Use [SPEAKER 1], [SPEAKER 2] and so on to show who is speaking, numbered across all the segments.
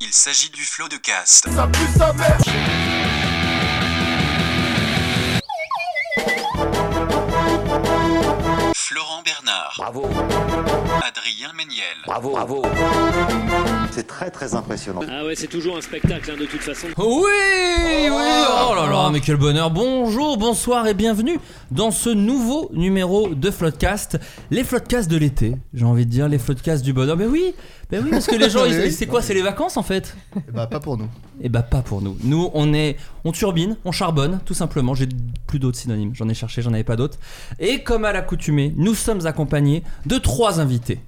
[SPEAKER 1] Il s'agit du flot de cast. Florent Bernard,
[SPEAKER 2] Bravo,
[SPEAKER 1] Adrien Méniel.
[SPEAKER 2] bravo, bravo.
[SPEAKER 3] C'est très très impressionnant.
[SPEAKER 4] Ah ouais, c'est toujours un spectacle hein, de toute façon.
[SPEAKER 5] Oui, oui, oh là là, mais quel bonheur. Bonjour, bonsoir et bienvenue dans ce nouveau numéro de Floodcast. Les Floodcasts de l'été, j'ai envie de dire, les Floodcasts du bonheur. Ben oui, ben oui, parce que les gens, ils- c'est quoi C'est les vacances en fait
[SPEAKER 6] Bah pas pour nous.
[SPEAKER 5] Eh bah pas pour nous. Nous, on est, on turbine, on charbonne, tout simplement. J'ai plus d'autres synonymes. J'en ai cherché, j'en avais pas d'autres. Et comme à l'accoutumée, nous sommes accompagnés de trois invités.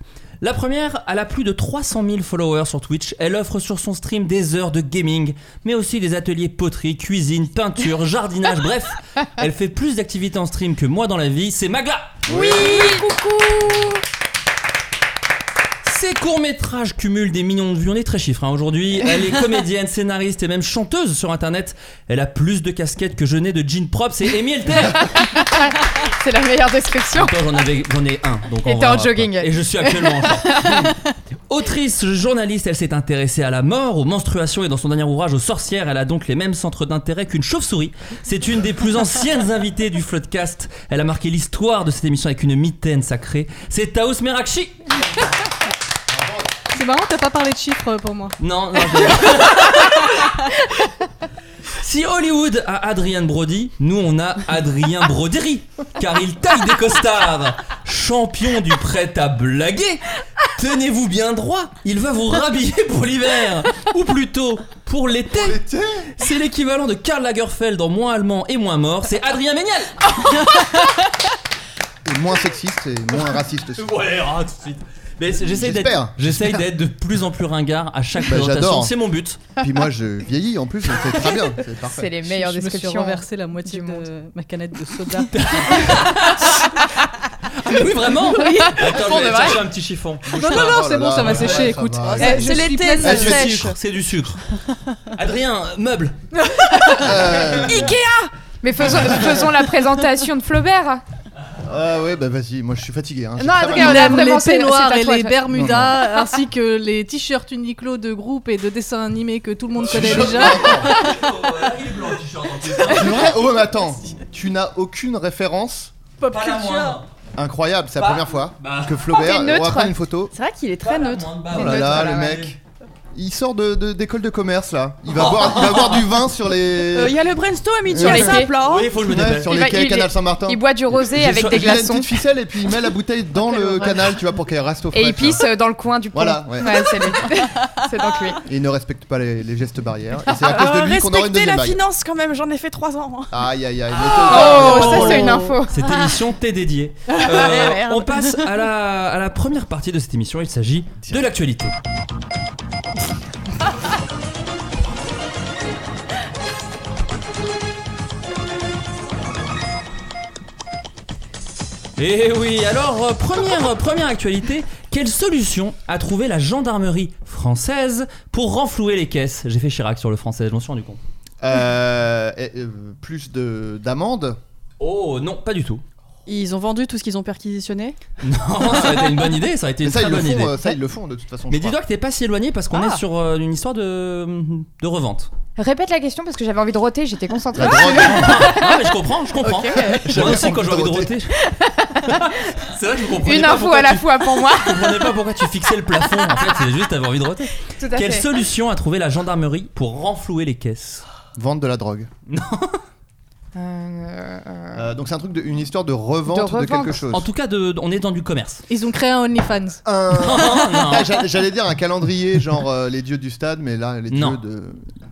[SPEAKER 5] La première, elle a plus de 300 000 followers sur Twitch. Elle offre sur son stream des heures de gaming, mais aussi des ateliers poterie, cuisine, peinture, jardinage. Bref, elle fait plus d'activités en stream que moi dans la vie. C'est Magla.
[SPEAKER 7] Oui, coucou
[SPEAKER 5] Ses courts-métrages cumulent des millions de vues, on est très chiffres hein, aujourd'hui. Elle est comédienne, scénariste et même chanteuse sur internet. Elle a plus de casquettes que je n'ai de jeans propres, c'est Amy Elter
[SPEAKER 7] C'est la meilleure description.
[SPEAKER 5] Toi, j'en, avais- j'en ai un. Donc
[SPEAKER 7] Et
[SPEAKER 5] on
[SPEAKER 7] t'es
[SPEAKER 5] va-
[SPEAKER 7] en jogging.
[SPEAKER 5] Et je suis actuellement en short. Autrice, journaliste, elle s'est intéressée à la mort, aux menstruations et dans son dernier ouvrage aux sorcières, elle a donc les mêmes centres d'intérêt qu'une chauve-souris. C'est une des plus anciennes invitées du Floodcast. Elle a marqué l'histoire de cette émission avec une mitaine sacrée. C'est Taos Merakchi.
[SPEAKER 8] C'est marrant, t'as pas parlé de chiffres pour moi.
[SPEAKER 5] Non, non. je- Si Hollywood a Adrien Brody, nous on a Adrien Broderie, car il taille des costards. Champion du prêt à blaguer, tenez-vous bien droit, il va vous rhabiller pour l'hiver, ou plutôt pour l'été. C'est l'équivalent de Karl Lagerfeld en moins allemand et moins mort, c'est Adrien Méniel.
[SPEAKER 6] Et moins sexiste et moins raciste aussi.
[SPEAKER 5] Ouais, ah, tout de suite. Mais c'est- j'essaye d'être,
[SPEAKER 6] J'espère.
[SPEAKER 5] j'essaye d'être de plus en plus ringard à chaque
[SPEAKER 6] Bah,
[SPEAKER 5] présentation,
[SPEAKER 6] j'adore.
[SPEAKER 5] c'est mon but.
[SPEAKER 6] Puis moi je vieillis en plus, donc c'est très bien, c'est
[SPEAKER 7] C'est
[SPEAKER 6] parfait.
[SPEAKER 7] les meilleures
[SPEAKER 8] je me suis
[SPEAKER 7] descriptions.
[SPEAKER 8] renversé la moitié
[SPEAKER 7] du
[SPEAKER 8] de
[SPEAKER 7] monde.
[SPEAKER 8] ma canette de soda.
[SPEAKER 5] Ah, mais oui, vraiment Attends,
[SPEAKER 7] Pour
[SPEAKER 5] je
[SPEAKER 7] de
[SPEAKER 5] vais aller
[SPEAKER 7] vrai.
[SPEAKER 5] chercher un petit chiffon.
[SPEAKER 8] non, non,
[SPEAKER 6] Oh là
[SPEAKER 8] c'est bon,
[SPEAKER 6] là,
[SPEAKER 8] ça va
[SPEAKER 6] ouais,
[SPEAKER 8] sécher,
[SPEAKER 6] ça
[SPEAKER 8] écoute.
[SPEAKER 6] va.
[SPEAKER 8] Eh,
[SPEAKER 7] je suis
[SPEAKER 8] c'est l'été,
[SPEAKER 7] pleine
[SPEAKER 6] Ah,
[SPEAKER 8] ça
[SPEAKER 7] de
[SPEAKER 5] C'est du
[SPEAKER 8] sèche.
[SPEAKER 5] sucre, c'est du sucre. Adrien, meuble.
[SPEAKER 6] Euh,
[SPEAKER 7] Mais faisons, faisons la présentation de Flaubert.
[SPEAKER 6] Ah ouais bah vas-y, moi je suis fatigué. Hein. j'ai
[SPEAKER 7] Non,
[SPEAKER 6] très
[SPEAKER 7] Adrien,
[SPEAKER 6] mal.
[SPEAKER 7] on
[SPEAKER 8] Il
[SPEAKER 7] a
[SPEAKER 8] aime
[SPEAKER 7] vraiment
[SPEAKER 8] les
[SPEAKER 7] c'est- c'est
[SPEAKER 8] peignoirs
[SPEAKER 7] pas
[SPEAKER 8] et
[SPEAKER 7] toi,
[SPEAKER 8] les
[SPEAKER 7] toi.
[SPEAKER 8] bermudas, ainsi que les t-shirts Uniqlo de groupe et de dessins animés que tout le monde connaît déjà.
[SPEAKER 5] Oh,
[SPEAKER 6] C'est vrai Oh mais attends, tu n'as aucune référence
[SPEAKER 8] Pop
[SPEAKER 5] Pas la
[SPEAKER 8] culture.
[SPEAKER 5] moindre.
[SPEAKER 6] incroyable, c'est la
[SPEAKER 5] Bah,
[SPEAKER 6] première fois
[SPEAKER 5] bah.
[SPEAKER 6] que Flaubert,
[SPEAKER 7] Oh, t'es
[SPEAKER 6] on va
[SPEAKER 7] neutre.
[SPEAKER 6] prendre une photo.
[SPEAKER 7] C'est vrai qu'il est très neutre.
[SPEAKER 6] Oh là là, le mec. Il sort de de- d'école de, commerce là. Il va boire, il va boire du vin sur les,
[SPEAKER 7] Euh,
[SPEAKER 8] Euh, Il y a le brainstorm midi
[SPEAKER 6] Sur
[SPEAKER 8] à
[SPEAKER 7] les quais.
[SPEAKER 8] simple là. hein.
[SPEAKER 5] Oui, il faut que je me
[SPEAKER 6] Ouais,
[SPEAKER 5] dépêche.
[SPEAKER 6] sur
[SPEAKER 7] Il
[SPEAKER 6] les
[SPEAKER 7] va-
[SPEAKER 6] quais
[SPEAKER 7] Eh ben, il
[SPEAKER 6] Canal
[SPEAKER 7] est-
[SPEAKER 6] Saint-Martin.
[SPEAKER 7] Il boit du rosé
[SPEAKER 5] J'ai
[SPEAKER 7] avec
[SPEAKER 5] so-
[SPEAKER 7] des
[SPEAKER 6] Il a une
[SPEAKER 7] glaçons.
[SPEAKER 6] petite ficelle et puis il met la bouteille dans le canal, tu vois, pour qu'elle reste au frais.
[SPEAKER 7] Et il
[SPEAKER 6] tu vois.
[SPEAKER 7] pisse euh, dans le coin du pont.
[SPEAKER 6] Voilà, ouais.
[SPEAKER 7] c'est lui. C'est donc lui.
[SPEAKER 6] Et il ne respecte pas les, les gestes barrières. Et c'est à cause de lui qu'on aura une deuxième vague.
[SPEAKER 8] Euh, finance quand même, j'en ai fait 3 ans.
[SPEAKER 6] Aïe aïe aïe.
[SPEAKER 8] Ah,
[SPEAKER 7] Oh,
[SPEAKER 6] mais-
[SPEAKER 7] ça c'est une info.
[SPEAKER 5] Cette émission t'est dédiée. Euh,
[SPEAKER 7] Merde.
[SPEAKER 5] on passe à la, à la première partie de cette émission. Il s'agit de l'actualité. Et oui, alors euh, première, euh, première actualité, quelle solution a trouvé la gendarmerie française pour renflouer les caisses J'ai fait Chirac sur le français, je m'en suis rendu compte.
[SPEAKER 6] Euh, et, euh, plus de d'amendes.
[SPEAKER 5] Oh non, pas du tout.
[SPEAKER 8] Ils ont vendu tout ce qu'ils ont perquisitionné.
[SPEAKER 5] Non, ça a été une bonne idée, ça a été
[SPEAKER 6] Mais
[SPEAKER 5] une
[SPEAKER 6] ça
[SPEAKER 5] très
[SPEAKER 6] ils le
[SPEAKER 5] bonne
[SPEAKER 6] font,
[SPEAKER 5] idée.
[SPEAKER 6] euh, ça ils le font de toute façon.
[SPEAKER 5] Mais
[SPEAKER 6] je crois.
[SPEAKER 5] dis-toi que t'es pas si éloigné parce qu'on
[SPEAKER 7] Ah.
[SPEAKER 5] est sur euh, une histoire de, de revente.
[SPEAKER 7] Répète la question parce que j'avais envie de roter, j'étais concentrée.
[SPEAKER 6] La drogue.
[SPEAKER 5] ah mais je comprends, je comprends. Moi
[SPEAKER 6] J'avais
[SPEAKER 5] aussi quand j'ai envie de
[SPEAKER 6] envie de
[SPEAKER 5] roter. C'est vrai que je comprenais
[SPEAKER 7] Une
[SPEAKER 5] pas
[SPEAKER 7] info
[SPEAKER 5] pourquoi
[SPEAKER 7] à la
[SPEAKER 5] tu-
[SPEAKER 7] fois pour moi.
[SPEAKER 5] Je comprenais pas pourquoi tu fixais le plafond. En fait, c'est juste t'avais envie de roter.
[SPEAKER 7] Tout à
[SPEAKER 5] Quelle
[SPEAKER 7] fait.
[SPEAKER 5] solution a trouvé la gendarmerie pour renflouer les caisses
[SPEAKER 6] Vente de la drogue.
[SPEAKER 7] Euh, euh,
[SPEAKER 6] Euh, donc c'est un truc de, une histoire de revente de,
[SPEAKER 7] De revente.
[SPEAKER 6] quelque chose.
[SPEAKER 5] En tout cas, de, de- on est dans du commerce.
[SPEAKER 8] Ils ont créé un OnlyFans.
[SPEAKER 7] Oh,
[SPEAKER 6] Un-
[SPEAKER 5] Non, non.
[SPEAKER 6] Ah, j'a- J'allais dire un calendrier genre euh, les dieux du stade, mais là les
[SPEAKER 5] Non.
[SPEAKER 6] dieux de.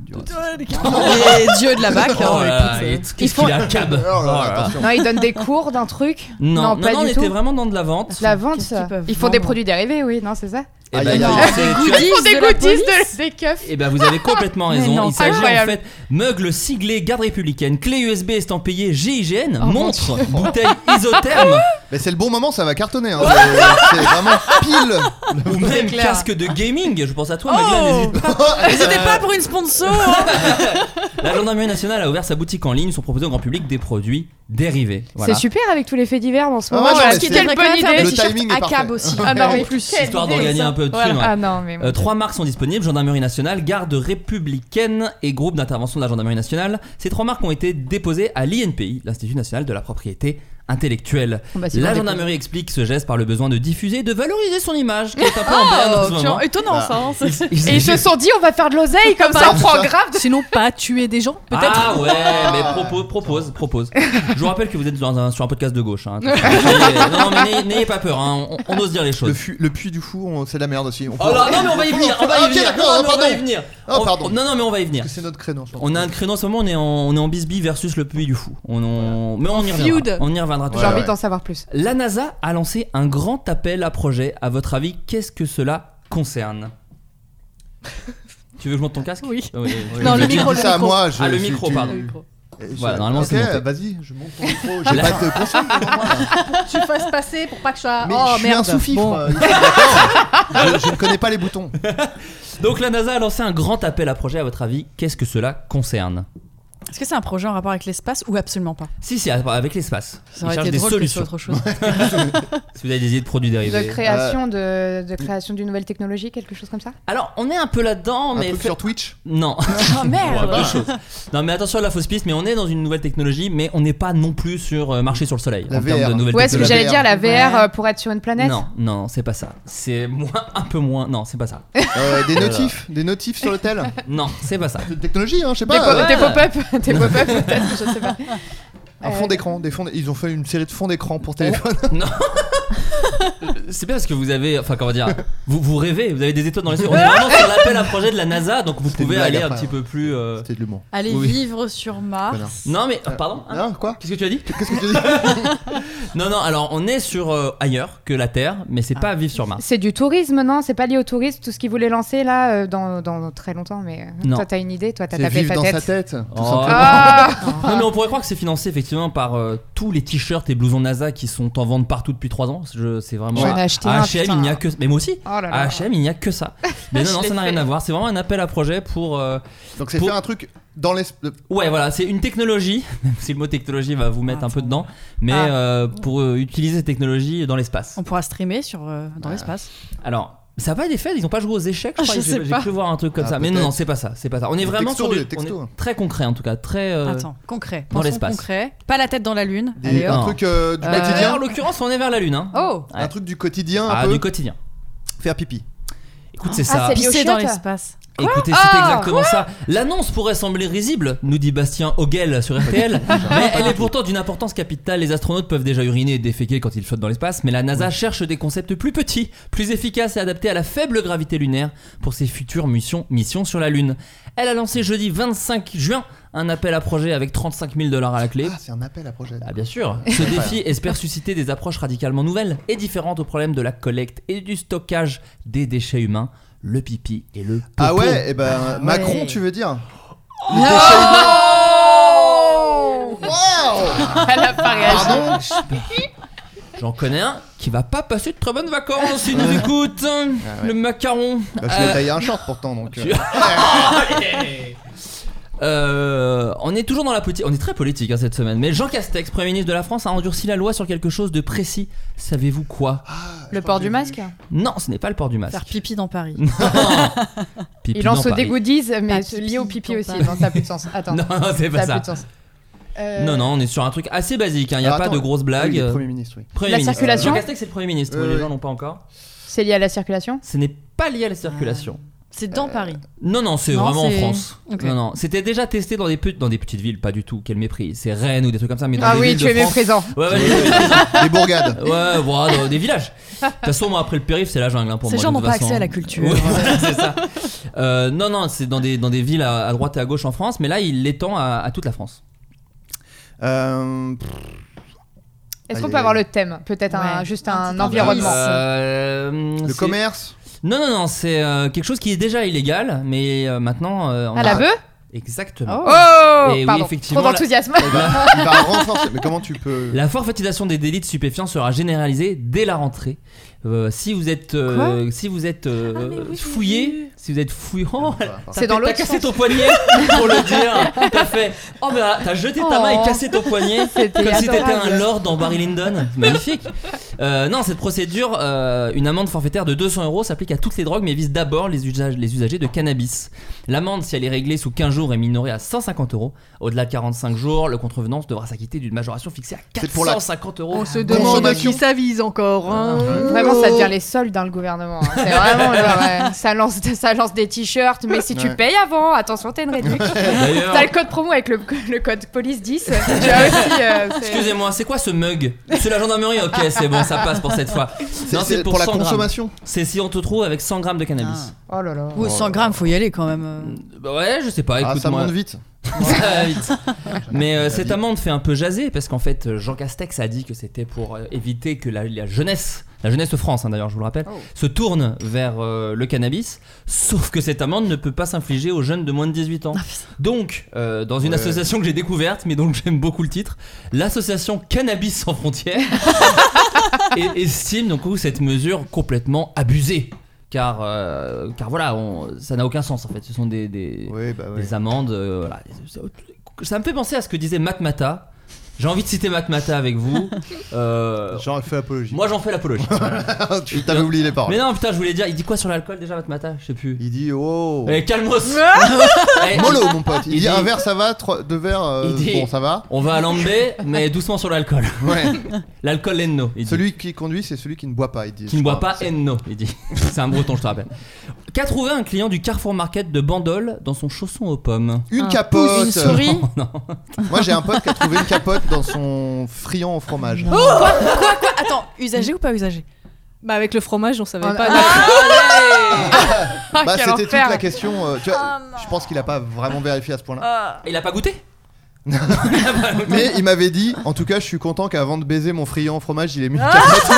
[SPEAKER 6] du-
[SPEAKER 8] Les dieux de la
[SPEAKER 5] Oh
[SPEAKER 7] hein.
[SPEAKER 8] BAC.
[SPEAKER 5] là,
[SPEAKER 7] euh,
[SPEAKER 5] il est- Qu'est-ce qu'il a, Cab
[SPEAKER 6] Oh là là,
[SPEAKER 5] Oh là là.
[SPEAKER 6] attention.
[SPEAKER 7] Non, ils donnent des cours d'un truc.
[SPEAKER 5] Non, non,
[SPEAKER 7] pas
[SPEAKER 5] non, on
[SPEAKER 7] du
[SPEAKER 5] était
[SPEAKER 7] tout.
[SPEAKER 5] vraiment dans de la vente.
[SPEAKER 7] La vente,
[SPEAKER 8] Qu'est-ce qu'ils peuvent
[SPEAKER 7] ils font des
[SPEAKER 8] vendre
[SPEAKER 7] produits dérivés, oui, non, c'est ça.
[SPEAKER 5] Eh ben,
[SPEAKER 6] Aïe, aïe,
[SPEAKER 5] non,
[SPEAKER 6] aïe.
[SPEAKER 5] c'est- tu as-
[SPEAKER 7] Ils font des goodies de, des keufs.
[SPEAKER 5] Eh ben vous avez complètement
[SPEAKER 8] Mais
[SPEAKER 5] raison.
[SPEAKER 8] non,
[SPEAKER 5] Il s'agit en
[SPEAKER 7] incroyable.
[SPEAKER 5] fait meugle siglé garde républicaine, clé USB estampillée GIGN,
[SPEAKER 8] Oh
[SPEAKER 7] mon
[SPEAKER 5] montre, bouteille isotherme
[SPEAKER 6] Mais c'est le bon moment, ça va cartonner. hein. C'est c'est vraiment pile.
[SPEAKER 5] ou même
[SPEAKER 8] clair. Oh.
[SPEAKER 5] casque de gaming. Je pense à toi, Magla, n'hésite
[SPEAKER 6] Euh,
[SPEAKER 8] C'était pas pour une sponsor.
[SPEAKER 5] pas. La gendarmerie nationale a ouvert sa boutique en ligne. Ils sont proposés au grand public des produits dérivés. Voilà.
[SPEAKER 2] C'est super avec tous les faits divers en ce
[SPEAKER 6] Ah
[SPEAKER 2] moment.
[SPEAKER 6] ouais,
[SPEAKER 2] Voilà,
[SPEAKER 6] mais
[SPEAKER 2] quelle
[SPEAKER 6] c'est-
[SPEAKER 2] bonne
[SPEAKER 8] Faudrait quand même
[SPEAKER 2] idée.
[SPEAKER 8] faire
[SPEAKER 6] Le
[SPEAKER 8] des t-shirts
[SPEAKER 6] timing est
[SPEAKER 8] à
[SPEAKER 6] parfait.
[SPEAKER 8] cab aussi. Ah non, en plus.
[SPEAKER 5] Histoire de gagner un peu de thunes, ouais.
[SPEAKER 2] Ah non, mais
[SPEAKER 5] Euh, trois marques sont disponibles gendarmerie nationale, garde républicaine et groupe d'intervention de la gendarmerie nationale. Ces trois marques ont été déposées à l'INPI, l'Institut national de la propriété intellectuelle.
[SPEAKER 2] Bah, c'est
[SPEAKER 5] La
[SPEAKER 2] bon,
[SPEAKER 5] gendarmerie explique ce geste par le besoin de diffuser et de valoriser son image, qui est
[SPEAKER 2] Oh,
[SPEAKER 5] un peu en berne en ce moment.
[SPEAKER 8] étonnant ça. hein, c'est-
[SPEAKER 5] Ils-
[SPEAKER 2] Et ils se sont dit, on va faire de l'oseille comme ça, on prend grave de.
[SPEAKER 8] Sinon, pas tuer des gens, peut-être.
[SPEAKER 5] Ah ouais, mais propose, propose, propose. Je vous rappelle que vous êtes dans un- sur un podcast de gauche. hein. Attention, non, mais n'ayez- n'ayez pas peur, hein, on, on ose dire les
[SPEAKER 6] Le,
[SPEAKER 5] choses.
[SPEAKER 6] fu- le puits du fou, on- c'est de la merde aussi. On
[SPEAKER 5] Oh là, non mais on va y
[SPEAKER 6] peut-
[SPEAKER 5] venir, on va y
[SPEAKER 6] Ah, Ok,
[SPEAKER 5] venir.
[SPEAKER 6] d'accord, Oh,
[SPEAKER 5] Non, mais on va y
[SPEAKER 6] pardon.
[SPEAKER 5] venir.
[SPEAKER 6] Ah,
[SPEAKER 5] On-
[SPEAKER 6] pardon.
[SPEAKER 5] Non non mais on va y venir.
[SPEAKER 6] Parce que c'est notre créneau, je pense.
[SPEAKER 5] On a un créneau en ce moment, on est en, on est en bisbee versus le puits du fou. On, on- mais on y reviendra.
[SPEAKER 8] Feud.
[SPEAKER 5] On y reviendra tout
[SPEAKER 2] J'ai
[SPEAKER 5] à
[SPEAKER 2] envie
[SPEAKER 5] l'heure.
[SPEAKER 6] ouais.
[SPEAKER 2] d'en savoir plus.
[SPEAKER 5] La NASA a lancé un grand appel à projet. À votre avis, qu'est-ce que cela concerne Tu veux que je monte ton casque
[SPEAKER 8] Oui.
[SPEAKER 5] oui.
[SPEAKER 8] Non, le
[SPEAKER 6] Tu dis
[SPEAKER 8] micro, le
[SPEAKER 6] ça à
[SPEAKER 8] micro.
[SPEAKER 6] moi, je-
[SPEAKER 5] Ah, le
[SPEAKER 6] je-
[SPEAKER 5] micro,
[SPEAKER 6] tu-
[SPEAKER 5] pardon.
[SPEAKER 6] Eh,
[SPEAKER 5] Voilà,
[SPEAKER 6] je-
[SPEAKER 5] normalement,
[SPEAKER 6] ok,
[SPEAKER 5] c'est monté.
[SPEAKER 6] vas-y, je monte ton micro. J'ai
[SPEAKER 5] La-
[SPEAKER 6] pas de console devant moi.
[SPEAKER 8] Tu fasses passer pour pas que je sois.
[SPEAKER 6] Mais
[SPEAKER 8] oh
[SPEAKER 6] je suis
[SPEAKER 8] merde.
[SPEAKER 6] un sous-fifre.
[SPEAKER 8] Bon.
[SPEAKER 6] euh, il faut- d'accord. je, je ne connais pas les boutons.
[SPEAKER 5] Donc la NASA a lancé un grand appel à projet. À votre avis, qu'est-ce que cela concerne
[SPEAKER 9] Est-ce que c'est un projet en rapport avec l'espace ou absolument pas
[SPEAKER 5] Si, c'est avec l'espace.
[SPEAKER 9] Ça
[SPEAKER 5] Ils
[SPEAKER 9] aurait
[SPEAKER 5] cherchent
[SPEAKER 9] été
[SPEAKER 5] des
[SPEAKER 9] drôle que ce soit
[SPEAKER 5] solutions.
[SPEAKER 9] autre chose.
[SPEAKER 5] Si vous avez des idées de produits
[SPEAKER 2] De
[SPEAKER 5] dérivés.
[SPEAKER 2] création de, de création d'une nouvelle technologie, quelque chose comme ça
[SPEAKER 5] Alors, on est un peu là-dedans,
[SPEAKER 6] Un
[SPEAKER 5] mais
[SPEAKER 6] truc
[SPEAKER 5] fait-
[SPEAKER 6] sur Twitch.
[SPEAKER 5] non.
[SPEAKER 9] Oh merde
[SPEAKER 5] Deux choses. Non, mais attention à la fausse piste. Mais on est dans une nouvelle technologie, mais on n'est pas non plus sur euh, marcher sur le soleil
[SPEAKER 6] La
[SPEAKER 5] en termes
[SPEAKER 6] VR.
[SPEAKER 5] de nouvelles
[SPEAKER 2] Ouais,
[SPEAKER 6] ce
[SPEAKER 2] ce
[SPEAKER 6] que
[SPEAKER 2] que
[SPEAKER 5] technologies.
[SPEAKER 6] la
[SPEAKER 2] j'allais
[SPEAKER 6] VR.
[SPEAKER 2] dire, la VR
[SPEAKER 9] Ouais.
[SPEAKER 2] euh, pour être sur une planète
[SPEAKER 5] Non, non, non, c'est pas ça. C'est moins, un peu moins. Non, c'est pas ça.
[SPEAKER 6] Euh, des
[SPEAKER 5] Voilà.
[SPEAKER 6] notifs. Des notifs sur le tel.
[SPEAKER 5] Non, c'est pas ça.
[SPEAKER 6] C'est une technologie, hein, je sais
[SPEAKER 2] Des
[SPEAKER 6] pas. euh,
[SPEAKER 2] pop- des pop-up, des pop-up peut-être, je sais pas. Euh,
[SPEAKER 6] Un fond d'écran. Des fonds d- Ils ont fait une série de fonds d'écran pour téléphone.
[SPEAKER 5] C'est bien parce que vous avez, enfin comment dire, vous, vous rêvez, vous avez des étoiles dans les yeux. On est vraiment sur l'appel à projet de la NASA, donc vous
[SPEAKER 6] C'était
[SPEAKER 5] pouvez
[SPEAKER 6] une blague
[SPEAKER 5] aller un
[SPEAKER 6] après,
[SPEAKER 5] petit
[SPEAKER 6] hein.
[SPEAKER 5] peu plus. euh,
[SPEAKER 6] C'était de l'humour.
[SPEAKER 9] Aller
[SPEAKER 5] Oui.
[SPEAKER 9] vivre sur Mars.
[SPEAKER 5] Non mais, pardon. hein
[SPEAKER 6] Hein, quoi
[SPEAKER 5] Qu'est-ce que tu as dit
[SPEAKER 6] Qu'est-ce que tu dis
[SPEAKER 5] Non, non, alors on est sur euh, ailleurs que la Terre, mais
[SPEAKER 6] Ah,
[SPEAKER 5] c'est pas vivre sur Mars.
[SPEAKER 2] Ah. C'est du tourisme, non C'est pas lié au tourisme, tout ce qu'ils voulaient lancer là euh, dans, dans très longtemps, mais euh,
[SPEAKER 5] Non.
[SPEAKER 2] toi t'as une idée, toi t'as
[SPEAKER 6] C'est
[SPEAKER 2] tapé
[SPEAKER 6] vivre
[SPEAKER 2] ta
[SPEAKER 6] dans sa tête.
[SPEAKER 2] tête.
[SPEAKER 6] tout
[SPEAKER 5] Oh.
[SPEAKER 6] simplement.
[SPEAKER 2] Ah
[SPEAKER 5] Non, mais on pourrait croire que c'est financé effectivement par euh, tous les t-shirts et blousons NASA qui sont en vente partout depuis 3 ans. Je- C'est vraiment.
[SPEAKER 2] J'en ai
[SPEAKER 5] À
[SPEAKER 2] acheté un,
[SPEAKER 5] H&M, il n'y a
[SPEAKER 2] putain.
[SPEAKER 5] que. Mais moi aussi
[SPEAKER 2] Oh là
[SPEAKER 5] À
[SPEAKER 2] là.
[SPEAKER 5] H&M, il n'y a que ça. Mais non, non,
[SPEAKER 2] Je
[SPEAKER 5] ça n'a
[SPEAKER 2] l'ai
[SPEAKER 5] rien
[SPEAKER 2] fait.
[SPEAKER 5] à voir. C'est vraiment un appel à projet pour. euh,
[SPEAKER 6] Donc c'est
[SPEAKER 5] Pour-
[SPEAKER 6] faire un truc dans l'espace.
[SPEAKER 5] Ouais, voilà, c'est une technologie, même si le mot technologie va vous mettre un peu dedans, mais
[SPEAKER 9] Ah.
[SPEAKER 5] euh, pour euh, utiliser cette technologie dans l'espace.
[SPEAKER 9] On pourra streamer sur, euh, dans l'espace.
[SPEAKER 5] Alors. Ça n'a pas été fait, ils n'ont pas joué aux échecs, je
[SPEAKER 9] Ah,
[SPEAKER 5] crois.
[SPEAKER 9] je
[SPEAKER 5] J'ai-
[SPEAKER 9] sais
[SPEAKER 5] J'ai
[SPEAKER 9] pas.
[SPEAKER 5] cru voir un truc comme
[SPEAKER 6] Ah,
[SPEAKER 5] ça. Mais non,
[SPEAKER 6] peut-être.
[SPEAKER 5] non, c'est pas ça. C'est pas ça. On est
[SPEAKER 6] Les
[SPEAKER 5] vraiment
[SPEAKER 6] textos,
[SPEAKER 5] sur
[SPEAKER 6] les
[SPEAKER 5] du, on est
[SPEAKER 6] textos.
[SPEAKER 5] très concret en tout cas, très. euh,
[SPEAKER 9] Attends, concret.
[SPEAKER 5] dans
[SPEAKER 9] Pensons
[SPEAKER 5] l'espace.
[SPEAKER 9] concret. Pas la tête dans la lune.
[SPEAKER 6] Des- Ah.
[SPEAKER 9] Allez,
[SPEAKER 5] Ah.
[SPEAKER 6] un
[SPEAKER 5] hop.
[SPEAKER 6] truc euh, du
[SPEAKER 9] Euh,
[SPEAKER 5] D'ailleurs, en
[SPEAKER 6] quotidien.
[SPEAKER 5] l'occurrence, on est vers la lune. Hein.
[SPEAKER 9] Oh
[SPEAKER 5] ouais.
[SPEAKER 6] Un truc du quotidien un
[SPEAKER 5] ah,
[SPEAKER 6] peu.
[SPEAKER 5] du quotidien.
[SPEAKER 6] Faire pipi.
[SPEAKER 5] Écoute, c'est
[SPEAKER 2] Ah,
[SPEAKER 5] ça.
[SPEAKER 2] c'est lié au
[SPEAKER 9] Pisser dans
[SPEAKER 2] chiottes
[SPEAKER 9] l'espace.
[SPEAKER 5] Écoutez, c'est
[SPEAKER 6] Ah,
[SPEAKER 5] exactement ça. L'annonce pourrait sembler risible, nous dit Bastien Hogel sur RTL,
[SPEAKER 6] Ah,
[SPEAKER 5] mais elle est pourtant d'une importance capitale. Les astronautes peuvent déjà uriner et déféquer quand ils flottent dans l'espace, mais la NASA cherche des concepts plus petits, plus efficaces et adaptés à la faible gravité lunaire pour ses futures missions, missions sur la Lune. Elle a lancé jeudi 25 juin un appel à projet avec 35 000 dollars à la clé.
[SPEAKER 6] Ah, c'est un appel à projet.
[SPEAKER 5] Ah bien sûr. Ce défi espère susciter des approches radicalement nouvelles et différentes au problème de la collecte et du stockage des déchets humains, le pipi et le popo.
[SPEAKER 6] Ah ouais, et ben Macron, tu veux dire Les déchets humains. Waouh
[SPEAKER 2] Elle a pas réagi.
[SPEAKER 6] Pardon
[SPEAKER 5] J'en connais un qui va pas passer de très bonnes vacances s'il nous écoute. hein,
[SPEAKER 6] Ah
[SPEAKER 5] Le macaron.
[SPEAKER 6] Bah, Je lui ai
[SPEAKER 5] Euh,
[SPEAKER 6] taillé un short pourtant donc.
[SPEAKER 5] tu-
[SPEAKER 6] euh,
[SPEAKER 5] Euh, on est toujours dans la politique, on est très politique hein, cette semaine. Mais Jean Castex, Premier ministre de la France, a endurci la loi sur quelque chose de précis. Savez-vous quoi
[SPEAKER 2] Le port du masque
[SPEAKER 5] Non, ce n'est pas le port du masque.
[SPEAKER 9] Faire pipi dans Paris.
[SPEAKER 5] Euh, Pipi
[SPEAKER 2] Il lance
[SPEAKER 5] dans Paris.
[SPEAKER 2] des goodies, mais
[SPEAKER 9] Pas
[SPEAKER 2] c'est lié au pipi
[SPEAKER 9] pipi,
[SPEAKER 2] aussi.
[SPEAKER 9] non, pas-
[SPEAKER 2] Non, ça a plus de sens.
[SPEAKER 6] hein.
[SPEAKER 2] Attends,
[SPEAKER 5] Non, c'est
[SPEAKER 2] ça
[SPEAKER 5] pas
[SPEAKER 2] a plus
[SPEAKER 5] ça.
[SPEAKER 2] de sens. Euh,
[SPEAKER 5] Non, non, on est sur un truc assez basique. hein. Il n'y a
[SPEAKER 6] Alors,
[SPEAKER 5] pas
[SPEAKER 6] attends,
[SPEAKER 5] de grosses blagues.
[SPEAKER 6] oui, le Premier ministre, oui.
[SPEAKER 5] Premier
[SPEAKER 2] La
[SPEAKER 5] ministre.
[SPEAKER 2] circulation
[SPEAKER 5] Jean Castex, c'est le Premier ministre. oui,
[SPEAKER 6] Euh,
[SPEAKER 5] les
[SPEAKER 6] oui.
[SPEAKER 5] gens n'ont pas encore.
[SPEAKER 2] C'est lié à la circulation
[SPEAKER 5] Ce n'est pas lié à la circulation.
[SPEAKER 9] C'est dans Paris.
[SPEAKER 5] Non, non, c'est
[SPEAKER 9] Non,
[SPEAKER 5] vraiment en
[SPEAKER 9] c'est-
[SPEAKER 5] France.
[SPEAKER 9] Ok.
[SPEAKER 5] Non, non, c'était déjà testé dans des, pe- dans des petites villes, pas du tout, quel mépris. C'est Rennes ou des trucs comme ça, mais dans
[SPEAKER 2] Ah
[SPEAKER 5] des
[SPEAKER 2] oui,
[SPEAKER 5] villes
[SPEAKER 2] tu
[SPEAKER 5] de
[SPEAKER 2] es
[SPEAKER 5] France.
[SPEAKER 2] présent.
[SPEAKER 5] Ouais, ouais, les-
[SPEAKER 6] Les bourgades.
[SPEAKER 5] ouais, voilà, dans des villages. De toute façon, moi, après le périph', c'est la jungle hein, pour
[SPEAKER 9] Ces
[SPEAKER 5] moi.
[SPEAKER 9] gens
[SPEAKER 5] de
[SPEAKER 9] n'ont
[SPEAKER 5] toute
[SPEAKER 9] pas
[SPEAKER 5] façon.
[SPEAKER 9] accès à la culture.
[SPEAKER 5] Ouais, voilà, c'est ça. Euh, non, non, c'est dans des, dans des villes à, à droite et à gauche en France, mais là, il l'étend à, à toute la France.
[SPEAKER 6] Euh, pff,
[SPEAKER 2] Est-ce
[SPEAKER 6] Aïe,
[SPEAKER 2] qu'on
[SPEAKER 6] aïe,
[SPEAKER 2] peut avoir
[SPEAKER 6] aïe.
[SPEAKER 2] le thème Peut-être un-
[SPEAKER 9] Ouais.
[SPEAKER 2] juste
[SPEAKER 9] Un
[SPEAKER 2] un
[SPEAKER 9] petit
[SPEAKER 2] environnement.
[SPEAKER 9] indice.
[SPEAKER 5] Euh,
[SPEAKER 6] le
[SPEAKER 5] c'est-
[SPEAKER 6] commerce.
[SPEAKER 5] Non, non, non, c'est euh, quelque chose qui est déjà illégal, mais euh, maintenant. euh, on
[SPEAKER 2] À la
[SPEAKER 5] a-
[SPEAKER 2] bœuf
[SPEAKER 5] Exactement.
[SPEAKER 2] Oh,
[SPEAKER 5] Et Eh oui,
[SPEAKER 2] Pardon,
[SPEAKER 5] effectivement,
[SPEAKER 2] trop
[SPEAKER 5] la-
[SPEAKER 2] d'enthousiasme.
[SPEAKER 6] Eh ben, il va renforcer. Mais comment tu peux
[SPEAKER 5] La forfaitilisation des délits de stupéfiants sera généralisée dès la rentrée. euh, si vous êtes, euh, si vous êtes euh,
[SPEAKER 8] Ah, mais oui, j'ai
[SPEAKER 5] fouillé,
[SPEAKER 8] vu.
[SPEAKER 5] si vous êtes fouillant,
[SPEAKER 2] C'est dans
[SPEAKER 5] T'as
[SPEAKER 2] l'autre
[SPEAKER 5] cassé
[SPEAKER 2] sens.
[SPEAKER 5] ton poignet pour le dire. T'as fait. Oh, mais t'as jeté ta main et
[SPEAKER 2] Oh.
[SPEAKER 5] cassé ton poignet.
[SPEAKER 2] C'était
[SPEAKER 5] Comme si t'étais
[SPEAKER 2] adorable.
[SPEAKER 5] un lord dans Barry Lyndon. Magnifique. Euh, non, cette procédure, euh, une amende forfaitaire de 200 euros s'applique à toutes les drogues, mais vise d'abord les, usages- les usagers de cannabis. L'amende, si elle est réglée sous 15 jours, est minorée à 150 euros. Au-delà de 45 jours, le contrevenant devra s'acquitter d'une majoration fixée à
[SPEAKER 6] C'est pour la-
[SPEAKER 5] 450 euros.
[SPEAKER 8] On se demande à
[SPEAKER 6] Consommation. Ah,
[SPEAKER 8] qui ça vise encore. hein.
[SPEAKER 2] Vraiment, ça
[SPEAKER 6] Oh.
[SPEAKER 2] devient les soldes dans le gouvernement. hein. C'est vraiment genre, ouais, ça, lance, ça lance des t-shirts, mais si tu
[SPEAKER 6] Ouais.
[SPEAKER 2] payes avant, attention, t'as une réduction.
[SPEAKER 5] D'ailleurs,
[SPEAKER 2] T'as le code promo avec le, le code police 10. Tu as aussi. euh, c'est-
[SPEAKER 5] excusez-moi, c'est quoi ce mug C'est la gendarmerie Ok, c'est bon, ça passe pour cette fois.
[SPEAKER 6] C'est
[SPEAKER 5] Non,
[SPEAKER 6] c'est pour la
[SPEAKER 5] 100 grammes.
[SPEAKER 6] consommation.
[SPEAKER 5] C'est si on te trouve avec 100 grammes de cannabis.
[SPEAKER 9] Ah.
[SPEAKER 2] Oh là là.
[SPEAKER 9] Ou 100 grammes, faut y aller quand même.
[SPEAKER 5] Bah ouais, je sais pas,
[SPEAKER 6] Ah, ça
[SPEAKER 5] écoute-moi.
[SPEAKER 6] monte vite.
[SPEAKER 5] Ça va vite. Mais euh, cette amende fait un peu jaser parce qu'en fait, euh, Jean Castex a dit que c'était pour euh, éviter que la, la jeunesse, la jeunesse de France hein, d'ailleurs, je vous le rappelle, se tourne vers euh, le cannabis. Sauf que cette amende ne peut pas s'infliger aux jeunes de moins de 18 ans. Donc, euh, dans une
[SPEAKER 6] Ouais.
[SPEAKER 5] association que j'ai découverte, mais dont j'aime beaucoup le titre, l'association Cannabis sans frontières et- estime donc coup, cette mesure complètement abusée. Car, euh, car voilà, on- ça n'a aucun sens en fait. Ce sont des, des-
[SPEAKER 6] Oui, bah ouais.
[SPEAKER 5] des amendes. euh, voilà. Ça- Ça me fait penser à ce que disait Matmata. J'ai envie de citer Matmata avec vous. Euh,
[SPEAKER 6] Genre, elle fait apologie.
[SPEAKER 5] moi j'en fais l'apologie.
[SPEAKER 6] tu t'avais oublié les paroles.
[SPEAKER 5] Mais non, putain, je voulais dire, il dit quoi sur l'alcool déjà, Matmata Je sais plus.
[SPEAKER 6] Il dit oh.
[SPEAKER 5] Eh, calmos
[SPEAKER 2] Ah
[SPEAKER 5] Eh,
[SPEAKER 6] Mollo, mon pote. Il,
[SPEAKER 5] Il
[SPEAKER 6] dit,
[SPEAKER 5] dit-
[SPEAKER 6] un verre, ça va. Trois... Deux verres, euh,
[SPEAKER 5] Il dit-
[SPEAKER 6] bon, ça va.
[SPEAKER 5] On va à l'ambé, mais doucement sur l'alcool.
[SPEAKER 6] Ouais.
[SPEAKER 5] L'alcool Enno, il dit.
[SPEAKER 6] celui qui conduit, c'est celui qui ne boit pas. Il dit.
[SPEAKER 5] qui
[SPEAKER 6] je
[SPEAKER 5] ne boit
[SPEAKER 6] crois.
[SPEAKER 5] pas Enno, il dit. C'est un breton, je te rappelle. Qu'a trouvé un client du Carrefour Market de Bandol dans son chausson aux pommes Oh,
[SPEAKER 6] Une
[SPEAKER 9] Un
[SPEAKER 6] capote.
[SPEAKER 9] pouce, une souris.
[SPEAKER 5] Non.
[SPEAKER 6] Moi, j'ai un pote qui a trouvé une capote dans son friand au
[SPEAKER 9] Oh,
[SPEAKER 6] fromage.
[SPEAKER 9] Attends, usagé ou pas usagé
[SPEAKER 8] Bah avec le fromage, on savait
[SPEAKER 2] Ah,
[SPEAKER 8] pas. euh, ah,
[SPEAKER 6] Bah,
[SPEAKER 2] quel
[SPEAKER 6] c'était toute
[SPEAKER 2] enfer.
[SPEAKER 6] la question. euh, tu vois, je pense qu'il a pas vraiment vérifié à ce point-là.
[SPEAKER 5] Il a pas goûté
[SPEAKER 6] Mais il m'avait dit, en tout cas, je suis content qu'avant de baiser mon friand au fromage, il ait mis une capote.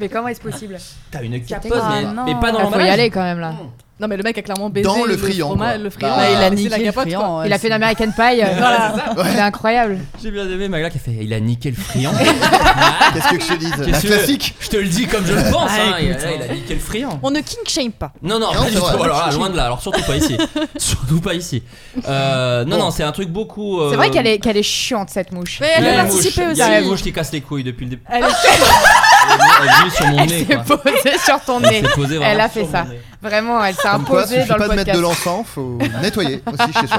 [SPEAKER 2] Mais comment est-ce possible
[SPEAKER 5] T'as une capote,
[SPEAKER 2] dégueu.
[SPEAKER 5] mais,
[SPEAKER 2] Ah,
[SPEAKER 5] mais pas dans
[SPEAKER 2] Il faut y
[SPEAKER 5] l'emballage.
[SPEAKER 2] aller quand même là.
[SPEAKER 8] Non mais le mec a clairement baisé
[SPEAKER 6] Dans le friand, quoi.
[SPEAKER 8] fromage, le friand.
[SPEAKER 6] Bah,
[SPEAKER 8] il
[SPEAKER 5] Ah,
[SPEAKER 8] a
[SPEAKER 9] niqué
[SPEAKER 8] la
[SPEAKER 9] le
[SPEAKER 8] capote.
[SPEAKER 9] friand,
[SPEAKER 8] quoi.
[SPEAKER 9] ouais,
[SPEAKER 2] Il a
[SPEAKER 9] c'est-
[SPEAKER 2] fait une American Pie. euh, C'est incroyable.
[SPEAKER 5] J'ai bien aimé Magla qui a fait il a niqué le friand.
[SPEAKER 6] Qu'est-ce que je te dis La
[SPEAKER 5] Qu'est-ce que-
[SPEAKER 6] classique.
[SPEAKER 5] je te le dis comme je le pense,
[SPEAKER 9] Ah,
[SPEAKER 5] hein, il,
[SPEAKER 9] écoute,
[SPEAKER 5] a, il a niqué le friand.
[SPEAKER 9] On ne king shame pas.
[SPEAKER 5] Non, non,
[SPEAKER 6] Non,
[SPEAKER 5] pas du
[SPEAKER 6] c'est
[SPEAKER 5] tout.
[SPEAKER 6] vrai.
[SPEAKER 5] Alors là, loin de là, alors surtout pas ici. surtout pas ici. Euh, non,
[SPEAKER 6] Bon.
[SPEAKER 5] non, c'est un truc beaucoup.
[SPEAKER 2] C'est
[SPEAKER 5] euh,
[SPEAKER 2] vrai qu'elle est, qu'elle est chiante cette mouche.
[SPEAKER 9] Mais elle
[SPEAKER 5] il y
[SPEAKER 9] a
[SPEAKER 5] a une
[SPEAKER 9] participé
[SPEAKER 5] mouche- Il
[SPEAKER 9] aussi.
[SPEAKER 5] y a une
[SPEAKER 9] Elle-
[SPEAKER 5] mouche qui casse les couilles depuis le début.
[SPEAKER 8] Elle
[SPEAKER 5] Elle est- elle est venue sur mon
[SPEAKER 2] Elle
[SPEAKER 5] nez.
[SPEAKER 2] s'est
[SPEAKER 5] quoi.
[SPEAKER 2] posée sur ton
[SPEAKER 5] Elle
[SPEAKER 2] nez.
[SPEAKER 5] s'est posée vraiment
[SPEAKER 2] Elle a fait
[SPEAKER 5] sur
[SPEAKER 2] ça.
[SPEAKER 5] mon nez.
[SPEAKER 2] Vraiment, elle s'est
[SPEAKER 6] Comme quoi,
[SPEAKER 2] imposée
[SPEAKER 6] suffit
[SPEAKER 2] dans
[SPEAKER 6] pas
[SPEAKER 2] le
[SPEAKER 6] de mettre de
[SPEAKER 2] podcast.
[SPEAKER 6] l'encens, faut nettoyer aussi chez soi.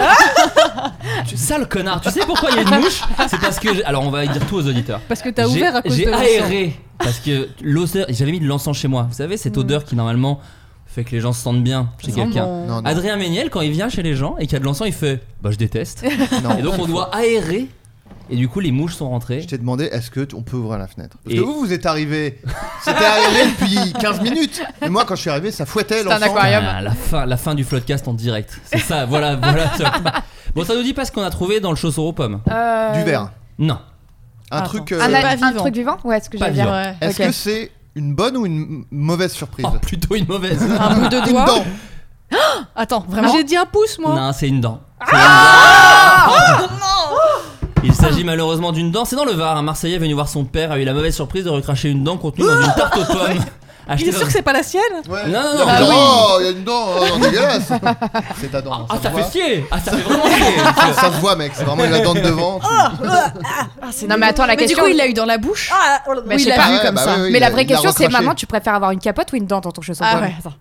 [SPEAKER 5] Tu sale connard, tu sais pourquoi il y a une mouche C'est parce que. j'ai- Alors on va dire tout aux auditeurs.
[SPEAKER 8] Parce que t'as
[SPEAKER 5] J'ai-
[SPEAKER 8] ouvert à cause
[SPEAKER 5] J'ai
[SPEAKER 8] de l'encens.
[SPEAKER 5] aéré parce que l'odeur. J'avais mis de l'encens chez moi. Vous savez cette
[SPEAKER 8] Mm.
[SPEAKER 5] odeur qui normalement fait que les gens se sentent bien chez quelqu'un.
[SPEAKER 9] Vraiment.
[SPEAKER 6] Non, non,
[SPEAKER 5] Adrien Méniel quand il vient chez les gens et qu'il y a de l'encens, il fait bah je déteste.
[SPEAKER 6] non.
[SPEAKER 5] Et donc on doit aérer. Et du coup les mouches sont rentrées.
[SPEAKER 6] Je t'ai demandé, est-ce que t- on peut ouvrir la fenêtre Parce
[SPEAKER 5] Et-
[SPEAKER 6] que vous, vous êtes arrivé. C'était arrivé depuis 15 minutes. Et moi, quand je suis arrivé, ça fouettait
[SPEAKER 2] C'était un
[SPEAKER 6] l'encens.
[SPEAKER 2] aquarium.
[SPEAKER 5] Ah, la fin, la fin du floodcast en direct. C'est ça. voilà, voilà. ça. Bon, ça nous dit pas ce qu'on a trouvé dans le chausson aux pommes.
[SPEAKER 2] Euh,
[SPEAKER 6] Du verre.
[SPEAKER 5] Non.
[SPEAKER 6] Un
[SPEAKER 9] Attends.
[SPEAKER 6] truc.
[SPEAKER 2] Ah, Un,
[SPEAKER 6] euh,
[SPEAKER 2] un
[SPEAKER 9] vivant.
[SPEAKER 2] truc vivant Ouais, ce que
[SPEAKER 5] Pas
[SPEAKER 2] j'allais dire.
[SPEAKER 5] vivant.
[SPEAKER 9] Ah, Ouais.
[SPEAKER 6] Est-ce
[SPEAKER 2] ok.
[SPEAKER 6] que c'est une bonne ou une m- mauvaise surprise Ah,
[SPEAKER 5] Oh, plutôt une mauvaise.
[SPEAKER 9] Un bout de
[SPEAKER 6] Une
[SPEAKER 9] doigt.
[SPEAKER 6] dent.
[SPEAKER 9] Attends, vraiment Ah,
[SPEAKER 8] J'ai dit un pouce moi.
[SPEAKER 5] Non, c'est une dent.
[SPEAKER 8] Ah
[SPEAKER 5] C'est une dent. Il s'agit malheureusement d'une dent. C'est dans le Var. Un Marseillais venu voir son père a eu la mauvaise surprise de recracher une dent contenue dans une tarte aux pommes.
[SPEAKER 8] Il
[SPEAKER 5] Achetée
[SPEAKER 8] est
[SPEAKER 5] dans-
[SPEAKER 8] sûr que c'est pas la sienne
[SPEAKER 6] Ouais.
[SPEAKER 5] Non, non, non.
[SPEAKER 6] Il y a
[SPEAKER 5] Ah
[SPEAKER 6] une
[SPEAKER 5] oui.
[SPEAKER 6] dent, oh, il y a une dent, oh, non, dégueulasse. C'est ta dent. hein,
[SPEAKER 5] Ah,
[SPEAKER 6] ça
[SPEAKER 5] ça
[SPEAKER 6] se
[SPEAKER 5] fait
[SPEAKER 6] voit.
[SPEAKER 5] chier. Ah, ça fait vraiment chier.
[SPEAKER 6] Ça se voit, mec. C'est vraiment la dent de devant. tu-
[SPEAKER 2] Oh, Non, mais attends, la
[SPEAKER 9] Mais du
[SPEAKER 2] question.
[SPEAKER 9] coup, il l'a eu dans la
[SPEAKER 8] Ah,
[SPEAKER 9] bouche.
[SPEAKER 8] oh
[SPEAKER 9] Oui,
[SPEAKER 2] Mais je
[SPEAKER 9] il
[SPEAKER 2] sais
[SPEAKER 9] l'a
[SPEAKER 2] pas.
[SPEAKER 9] vu
[SPEAKER 6] ouais,
[SPEAKER 9] comme
[SPEAKER 6] bah
[SPEAKER 9] ça.
[SPEAKER 6] oui, oui,
[SPEAKER 2] Mais
[SPEAKER 6] il a-
[SPEAKER 2] la vraie
[SPEAKER 6] il l'a Ah.
[SPEAKER 2] question, c'est
[SPEAKER 6] recraché.
[SPEAKER 2] maman, tu préfères avoir une capote ou une dent dans ton chausson pomme
[SPEAKER 9] attends.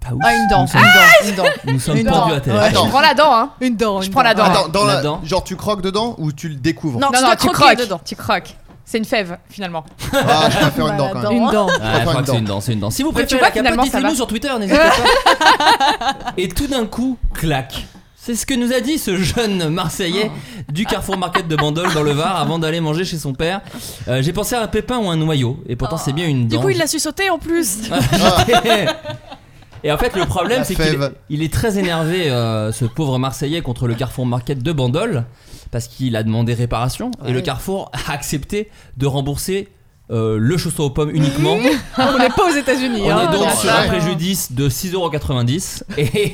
[SPEAKER 5] Pas ouf.
[SPEAKER 9] Ah, une dent.
[SPEAKER 5] Nous sommes-
[SPEAKER 9] Une dent. Une dent.
[SPEAKER 5] Nous sommes
[SPEAKER 9] Une dent.
[SPEAKER 5] tendus à terre.
[SPEAKER 6] Attends.
[SPEAKER 2] Je prends la dent, hein.
[SPEAKER 8] Une dent.
[SPEAKER 2] Je
[SPEAKER 8] une
[SPEAKER 2] prends la
[SPEAKER 8] dent.
[SPEAKER 2] dent.
[SPEAKER 6] Attends, dans la,
[SPEAKER 5] Là-dedans.
[SPEAKER 6] genre tu croques dedans ou tu le découvres
[SPEAKER 9] Non,
[SPEAKER 2] Non, non, tu
[SPEAKER 9] croquer
[SPEAKER 2] croques.
[SPEAKER 9] dedans.
[SPEAKER 2] Tu croques. C'est une fève, finalement.
[SPEAKER 6] Ah, je préfère une
[SPEAKER 2] Bah,
[SPEAKER 6] dent quand même.
[SPEAKER 8] Une dent.
[SPEAKER 5] Ouais, Ah, je crois que c'est une dent, c'est une dent. Si vous
[SPEAKER 2] Mais tu
[SPEAKER 5] préférez
[SPEAKER 2] vois,
[SPEAKER 5] la capote,
[SPEAKER 2] finalement, ça
[SPEAKER 5] dites-le nous
[SPEAKER 2] va.
[SPEAKER 5] sur Twitter, n'hésitez pas. Et tout d'un coup, clac. C'est ce que nous a dit ce jeune Marseillais du Carrefour Market de Bandol dans le Var avant d'aller manger chez son père. Euh, J'ai pensé à un pépin ou un noyau, et pourtant c'est bien une dent.
[SPEAKER 9] Du coup, il l'a su sauter en plus.
[SPEAKER 6] Ah.
[SPEAKER 5] Et en fait, le problème,
[SPEAKER 6] La
[SPEAKER 5] c'est qu'il
[SPEAKER 6] fève.
[SPEAKER 5] il est très énervé, euh, ce pauvre Marseillais, contre le Carrefour Market de Bandol, parce qu'il a demandé réparation, et le Carrefour a accepté de rembourser euh, le chausson aux pommes uniquement.
[SPEAKER 8] On n'est pas aux États-Unis.
[SPEAKER 5] On
[SPEAKER 8] hein.
[SPEAKER 5] est donc
[SPEAKER 6] la
[SPEAKER 5] sur un
[SPEAKER 6] vache.
[SPEAKER 5] préjudice de 6,90€ et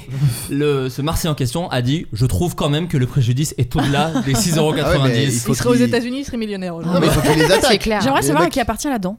[SPEAKER 5] le, ce Marseillais en question a dit Je trouve quand même que le préjudice est au-delà des 6,90€.
[SPEAKER 6] Ah ouais, mais il faut
[SPEAKER 8] Il serait aux
[SPEAKER 6] qu'il-
[SPEAKER 8] États-Unis, il serait millionnaire.
[SPEAKER 6] Non, mais
[SPEAKER 8] aujourd'hui.
[SPEAKER 6] il faut qu'il les
[SPEAKER 2] C'est
[SPEAKER 6] attaque.
[SPEAKER 2] clair.
[SPEAKER 9] J'aimerais
[SPEAKER 6] Les
[SPEAKER 9] savoir à
[SPEAKER 6] mecs-
[SPEAKER 9] qui appartient la dent.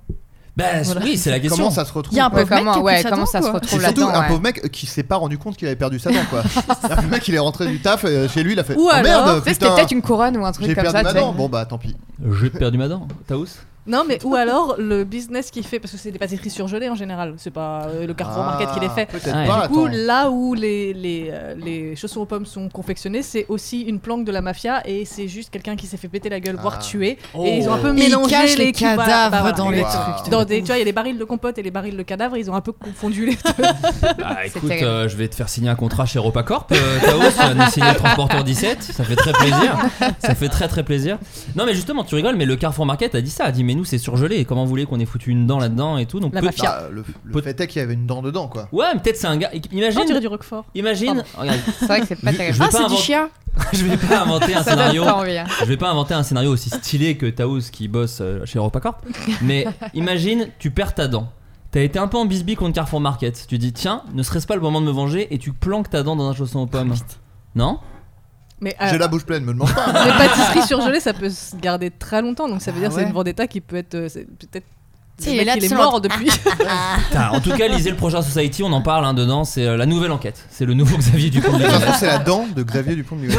[SPEAKER 5] Bah oui, c'est la question.
[SPEAKER 6] Comment ça se retrouve
[SPEAKER 9] Il y a un
[SPEAKER 6] quoi.
[SPEAKER 9] pauvre mec
[SPEAKER 2] comment,
[SPEAKER 9] qui a
[SPEAKER 2] ouais,
[SPEAKER 9] plus de
[SPEAKER 2] comment
[SPEAKER 9] sa
[SPEAKER 2] ça se
[SPEAKER 9] dent, quoi.
[SPEAKER 6] C'est
[SPEAKER 2] retrouve
[SPEAKER 6] surtout
[SPEAKER 2] là-dedans
[SPEAKER 6] un
[SPEAKER 2] ouais.
[SPEAKER 6] pauvre mec qui s'est pas rendu compte qu'il avait perdu sa dent quoi. C'est-à-dire que le mec il est rentré du taf euh, chez lui, il a fait
[SPEAKER 8] Ou
[SPEAKER 6] oh,
[SPEAKER 8] alors,
[SPEAKER 6] merde,
[SPEAKER 2] Tu sais, C'était
[SPEAKER 6] putain,
[SPEAKER 2] peut-être une couronne ou un
[SPEAKER 6] j'ai
[SPEAKER 2] truc comme
[SPEAKER 6] perdu
[SPEAKER 2] ça.
[SPEAKER 6] ma
[SPEAKER 2] tu sais.
[SPEAKER 6] dent. Bon bah tant pis.
[SPEAKER 5] J'ai perdu ma dent, Taous
[SPEAKER 8] Non, mais ou alors le business qu'il fait, parce que c'est des pâtisseries surgelées en général, c'est pas euh, le Carrefour
[SPEAKER 6] Ah,
[SPEAKER 8] Market qui les fait.
[SPEAKER 6] Peut-être
[SPEAKER 5] Ouais.
[SPEAKER 6] pas.
[SPEAKER 8] Du coup,
[SPEAKER 6] attends.
[SPEAKER 8] là où les, les, euh, les chaussons aux pommes sont confectionnés, c'est aussi une planque de la mafia et c'est juste quelqu'un qui s'est fait péter la gueule, voire
[SPEAKER 6] Ah.
[SPEAKER 8] tué.
[SPEAKER 5] Oh.
[SPEAKER 8] Et ils ont un peu
[SPEAKER 9] Et ils
[SPEAKER 8] mélangé
[SPEAKER 9] cachent
[SPEAKER 8] les
[SPEAKER 9] les
[SPEAKER 8] cubes à- bah,
[SPEAKER 9] cadavres
[SPEAKER 8] voilà.
[SPEAKER 9] dans les
[SPEAKER 6] Wow.
[SPEAKER 9] trucs. de
[SPEAKER 8] Dans des,
[SPEAKER 9] ouf.
[SPEAKER 8] tu vois, il y a les barils de compote et les barils de cadavres, ils ont un peu confondu les deux.
[SPEAKER 5] Ah écoute,
[SPEAKER 2] terrible.
[SPEAKER 5] euh, je vais te faire signer un contrat chez Ropacorp, euh, Taos, nous signer le transporteur 17, ça fait très plaisir. Ça fait très très plaisir. Non mais justement, tu rigoles, mais le Carrefour Market a dit ça, a dit mais nous c'est surgelé, et comment vous voulez qu'on ait foutu une dent là-dedans et tout, donc
[SPEAKER 8] La
[SPEAKER 5] peut-
[SPEAKER 8] mafia.
[SPEAKER 6] Bah, le le
[SPEAKER 5] Peut-
[SPEAKER 6] fait est qu'il y avait une dent dedans quoi.
[SPEAKER 5] Ouais, mais peut-être c'est un gars.
[SPEAKER 8] On dirait
[SPEAKER 5] Imagine,
[SPEAKER 8] du Roquefort.
[SPEAKER 5] imagine. Regarde,
[SPEAKER 2] C'est vrai que c'est pas
[SPEAKER 5] Je-
[SPEAKER 2] terrible.
[SPEAKER 5] je-
[SPEAKER 9] Ah,
[SPEAKER 5] vais pas
[SPEAKER 9] c'est du
[SPEAKER 5] inventer-
[SPEAKER 9] chien.
[SPEAKER 5] je vais pas inventer un
[SPEAKER 2] Ça donne
[SPEAKER 5] scénario.
[SPEAKER 2] pas envie. hein.
[SPEAKER 5] Je vais pas inventer un scénario aussi stylé que Taos qui bosse euh, chez Europacorp, mais imagine, tu perds ta dent. T'as été un peu en bisbille contre Carrefour Market. Tu dis, tiens, ne serait-ce pas le moment de me venger et tu planques ta dent dans un chausson aux pommes. Non
[SPEAKER 8] Mais
[SPEAKER 6] J'ai
[SPEAKER 8] euh,
[SPEAKER 6] la bouche pleine, me demande pas.
[SPEAKER 8] les pâtisseries surgelées, ça peut se garder très longtemps, donc ça veut
[SPEAKER 2] Ah
[SPEAKER 8] dire que c'est
[SPEAKER 2] ouais.
[SPEAKER 8] une vendetta qui peut être. euh, c'est Peut-être.
[SPEAKER 9] Si, il
[SPEAKER 8] le
[SPEAKER 9] est
[SPEAKER 8] mec,
[SPEAKER 9] là
[SPEAKER 8] il est
[SPEAKER 9] dessus,
[SPEAKER 8] mort depuis.
[SPEAKER 5] Putain, En tout cas, lisez le prochain Society, on en parle hein, dedans. C'est euh, la nouvelle enquête. C'est le nouveau Xavier Dupont.
[SPEAKER 6] De toute façon, c'est la dent de Xavier Dupont de Comme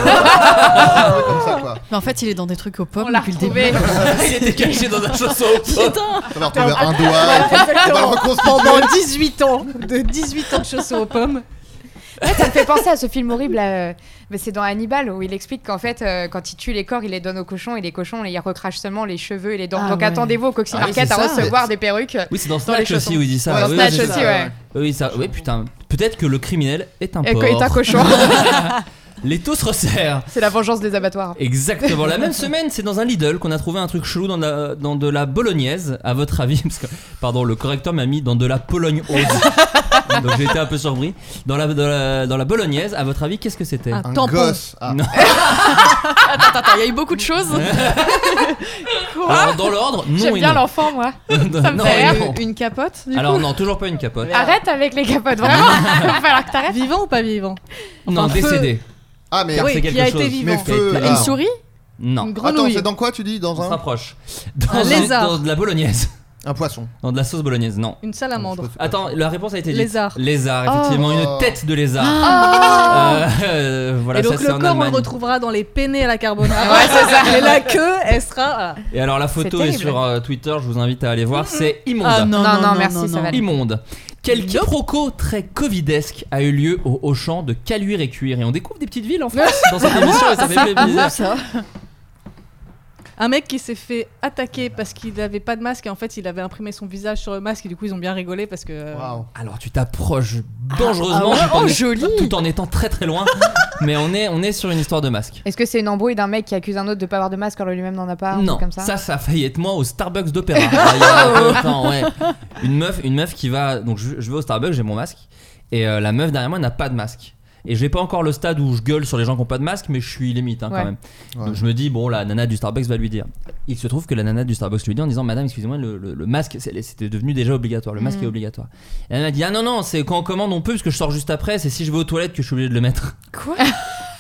[SPEAKER 6] ça quoi.
[SPEAKER 9] Mais en fait, il est dans des trucs aux pommes
[SPEAKER 2] On l'a
[SPEAKER 9] depuis le début.
[SPEAKER 2] retrouvé.
[SPEAKER 5] Il était caché dans un chausson aux pommes.
[SPEAKER 6] On va retrouver un doigt. On va le reconstruire.
[SPEAKER 8] Pendant 18 ans, de 18 ans de chaussons aux pommes.
[SPEAKER 2] Ça me fait penser à ce film horrible, là, euh, mais c'est dans Hannibal où il explique qu'en fait, euh, quand il tue les corps, il les donne aux cochons et les cochons, ils recrachent seulement les cheveux et les dents.
[SPEAKER 9] Ah
[SPEAKER 2] Donc
[SPEAKER 9] ouais.
[SPEAKER 2] attendez-vous au Coxy
[SPEAKER 5] Ah oui,
[SPEAKER 2] Market
[SPEAKER 5] c'est
[SPEAKER 2] à
[SPEAKER 5] ça.
[SPEAKER 2] recevoir des perruques.
[SPEAKER 5] Oui, c'est dans
[SPEAKER 2] les
[SPEAKER 5] Snatch aussi
[SPEAKER 2] chaussons.
[SPEAKER 5] où il dit ça.
[SPEAKER 6] Ouais,
[SPEAKER 5] oui,
[SPEAKER 2] Snatch
[SPEAKER 5] oui, c'est
[SPEAKER 2] aussi,
[SPEAKER 5] ça.
[SPEAKER 2] ouais.
[SPEAKER 5] Oui, ça, oui, putain. Peut-être que le criminel est un
[SPEAKER 2] Et, que- et un
[SPEAKER 5] porc.
[SPEAKER 2] cochon,
[SPEAKER 5] Les taux se resserrent.
[SPEAKER 2] c'est la vengeance des abattoirs.
[SPEAKER 5] Exactement. La même semaine, c'est dans un Lidl qu'on a trouvé un truc chelou dans de la, dans de la bolognaise, à votre avis. Parce que, pardon, le correcteur m'a mis dans de la Pologne haute. Donc j'étais un peu surpris. Dans la, dans la, dans la bolognaise, à votre avis, qu'est-ce que c'était
[SPEAKER 8] Un
[SPEAKER 6] Un
[SPEAKER 8] tampon.
[SPEAKER 6] gosse. Ah.
[SPEAKER 5] Non.
[SPEAKER 9] Attends, attends, il y a eu beaucoup de choses.
[SPEAKER 6] Ah,
[SPEAKER 5] Alors, dans l'ordre, non
[SPEAKER 2] J'aime
[SPEAKER 5] et
[SPEAKER 2] bien
[SPEAKER 5] non.
[SPEAKER 2] l'enfant, moi.
[SPEAKER 5] Ça
[SPEAKER 2] me
[SPEAKER 5] non
[SPEAKER 2] fait
[SPEAKER 5] et
[SPEAKER 2] rire.
[SPEAKER 5] non.
[SPEAKER 9] Une capote, du
[SPEAKER 5] Alors
[SPEAKER 9] coup.
[SPEAKER 5] non, toujours pas une capote.
[SPEAKER 2] Arrête avec les capotes, vraiment. Il va falloir que t'arrêtes.
[SPEAKER 8] Vivant ou pas vivant
[SPEAKER 5] non,
[SPEAKER 8] Enfin, feu.
[SPEAKER 5] décédé.
[SPEAKER 6] Ah, mais.
[SPEAKER 5] Car
[SPEAKER 8] Oui,
[SPEAKER 5] c'est
[SPEAKER 8] qui
[SPEAKER 5] quelque
[SPEAKER 8] a
[SPEAKER 5] chose.
[SPEAKER 8] été
[SPEAKER 6] Mais
[SPEAKER 8] vivant.
[SPEAKER 6] feu.
[SPEAKER 5] Une
[SPEAKER 9] Une
[SPEAKER 6] ah.
[SPEAKER 9] souris
[SPEAKER 5] Euh, Non.
[SPEAKER 8] Une
[SPEAKER 6] Attends,
[SPEAKER 8] grenouille.
[SPEAKER 6] c'est dans quoi tu dis Dans
[SPEAKER 5] On se
[SPEAKER 6] un.
[SPEAKER 5] rapproche. Dans,
[SPEAKER 8] lézard.
[SPEAKER 5] dans de la bolognaise.
[SPEAKER 6] Un poisson.
[SPEAKER 5] Dans de la sauce bolognaise, non.
[SPEAKER 8] Une salamandre.
[SPEAKER 5] Attends, la réponse a été dite.
[SPEAKER 8] Lézard.
[SPEAKER 5] Lézard, effectivement,
[SPEAKER 6] Oh.
[SPEAKER 5] une tête de lézard. Euh, euh, voilà,
[SPEAKER 8] Ah et donc
[SPEAKER 5] ça,
[SPEAKER 8] le
[SPEAKER 5] c'est
[SPEAKER 8] corps,
[SPEAKER 5] en
[SPEAKER 8] on le
[SPEAKER 5] Allemagne.
[SPEAKER 8] retrouvera dans les penne à la carbonara. ouais, c'est ça. Et la queue, elle sera. voilà.
[SPEAKER 5] Et alors la photo est,
[SPEAKER 2] terrible.
[SPEAKER 5] sur euh, Twitter, je vous invite à aller voir, c'est immonde.
[SPEAKER 8] Ah
[SPEAKER 2] Non, non, merci, ça va aller.
[SPEAKER 5] Immonde. Quel quiproquo très covidesque a eu lieu au Auchan de Caluire et Cuire. Et on découvre des petites villes en France dans cette émission et ça fait plaisir.
[SPEAKER 8] Un mec qui s'est fait attaquer parce qu'il n'avait pas de masque et en fait il avait imprimé son visage sur le masque et du coup ils ont bien rigolé parce que. euh,
[SPEAKER 6] Waouh.
[SPEAKER 5] Alors tu t'approches dangereusement
[SPEAKER 9] Ah, ah ouais,
[SPEAKER 5] tout, en
[SPEAKER 9] oh,
[SPEAKER 5] est-
[SPEAKER 9] joli.
[SPEAKER 5] tout en étant très très loin. mais on est, on est sur une histoire de masque.
[SPEAKER 2] Est-ce que c'est une embrouille d'un mec qui accuse un autre de pas avoir de masque alors lui-même n'en a pas un
[SPEAKER 5] non,
[SPEAKER 2] truc comme ça,
[SPEAKER 5] ça, a failli être moi au Starbucks d'Opéra. Il y a peu de
[SPEAKER 2] Ah
[SPEAKER 5] temps, ouais. Une meuf, une meuf qui va, donc je, je vais au Starbucks, j'ai mon masque, et euh, la meuf derrière moi n'a pas de masque. Et j'ai pas encore le stade où je gueule sur les gens qui ont pas de masque, mais je suis limite hein,
[SPEAKER 2] Ouais.
[SPEAKER 5] quand même.
[SPEAKER 6] Ouais.
[SPEAKER 5] Donc je me dis bon, la nana du Starbucks va lui dire. Il se trouve que la nana du Starbucks lui dit en disant Madame, excusez-moi, le, le- le masque, c'est- c'était devenu déjà obligatoire. Le masque
[SPEAKER 2] Mm.
[SPEAKER 5] est obligatoire. Et elle m'a dit ah non non, c'est quand on commande on peut parce que je sors juste après. C'est si je vais aux toilettes que je suis obligé de le mettre.
[SPEAKER 9] Quoi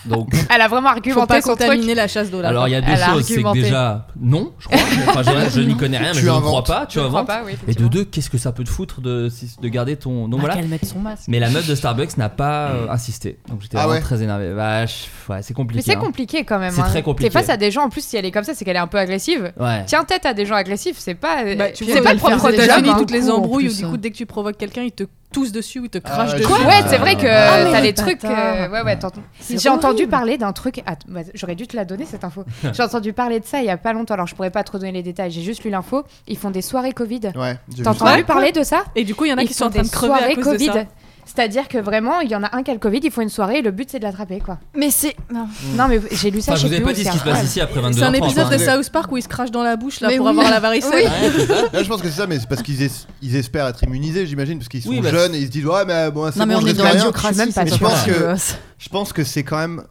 [SPEAKER 5] Donc
[SPEAKER 2] Elle a vraiment
[SPEAKER 8] Faut
[SPEAKER 2] argumenté
[SPEAKER 8] pas
[SPEAKER 2] son truc.
[SPEAKER 8] contaminer la chasse d'eau là.
[SPEAKER 5] alors il y a deux
[SPEAKER 2] Elle a
[SPEAKER 5] choses, c'est que
[SPEAKER 2] argumenté.
[SPEAKER 5] déjà non, je crois. Enfin, je- je n'y connais rien, mais
[SPEAKER 6] Tu
[SPEAKER 5] je ne
[SPEAKER 6] inventes.
[SPEAKER 5] crois pas. Tu
[SPEAKER 2] Je crois
[SPEAKER 5] inventes.
[SPEAKER 2] pas, oui,
[SPEAKER 5] Et de
[SPEAKER 2] effectivement.
[SPEAKER 5] deux, qu'est-ce que ça peut te foutre de, si- de garder ton. Donc voilà.
[SPEAKER 9] Qu'elle mette son masque.
[SPEAKER 5] Mais la meuf de Starbucks n'a pas euh, insisté. Donc j'étais
[SPEAKER 6] Ah
[SPEAKER 5] vraiment
[SPEAKER 6] ouais.
[SPEAKER 5] très énervé. Bah, je- ouais, c'est compliqué.
[SPEAKER 2] Mais c'est
[SPEAKER 5] hein.
[SPEAKER 2] compliqué quand même.
[SPEAKER 5] C'est
[SPEAKER 2] hein.
[SPEAKER 5] très compliqué.
[SPEAKER 2] T'es face à des gens, en plus, si elle est comme ça, c'est qu'elle est un peu agressive.
[SPEAKER 5] Ouais.
[SPEAKER 2] Tiens tête à des gens agressifs, c'est pas. euh,
[SPEAKER 8] Bah, tu vois,
[SPEAKER 2] c'est pas
[SPEAKER 8] le
[SPEAKER 2] le
[SPEAKER 8] faire
[SPEAKER 2] propre
[SPEAKER 8] aux
[SPEAKER 2] aux
[SPEAKER 8] États-Unis,
[SPEAKER 2] États-Unis.
[SPEAKER 9] hein.
[SPEAKER 8] toutes les embrouilles
[SPEAKER 9] En
[SPEAKER 8] où du
[SPEAKER 9] plus,
[SPEAKER 8] coup dès que tu provoques quelqu'un, il te tousse dessus ou il te
[SPEAKER 6] Ah
[SPEAKER 5] Euh,
[SPEAKER 8] crache
[SPEAKER 6] ouais,
[SPEAKER 8] dessus.
[SPEAKER 6] je-
[SPEAKER 2] Ouais, c'est vrai que
[SPEAKER 6] Ah, mais
[SPEAKER 2] t'as
[SPEAKER 9] les
[SPEAKER 2] les trucs. euh,
[SPEAKER 9] bâtards.
[SPEAKER 2] ouais, ouais, t'entends. J'ai entendu parler d'un truc. ah, bah, J'aurais dû te la donner cette info. J'ai entendu parler de ça il y a pas longtemps, alors je pourrais pas trop donner les détails. J'ai juste lu l'info. Ils font des soirées Covid.
[SPEAKER 6] Ouais. j'ai vu
[SPEAKER 2] T'as
[SPEAKER 6] ça.
[SPEAKER 2] entendu parler de ça
[SPEAKER 8] Et du coup, il y en a
[SPEAKER 2] Ils
[SPEAKER 8] qui sont en
[SPEAKER 2] font
[SPEAKER 8] train
[SPEAKER 2] des
[SPEAKER 8] de crever à
[SPEAKER 2] soirées
[SPEAKER 8] cause
[SPEAKER 2] Covid.
[SPEAKER 8] de ça.
[SPEAKER 2] C'est-à-dire que vraiment, il y en a un qui a le Covid, ils font une soirée et le but c'est de l'attraper quoi.
[SPEAKER 9] Mais c'est. non.
[SPEAKER 6] Hmm.
[SPEAKER 2] Non mais j'ai lu ça.
[SPEAKER 5] Enfin, je
[SPEAKER 2] sais
[SPEAKER 5] vous ai
[SPEAKER 2] plus
[SPEAKER 5] pas
[SPEAKER 2] où,
[SPEAKER 5] dit
[SPEAKER 2] c'est
[SPEAKER 5] ce qui se passe
[SPEAKER 2] incroyable.
[SPEAKER 5] ici après 22h30.
[SPEAKER 8] C'est un épisode de
[SPEAKER 5] hein.
[SPEAKER 8] South Park où il se crache dans la bouche là
[SPEAKER 9] Mais
[SPEAKER 8] pour
[SPEAKER 9] oui.
[SPEAKER 8] avoir la varicelle.
[SPEAKER 9] Oui.
[SPEAKER 5] Ouais, c'est ça.
[SPEAKER 6] Là, je pense que c'est ça, mais c'est parce qu'ils es- ils espèrent être immunisés, j'imagine, parce qu'ils sont
[SPEAKER 5] Oui, bah,
[SPEAKER 6] jeunes et ils se disent Ouais, mais bon, c'est
[SPEAKER 9] Non, mais
[SPEAKER 6] bon,
[SPEAKER 9] on
[SPEAKER 6] je
[SPEAKER 9] est
[SPEAKER 6] risque
[SPEAKER 9] dans
[SPEAKER 6] rien.
[SPEAKER 9] la biocratie.
[SPEAKER 2] Je suis même pas
[SPEAKER 9] c'est
[SPEAKER 6] sûre.
[SPEAKER 9] sûr.
[SPEAKER 6] Je pense que c'est quand même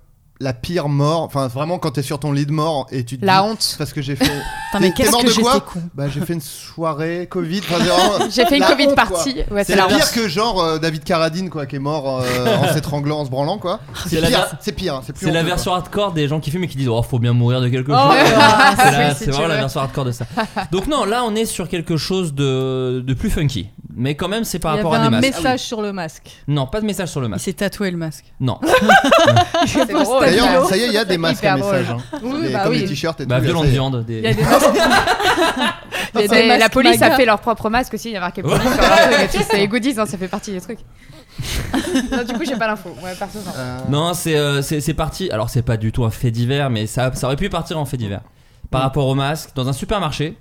[SPEAKER 6] la pire mort. Enfin, vraiment, quand t'es sur ton lit de mort et tu te
[SPEAKER 2] La
[SPEAKER 6] dis,
[SPEAKER 2] honte.
[SPEAKER 6] Parce que j'ai fait.
[SPEAKER 9] Putain, mais
[SPEAKER 6] T'es- t'es
[SPEAKER 9] qu'est-ce
[SPEAKER 6] mort
[SPEAKER 9] que
[SPEAKER 6] de quoi
[SPEAKER 9] j'étais con.
[SPEAKER 6] bah, j'ai fait une soirée Covid. Enfin, c'est vraiment
[SPEAKER 2] J'ai fait une
[SPEAKER 6] la
[SPEAKER 2] Covid
[SPEAKER 6] honte, quoi.
[SPEAKER 2] party. Ouais,
[SPEAKER 6] C'est
[SPEAKER 2] c'est la
[SPEAKER 6] pire
[SPEAKER 2] honte.
[SPEAKER 6] que genre euh, David Carradine quoi qui est mort euh, en s'étranglant, en se branlant quoi. C'est
[SPEAKER 5] C'est la
[SPEAKER 6] pire,
[SPEAKER 5] ver-
[SPEAKER 6] c'est pire, hein, c'est plus
[SPEAKER 5] C'est la
[SPEAKER 6] honteux,
[SPEAKER 5] version hardcore des gens qui fument et qui disent Oh, faut bien mourir de quelque chose.
[SPEAKER 8] Oh,
[SPEAKER 5] c'est la-
[SPEAKER 8] oui, si
[SPEAKER 5] c'est
[SPEAKER 8] tu
[SPEAKER 5] vraiment la
[SPEAKER 8] veux.
[SPEAKER 5] version hardcore de ça. Donc, non, là, on est sur quelque chose de, de plus funky. Mais quand même, c'est par
[SPEAKER 8] Il y
[SPEAKER 5] rapport
[SPEAKER 8] avait
[SPEAKER 5] à des
[SPEAKER 8] un
[SPEAKER 5] masques.
[SPEAKER 8] message sur le masque.
[SPEAKER 5] Non, pas de message sur le
[SPEAKER 9] Il
[SPEAKER 5] masque.
[SPEAKER 9] s'est tatoué le masque.
[SPEAKER 5] Non.
[SPEAKER 2] C'est drôle.
[SPEAKER 6] quoi. D'ailleurs, ça y est, il y a des masques à
[SPEAKER 2] Hyper
[SPEAKER 6] message.
[SPEAKER 2] drôle.
[SPEAKER 6] hein.
[SPEAKER 2] Oui,
[SPEAKER 6] Les-
[SPEAKER 2] bah
[SPEAKER 6] comme
[SPEAKER 2] oui.
[SPEAKER 6] les t-shirts et
[SPEAKER 5] Bah,
[SPEAKER 6] tout.
[SPEAKER 5] violente
[SPEAKER 6] là, c'est-
[SPEAKER 5] viande. Des...
[SPEAKER 8] Il y a des masques. Il y a des
[SPEAKER 2] Mais la
[SPEAKER 8] masques
[SPEAKER 6] Oh
[SPEAKER 2] police a
[SPEAKER 8] MAGA.
[SPEAKER 2] fait leur propre masque aussi, il y a marqué police sur leur truc, et puis c'est les goodies, hein, ça fait partie des trucs. non, du coup, j'ai pas l'info. Ouais, perso, non.
[SPEAKER 6] Euh,
[SPEAKER 5] Non, c'est euh, c'est c'est parti. Alors, c'est pas du tout un fait divers, mais ça, ça aurait pu partir en fait divers. Par rapport au masque, dans un supermarché.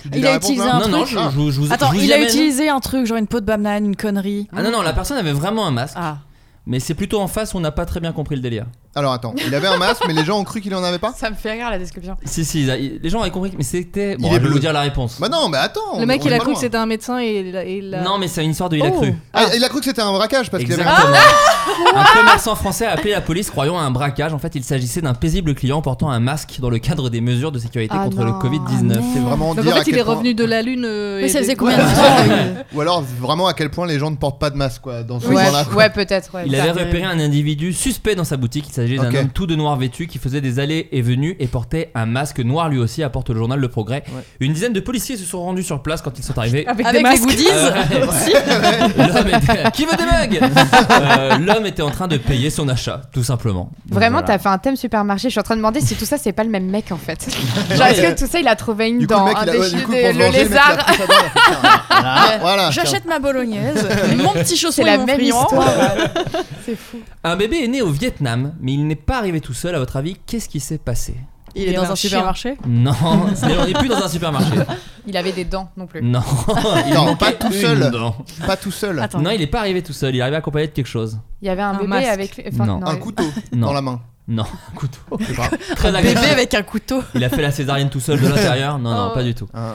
[SPEAKER 6] tu dis
[SPEAKER 9] Il
[SPEAKER 6] la
[SPEAKER 9] a
[SPEAKER 6] réponse,
[SPEAKER 9] utilisé
[SPEAKER 6] hein
[SPEAKER 9] Un
[SPEAKER 5] non, non,
[SPEAKER 9] truc.
[SPEAKER 5] je, je- je vous
[SPEAKER 9] Attends,
[SPEAKER 5] je vous
[SPEAKER 9] il
[SPEAKER 5] y
[SPEAKER 9] a
[SPEAKER 5] amène.
[SPEAKER 9] utilisé un truc, genre une peau de banane, une connerie.
[SPEAKER 5] Ah non, non, la personne avait vraiment un masque.
[SPEAKER 9] Ah.
[SPEAKER 5] Mais c'est plutôt en face où on n'a pas très bien compris le délire.
[SPEAKER 6] Alors attends, il avait un masque mais les gens ont cru qu'il en avait pas.
[SPEAKER 2] Ça me fait rire la description.
[SPEAKER 5] Si, si, ils a- ils- les gens avaient compris, mais c'était. Bon,
[SPEAKER 6] Il est
[SPEAKER 5] je vais vous
[SPEAKER 6] bleu.
[SPEAKER 5] dire la réponse.
[SPEAKER 6] Bah non, mais attends.
[SPEAKER 8] Le mec,
[SPEAKER 6] on- on
[SPEAKER 8] il
[SPEAKER 6] est
[SPEAKER 8] a
[SPEAKER 6] pas
[SPEAKER 8] cru que
[SPEAKER 6] loin.
[SPEAKER 8] c'était un médecin et il a. et il a-
[SPEAKER 5] Non, mais c'est une histoire de il a
[SPEAKER 8] Oh.
[SPEAKER 5] cru.
[SPEAKER 6] Ah, il a cru que c'était un braquage parce qu'il avait.
[SPEAKER 5] Exactement. un commerçant français a appelé la police croyant à un braquage. En fait, il s'agissait d'un paisible client portant un masque dans le cadre des mesures de sécurité
[SPEAKER 2] Ah
[SPEAKER 5] contre
[SPEAKER 2] non.
[SPEAKER 5] le Covid-19.
[SPEAKER 6] C'est vraiment
[SPEAKER 8] Donc
[SPEAKER 6] dire à
[SPEAKER 8] en fait,
[SPEAKER 6] quel
[SPEAKER 8] il est
[SPEAKER 6] point-
[SPEAKER 8] revenu de la lune. euh,
[SPEAKER 9] Mais
[SPEAKER 8] et
[SPEAKER 9] ça
[SPEAKER 8] de-
[SPEAKER 9] faisait combien de
[SPEAKER 8] Ouais.
[SPEAKER 9] temps euh,
[SPEAKER 6] Ou alors vraiment à quel point les gens ne portent pas de masque quoi dans ce
[SPEAKER 2] Ouais,
[SPEAKER 6] genre-là.
[SPEAKER 2] ouais, peut-être. ouais.
[SPEAKER 5] Il avait
[SPEAKER 9] Ça, c'est-
[SPEAKER 5] repéré un individu suspect dans sa boutique. Il s'agit d'un
[SPEAKER 6] Ok.
[SPEAKER 5] homme tout de noir vêtu qui faisait des allées et venues et portait un masque noir lui aussi, apporte le journal Le Progrès. Une dizaine de policiers se sont rendus sur place quand ils sont arrivés.
[SPEAKER 9] Avec
[SPEAKER 8] Avec, des
[SPEAKER 9] les
[SPEAKER 8] masques.
[SPEAKER 9] goodies
[SPEAKER 5] Euh, L'homme était- Qui veut des mugs Euh, L'homme était en train de payer son achat, tout simplement. Donc,
[SPEAKER 2] Vraiment,
[SPEAKER 5] voilà.
[SPEAKER 2] t'as fait un thème supermarché. Je suis en train de demander si tout ça, c'est pas le même mec en fait. Genre, est-ce que tout ça, il a trouvé une
[SPEAKER 6] Du coup,
[SPEAKER 2] dent,
[SPEAKER 6] le mec,
[SPEAKER 2] un
[SPEAKER 6] il a, ouais,
[SPEAKER 2] déchet,
[SPEAKER 6] du coup,
[SPEAKER 2] des-
[SPEAKER 6] pour se
[SPEAKER 2] le
[SPEAKER 6] venger, le mec, il a
[SPEAKER 2] lézard
[SPEAKER 6] pris sa dent, il a fait ça. Voilà, voilà, tiens.
[SPEAKER 9] J'achète ma bolognaise, mon petit chausson
[SPEAKER 2] C'est la
[SPEAKER 9] et mon
[SPEAKER 2] même
[SPEAKER 9] friand.
[SPEAKER 8] Oh,
[SPEAKER 2] histoire. C'est fou.
[SPEAKER 5] Un bébé est né au Vietnam, mais il n'est pas arrivé tout seul. À votre avis, qu'est-ce qui s'est passé
[SPEAKER 9] Il est dans un
[SPEAKER 8] chien.
[SPEAKER 9] supermarché
[SPEAKER 5] Non, ce n'est- on n'est plus dans un supermarché.
[SPEAKER 2] Il avait des dents non plus.
[SPEAKER 5] Non, il
[SPEAKER 6] Non,
[SPEAKER 5] manquait
[SPEAKER 6] pas tout
[SPEAKER 5] une
[SPEAKER 6] seul.
[SPEAKER 5] dent.
[SPEAKER 6] Pas tout seul.
[SPEAKER 9] Attends.
[SPEAKER 5] Non, il n'est pas arrivé tout seul. Il est arrivé accompagné de quelque chose.
[SPEAKER 2] Il y avait un,
[SPEAKER 9] Un
[SPEAKER 2] bébé
[SPEAKER 9] masque.
[SPEAKER 2] avec. lui- enfin,
[SPEAKER 5] Non.
[SPEAKER 6] Un couteau
[SPEAKER 5] Non.
[SPEAKER 6] dans la main.
[SPEAKER 5] Non, un couteau.
[SPEAKER 6] Je sais pas.
[SPEAKER 5] Très
[SPEAKER 9] Un
[SPEAKER 5] agressif.
[SPEAKER 9] bébé avec un couteau.
[SPEAKER 5] Il a fait la césarienne tout seul de l'intérieur Non, non,
[SPEAKER 8] Oh.
[SPEAKER 5] pas du tout.
[SPEAKER 6] Un- un-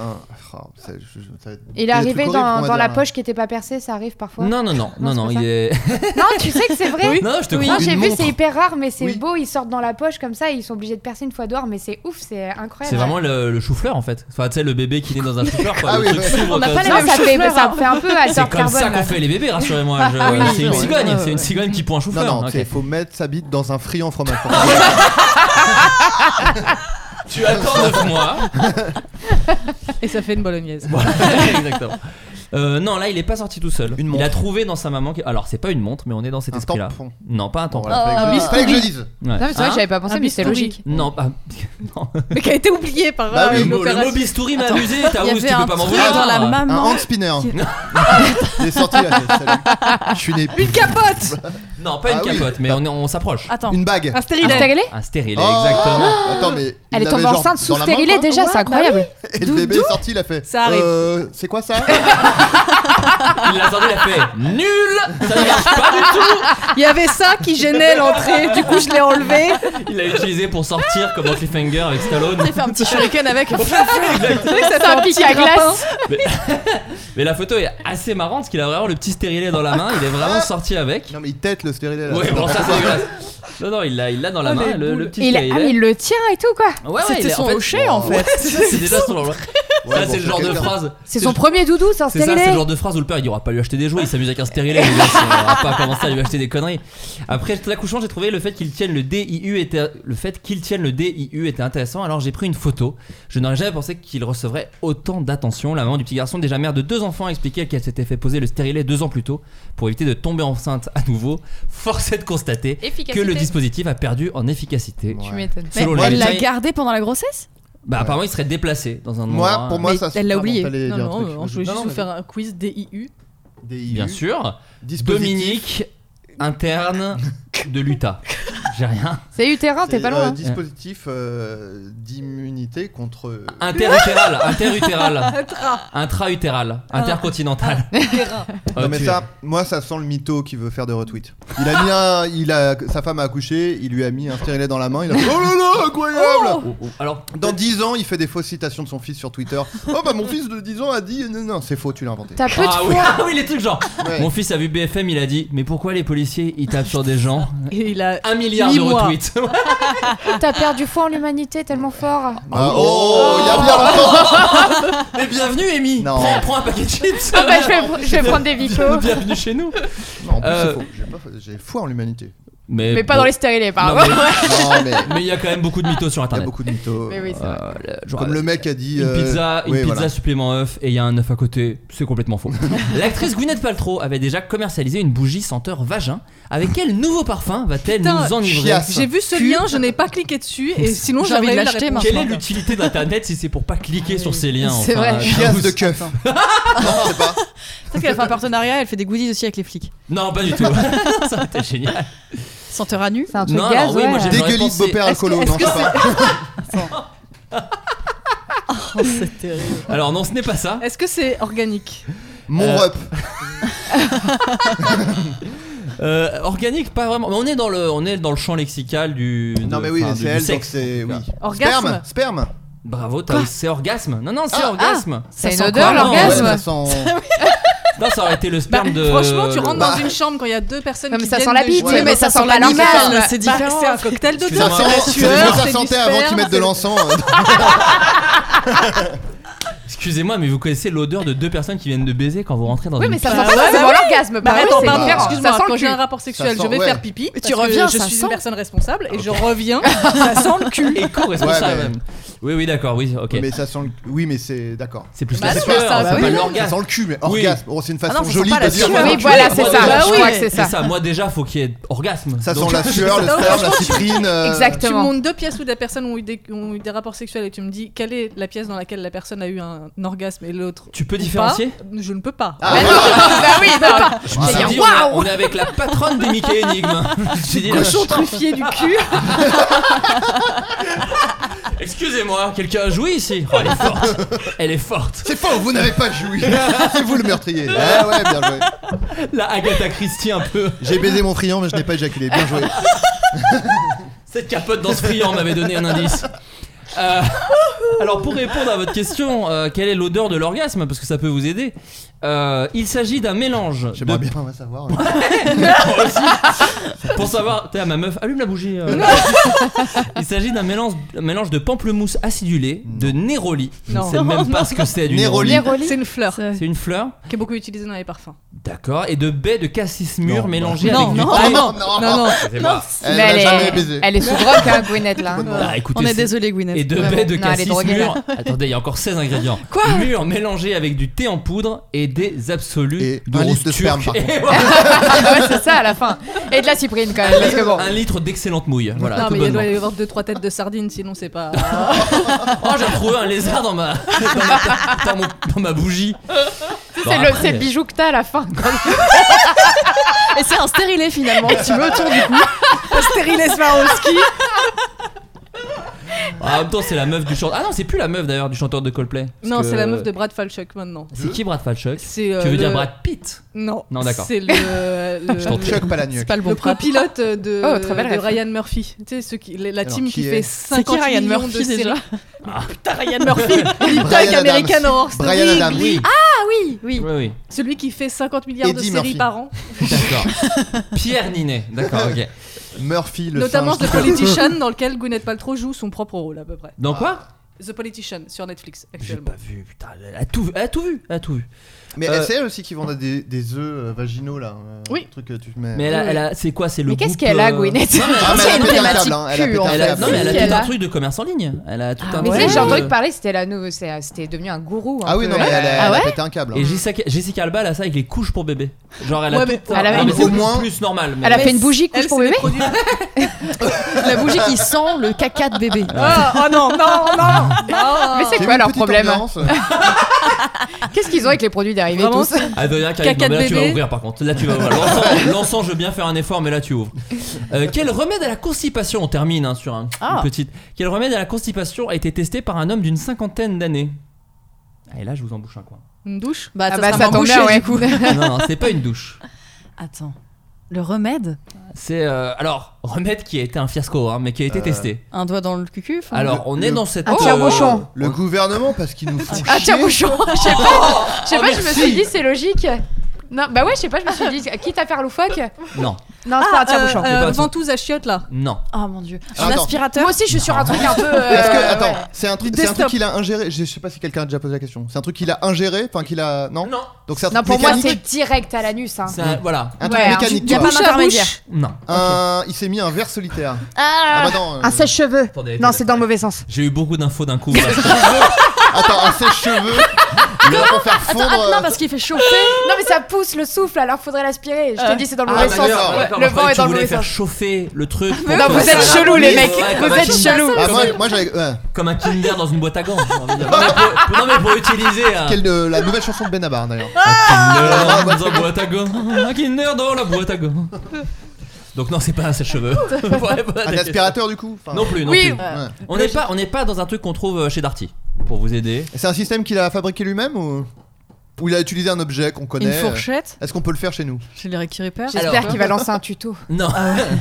[SPEAKER 6] oh, ça- je- je- ça va être-
[SPEAKER 2] Il
[SPEAKER 6] des
[SPEAKER 2] est arrivé
[SPEAKER 6] trucs horribles,
[SPEAKER 2] dans,
[SPEAKER 6] on va
[SPEAKER 2] dans
[SPEAKER 6] dire,
[SPEAKER 2] la
[SPEAKER 6] là.
[SPEAKER 2] poche qui était pas percée, ça arrive parfois.
[SPEAKER 5] Non, non, non, non,
[SPEAKER 2] Non,
[SPEAKER 5] non,
[SPEAKER 2] c'est
[SPEAKER 5] il
[SPEAKER 2] pas
[SPEAKER 5] est.
[SPEAKER 2] Non, tu sais que c'est vrai.
[SPEAKER 5] Non, je te
[SPEAKER 2] Non,
[SPEAKER 5] crois.
[SPEAKER 6] Une
[SPEAKER 2] j'ai vu,
[SPEAKER 6] montre.
[SPEAKER 2] c'est hyper rare, mais c'est
[SPEAKER 6] Oui.
[SPEAKER 2] beau. Ils sortent dans la poche comme ça, et ils sont obligés de percer une fois dehors, mais c'est ouf, c'est incroyable.
[SPEAKER 5] C'est vraiment le, le chou-fleur en fait. Enfin, tu sais, le bébé qui naît dans un chou-fleur. quoi.
[SPEAKER 6] Ah
[SPEAKER 5] Le
[SPEAKER 6] oui,
[SPEAKER 5] truc
[SPEAKER 6] ouais.
[SPEAKER 5] s'ouvre
[SPEAKER 9] On n'a
[SPEAKER 5] comme
[SPEAKER 9] pas les
[SPEAKER 5] ça.
[SPEAKER 2] Non,
[SPEAKER 9] mêmes
[SPEAKER 2] ça fait,
[SPEAKER 9] chauffeurs,
[SPEAKER 2] ça
[SPEAKER 9] hein.
[SPEAKER 2] fait un peu
[SPEAKER 5] C'est comme
[SPEAKER 2] alter
[SPEAKER 5] ça
[SPEAKER 2] carbone.
[SPEAKER 5] qu'on
[SPEAKER 2] là.
[SPEAKER 5] fait les bébés, rassurez-moi. je- euh,
[SPEAKER 9] Ah oui,
[SPEAKER 5] c'est une
[SPEAKER 9] oui, oui.
[SPEAKER 5] cigogne,
[SPEAKER 9] Ouais,
[SPEAKER 5] c'est une
[SPEAKER 9] ouais.
[SPEAKER 5] cigogne qui pond un chou-fleur.
[SPEAKER 6] Non, non,
[SPEAKER 5] ok.
[SPEAKER 6] il faut mettre sa bite dans un friand en fromage.
[SPEAKER 5] Tu attends 9 mois.
[SPEAKER 8] Et ça fait une bolognaise.
[SPEAKER 5] Voilà, exactement. Euh, non, là, il est pas sorti tout seul.
[SPEAKER 6] Une
[SPEAKER 5] il
[SPEAKER 6] montre.
[SPEAKER 5] a trouvé dans sa maman. qui- Alors, c'est pas une montre, mais on est dans cet
[SPEAKER 6] Un
[SPEAKER 5] esprit-là.
[SPEAKER 6] tampon.
[SPEAKER 5] Non, pas un tampon.
[SPEAKER 6] Voilà, fallait que je- fallait que je le dise.
[SPEAKER 2] Non, mais c'est vrai que j'avais pas pensé,
[SPEAKER 8] Un
[SPEAKER 2] mais c'est
[SPEAKER 8] bistouri.
[SPEAKER 2] logique.
[SPEAKER 5] Non, pas. non.
[SPEAKER 8] Mais qui a été oublié par
[SPEAKER 6] Bah
[SPEAKER 9] Ah
[SPEAKER 8] euh,
[SPEAKER 6] oui,
[SPEAKER 5] Le mot- le mot
[SPEAKER 8] l'opération.
[SPEAKER 5] bistouri m'a amusé. T'as
[SPEAKER 9] Il y
[SPEAKER 5] ouf, tu
[SPEAKER 9] avait un
[SPEAKER 5] peux pas m'en
[SPEAKER 9] truc
[SPEAKER 5] vouloir.
[SPEAKER 9] dans la
[SPEAKER 6] Un
[SPEAKER 9] maman.
[SPEAKER 6] hand spinner. Il est sorti là. c'est- salut. Je suis né.
[SPEAKER 8] Une capote
[SPEAKER 5] Non, pas une
[SPEAKER 6] Ah oui.
[SPEAKER 5] capote, mais on, est- on s'approche.
[SPEAKER 9] Attends.
[SPEAKER 6] Une bague.
[SPEAKER 8] Un
[SPEAKER 2] Un
[SPEAKER 8] stérilet.
[SPEAKER 2] stérilé
[SPEAKER 5] Un stérile,
[SPEAKER 6] Oh,
[SPEAKER 5] exactement.
[SPEAKER 6] Attends, mais. il
[SPEAKER 2] Elle est
[SPEAKER 6] l'avait
[SPEAKER 2] tombée
[SPEAKER 6] genre
[SPEAKER 2] enceinte sous
[SPEAKER 6] dans la main,
[SPEAKER 2] stérilé
[SPEAKER 6] quoi.
[SPEAKER 2] déjà, c'est incroyable.
[SPEAKER 6] Et le bébé est sorti, il a fait.
[SPEAKER 8] Ça arrive.
[SPEAKER 6] euh, c'est quoi ça
[SPEAKER 5] Il l'a sorti, il a fait nul Ça ne marche pas du
[SPEAKER 8] Il y avait ça qui gênait l'entrée. Du coup, je l'ai enlevé.
[SPEAKER 5] tout Il l'a utilisé pour sortir comme dans Cliffhanger avec Stallone.
[SPEAKER 9] Il fait un petit shuriken avec.
[SPEAKER 2] C'est un pic à glace.
[SPEAKER 5] Mais la photo est assez marrante parce qu'il a vraiment le petit stérilet dans la main, il est vraiment sorti avec.
[SPEAKER 6] Non, mais il tète le stérilé là.
[SPEAKER 5] Ouais, bon, ça c'est dégueulasse. Non, non, il l'a il l'a dans la
[SPEAKER 8] Oh,
[SPEAKER 5] main,
[SPEAKER 8] les
[SPEAKER 5] le, le
[SPEAKER 8] boules.
[SPEAKER 5] petit
[SPEAKER 2] Il, ah,
[SPEAKER 5] stérilet.
[SPEAKER 2] mais il le tient et tout, quoi.
[SPEAKER 5] Ouais, ouais,
[SPEAKER 9] C'était
[SPEAKER 5] il est-
[SPEAKER 9] son
[SPEAKER 5] fait-
[SPEAKER 9] hochet, en fait.
[SPEAKER 5] C'est déjà son hochet. Ça, c'est le genre de phrase.
[SPEAKER 2] C'est son premier doudou, c'est un
[SPEAKER 5] C'est ça, c'est le
[SPEAKER 2] stérilé.
[SPEAKER 5] genre de phrase où le père il dit on va pas lui acheter des jouets, il s'amuse avec un stérilet, les gars, si on va pas commencer à lui acheter des conneries. Après tout l'accouchement, j'ai trouvé le fait qu'il tienne le DIU était le fait qu'il tienne le DIU était intéressant. Alors j'ai pris une photo. Je n'aurais jamais pensé qu'il recevrait autant d'attention. La maman du petit garçon, déjà mère de deux enfants, a expliqué qu'elle s'était fait poser le stérilet deux ans plus tôt pour éviter de tomber enceinte à nouveau. Force est de constater que le dispositif a perdu en efficacité.
[SPEAKER 2] Tu m'étonnes.
[SPEAKER 5] Selon
[SPEAKER 6] Mais
[SPEAKER 5] les
[SPEAKER 9] Elle l'a
[SPEAKER 5] détails-
[SPEAKER 9] gardé pendant la grossesse
[SPEAKER 5] bah apparemment il serait déplacé dans un endroit.
[SPEAKER 6] Moi, pour moi,
[SPEAKER 9] Mais
[SPEAKER 6] ça se-
[SPEAKER 9] elle l'a
[SPEAKER 6] pardon,
[SPEAKER 9] oublié.
[SPEAKER 6] t'allais
[SPEAKER 8] Non,
[SPEAKER 6] dire un
[SPEAKER 8] non,
[SPEAKER 6] truc,
[SPEAKER 8] on
[SPEAKER 6] je-
[SPEAKER 8] voulait
[SPEAKER 6] non,
[SPEAKER 8] juste
[SPEAKER 6] non,
[SPEAKER 8] vous
[SPEAKER 6] mais-
[SPEAKER 8] faire un quiz DIU.
[SPEAKER 6] DIU,
[SPEAKER 5] bien sûr.
[SPEAKER 6] dispositif.
[SPEAKER 5] Dominique interne de l'Utah. J'ai rien.
[SPEAKER 2] C'est utérin,
[SPEAKER 6] C'est,
[SPEAKER 2] t'es pas
[SPEAKER 6] euh,
[SPEAKER 2] loin. hein.
[SPEAKER 6] dispositif euh, d'immunité contre.
[SPEAKER 5] Interutéral, interutéral, intra-utéral,
[SPEAKER 2] Ah.
[SPEAKER 5] intercontinental.
[SPEAKER 6] Non mais
[SPEAKER 5] Ok.
[SPEAKER 6] ça, moi ça sent le mytho qui veut faire des retweets. Il a mis un, il a, sa femme a accouché, il lui a mis un stérilet dans la main, il a fait oh là là incroyable.
[SPEAKER 5] Oh, oh, Alors,
[SPEAKER 6] Dans 10 ans, il fait des fausses citations de son fils sur Twitter. Oh bah mon fils de 10 ans a dit non non c'est faux, tu l'as inventé.
[SPEAKER 2] T'as peu de
[SPEAKER 5] ah oui,
[SPEAKER 2] foi.
[SPEAKER 5] ah oui, les trucs genre.
[SPEAKER 6] Ouais.
[SPEAKER 5] Mon fils a vu BFM, il a dit Mais pourquoi les policiers ils tapent sur des gens
[SPEAKER 8] Et il a.
[SPEAKER 5] Un milliard milliards de
[SPEAKER 8] huit mois.
[SPEAKER 5] retweets.
[SPEAKER 2] T'as perdu foi en l'humanité tellement fort.
[SPEAKER 6] Ah, oh, il y a bien longtemps.
[SPEAKER 5] Mais bienvenue, Amy
[SPEAKER 6] Non.
[SPEAKER 5] Prends, prends un paquet de chips
[SPEAKER 2] Ah bah, je vais, je vais prendre des vicos.
[SPEAKER 5] Bienvenue chez nous
[SPEAKER 6] Non, en plus,
[SPEAKER 5] Euh,
[SPEAKER 6] c'est faux. J'ai pas- J'ai foi en l'humanité.
[SPEAKER 2] Mais pas dans les stérilés, par
[SPEAKER 5] Non,
[SPEAKER 2] exemple.
[SPEAKER 5] mais-
[SPEAKER 6] Non, mais
[SPEAKER 5] Mais il y a quand même beaucoup de mythos sur
[SPEAKER 6] il y a
[SPEAKER 5] internet.
[SPEAKER 6] beaucoup de mythos.
[SPEAKER 8] Mais oui, c'est vrai.
[SPEAKER 5] Euh, le- genre,
[SPEAKER 6] Comme le mec a dit.
[SPEAKER 5] Une
[SPEAKER 6] euh,
[SPEAKER 5] pizza, une
[SPEAKER 6] oui,
[SPEAKER 5] pizza
[SPEAKER 6] voilà.
[SPEAKER 5] supplément œuf et il y a un œuf à côté, c'est complètement faux. L'actrice Gwyneth Paltrow avait déjà commercialisé une bougie senteur vagin. Avec quel nouveau parfum va-t-elle
[SPEAKER 8] Putain,
[SPEAKER 5] nous enivrer
[SPEAKER 6] chiasse.
[SPEAKER 8] J'ai vu ce lien, je n'ai pas cliqué dessus et sinon
[SPEAKER 9] J'ai envie
[SPEAKER 8] j'avais
[SPEAKER 9] de
[SPEAKER 8] eu la
[SPEAKER 9] l'acheter
[SPEAKER 8] réponse.
[SPEAKER 5] Quelle est l'utilité d'internet si c'est pour pas cliquer sur ces liens
[SPEAKER 2] C'est
[SPEAKER 5] enfin,
[SPEAKER 2] vrai.
[SPEAKER 5] euh,
[SPEAKER 6] Ah, Chiasse de keuf.
[SPEAKER 9] Peut-être qu'elle fait un partenariat, elle fait des goodies aussi avec les flics.
[SPEAKER 5] Non, pas du tout. Ça aurait été génial.
[SPEAKER 9] Senteur à nu.
[SPEAKER 2] C'est un truc
[SPEAKER 5] Non,
[SPEAKER 2] gaz,
[SPEAKER 5] alors oui, moi,
[SPEAKER 2] ouais.
[SPEAKER 5] j'ai- J'aurais
[SPEAKER 6] Dégueulis de
[SPEAKER 5] pensé-
[SPEAKER 6] beau-père
[SPEAKER 5] est-ce que-
[SPEAKER 6] alcoolo. Non, je sais pas.
[SPEAKER 9] Oh, c'est terrible.
[SPEAKER 5] Alors non, ce n'est pas ça.
[SPEAKER 8] Est-ce que c'est organique
[SPEAKER 6] Mon
[SPEAKER 5] Euh,
[SPEAKER 6] rep.
[SPEAKER 5] Euh, organique, pas vraiment. Mais on est dans le, on est dans le champ lexical du.
[SPEAKER 6] Non,
[SPEAKER 5] de-
[SPEAKER 6] mais oui,
[SPEAKER 5] enfin,
[SPEAKER 6] mais
[SPEAKER 5] du-
[SPEAKER 6] c'est
[SPEAKER 5] du
[SPEAKER 6] elle, donc
[SPEAKER 5] sexe.
[SPEAKER 6] c'est.
[SPEAKER 5] en
[SPEAKER 6] Oui.
[SPEAKER 5] tout cas.
[SPEAKER 8] Orgasme
[SPEAKER 6] Sperme. Sperme.
[SPEAKER 5] Bravo, t'as- c'est orgasme. Non, non, c'est
[SPEAKER 6] Ah,
[SPEAKER 5] orgasme.
[SPEAKER 2] C'est une
[SPEAKER 9] sent
[SPEAKER 2] odeur,
[SPEAKER 5] quoi, non,
[SPEAKER 2] l'orgasme.
[SPEAKER 6] Ouais, ça sent-
[SPEAKER 5] Non, ça aurait été le
[SPEAKER 8] Bah,
[SPEAKER 5] sperme de.
[SPEAKER 8] Franchement, tu rentres
[SPEAKER 5] le-
[SPEAKER 8] dans
[SPEAKER 6] Bah.
[SPEAKER 8] une chambre quand il y a deux personnes
[SPEAKER 2] Non, mais
[SPEAKER 8] qui
[SPEAKER 2] ça sent
[SPEAKER 8] viennent
[SPEAKER 2] la
[SPEAKER 8] de
[SPEAKER 2] bite,
[SPEAKER 8] jouer.
[SPEAKER 2] mais ça sent pas
[SPEAKER 9] l'animal,
[SPEAKER 2] l'animal.
[SPEAKER 9] c'est
[SPEAKER 8] Bah,
[SPEAKER 9] différent.
[SPEAKER 8] c'est un cocktail de
[SPEAKER 5] Excusez-moi.
[SPEAKER 8] deux.
[SPEAKER 5] C'est de la
[SPEAKER 6] c'est
[SPEAKER 5] sueur,
[SPEAKER 6] déjà
[SPEAKER 8] c'est du
[SPEAKER 6] sentait avant qu'ils
[SPEAKER 8] sperme,
[SPEAKER 6] mettent de
[SPEAKER 8] c'est-
[SPEAKER 6] l'encens. hein.
[SPEAKER 5] Excusez-moi, mais vous connaissez l'odeur de deux personnes qui viennent de baiser quand vous rentrez dans
[SPEAKER 2] Oui,
[SPEAKER 5] une.
[SPEAKER 2] mais ça sent
[SPEAKER 8] Bah
[SPEAKER 2] pas
[SPEAKER 8] ouais,
[SPEAKER 2] forcément
[SPEAKER 8] bah
[SPEAKER 2] l'orgasme.
[SPEAKER 8] Bah,
[SPEAKER 2] Bah,
[SPEAKER 8] attends,
[SPEAKER 2] c'est
[SPEAKER 8] pardon,
[SPEAKER 2] différent.
[SPEAKER 8] excuse-moi,
[SPEAKER 2] Ça sent
[SPEAKER 8] quand
[SPEAKER 2] le
[SPEAKER 8] j'ai
[SPEAKER 2] cul.
[SPEAKER 8] un rapport sexuel,
[SPEAKER 6] sent-
[SPEAKER 8] je vais
[SPEAKER 6] ouais.
[SPEAKER 8] faire pipi,
[SPEAKER 9] Et tu
[SPEAKER 8] parce que
[SPEAKER 9] reviens,
[SPEAKER 8] je
[SPEAKER 9] ça
[SPEAKER 8] suis
[SPEAKER 9] sent.
[SPEAKER 8] une personne responsable et je reviens, ça sent le cul.
[SPEAKER 5] Éco-responsable.
[SPEAKER 6] Ouais,
[SPEAKER 5] Oui, oui, d'accord, oui, ok.
[SPEAKER 6] Mais ça sent. le- Oui, mais c'est d'accord.
[SPEAKER 5] C'est plus
[SPEAKER 8] Bah,
[SPEAKER 5] la
[SPEAKER 8] c'est
[SPEAKER 5] sueur,
[SPEAKER 8] pas ça,
[SPEAKER 5] c'est
[SPEAKER 8] bah
[SPEAKER 5] pas
[SPEAKER 8] oui.
[SPEAKER 6] Ça
[SPEAKER 5] l'orgasme.
[SPEAKER 6] sent le cul, mais
[SPEAKER 5] Oui.
[SPEAKER 6] orgasme. Oh, c'est une
[SPEAKER 9] non,
[SPEAKER 6] façon
[SPEAKER 9] ça sent
[SPEAKER 6] jolie
[SPEAKER 9] pas
[SPEAKER 6] de
[SPEAKER 9] la
[SPEAKER 6] dire.
[SPEAKER 9] sueur.
[SPEAKER 6] ça
[SPEAKER 2] Oui,
[SPEAKER 6] sent
[SPEAKER 2] voilà,
[SPEAKER 6] le
[SPEAKER 2] c'est
[SPEAKER 6] cul.
[SPEAKER 2] ça.
[SPEAKER 8] Bah
[SPEAKER 2] Je
[SPEAKER 8] oui.
[SPEAKER 2] crois que c'est ça.
[SPEAKER 5] C'est ça, moi déjà, faut qu'il y ait orgasme.
[SPEAKER 6] Ça
[SPEAKER 5] Donc-
[SPEAKER 6] sent la sueur, le
[SPEAKER 8] Non,
[SPEAKER 6] sperme, la
[SPEAKER 8] franchement, tu-
[SPEAKER 6] cyprine. euh,
[SPEAKER 8] Tu
[SPEAKER 2] Exactement.
[SPEAKER 8] montes deux pièces où des personnes ont eu des, ont eu des rapports sexuels et tu me dis quelle est la pièce dans laquelle la personne a eu un, orgasme et l'autre.
[SPEAKER 5] Tu peux
[SPEAKER 8] ou pas.
[SPEAKER 5] différencier
[SPEAKER 8] Je ne peux pas.
[SPEAKER 6] Ah,
[SPEAKER 2] Bah
[SPEAKER 6] ouais.
[SPEAKER 2] non, bah oui, non.
[SPEAKER 5] Je me suis
[SPEAKER 2] J'ai
[SPEAKER 5] dit,
[SPEAKER 2] dit,
[SPEAKER 5] on est-
[SPEAKER 2] waouh
[SPEAKER 5] on est avec la patronne des Mickey Enigme. J'ai dit,
[SPEAKER 8] Cochon truffier du cul.
[SPEAKER 5] excusez-moi, quelqu'un a joué ici Oh, Elle est forte. Elle est forte.
[SPEAKER 6] C'est faux, vous n'avez pas joui. C'est vous le meurtrier. Ah ouais, bien joué.
[SPEAKER 5] La Agatha Christie un peu.
[SPEAKER 6] J'ai baisé mon friand, mais je n'ai pas éjaculé. Bien joué.
[SPEAKER 5] Cette capote dans ce friand m'avait donné un indice. Euh, alors pour répondre à votre question, euh, quelle est l'odeur de l'orgasme Parce que ça peut vous aider. Euh, il s'agit d'un mélange.
[SPEAKER 6] J'aimerais
[SPEAKER 5] de-
[SPEAKER 6] bien on va savoir. euh.
[SPEAKER 5] Pour savoir, t'es à ma meuf, allume la bougie. euh. il s'agit d'un mélange, un mélange de pamplemousse acidulé, de néroli. Je ne
[SPEAKER 8] Non.
[SPEAKER 5] sais même pas ce que c'est du néroli.
[SPEAKER 6] Néroli.
[SPEAKER 2] Néroli.
[SPEAKER 8] C'est une fleur
[SPEAKER 5] C'est une fleur,
[SPEAKER 8] qui est beaucoup utilisée dans les parfums.
[SPEAKER 5] d'accord, et de baies de cassis mûr
[SPEAKER 6] Non,
[SPEAKER 5] mélangées
[SPEAKER 8] non.
[SPEAKER 5] avec
[SPEAKER 8] Non,
[SPEAKER 5] du
[SPEAKER 6] Ah
[SPEAKER 5] thé.
[SPEAKER 6] non,
[SPEAKER 8] Non, non.
[SPEAKER 5] Je
[SPEAKER 9] Eh ben,
[SPEAKER 5] sais pas.
[SPEAKER 6] Elle
[SPEAKER 2] Mais
[SPEAKER 6] n'a
[SPEAKER 2] elle
[SPEAKER 6] jamais
[SPEAKER 2] est-
[SPEAKER 6] baisé.
[SPEAKER 2] Elle est sous drogue, hein, Gwyneth, là.
[SPEAKER 5] Ah, écoutez,
[SPEAKER 9] On est
[SPEAKER 5] c'est-
[SPEAKER 9] désolé, Gwyneth.
[SPEAKER 5] Et de
[SPEAKER 2] Ouais,
[SPEAKER 5] baies de
[SPEAKER 2] non, elle est
[SPEAKER 5] cassis
[SPEAKER 2] droguée,
[SPEAKER 5] mûr. Attendez, il y a encore 16 ingrédients.
[SPEAKER 9] Quoi
[SPEAKER 5] Mûr mélangé avec du thé en poudre et des absolus
[SPEAKER 6] Et
[SPEAKER 5] de
[SPEAKER 6] un
[SPEAKER 5] rose
[SPEAKER 6] litre de
[SPEAKER 5] turc.
[SPEAKER 6] sperme, par
[SPEAKER 5] Et
[SPEAKER 6] contre.
[SPEAKER 5] voilà,
[SPEAKER 2] Ah bah Ouais, c'est ça à la fin. Et de la cyprine quand même, parce que bon.
[SPEAKER 5] Un litre d'excellente mouille. Voilà,
[SPEAKER 8] non,
[SPEAKER 5] tout
[SPEAKER 8] mais il
[SPEAKER 5] bonnement.
[SPEAKER 8] doit y avoir deux, trois têtes de sardines, sinon c'est pas.
[SPEAKER 5] Oh, j'ai retrouvé un lézard dans ma, dans ma, dans mon- dans ma bougie. Bon,
[SPEAKER 2] C'est le,
[SPEAKER 5] après,
[SPEAKER 2] c'est le bijou que t'as à la fin.
[SPEAKER 9] Et c'est un stérilé finalement. tu veux autour du cou.
[SPEAKER 8] Stérilé Swarovski.
[SPEAKER 5] En même temps, c'est la meuf du chanteur. Ah non, c'est plus la meuf d'ailleurs du chanteur de Coldplay. Parce
[SPEAKER 8] Non,
[SPEAKER 5] que-
[SPEAKER 8] c'est la meuf de Brad Falchuk maintenant.
[SPEAKER 5] C'est qui Brad Falchuk
[SPEAKER 8] C'est, euh,
[SPEAKER 5] Tu veux dire
[SPEAKER 8] le-
[SPEAKER 5] Brad Pitt
[SPEAKER 8] Non.
[SPEAKER 5] Non, d'accord.
[SPEAKER 8] C'est le, le,
[SPEAKER 5] Je t'en prie.
[SPEAKER 6] Chuck Palahniuk.
[SPEAKER 9] C'est pas le
[SPEAKER 8] le
[SPEAKER 9] bon prop.
[SPEAKER 8] copilote de,
[SPEAKER 2] Oh, très belle
[SPEAKER 8] de
[SPEAKER 2] ref.
[SPEAKER 8] Ryan Murphy. Tu sais, ceux qui, la la
[SPEAKER 6] Alors,
[SPEAKER 8] team
[SPEAKER 6] qui
[SPEAKER 8] qui,
[SPEAKER 6] est-
[SPEAKER 8] fait
[SPEAKER 9] C'est
[SPEAKER 8] 50
[SPEAKER 9] qui Ryan
[SPEAKER 8] millions de
[SPEAKER 9] Murphy
[SPEAKER 8] séries.
[SPEAKER 9] déjà
[SPEAKER 5] Ah,
[SPEAKER 8] Putain, Ryan Murphy Deep
[SPEAKER 6] Bryan
[SPEAKER 8] Tech
[SPEAKER 6] Adams.
[SPEAKER 8] American Horror Story.
[SPEAKER 6] Brian Adams.
[SPEAKER 5] Oui.
[SPEAKER 8] Ah oui, oui.
[SPEAKER 5] Oui, oui.
[SPEAKER 8] Celui qui fait 50 milliards de
[SPEAKER 6] Eddie
[SPEAKER 8] séries
[SPEAKER 6] Murphy.
[SPEAKER 8] par an.
[SPEAKER 5] D'accord. Pierre Ninet. D'accord, ok.
[SPEAKER 6] Murphy, le
[SPEAKER 8] notamment
[SPEAKER 6] singe.
[SPEAKER 8] The Politician, dans lequel Gwyneth Paltrow joue son propre rôle à peu près.
[SPEAKER 2] Ah,
[SPEAKER 5] Dans quoi
[SPEAKER 8] The Politician sur Netflix
[SPEAKER 5] J'ai
[SPEAKER 8] actuellement.
[SPEAKER 5] pas vu, putain. Elle a tout vu, elle a tout vu, elle a tout vu.
[SPEAKER 6] Mais
[SPEAKER 5] Euh,
[SPEAKER 6] c'est elle aussi qui vendait des, des œufs euh, vaginaux là. euh,
[SPEAKER 8] Oui.
[SPEAKER 6] le Truc que tu mets.
[SPEAKER 5] Mais
[SPEAKER 2] Ah
[SPEAKER 5] elle a, elle a- c'est quoi C'est le
[SPEAKER 2] Mais qu'est-ce
[SPEAKER 5] groupe,
[SPEAKER 2] qu'elle a,
[SPEAKER 5] euh,
[SPEAKER 2] Gwyneth
[SPEAKER 5] Non, mais elle a-
[SPEAKER 6] Ah, mais
[SPEAKER 2] C'est
[SPEAKER 6] elle a
[SPEAKER 2] une
[SPEAKER 6] pété un
[SPEAKER 2] thématique
[SPEAKER 6] câble, hein, elle a
[SPEAKER 2] cul,
[SPEAKER 6] pété
[SPEAKER 2] en
[SPEAKER 6] un
[SPEAKER 5] elle a-
[SPEAKER 6] câble.
[SPEAKER 5] non, mais elle a
[SPEAKER 2] Si,
[SPEAKER 5] tout
[SPEAKER 2] elle
[SPEAKER 5] un
[SPEAKER 2] a.
[SPEAKER 5] truc de commerce en ligne. Elle a tout un
[SPEAKER 2] Ah, Mais tu
[SPEAKER 5] truc
[SPEAKER 2] sais, j'ai
[SPEAKER 5] de-
[SPEAKER 2] entendu parler, c'était la nouvelle, c'est- euh, c'était devenu un gourou. un
[SPEAKER 6] Ah oui,
[SPEAKER 2] peu.
[SPEAKER 6] non, mais elle a,
[SPEAKER 2] Ah
[SPEAKER 6] elle a
[SPEAKER 2] ouais
[SPEAKER 6] pété un câble. hein.
[SPEAKER 5] Et Jessica, Jessica Alba, elle a ça avec les couches pour bébé. Genre, elle a
[SPEAKER 8] Ouais,
[SPEAKER 5] tout.
[SPEAKER 8] mais-
[SPEAKER 5] un-
[SPEAKER 2] Elle avait
[SPEAKER 5] Non,
[SPEAKER 2] une
[SPEAKER 5] mais c'est
[SPEAKER 6] au
[SPEAKER 5] plus-
[SPEAKER 6] moins-
[SPEAKER 5] plus normal. mais-
[SPEAKER 2] Elle a fait une bougie couche
[SPEAKER 8] Elle,
[SPEAKER 2] pour
[SPEAKER 8] c'est les
[SPEAKER 2] bébé
[SPEAKER 8] produits-
[SPEAKER 9] La bougie qui sent le caca de bébé.
[SPEAKER 8] Ah, oh non, non, non, non.
[SPEAKER 2] Mais
[SPEAKER 6] J'ai
[SPEAKER 2] c'est
[SPEAKER 6] eu
[SPEAKER 2] quoi
[SPEAKER 6] une
[SPEAKER 2] leur
[SPEAKER 6] petite
[SPEAKER 2] problème hein Ah.
[SPEAKER 6] ambiance.
[SPEAKER 2] Qu'est-ce qu'ils ont avec les produits dérivés
[SPEAKER 8] Vraiment,
[SPEAKER 2] tous
[SPEAKER 5] Adrien qui arrive,
[SPEAKER 8] Caca
[SPEAKER 5] non, mais là
[SPEAKER 8] de
[SPEAKER 5] tu vas
[SPEAKER 8] bébé.
[SPEAKER 5] ouvrir par contre. Là tu vas ouvrir. L'encens- L'encens, je veux bien faire un effort, mais là tu ouvres. Euh, quel remède à la constipation On termine hein, sur un,
[SPEAKER 9] Ah.
[SPEAKER 5] une petite. Quel remède à la constipation a été testé par un homme d'une cinquantaine d'années Ah, et là je vous embouche un coin.
[SPEAKER 8] Une douche
[SPEAKER 9] Bah,
[SPEAKER 2] Ah
[SPEAKER 9] ça
[SPEAKER 2] bah
[SPEAKER 9] sera
[SPEAKER 2] ça
[SPEAKER 9] pas
[SPEAKER 2] tombe
[SPEAKER 9] bouché,
[SPEAKER 2] bien, ouais.
[SPEAKER 9] du coup.
[SPEAKER 5] Non, non, c'est pas une douche.
[SPEAKER 9] Attends. Le remède
[SPEAKER 5] C'est euh, alors remède qui a été un fiasco, hein, mais qui a
[SPEAKER 2] Euh,
[SPEAKER 5] été testé.
[SPEAKER 9] Un doigt dans le cucu enfin.
[SPEAKER 5] Alors on est
[SPEAKER 6] le-
[SPEAKER 5] dans cette. euh,
[SPEAKER 2] Ah, tiens, bouchon.
[SPEAKER 6] Le gouvernement, parce qu'ils nous font
[SPEAKER 2] Ah tiens,
[SPEAKER 6] chier.
[SPEAKER 2] bouchon Je sais pas, je, sais pas, je me suis dit, c'est logique. Non, bah ouais, je sais pas, je me suis dit, quitte à faire loufoque,
[SPEAKER 5] Non.
[SPEAKER 2] Non, c'est pas un tire-bouchon.
[SPEAKER 5] C'est pas un tire-
[SPEAKER 8] ventouse à chiottes là.
[SPEAKER 5] Non.
[SPEAKER 9] Oh mon dieu.
[SPEAKER 6] Ah,
[SPEAKER 9] Un
[SPEAKER 6] attends.
[SPEAKER 9] aspirateur.
[SPEAKER 2] Moi aussi, je suis sur un truc un peu. euh,
[SPEAKER 6] Est-ce que attends,
[SPEAKER 2] ouais.
[SPEAKER 6] c'est un truc,
[SPEAKER 2] Du
[SPEAKER 6] c'est un
[SPEAKER 2] desktop.
[SPEAKER 6] truc qu'il a ingéré. Je sais pas si quelqu'un a déjà posé la question. C'est un truc qu'il a ingéré, enfin qu'il a non.
[SPEAKER 5] Non.
[SPEAKER 6] Donc c'est un
[SPEAKER 2] Non,
[SPEAKER 6] truc
[SPEAKER 2] pour moi, c'est
[SPEAKER 6] mécanique.
[SPEAKER 2] direct à l'anus. Hein.
[SPEAKER 5] C'est un- Euh, voilà.
[SPEAKER 6] un truc
[SPEAKER 2] Ouais, hein.
[SPEAKER 6] mécanique.
[SPEAKER 9] Il y a
[SPEAKER 6] quoi.
[SPEAKER 9] pas d'intermédiaire.
[SPEAKER 5] Non.
[SPEAKER 6] Un- Il s'est mis un verre solitaire. Ah, bah non. euh,
[SPEAKER 2] Un sèche-cheveux.
[SPEAKER 5] Attendez,
[SPEAKER 2] Non,
[SPEAKER 5] attendez.
[SPEAKER 2] c'est dans le mauvais sens.
[SPEAKER 5] J'ai eu beaucoup d'infos d'un coup. voilà.
[SPEAKER 6] Attends, un sèche-cheveux. Il va pas faire fondre.
[SPEAKER 9] Attends, ah, non,
[SPEAKER 6] euh,
[SPEAKER 9] parce qu'il fait chauffer.
[SPEAKER 2] Non, mais ça pousse le souffle, alors faudrait l'aspirer. Je
[SPEAKER 9] Euh.
[SPEAKER 2] te dis, c'est dans le
[SPEAKER 5] Ah,
[SPEAKER 2] mauvais sens.
[SPEAKER 5] d'accord,
[SPEAKER 6] ouais.
[SPEAKER 5] d'accord,
[SPEAKER 2] Le
[SPEAKER 5] je croyais
[SPEAKER 2] vent
[SPEAKER 5] que
[SPEAKER 2] est dans
[SPEAKER 5] tu
[SPEAKER 2] le
[SPEAKER 5] voulais
[SPEAKER 2] mauvais
[SPEAKER 5] faire
[SPEAKER 2] sens.
[SPEAKER 5] chauffer le truc. pour
[SPEAKER 2] Non,
[SPEAKER 5] que
[SPEAKER 2] vous
[SPEAKER 5] ça-
[SPEAKER 2] êtes chelous, les mecs.
[SPEAKER 5] Ouais, comme
[SPEAKER 2] Vous
[SPEAKER 5] un
[SPEAKER 2] êtes
[SPEAKER 5] Kinder-
[SPEAKER 2] chelous.
[SPEAKER 6] Ah, moi, moi j'avais. ouais.
[SPEAKER 5] Comme un Kinder dans une boîte à gants. j'ai envie de dire. Non, mais pour- non, mais pour utiliser hein. un,
[SPEAKER 6] Quelle euh, la nouvelle chanson de Benabar d'ailleurs.
[SPEAKER 5] Ah, un Kinder dans la boîte à gants. Un Kinder dans la boîte à gants. Donc non, c'est pas un sèche-cheveux. Pour répondre à ta
[SPEAKER 6] Un
[SPEAKER 5] question.
[SPEAKER 6] aspirateur du coup. Enfin,
[SPEAKER 5] Non plus, non
[SPEAKER 2] Oui,
[SPEAKER 5] plus.
[SPEAKER 6] ouais.
[SPEAKER 5] On n'est pas, on n'est pas dans un truc qu'on trouve euh, chez Darty. Pour vous aider.
[SPEAKER 6] C'est un système qu'il a fabriqué lui-même ou ou il a utilisé un objet qu'on connaît.
[SPEAKER 8] Une
[SPEAKER 6] euh,
[SPEAKER 8] fourchette
[SPEAKER 6] Est-ce qu'on peut le faire chez
[SPEAKER 9] Ah.
[SPEAKER 6] nous
[SPEAKER 8] chez les Ricky Repair.
[SPEAKER 5] Alors-
[SPEAKER 2] J'espère Ah. qu'il va lancer un tuto.
[SPEAKER 5] Non.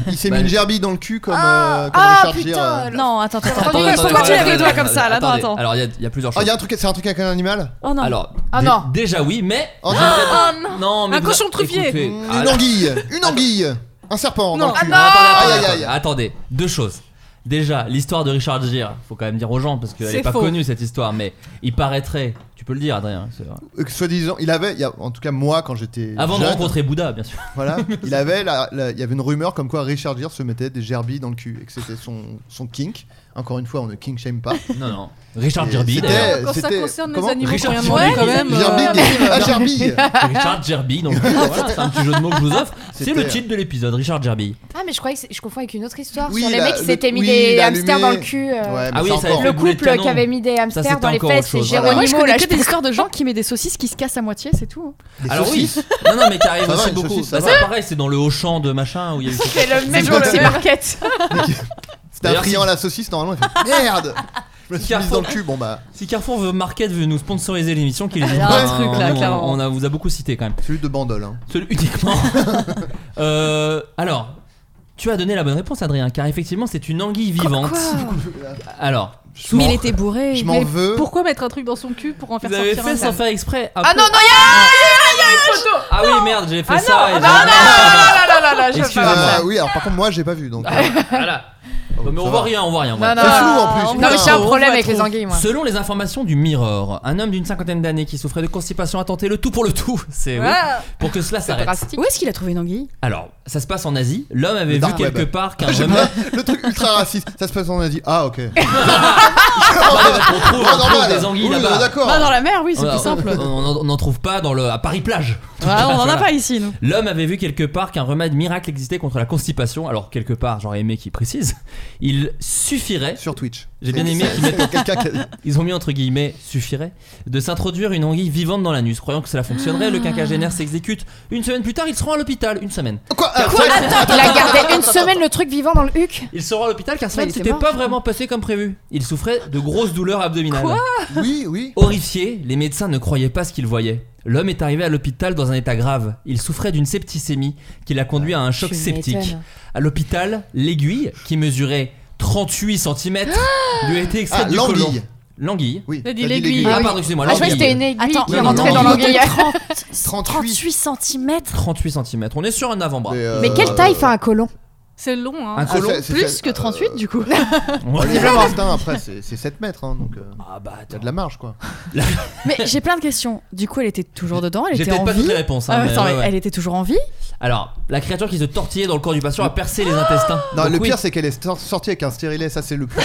[SPEAKER 6] Il s'est
[SPEAKER 5] Bah,
[SPEAKER 6] mis une
[SPEAKER 5] je-
[SPEAKER 6] gerbille dans le cul comme, euh, comme
[SPEAKER 2] Ah
[SPEAKER 6] Richard Gere. euh.
[SPEAKER 2] putain
[SPEAKER 9] Non, attends, attends.
[SPEAKER 2] Attendez,
[SPEAKER 9] attends.
[SPEAKER 5] attendez,
[SPEAKER 9] Pourquoi tu lèves les doigts
[SPEAKER 5] attendez,
[SPEAKER 9] comme ça là Non,
[SPEAKER 5] attendez.
[SPEAKER 9] attends.
[SPEAKER 5] Alors il y a- il y, a plusieurs
[SPEAKER 6] Oh,
[SPEAKER 5] choses.
[SPEAKER 6] il y a un truc, c'est un truc avec un animal
[SPEAKER 9] Oh non.
[SPEAKER 5] Alors,
[SPEAKER 2] Ah
[SPEAKER 5] dé-
[SPEAKER 2] non.
[SPEAKER 5] déjà oui, mais
[SPEAKER 6] Oh,
[SPEAKER 9] Oh non.
[SPEAKER 5] non, mais
[SPEAKER 8] Un
[SPEAKER 5] vous-
[SPEAKER 8] cochon truffier.
[SPEAKER 5] écoutez,
[SPEAKER 6] Une
[SPEAKER 5] ah, Ah,
[SPEAKER 6] anguille Une anguille Un serpent
[SPEAKER 8] Non.
[SPEAKER 6] dans le cul.
[SPEAKER 5] Attendez,
[SPEAKER 6] Aïe,
[SPEAKER 5] attendez,
[SPEAKER 6] aïe,
[SPEAKER 5] attendez,
[SPEAKER 6] aïe.
[SPEAKER 5] attendez. deux choses. Déjà, l'histoire de Richard Gere, faut quand même dire aux gens parce qu'elle
[SPEAKER 8] C'est
[SPEAKER 5] est pas
[SPEAKER 8] faux.
[SPEAKER 5] connue cette histoire, mais il paraîtrait, tu peux le dire, Adrien. hein, c'est vrai.
[SPEAKER 6] Euh, que Soi-disant, il avait, il y a- en tout cas moi quand j'étais
[SPEAKER 5] Avant de
[SPEAKER 6] jeune,
[SPEAKER 5] rencontrer Bouddha, bien sûr.
[SPEAKER 6] voilà, il avait, la- la- il y avait une rumeur comme quoi Richard Gere se mettait des gerbilles dans le cul et que c'était son, son kink. Encore une fois, on ne kink shame pas.
[SPEAKER 5] Non, non. Richard
[SPEAKER 6] Et
[SPEAKER 5] Gerby.
[SPEAKER 6] c'était-
[SPEAKER 5] d'ailleurs.
[SPEAKER 8] Quand ça
[SPEAKER 6] c'était-
[SPEAKER 8] concerne les
[SPEAKER 6] comment
[SPEAKER 8] animaux qui ont rien
[SPEAKER 5] Richard
[SPEAKER 8] demandé
[SPEAKER 5] Gere-
[SPEAKER 8] quand même.
[SPEAKER 5] Euh,
[SPEAKER 6] Gerbille, des- ah, gerbille
[SPEAKER 5] Richard Gerby, donc voilà, c'est un petit jeu de mots que je vous offre. C'est
[SPEAKER 6] C'était-
[SPEAKER 5] le titre de l'épisode, Richard Gerby.
[SPEAKER 2] Ah, mais je croyais que c'est- je confonds avec une autre histoire
[SPEAKER 6] Oui,
[SPEAKER 2] sur les
[SPEAKER 6] la-
[SPEAKER 2] mecs qui
[SPEAKER 6] le-
[SPEAKER 2] s'étaient mis
[SPEAKER 6] oui,
[SPEAKER 2] des
[SPEAKER 6] il a
[SPEAKER 2] hamsters
[SPEAKER 6] allumé.
[SPEAKER 2] dans le cul. euh,
[SPEAKER 6] Ouais, mais
[SPEAKER 5] Ah oui,
[SPEAKER 6] ça
[SPEAKER 5] ça avait
[SPEAKER 6] encore.
[SPEAKER 5] fait
[SPEAKER 2] Le
[SPEAKER 5] boulet de
[SPEAKER 2] couple
[SPEAKER 5] canon.
[SPEAKER 2] qui avait mis des
[SPEAKER 5] Ça,
[SPEAKER 2] hamsters
[SPEAKER 5] c'était
[SPEAKER 2] dans les
[SPEAKER 5] encore
[SPEAKER 2] fesses,
[SPEAKER 5] autre
[SPEAKER 2] c'est
[SPEAKER 5] chose,
[SPEAKER 9] Moi,
[SPEAKER 2] Jérôme
[SPEAKER 9] je
[SPEAKER 2] là,
[SPEAKER 9] connais
[SPEAKER 2] je
[SPEAKER 9] que des histoires de gens qui mettent des saucisses qui se cassent à moitié, c'est tout.
[SPEAKER 6] Des
[SPEAKER 5] Alors oui.
[SPEAKER 6] saucisses.
[SPEAKER 5] Non, non, mais t'arrives
[SPEAKER 6] Ça va,
[SPEAKER 5] aussi
[SPEAKER 6] une
[SPEAKER 5] beaucoup.
[SPEAKER 6] saucisse, ça
[SPEAKER 5] Bah,
[SPEAKER 6] va.
[SPEAKER 5] c'est pareil, c'est dans le haut champ de machin où il y a eu.
[SPEAKER 2] C'est le même
[SPEAKER 6] C'est
[SPEAKER 2] jour,
[SPEAKER 6] quoi,
[SPEAKER 2] c'est
[SPEAKER 6] c'est-
[SPEAKER 2] market.
[SPEAKER 6] C'était un
[SPEAKER 5] D'ailleurs,
[SPEAKER 6] friand
[SPEAKER 5] si-
[SPEAKER 6] à la saucisse normalement. Il fait, Merde, je me suis
[SPEAKER 5] Carrefour.
[SPEAKER 6] mise dans le cul. Bon bah,
[SPEAKER 5] Si Carrefour veut- Market veut nous sponsoriser l'émission, qu'il est
[SPEAKER 9] Il y a un truc, là,
[SPEAKER 5] on,
[SPEAKER 9] clairement.
[SPEAKER 5] on a- vous a beaucoup cité quand même.
[SPEAKER 6] celui de Bandol. hein.
[SPEAKER 5] Celui uniquement. Euh, alors, tu as donné la bonne réponse, Adrien, car effectivement, c'est une anguille vivante. alors,
[SPEAKER 9] Mais il
[SPEAKER 5] souvent-
[SPEAKER 9] était bourré.
[SPEAKER 6] Je m'en
[SPEAKER 8] Mais
[SPEAKER 6] veux.
[SPEAKER 8] Pourquoi mettre un truc dans son cul pour en faire
[SPEAKER 5] vous avez
[SPEAKER 8] sortir
[SPEAKER 5] fait
[SPEAKER 8] un
[SPEAKER 5] sans faire exprès. un
[SPEAKER 2] Ah
[SPEAKER 5] peu-
[SPEAKER 2] non, non, il y a
[SPEAKER 5] Ah oui, merde, j'ai fait
[SPEAKER 2] Ah
[SPEAKER 5] ça. et
[SPEAKER 2] non,
[SPEAKER 5] j'ai-
[SPEAKER 2] non,
[SPEAKER 5] Ah,
[SPEAKER 2] non, non, non, non, non, je veux
[SPEAKER 5] Excuse-moi.
[SPEAKER 2] pas.
[SPEAKER 6] Euh, oui, alors par contre moi j'ai pas vu donc. euh,
[SPEAKER 5] voilà.
[SPEAKER 6] bon,
[SPEAKER 5] Mais
[SPEAKER 6] ça
[SPEAKER 5] on voit
[SPEAKER 6] va.
[SPEAKER 5] rien, on voit rien. voilà.
[SPEAKER 2] Non,
[SPEAKER 6] C'est flou en
[SPEAKER 2] non.
[SPEAKER 6] plus.
[SPEAKER 2] Non, mais
[SPEAKER 6] putain.
[SPEAKER 2] j'ai un
[SPEAKER 8] on
[SPEAKER 2] problème
[SPEAKER 8] voit
[SPEAKER 2] avec
[SPEAKER 8] trop.
[SPEAKER 2] les anguilles, moi.
[SPEAKER 5] Selon les informations du Mirror, un homme d'une cinquantaine d'années qui souffrait de constipation a tenté le tout pour le tout. C'est oui,
[SPEAKER 8] Ah,
[SPEAKER 5] pour que cela s'arrête.
[SPEAKER 2] Drastique.
[SPEAKER 9] Où est-ce qu'il a trouvé une anguille
[SPEAKER 5] Alors, ça se passe en Asie. L'homme
[SPEAKER 6] Le
[SPEAKER 5] avait vu
[SPEAKER 6] dark
[SPEAKER 5] quelque
[SPEAKER 6] web.
[SPEAKER 5] part qu'un
[SPEAKER 6] J'ai
[SPEAKER 5] remède.
[SPEAKER 6] pas- le truc ultra raciste. Ça se passe on a dit ah ok.
[SPEAKER 5] On trouve,
[SPEAKER 6] Ah,
[SPEAKER 5] on trouve
[SPEAKER 6] normal.
[SPEAKER 5] des anguilles
[SPEAKER 6] Oui,
[SPEAKER 5] là-bas.
[SPEAKER 6] D'accord.
[SPEAKER 9] Bah, dans la mer, oui, c'est
[SPEAKER 5] On-
[SPEAKER 9] plus simple.
[SPEAKER 5] On on- on n'en trouve pas dans le, à Paris-Plage.
[SPEAKER 9] Ah, on en a
[SPEAKER 5] Voilà.
[SPEAKER 9] pas ici, nous.
[SPEAKER 5] L'homme avait vu quelque part qu'un remède miracle existait contre la constipation. Alors, quelque part, j'aurais aimé qu'il précise. Il suffirait,
[SPEAKER 6] Sur Twitch.
[SPEAKER 5] J'ai bien aimé qu'ils
[SPEAKER 6] mettent quelqu'un qui a-
[SPEAKER 5] ils ont mis entre guillemets, suffirait, de s'introduire une anguille vivante dans l'anus. Croyant que cela fonctionnerait, le quinquagénaire s'exécute. Une semaine plus tard, il se rend à l'hôpital. Une semaine.
[SPEAKER 6] Quoi Ah, c'est vrai que-
[SPEAKER 2] Il a gardé une semaine le truc vivant dans le huc.
[SPEAKER 5] Il se rend à l'hôpital car
[SPEAKER 9] Mais
[SPEAKER 5] cela
[SPEAKER 9] il
[SPEAKER 5] ne
[SPEAKER 9] était
[SPEAKER 5] s'était
[SPEAKER 9] mort,
[SPEAKER 5] pas
[SPEAKER 9] je
[SPEAKER 5] vraiment passé comme prévu. Il souffrait de grosses douleurs abdominales.
[SPEAKER 6] Oui, oui.
[SPEAKER 5] Horrifiés, les médecins ne croyaient pas ce qu'ils voyaient. L'homme est arrivé à l'hôpital dans un état grave. Il souffrait d'une septicémie qui l'a conduit à un choc
[SPEAKER 2] Tu
[SPEAKER 5] septique.
[SPEAKER 2] m'étonnes.
[SPEAKER 5] À l'hôpital, l'aiguille, qui mesurait 38 cm, lui a été extraite
[SPEAKER 6] Ah,
[SPEAKER 5] du côlon.
[SPEAKER 6] l'anguille.
[SPEAKER 5] L'anguille.
[SPEAKER 6] Oui.
[SPEAKER 8] T'as dit
[SPEAKER 6] t'as
[SPEAKER 8] l'aiguille.
[SPEAKER 5] Ah,
[SPEAKER 8] oui.
[SPEAKER 5] pardon, excusez-moi.
[SPEAKER 2] Ah, je croyais que c'était
[SPEAKER 5] l'anguille.
[SPEAKER 2] une aiguille
[SPEAKER 9] Attends,
[SPEAKER 2] qui
[SPEAKER 5] non,
[SPEAKER 2] rentrait
[SPEAKER 5] non,
[SPEAKER 2] dans
[SPEAKER 5] non.
[SPEAKER 2] l'anguille.
[SPEAKER 9] 38 cm
[SPEAKER 5] 38 cm. On est sur un avant-bras.
[SPEAKER 6] Mais, euh,
[SPEAKER 2] Mais quelle taille fait un colon
[SPEAKER 8] C'est long, hein.
[SPEAKER 5] Un
[SPEAKER 6] Ah,
[SPEAKER 5] colon.
[SPEAKER 6] c'est- c'est-
[SPEAKER 9] Plus
[SPEAKER 6] c'est-
[SPEAKER 9] que 38, du coup.
[SPEAKER 6] euh, les Martins, après, c'est c'est 7 mètres, hein, donc euh,
[SPEAKER 5] Ah bah attends.
[SPEAKER 6] t'as de la marge quoi.
[SPEAKER 9] Mais j'ai plein de questions. Du coup, elle était toujours dedans, elle
[SPEAKER 5] J'ai
[SPEAKER 9] était en
[SPEAKER 5] peut-être pas
[SPEAKER 9] vie.
[SPEAKER 5] toutes les réponses. hein,
[SPEAKER 9] Ah,
[SPEAKER 5] mais
[SPEAKER 9] attends,
[SPEAKER 5] ouais,
[SPEAKER 9] mais
[SPEAKER 5] ouais.
[SPEAKER 9] elle était toujours en vie
[SPEAKER 5] Alors, la créature qui se tortillait dans le corps du patient a percé les intestins.
[SPEAKER 6] Non,
[SPEAKER 5] Donc
[SPEAKER 6] le
[SPEAKER 5] oui,
[SPEAKER 6] pire, c'est qu'elle est sor- sortie avec un stérilet, ça c'est le plus.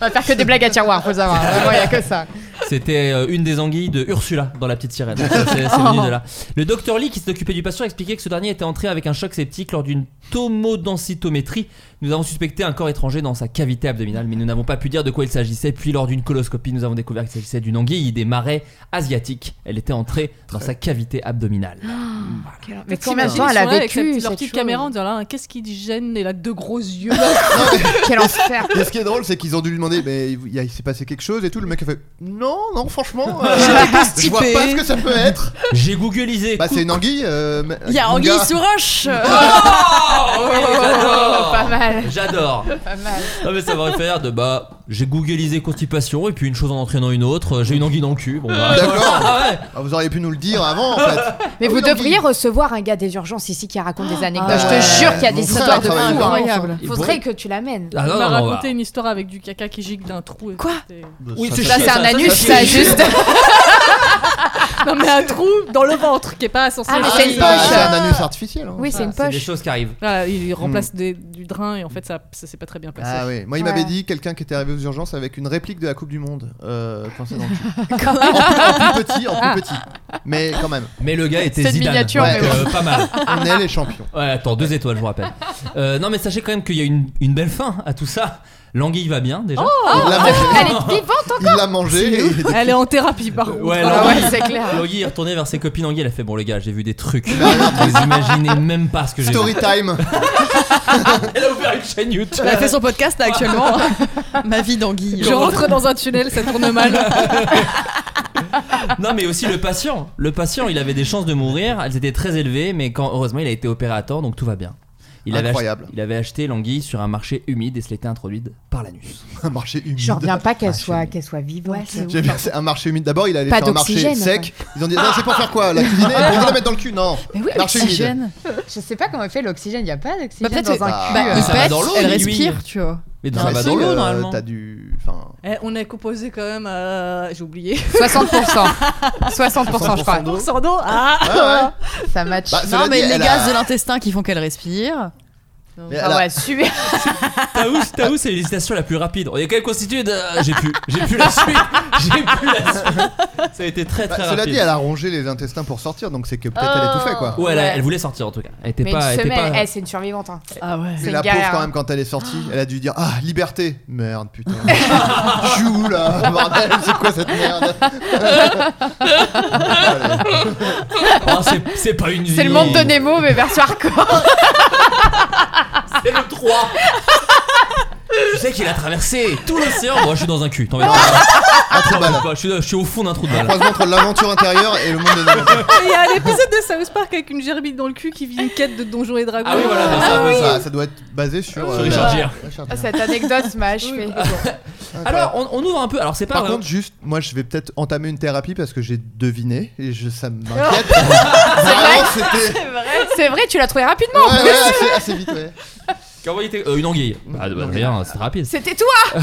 [SPEAKER 2] On va faire que des blagues à tiroir, faut le savoir. Vraiment, il y a que ça.
[SPEAKER 5] C'était euh, une des anguilles de Ursula dans La Petite Sirène. C'est c'est venu de là. Le docteur Lee, qui s'occupait du patient, expliquait que ce dernier était entré avec un choc septique lors d'une tomodensitométrie. Nous avons suspecté un corps étranger dans sa cavité abdominale, mais nous n'avons pas pu dire de quoi il s'agissait. Puis, lors d'une coloscopie, nous avons découvert qu'il s'agissait d'une anguille des marais asiatiques. Elle était entrée dans sa cavité abdominale.
[SPEAKER 2] Mais
[SPEAKER 8] T'imagines,
[SPEAKER 2] combien de temps
[SPEAKER 8] ils
[SPEAKER 2] elle
[SPEAKER 8] sont
[SPEAKER 2] a
[SPEAKER 8] là avec sa
[SPEAKER 2] vécu
[SPEAKER 8] petite- leur
[SPEAKER 2] cette
[SPEAKER 8] petite
[SPEAKER 2] chose
[SPEAKER 8] caméra en disant là, qu'est-ce qui gêne Et là, deux gros yeux.
[SPEAKER 6] Non, mais-
[SPEAKER 2] Quel enfer
[SPEAKER 6] et ce qui est drôle, c'est qu'ils ont dû lui demander, mais il y a- il s'est passé quelque chose et tout. Le mec a fait, non, non, franchement, euh, je vois pas ce que ça peut être.
[SPEAKER 5] J'ai googlisé.
[SPEAKER 6] Bah, c'est une anguille. euh, mais-
[SPEAKER 9] Il y a
[SPEAKER 5] Ah,
[SPEAKER 6] manga.
[SPEAKER 9] Anguille sous roche
[SPEAKER 5] Oh, oui, j'adore.
[SPEAKER 2] mal.
[SPEAKER 5] J'adore.
[SPEAKER 2] Pas mal.
[SPEAKER 5] Non mais ça va faire de bah j'ai googlisé constipation et puis une chose en entraînant une autre, euh, j'ai une anguille dans le cul. Bon bah,
[SPEAKER 6] D'accord.
[SPEAKER 5] Ah ouais.
[SPEAKER 6] Ah, vous auriez pu nous le dire avant en fait.
[SPEAKER 2] Mais
[SPEAKER 6] Ah
[SPEAKER 2] vous
[SPEAKER 6] oui, l'anguille.
[SPEAKER 2] devriez recevoir un gars des urgences ici qui raconte des anecdotes.
[SPEAKER 6] ah,
[SPEAKER 2] je te jure qu'il y a
[SPEAKER 6] mon
[SPEAKER 2] des
[SPEAKER 6] frère
[SPEAKER 2] histoires de fou.
[SPEAKER 6] travaille
[SPEAKER 2] hein.
[SPEAKER 6] là-bas.
[SPEAKER 5] Il
[SPEAKER 2] Faudrait
[SPEAKER 5] pourrait-
[SPEAKER 2] que tu l'amènes.
[SPEAKER 5] Ah, non,
[SPEAKER 8] on m'a
[SPEAKER 5] non, on va-
[SPEAKER 8] raconté une histoire avec du caca qui gicle d'un trou. et
[SPEAKER 2] Quoi
[SPEAKER 8] c'était-
[SPEAKER 5] Oui, c'est
[SPEAKER 2] Là,
[SPEAKER 5] chier,
[SPEAKER 2] c'est un
[SPEAKER 5] ça,
[SPEAKER 2] anus,
[SPEAKER 5] c'est
[SPEAKER 2] ça,
[SPEAKER 5] chier.
[SPEAKER 2] juste.
[SPEAKER 8] Non, mais un trou dans le ventre qui est pas censé.
[SPEAKER 2] Ah, mais
[SPEAKER 6] Ah,
[SPEAKER 2] c'est une
[SPEAKER 6] bah,
[SPEAKER 2] poche.
[SPEAKER 6] C'est un anus artificiel. hein.
[SPEAKER 2] Oui, c'est
[SPEAKER 8] Ah,
[SPEAKER 2] une
[SPEAKER 5] C'est des
[SPEAKER 2] poche.
[SPEAKER 5] choses qui arrivent.
[SPEAKER 8] Voilà, il
[SPEAKER 5] Hmm.
[SPEAKER 8] remplace des- du drain et en fait ça, ça s'est pas très bien passé.
[SPEAKER 6] Ah oui, moi il
[SPEAKER 2] Ouais.
[SPEAKER 6] m'avait dit quelqu'un qui était arrivé aux urgences avec une réplique de la Coupe du Monde. Euh, quand c'est dans le cul.
[SPEAKER 2] Quand Ah.
[SPEAKER 6] en, plus, en plus petit, en plus petit. Mais quand même,
[SPEAKER 5] Mais le gars était
[SPEAKER 2] C'est une
[SPEAKER 5] Zidane.
[SPEAKER 2] miniature,
[SPEAKER 5] donc,
[SPEAKER 6] mais
[SPEAKER 5] euh, pas mal.
[SPEAKER 6] on est les champions.
[SPEAKER 5] Ouais, attends, deux étoiles, je vous rappelle. Euh, non, mais sachez quand même qu'il y a une, une belle fin à tout ça. L'anguille va bien déjà.
[SPEAKER 2] Oh
[SPEAKER 6] il l'a mangé.
[SPEAKER 2] Ah, Elle est vivante
[SPEAKER 6] Il l'a mangé. et-
[SPEAKER 8] Elle est en thérapie par contre.
[SPEAKER 5] ouais,
[SPEAKER 2] Ah
[SPEAKER 5] l'anguille.
[SPEAKER 2] ouais, c'est clair.
[SPEAKER 5] L'anguille est retournée vers ses copines anguilles. Elle a fait Bon, les gars, j'ai vu des trucs.
[SPEAKER 6] Mais alors,
[SPEAKER 5] Vous imaginez même pas ce que j'ai vu.
[SPEAKER 6] Story time.
[SPEAKER 5] Elle a ouvert une chaîne YouTube.
[SPEAKER 9] Elle a fait son podcast là actuellement. Ma vie d'anguille.
[SPEAKER 8] Je rentre dans un tunnel, ça tourne mal.
[SPEAKER 5] Non, mais aussi le patient. Le patient, il avait des chances de mourir. Elles étaient très élevées, mais quand, heureusement, il a été opéré à temps, donc tout va bien. Il avait
[SPEAKER 6] Incroyable.
[SPEAKER 5] acheté- il avait acheté l'anguille sur un marché humide et se l'était introduite par l'anus.
[SPEAKER 6] Un marché humide.
[SPEAKER 2] Je reviens pas qu'elle
[SPEAKER 5] Ah, je
[SPEAKER 2] soit,
[SPEAKER 5] sais.
[SPEAKER 2] qu'elle soit vivante.
[SPEAKER 6] J'ai vu, c'est un marché humide. D'abord, il allait
[SPEAKER 2] Pas
[SPEAKER 6] faire un marché
[SPEAKER 2] d'oxygène, Ah.
[SPEAKER 6] sec. Ils ont dit non, c'est pour faire quoi La cuisiner Pour la mettre dans le cul Non.
[SPEAKER 9] Mais oui,
[SPEAKER 6] Marché
[SPEAKER 9] l'oxygène.
[SPEAKER 2] Je sais pas comment elle fait l'oxygène. Il y a pas
[SPEAKER 9] Bah,
[SPEAKER 2] d'oxygène
[SPEAKER 9] peut-être
[SPEAKER 2] dans un
[SPEAKER 6] que-
[SPEAKER 2] cul. euh.
[SPEAKER 9] bah,
[SPEAKER 6] Ah.
[SPEAKER 9] il
[SPEAKER 5] Ça va
[SPEAKER 9] pète,
[SPEAKER 5] dans l'eau,
[SPEAKER 9] elle
[SPEAKER 5] il
[SPEAKER 9] respire,
[SPEAKER 5] huile.
[SPEAKER 9] tu vois.
[SPEAKER 5] Mais
[SPEAKER 6] Non,
[SPEAKER 5] ça
[SPEAKER 6] mais
[SPEAKER 5] va
[SPEAKER 6] si,
[SPEAKER 5] dans l'eau,
[SPEAKER 6] euh,
[SPEAKER 5] normalement.
[SPEAKER 6] T'as du. Enfin.
[SPEAKER 8] Eh, on est composé quand même à. J'ai oublié.
[SPEAKER 2] 60%. 60%, je
[SPEAKER 6] 60%
[SPEAKER 2] crois.
[SPEAKER 6] d'eau.
[SPEAKER 8] Sans dos Ah
[SPEAKER 6] Ouais, ouais.
[SPEAKER 2] Ça match.
[SPEAKER 6] Bah, cela
[SPEAKER 9] Non, mais
[SPEAKER 6] dit,
[SPEAKER 9] les
[SPEAKER 6] elle
[SPEAKER 9] gaz
[SPEAKER 6] a-
[SPEAKER 9] de l'intestin qui font qu'elle respire.
[SPEAKER 6] Mais
[SPEAKER 2] Ah
[SPEAKER 6] elle a-
[SPEAKER 2] ouais, super.
[SPEAKER 5] Taous, Taous, c'est l'hésitation la plus rapide. Il y a quand même constitué de. euh, J'ai pu, j'ai pu la suite, j'ai pu la suite. Ça a été très
[SPEAKER 6] bah,
[SPEAKER 5] très
[SPEAKER 6] Cela
[SPEAKER 5] rapide.
[SPEAKER 6] dit, elle a rongé les intestins pour sortir, donc c'est que peut-être elle est tout fait quoi.
[SPEAKER 5] Ouais, elle, a-
[SPEAKER 2] Ouais.
[SPEAKER 5] elle voulait sortir en tout cas. Elle était
[SPEAKER 2] Mais
[SPEAKER 5] pas.
[SPEAKER 2] une
[SPEAKER 5] elle était
[SPEAKER 2] semaine,
[SPEAKER 5] pas-
[SPEAKER 2] eh, c'est une survivante. hein.
[SPEAKER 9] Ah ouais.
[SPEAKER 2] C'est
[SPEAKER 6] Mais
[SPEAKER 2] une
[SPEAKER 6] la
[SPEAKER 2] hein.
[SPEAKER 6] pauvre,
[SPEAKER 2] galère.
[SPEAKER 6] quand même, quand elle est sortie, elle a dû dire Ah, liberté Merde, putain. Je suis où là Bordel, c'est quoi cette merde
[SPEAKER 5] Oh, c'est- c'est pas une vie.
[SPEAKER 2] C'est le monde de Nemo, mais version hardcore.
[SPEAKER 5] C'est le 3. Je sais qu'il a traversé tout l'océan. Moi, je suis dans un cul. T'en veux
[SPEAKER 6] Ah,
[SPEAKER 5] pas
[SPEAKER 6] Un trou de balle.
[SPEAKER 5] Je suis- je suis au fond d'un trou de balle.
[SPEAKER 6] Croisement entre l'aventure intérieure et le monde des nains.
[SPEAKER 8] Ah, Il y a l'épisode de South Park avec une gerbille dans le cul qui vit une quête de donjons et dragons.
[SPEAKER 5] Ah oui, voilà, bah, c'est un peu ça.
[SPEAKER 6] ça, ça doit être basé sur. euh,
[SPEAKER 5] Sur Richard
[SPEAKER 6] la-
[SPEAKER 5] Gere.
[SPEAKER 6] Richard Gere.
[SPEAKER 2] Cette anecdote m'a achevé.
[SPEAKER 5] Alors, on, on ouvre un peu. Alors, c'est pas.
[SPEAKER 6] Par
[SPEAKER 5] vraiment-
[SPEAKER 6] contre, juste, moi je vais peut-être entamer une thérapie parce que j'ai deviné et je, ça m'inquiète. Vraiment, c'était.
[SPEAKER 2] C'est vrai, tu l'as trouvé rapidement.
[SPEAKER 6] Ouais, ouais, assez, assez vite, ouais.
[SPEAKER 5] Comment il était Euh, Une anguille. Bah, bah, rien, c'est rapide.
[SPEAKER 2] C'était toi.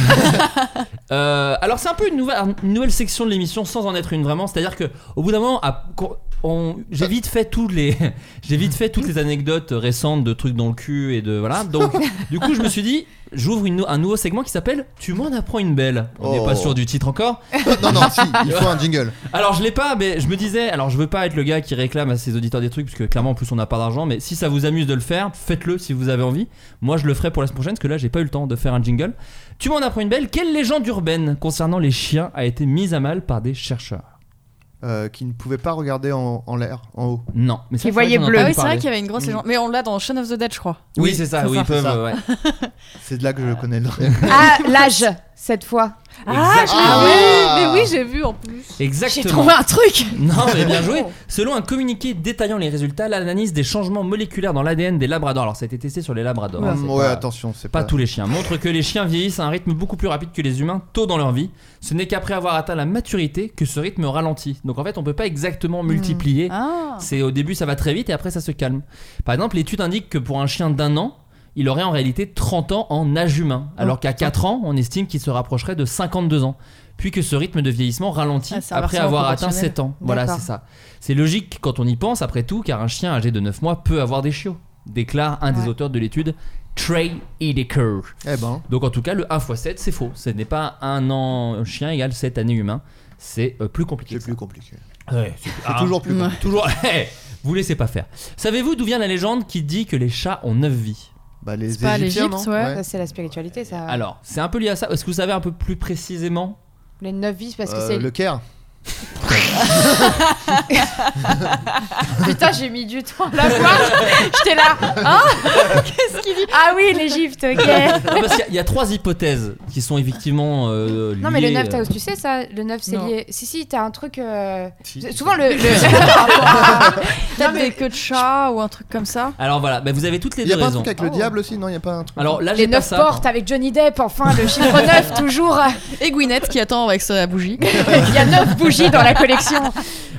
[SPEAKER 5] Euh, alors c'est un peu une nouvelle, une nouvelle section de l'émission sans en être une vraiment, c'est-à-dire que au bout d'un moment, à- qu'on- on- j'ai vite fait tous les, j'ai vite fait toutes les anecdotes récentes de trucs dans le cul et de voilà. Donc du coup, je me suis dit, j'ouvre une nou- un nouveau segment qui s'appelle "Tu m'en apprends une belle". On n'est
[SPEAKER 6] Oh.
[SPEAKER 5] pas sûr du titre encore.
[SPEAKER 6] Non, non, si, il faut un jingle.
[SPEAKER 5] Alors je l'ai pas, mais je me disais, alors je veux pas être le gars qui réclame à ses auditeurs des trucs, parce que clairement en plus on n'a pas d'argent, mais si ça vous amuse de le faire, faites-le si vous avez envie. Moi je le ferai pour la semaine prochaine, parce que là j'ai pas eu le temps de faire un jingle. Tu m'en apprends une belle, quelle légende urbaine concernant les chiens a été mise à mal par des chercheurs
[SPEAKER 6] Euh, qui ne pouvait pas regarder en, en l'air, en haut.
[SPEAKER 5] Non, mais ça,
[SPEAKER 2] Qui
[SPEAKER 5] c'est vrai
[SPEAKER 2] voyaient
[SPEAKER 5] que j'en ai
[SPEAKER 2] bleu.
[SPEAKER 9] Ah
[SPEAKER 5] entendu
[SPEAKER 9] oui, c'est vrai
[SPEAKER 5] parler.
[SPEAKER 9] qu'il y avait une grosse légende. Mais on l'a dans Shaun of the Dead, je crois.
[SPEAKER 5] Oui, c'est ça, oui, ils peuvent.
[SPEAKER 6] ça.
[SPEAKER 5] ouais.
[SPEAKER 6] C'est de là
[SPEAKER 5] Euh,
[SPEAKER 6] que je connais le.
[SPEAKER 2] Ah, l'âge, cette fois.
[SPEAKER 8] Ah, je l'ai
[SPEAKER 6] Ah ouais.
[SPEAKER 8] vu Mais oui, j'ai vu en plus.
[SPEAKER 5] Exactement.
[SPEAKER 9] un truc
[SPEAKER 5] Non, mais bien joué. Selon un communiqué détaillant les résultats, l'analyse des changements moléculaires dans l'ADN des labradors. Alors, ça a été testé sur les labradors. hein, c'est
[SPEAKER 6] Mm, ouais,
[SPEAKER 5] pas-
[SPEAKER 6] attention, c'est
[SPEAKER 5] Pas
[SPEAKER 6] pas.
[SPEAKER 5] tous les chiens. Montre que les chiens vieillissent à un rythme beaucoup plus rapide que les humains tôt dans leur vie. Ce n'est qu'après avoir atteint la maturité que ce rythme ralentit. Donc en fait, on peut pas exactement multiplier.
[SPEAKER 9] Ah
[SPEAKER 5] C'est au début ça va très vite et après ça se calme. Par exemple, l'étude indique que pour un chien d'un an, il aurait en réalité 30 ans en âge humain,
[SPEAKER 9] Oh.
[SPEAKER 5] alors qu'à 4 ans, on estime qu'il se rapprocherait de 52 ans. Puis que ce rythme de vieillissement ralentit
[SPEAKER 9] Ah, c'est
[SPEAKER 5] après
[SPEAKER 9] inversement
[SPEAKER 5] avoir atteint
[SPEAKER 9] proportionnel.
[SPEAKER 5] 7 ans. Voilà,
[SPEAKER 2] D'accord.
[SPEAKER 5] c'est ça. C'est logique quand on y pense, après tout, car un chien âgé de 9 mois peut avoir des chiots, déclare un des
[SPEAKER 2] Ouais.
[SPEAKER 5] auteurs de l'étude, Trey Edeker.
[SPEAKER 6] Eh ben.
[SPEAKER 5] Donc en tout cas, le 1 x 7, c'est faux. Ce n'est pas un an chien égale 7 années humain. C'est euh, plus compliqué.
[SPEAKER 6] C'est
[SPEAKER 5] que ça.
[SPEAKER 6] plus compliqué.
[SPEAKER 5] Ouais, c'est ah,
[SPEAKER 6] Toujours plus. compliqué.
[SPEAKER 5] toujours- Hey, vous laissez pas faire. Savez-vous d'où vient la légende qui dit que les chats ont 9 vies
[SPEAKER 6] Bah, les
[SPEAKER 9] C'est pas
[SPEAKER 6] Égyptiens,
[SPEAKER 9] l'Égypte,
[SPEAKER 6] non
[SPEAKER 9] ouais.
[SPEAKER 2] Ça, c'est la spiritualité, ça.
[SPEAKER 5] Alors, c'est un peu lié à ça. Est-ce que vous savez un peu plus précisément
[SPEAKER 2] Les 9 vies, parce que
[SPEAKER 6] Euh,
[SPEAKER 2] c'est.
[SPEAKER 6] le Caire.
[SPEAKER 2] Putain, j'ai mis du temps à la voir. J'étais là. Hein Qu'est-ce qu'il dit Ah oui, l'Égypte, ok.
[SPEAKER 5] Non, parce qu'il y a- il y, a trois hypothèses qui sont effectivement euh, liées.
[SPEAKER 2] Non, mais le 9,
[SPEAKER 5] euh,
[SPEAKER 2] t'as- tu sais ça Le 9, c'est
[SPEAKER 8] Non.
[SPEAKER 2] lié. Si, si, t'as un truc. euh,
[SPEAKER 6] Si.
[SPEAKER 2] Souvent, le.
[SPEAKER 9] Peut-être des queues de chat ou un truc comme ça.
[SPEAKER 5] Alors voilà, bah, vous avez toutes les
[SPEAKER 6] Il y
[SPEAKER 5] deux
[SPEAKER 6] a pas un
[SPEAKER 5] raisons.
[SPEAKER 6] truc avec le diable aussi Non, il y a pas un truc.
[SPEAKER 5] Alors là,
[SPEAKER 2] Les
[SPEAKER 5] Ah, j'ai pas
[SPEAKER 2] 9
[SPEAKER 5] ça.
[SPEAKER 2] portes avec Johnny Depp, enfin, le chiffre 9, toujours.
[SPEAKER 9] Et Gwyneth qui attend avec sa bougie.
[SPEAKER 2] Il y a 9 bougies dans la collection.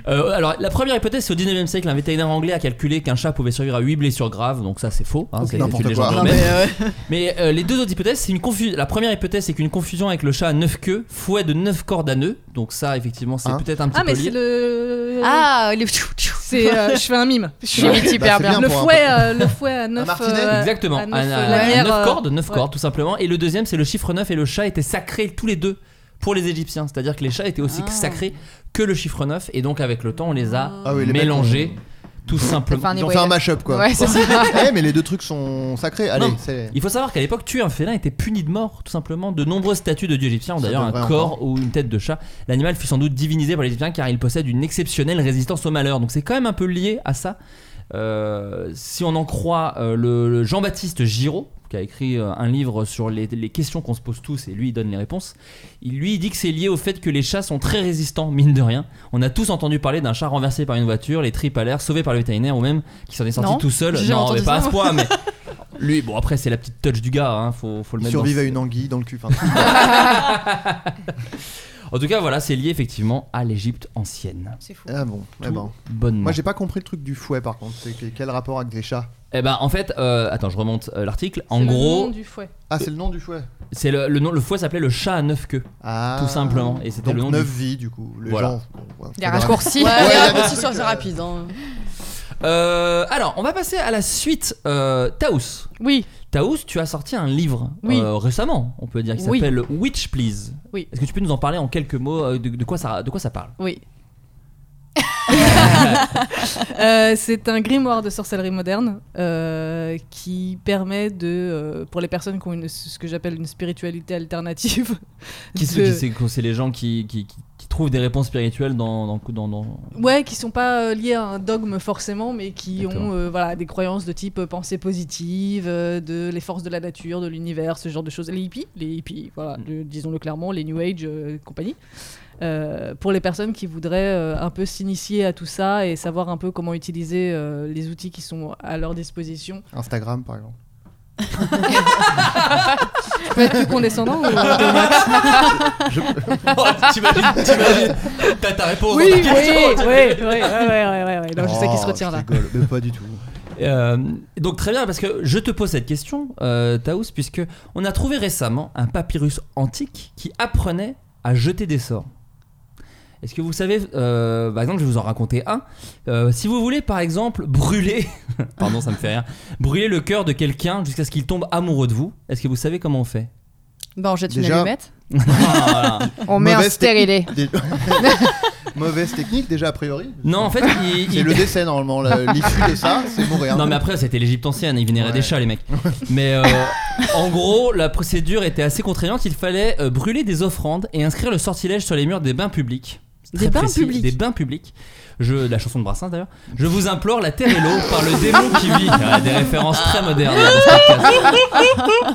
[SPEAKER 5] Euh, alors, la première hypothèse, c'est au 19 e siècle, un vétérinaire anglais a calculé qu'un chat pouvait survivre à 8 blessures graves, donc ça c'est faux, hein, c'est
[SPEAKER 6] n'importe
[SPEAKER 5] une légende
[SPEAKER 6] quoi.
[SPEAKER 5] urbaine.
[SPEAKER 6] Non,
[SPEAKER 5] mais euh, les deux autres hypothèses, c'est une confusion. La première hypothèse, c'est qu'une confusion avec le chat à 9 queues, fouet de 9 cordes à nœuds, donc ça effectivement c'est
[SPEAKER 6] Hein
[SPEAKER 5] peut-être un petit
[SPEAKER 8] Ah,
[SPEAKER 5] peu
[SPEAKER 8] mais
[SPEAKER 5] lié.
[SPEAKER 8] c'est le.
[SPEAKER 9] Ah, il est.
[SPEAKER 8] C'est, euh, je fais un mime. Je suis
[SPEAKER 6] Ouais, bah,
[SPEAKER 8] hyper
[SPEAKER 6] c'est
[SPEAKER 8] bien.
[SPEAKER 6] bien
[SPEAKER 8] Le
[SPEAKER 6] pour un
[SPEAKER 8] fouet, euh, le fouet à 9
[SPEAKER 6] martinet,
[SPEAKER 5] Exactement,
[SPEAKER 8] À
[SPEAKER 5] à
[SPEAKER 8] neuf,
[SPEAKER 5] 9,
[SPEAKER 8] euh, lanières, euh,
[SPEAKER 5] cordes, 9
[SPEAKER 8] ouais.
[SPEAKER 5] cordes tout simplement. Et le deuxième, c'est le chiffre 9 et le chat étaient sacrés tous les deux pour les Égyptiens, c'est-à-dire que les chats étaient aussi
[SPEAKER 9] Ah.
[SPEAKER 5] sacrés que le chiffre 9, et donc avec le temps, on les a
[SPEAKER 6] Ah oui, les mecs
[SPEAKER 5] mélangés tout simplement.
[SPEAKER 2] Enfin,
[SPEAKER 6] Ils ont fait un mash-up quoi.
[SPEAKER 2] Ouais, c'est ça.
[SPEAKER 6] Eh, mais les deux trucs sont sacrés. Allez,
[SPEAKER 5] Non.
[SPEAKER 6] c'est.
[SPEAKER 5] Il faut savoir qu'à l'époque, tuer un félin était puni de mort, tout simplement. De nombreuses statues de dieux égyptiens ont
[SPEAKER 6] Ça
[SPEAKER 5] d'ailleurs un
[SPEAKER 6] devrait
[SPEAKER 5] corps ou une tête de chat. L'animal fut sans doute divinisé par les égyptiens car il possède une exceptionnelle résistance au malheur. Donc c'est quand même un peu lié à ça. Euh, si on en croit euh, le, le Jean-Baptiste Giraud, qui a écrit euh, un livre sur les, les questions qu'on se pose tous et lui il donne les réponses, il lui il dit que c'est lié au fait que les chats sont très résistants, mine de rien. On a tous entendu parler d'un chat renversé par une voiture, les tripes à l'air, sauvé par le vétérinaire ou même qui s'en est sorti
[SPEAKER 9] Non,
[SPEAKER 5] tout seul.
[SPEAKER 9] j'ai
[SPEAKER 5] Non,
[SPEAKER 9] entendu
[SPEAKER 5] mais pas à
[SPEAKER 9] ça,
[SPEAKER 5] ce point, mais lui, bon après c'est la petite touch du gars, hein, faut, faut le
[SPEAKER 6] Ils
[SPEAKER 5] mettre.
[SPEAKER 6] survivent
[SPEAKER 5] dans-
[SPEAKER 6] à une anguille dans le cul. Enfin,
[SPEAKER 5] En tout cas voilà, c'est lié effectivement à l'Égypte ancienne.
[SPEAKER 6] ah bon, eh ben.
[SPEAKER 5] Bonne.
[SPEAKER 6] Moi j'ai pas compris le truc du fouet par contre. C'est que- quel rapport avec les chats
[SPEAKER 5] Eh ben en fait, euh, attends, je remonte euh, l'article. En
[SPEAKER 8] C'est le
[SPEAKER 5] gros,
[SPEAKER 8] nom du fouet.
[SPEAKER 6] Ah, c'est le nom du fouet.
[SPEAKER 5] c'est le, le nom, le fouet s'appelait le chat à neuf queues,
[SPEAKER 6] Ah.
[SPEAKER 5] tout simplement, et c'était
[SPEAKER 6] Donc
[SPEAKER 5] le nom.
[SPEAKER 6] 9
[SPEAKER 5] du...
[SPEAKER 6] vies du coup. Les
[SPEAKER 5] Voilà.
[SPEAKER 6] gens. bon, ouais,
[SPEAKER 2] Il y a
[SPEAKER 6] faudra-
[SPEAKER 2] raccourci.
[SPEAKER 9] Ouais,
[SPEAKER 6] il y a
[SPEAKER 9] ouais,
[SPEAKER 6] des
[SPEAKER 9] aussi,
[SPEAKER 6] trucs,
[SPEAKER 9] soit c'est
[SPEAKER 6] euh,
[SPEAKER 9] rapide. hein.
[SPEAKER 5] Euh, alors, on va passer à la suite. Euh, Taos,
[SPEAKER 8] Oui,
[SPEAKER 5] Taos, tu as sorti un livre
[SPEAKER 8] Oui.
[SPEAKER 5] euh, récemment, on peut dire, qui
[SPEAKER 8] Oui.
[SPEAKER 5] s'appelle Witch Please.
[SPEAKER 8] Oui.
[SPEAKER 5] Est-ce que tu peux nous en parler en quelques mots euh, de, de quoi ça, de quoi ça parle
[SPEAKER 8] oui. Euh, c'est un grimoire de sorcellerie moderne euh, qui permet de, euh, pour les personnes qui ont une- ce que j'appelle une spiritualité alternative,
[SPEAKER 5] Qui
[SPEAKER 8] de-
[SPEAKER 5] c'est qui c'est- c'est les gens qui, qui, qui- qui trouvent des réponses spirituelles dans dans, dans, dans-
[SPEAKER 8] Ouais, qui sont pas euh, liés à un dogme forcément, mais qui
[SPEAKER 5] Exactement.
[SPEAKER 8] ont euh, voilà, des croyances de type euh, pensée positive, euh, de les forces de la nature, de l'univers, ce genre de choses. Les hippies, les hippies, voilà,
[SPEAKER 5] Mm.
[SPEAKER 8] le- disons-le clairement, les New Age euh, et compagnie. Euh, pour les personnes qui voudraient euh, un peu s'initier à tout ça et savoir un peu comment utiliser euh, les outils qui sont à leur disposition.
[SPEAKER 6] Instagram par exemple.
[SPEAKER 8] Ça peut être plus condescendant ou-
[SPEAKER 5] Oh, t'imagines, t'imagines, t'as ta réponse.
[SPEAKER 8] Oui,
[SPEAKER 5] dans
[SPEAKER 8] oui,
[SPEAKER 5] ta
[SPEAKER 8] oui,
[SPEAKER 5] question.
[SPEAKER 8] oui, ouais, ouais, ouais, ouais, ouais. Non, je sais qu'il se
[SPEAKER 6] Oh,
[SPEAKER 8] retient là.
[SPEAKER 6] Je rigole, mais pas du tout.
[SPEAKER 5] Euh, donc très bien, parce que je te pose cette question, euh, Taous, puisque on a trouvé récemment un papyrus antique qui apprenait à jeter des sorts. Est-ce que vous savez, euh, par exemple, je vais vous en raconter un. Euh, si vous voulez, par exemple, brûler, pardon, ça me fait rire, brûler le cœur de quelqu'un jusqu'à ce qu'il tombe amoureux de vous. Est-ce que vous savez comment on fait
[SPEAKER 9] Bah, on jette une
[SPEAKER 6] Déjà-
[SPEAKER 9] allumette.
[SPEAKER 6] Ah,
[SPEAKER 5] Voilà.
[SPEAKER 2] On met un
[SPEAKER 6] Mauvaise
[SPEAKER 2] stérilé.
[SPEAKER 6] technique, dé- Mauvaise technique déjà a priori.
[SPEAKER 5] Non, en fait, il,
[SPEAKER 6] C'est
[SPEAKER 5] il-
[SPEAKER 6] le décès normalement. le- L'issue de ça, c'est mourir.
[SPEAKER 5] Non mais après c'était l'Égypte ancienne, ils vénéraient
[SPEAKER 6] Ouais.
[SPEAKER 5] des chats les mecs. mais euh, en gros la procédure était assez contraignante, il fallait euh, brûler des offrandes et inscrire le sortilège sur les murs des bains publics. C'est
[SPEAKER 9] Des
[SPEAKER 5] très
[SPEAKER 9] bains publics
[SPEAKER 5] Des bains publics. Je, la chanson de Brassens d'ailleurs. Je vous implore la terre et l'eau par le démon qui vit. Ah, des références très modernes dans ce podcast.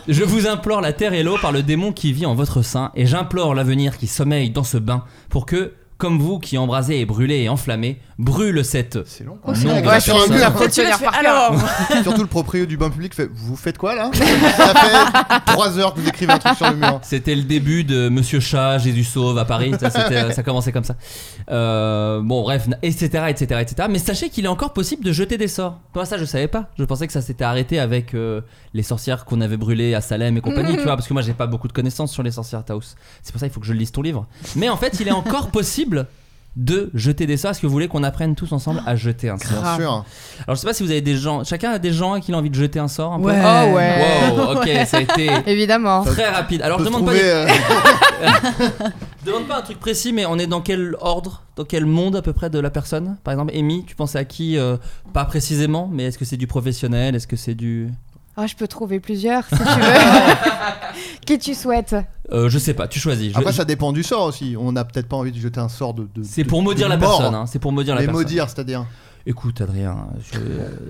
[SPEAKER 5] Je vous implore la terre et l'eau par le démon qui vit en votre sein et j'implore l'avenir qui sommeille dans ce bain pour que, comme vous qui embrasez et brûlez et enflammez, brûle cette...
[SPEAKER 6] C'est long.
[SPEAKER 5] Non,
[SPEAKER 6] Ouais,
[SPEAKER 5] grâce
[SPEAKER 6] sur un
[SPEAKER 5] à ça.
[SPEAKER 6] gueule,
[SPEAKER 2] Faut le tenir par cœur.
[SPEAKER 6] Surtout le proprio du bain public fait Vous faites quoi là Ça fait 3 heures que vous écrivez un truc sur le mur.
[SPEAKER 5] C'était le début de Monsieur Chat, Jésus sauve à Paris. Ça, c'était- ça commençait comme ça. Euh, bon, bref, etc., etc., etc. Mais sachez qu'il est encore possible de jeter des sorts. Moi, ça, je savais pas. Je pensais que ça s'était arrêté avec euh, les sorcières qu'on avait brûlées à Salem et compagnie, tu vois, parce que moi, j'ai pas beaucoup de connaissances sur les sorcières Taos. C'est pour ça qu'il faut que je lise ton livre. Mais en fait, il est encore possible de jeter des sorts. Est-ce que vous voulez qu'on apprenne tous ensemble à jeter un sort
[SPEAKER 6] Bien sûr.
[SPEAKER 5] Alors, je sais pas si vous avez des gens. Chacun a des gens à qui il a envie de jeter un sort. Un peu
[SPEAKER 9] Ouais.
[SPEAKER 2] Oh ouais.
[SPEAKER 5] Wow, ok, ça a été
[SPEAKER 2] Évidemment.
[SPEAKER 5] très rapide. Alors,
[SPEAKER 6] Peut
[SPEAKER 5] je
[SPEAKER 6] se
[SPEAKER 5] demande pas.
[SPEAKER 6] trouver, euh,
[SPEAKER 5] Je demande pas un truc précis, mais on est dans quel ordre, dans quel monde à peu près de la personne Par exemple, Amy, tu pensais à qui euh, Pas précisément, mais est-ce que c'est du professionnel Est-ce que c'est du.
[SPEAKER 2] Ah, je peux trouver plusieurs si tu veux. Qui tu souhaites
[SPEAKER 5] Euh, je sais pas, tu choisis. Je-
[SPEAKER 6] Après,
[SPEAKER 5] je-
[SPEAKER 6] ça dépend du sort aussi. On n'a peut-être pas envie de jeter un sort de. de-
[SPEAKER 5] C'est
[SPEAKER 6] de-
[SPEAKER 5] pour maudire
[SPEAKER 6] de
[SPEAKER 5] la
[SPEAKER 6] mort.
[SPEAKER 5] personne, hein, c'est pour maudire la
[SPEAKER 6] Les
[SPEAKER 5] personne.
[SPEAKER 6] maudire, c'est-à-dire.
[SPEAKER 5] Écoute, Adrien, je.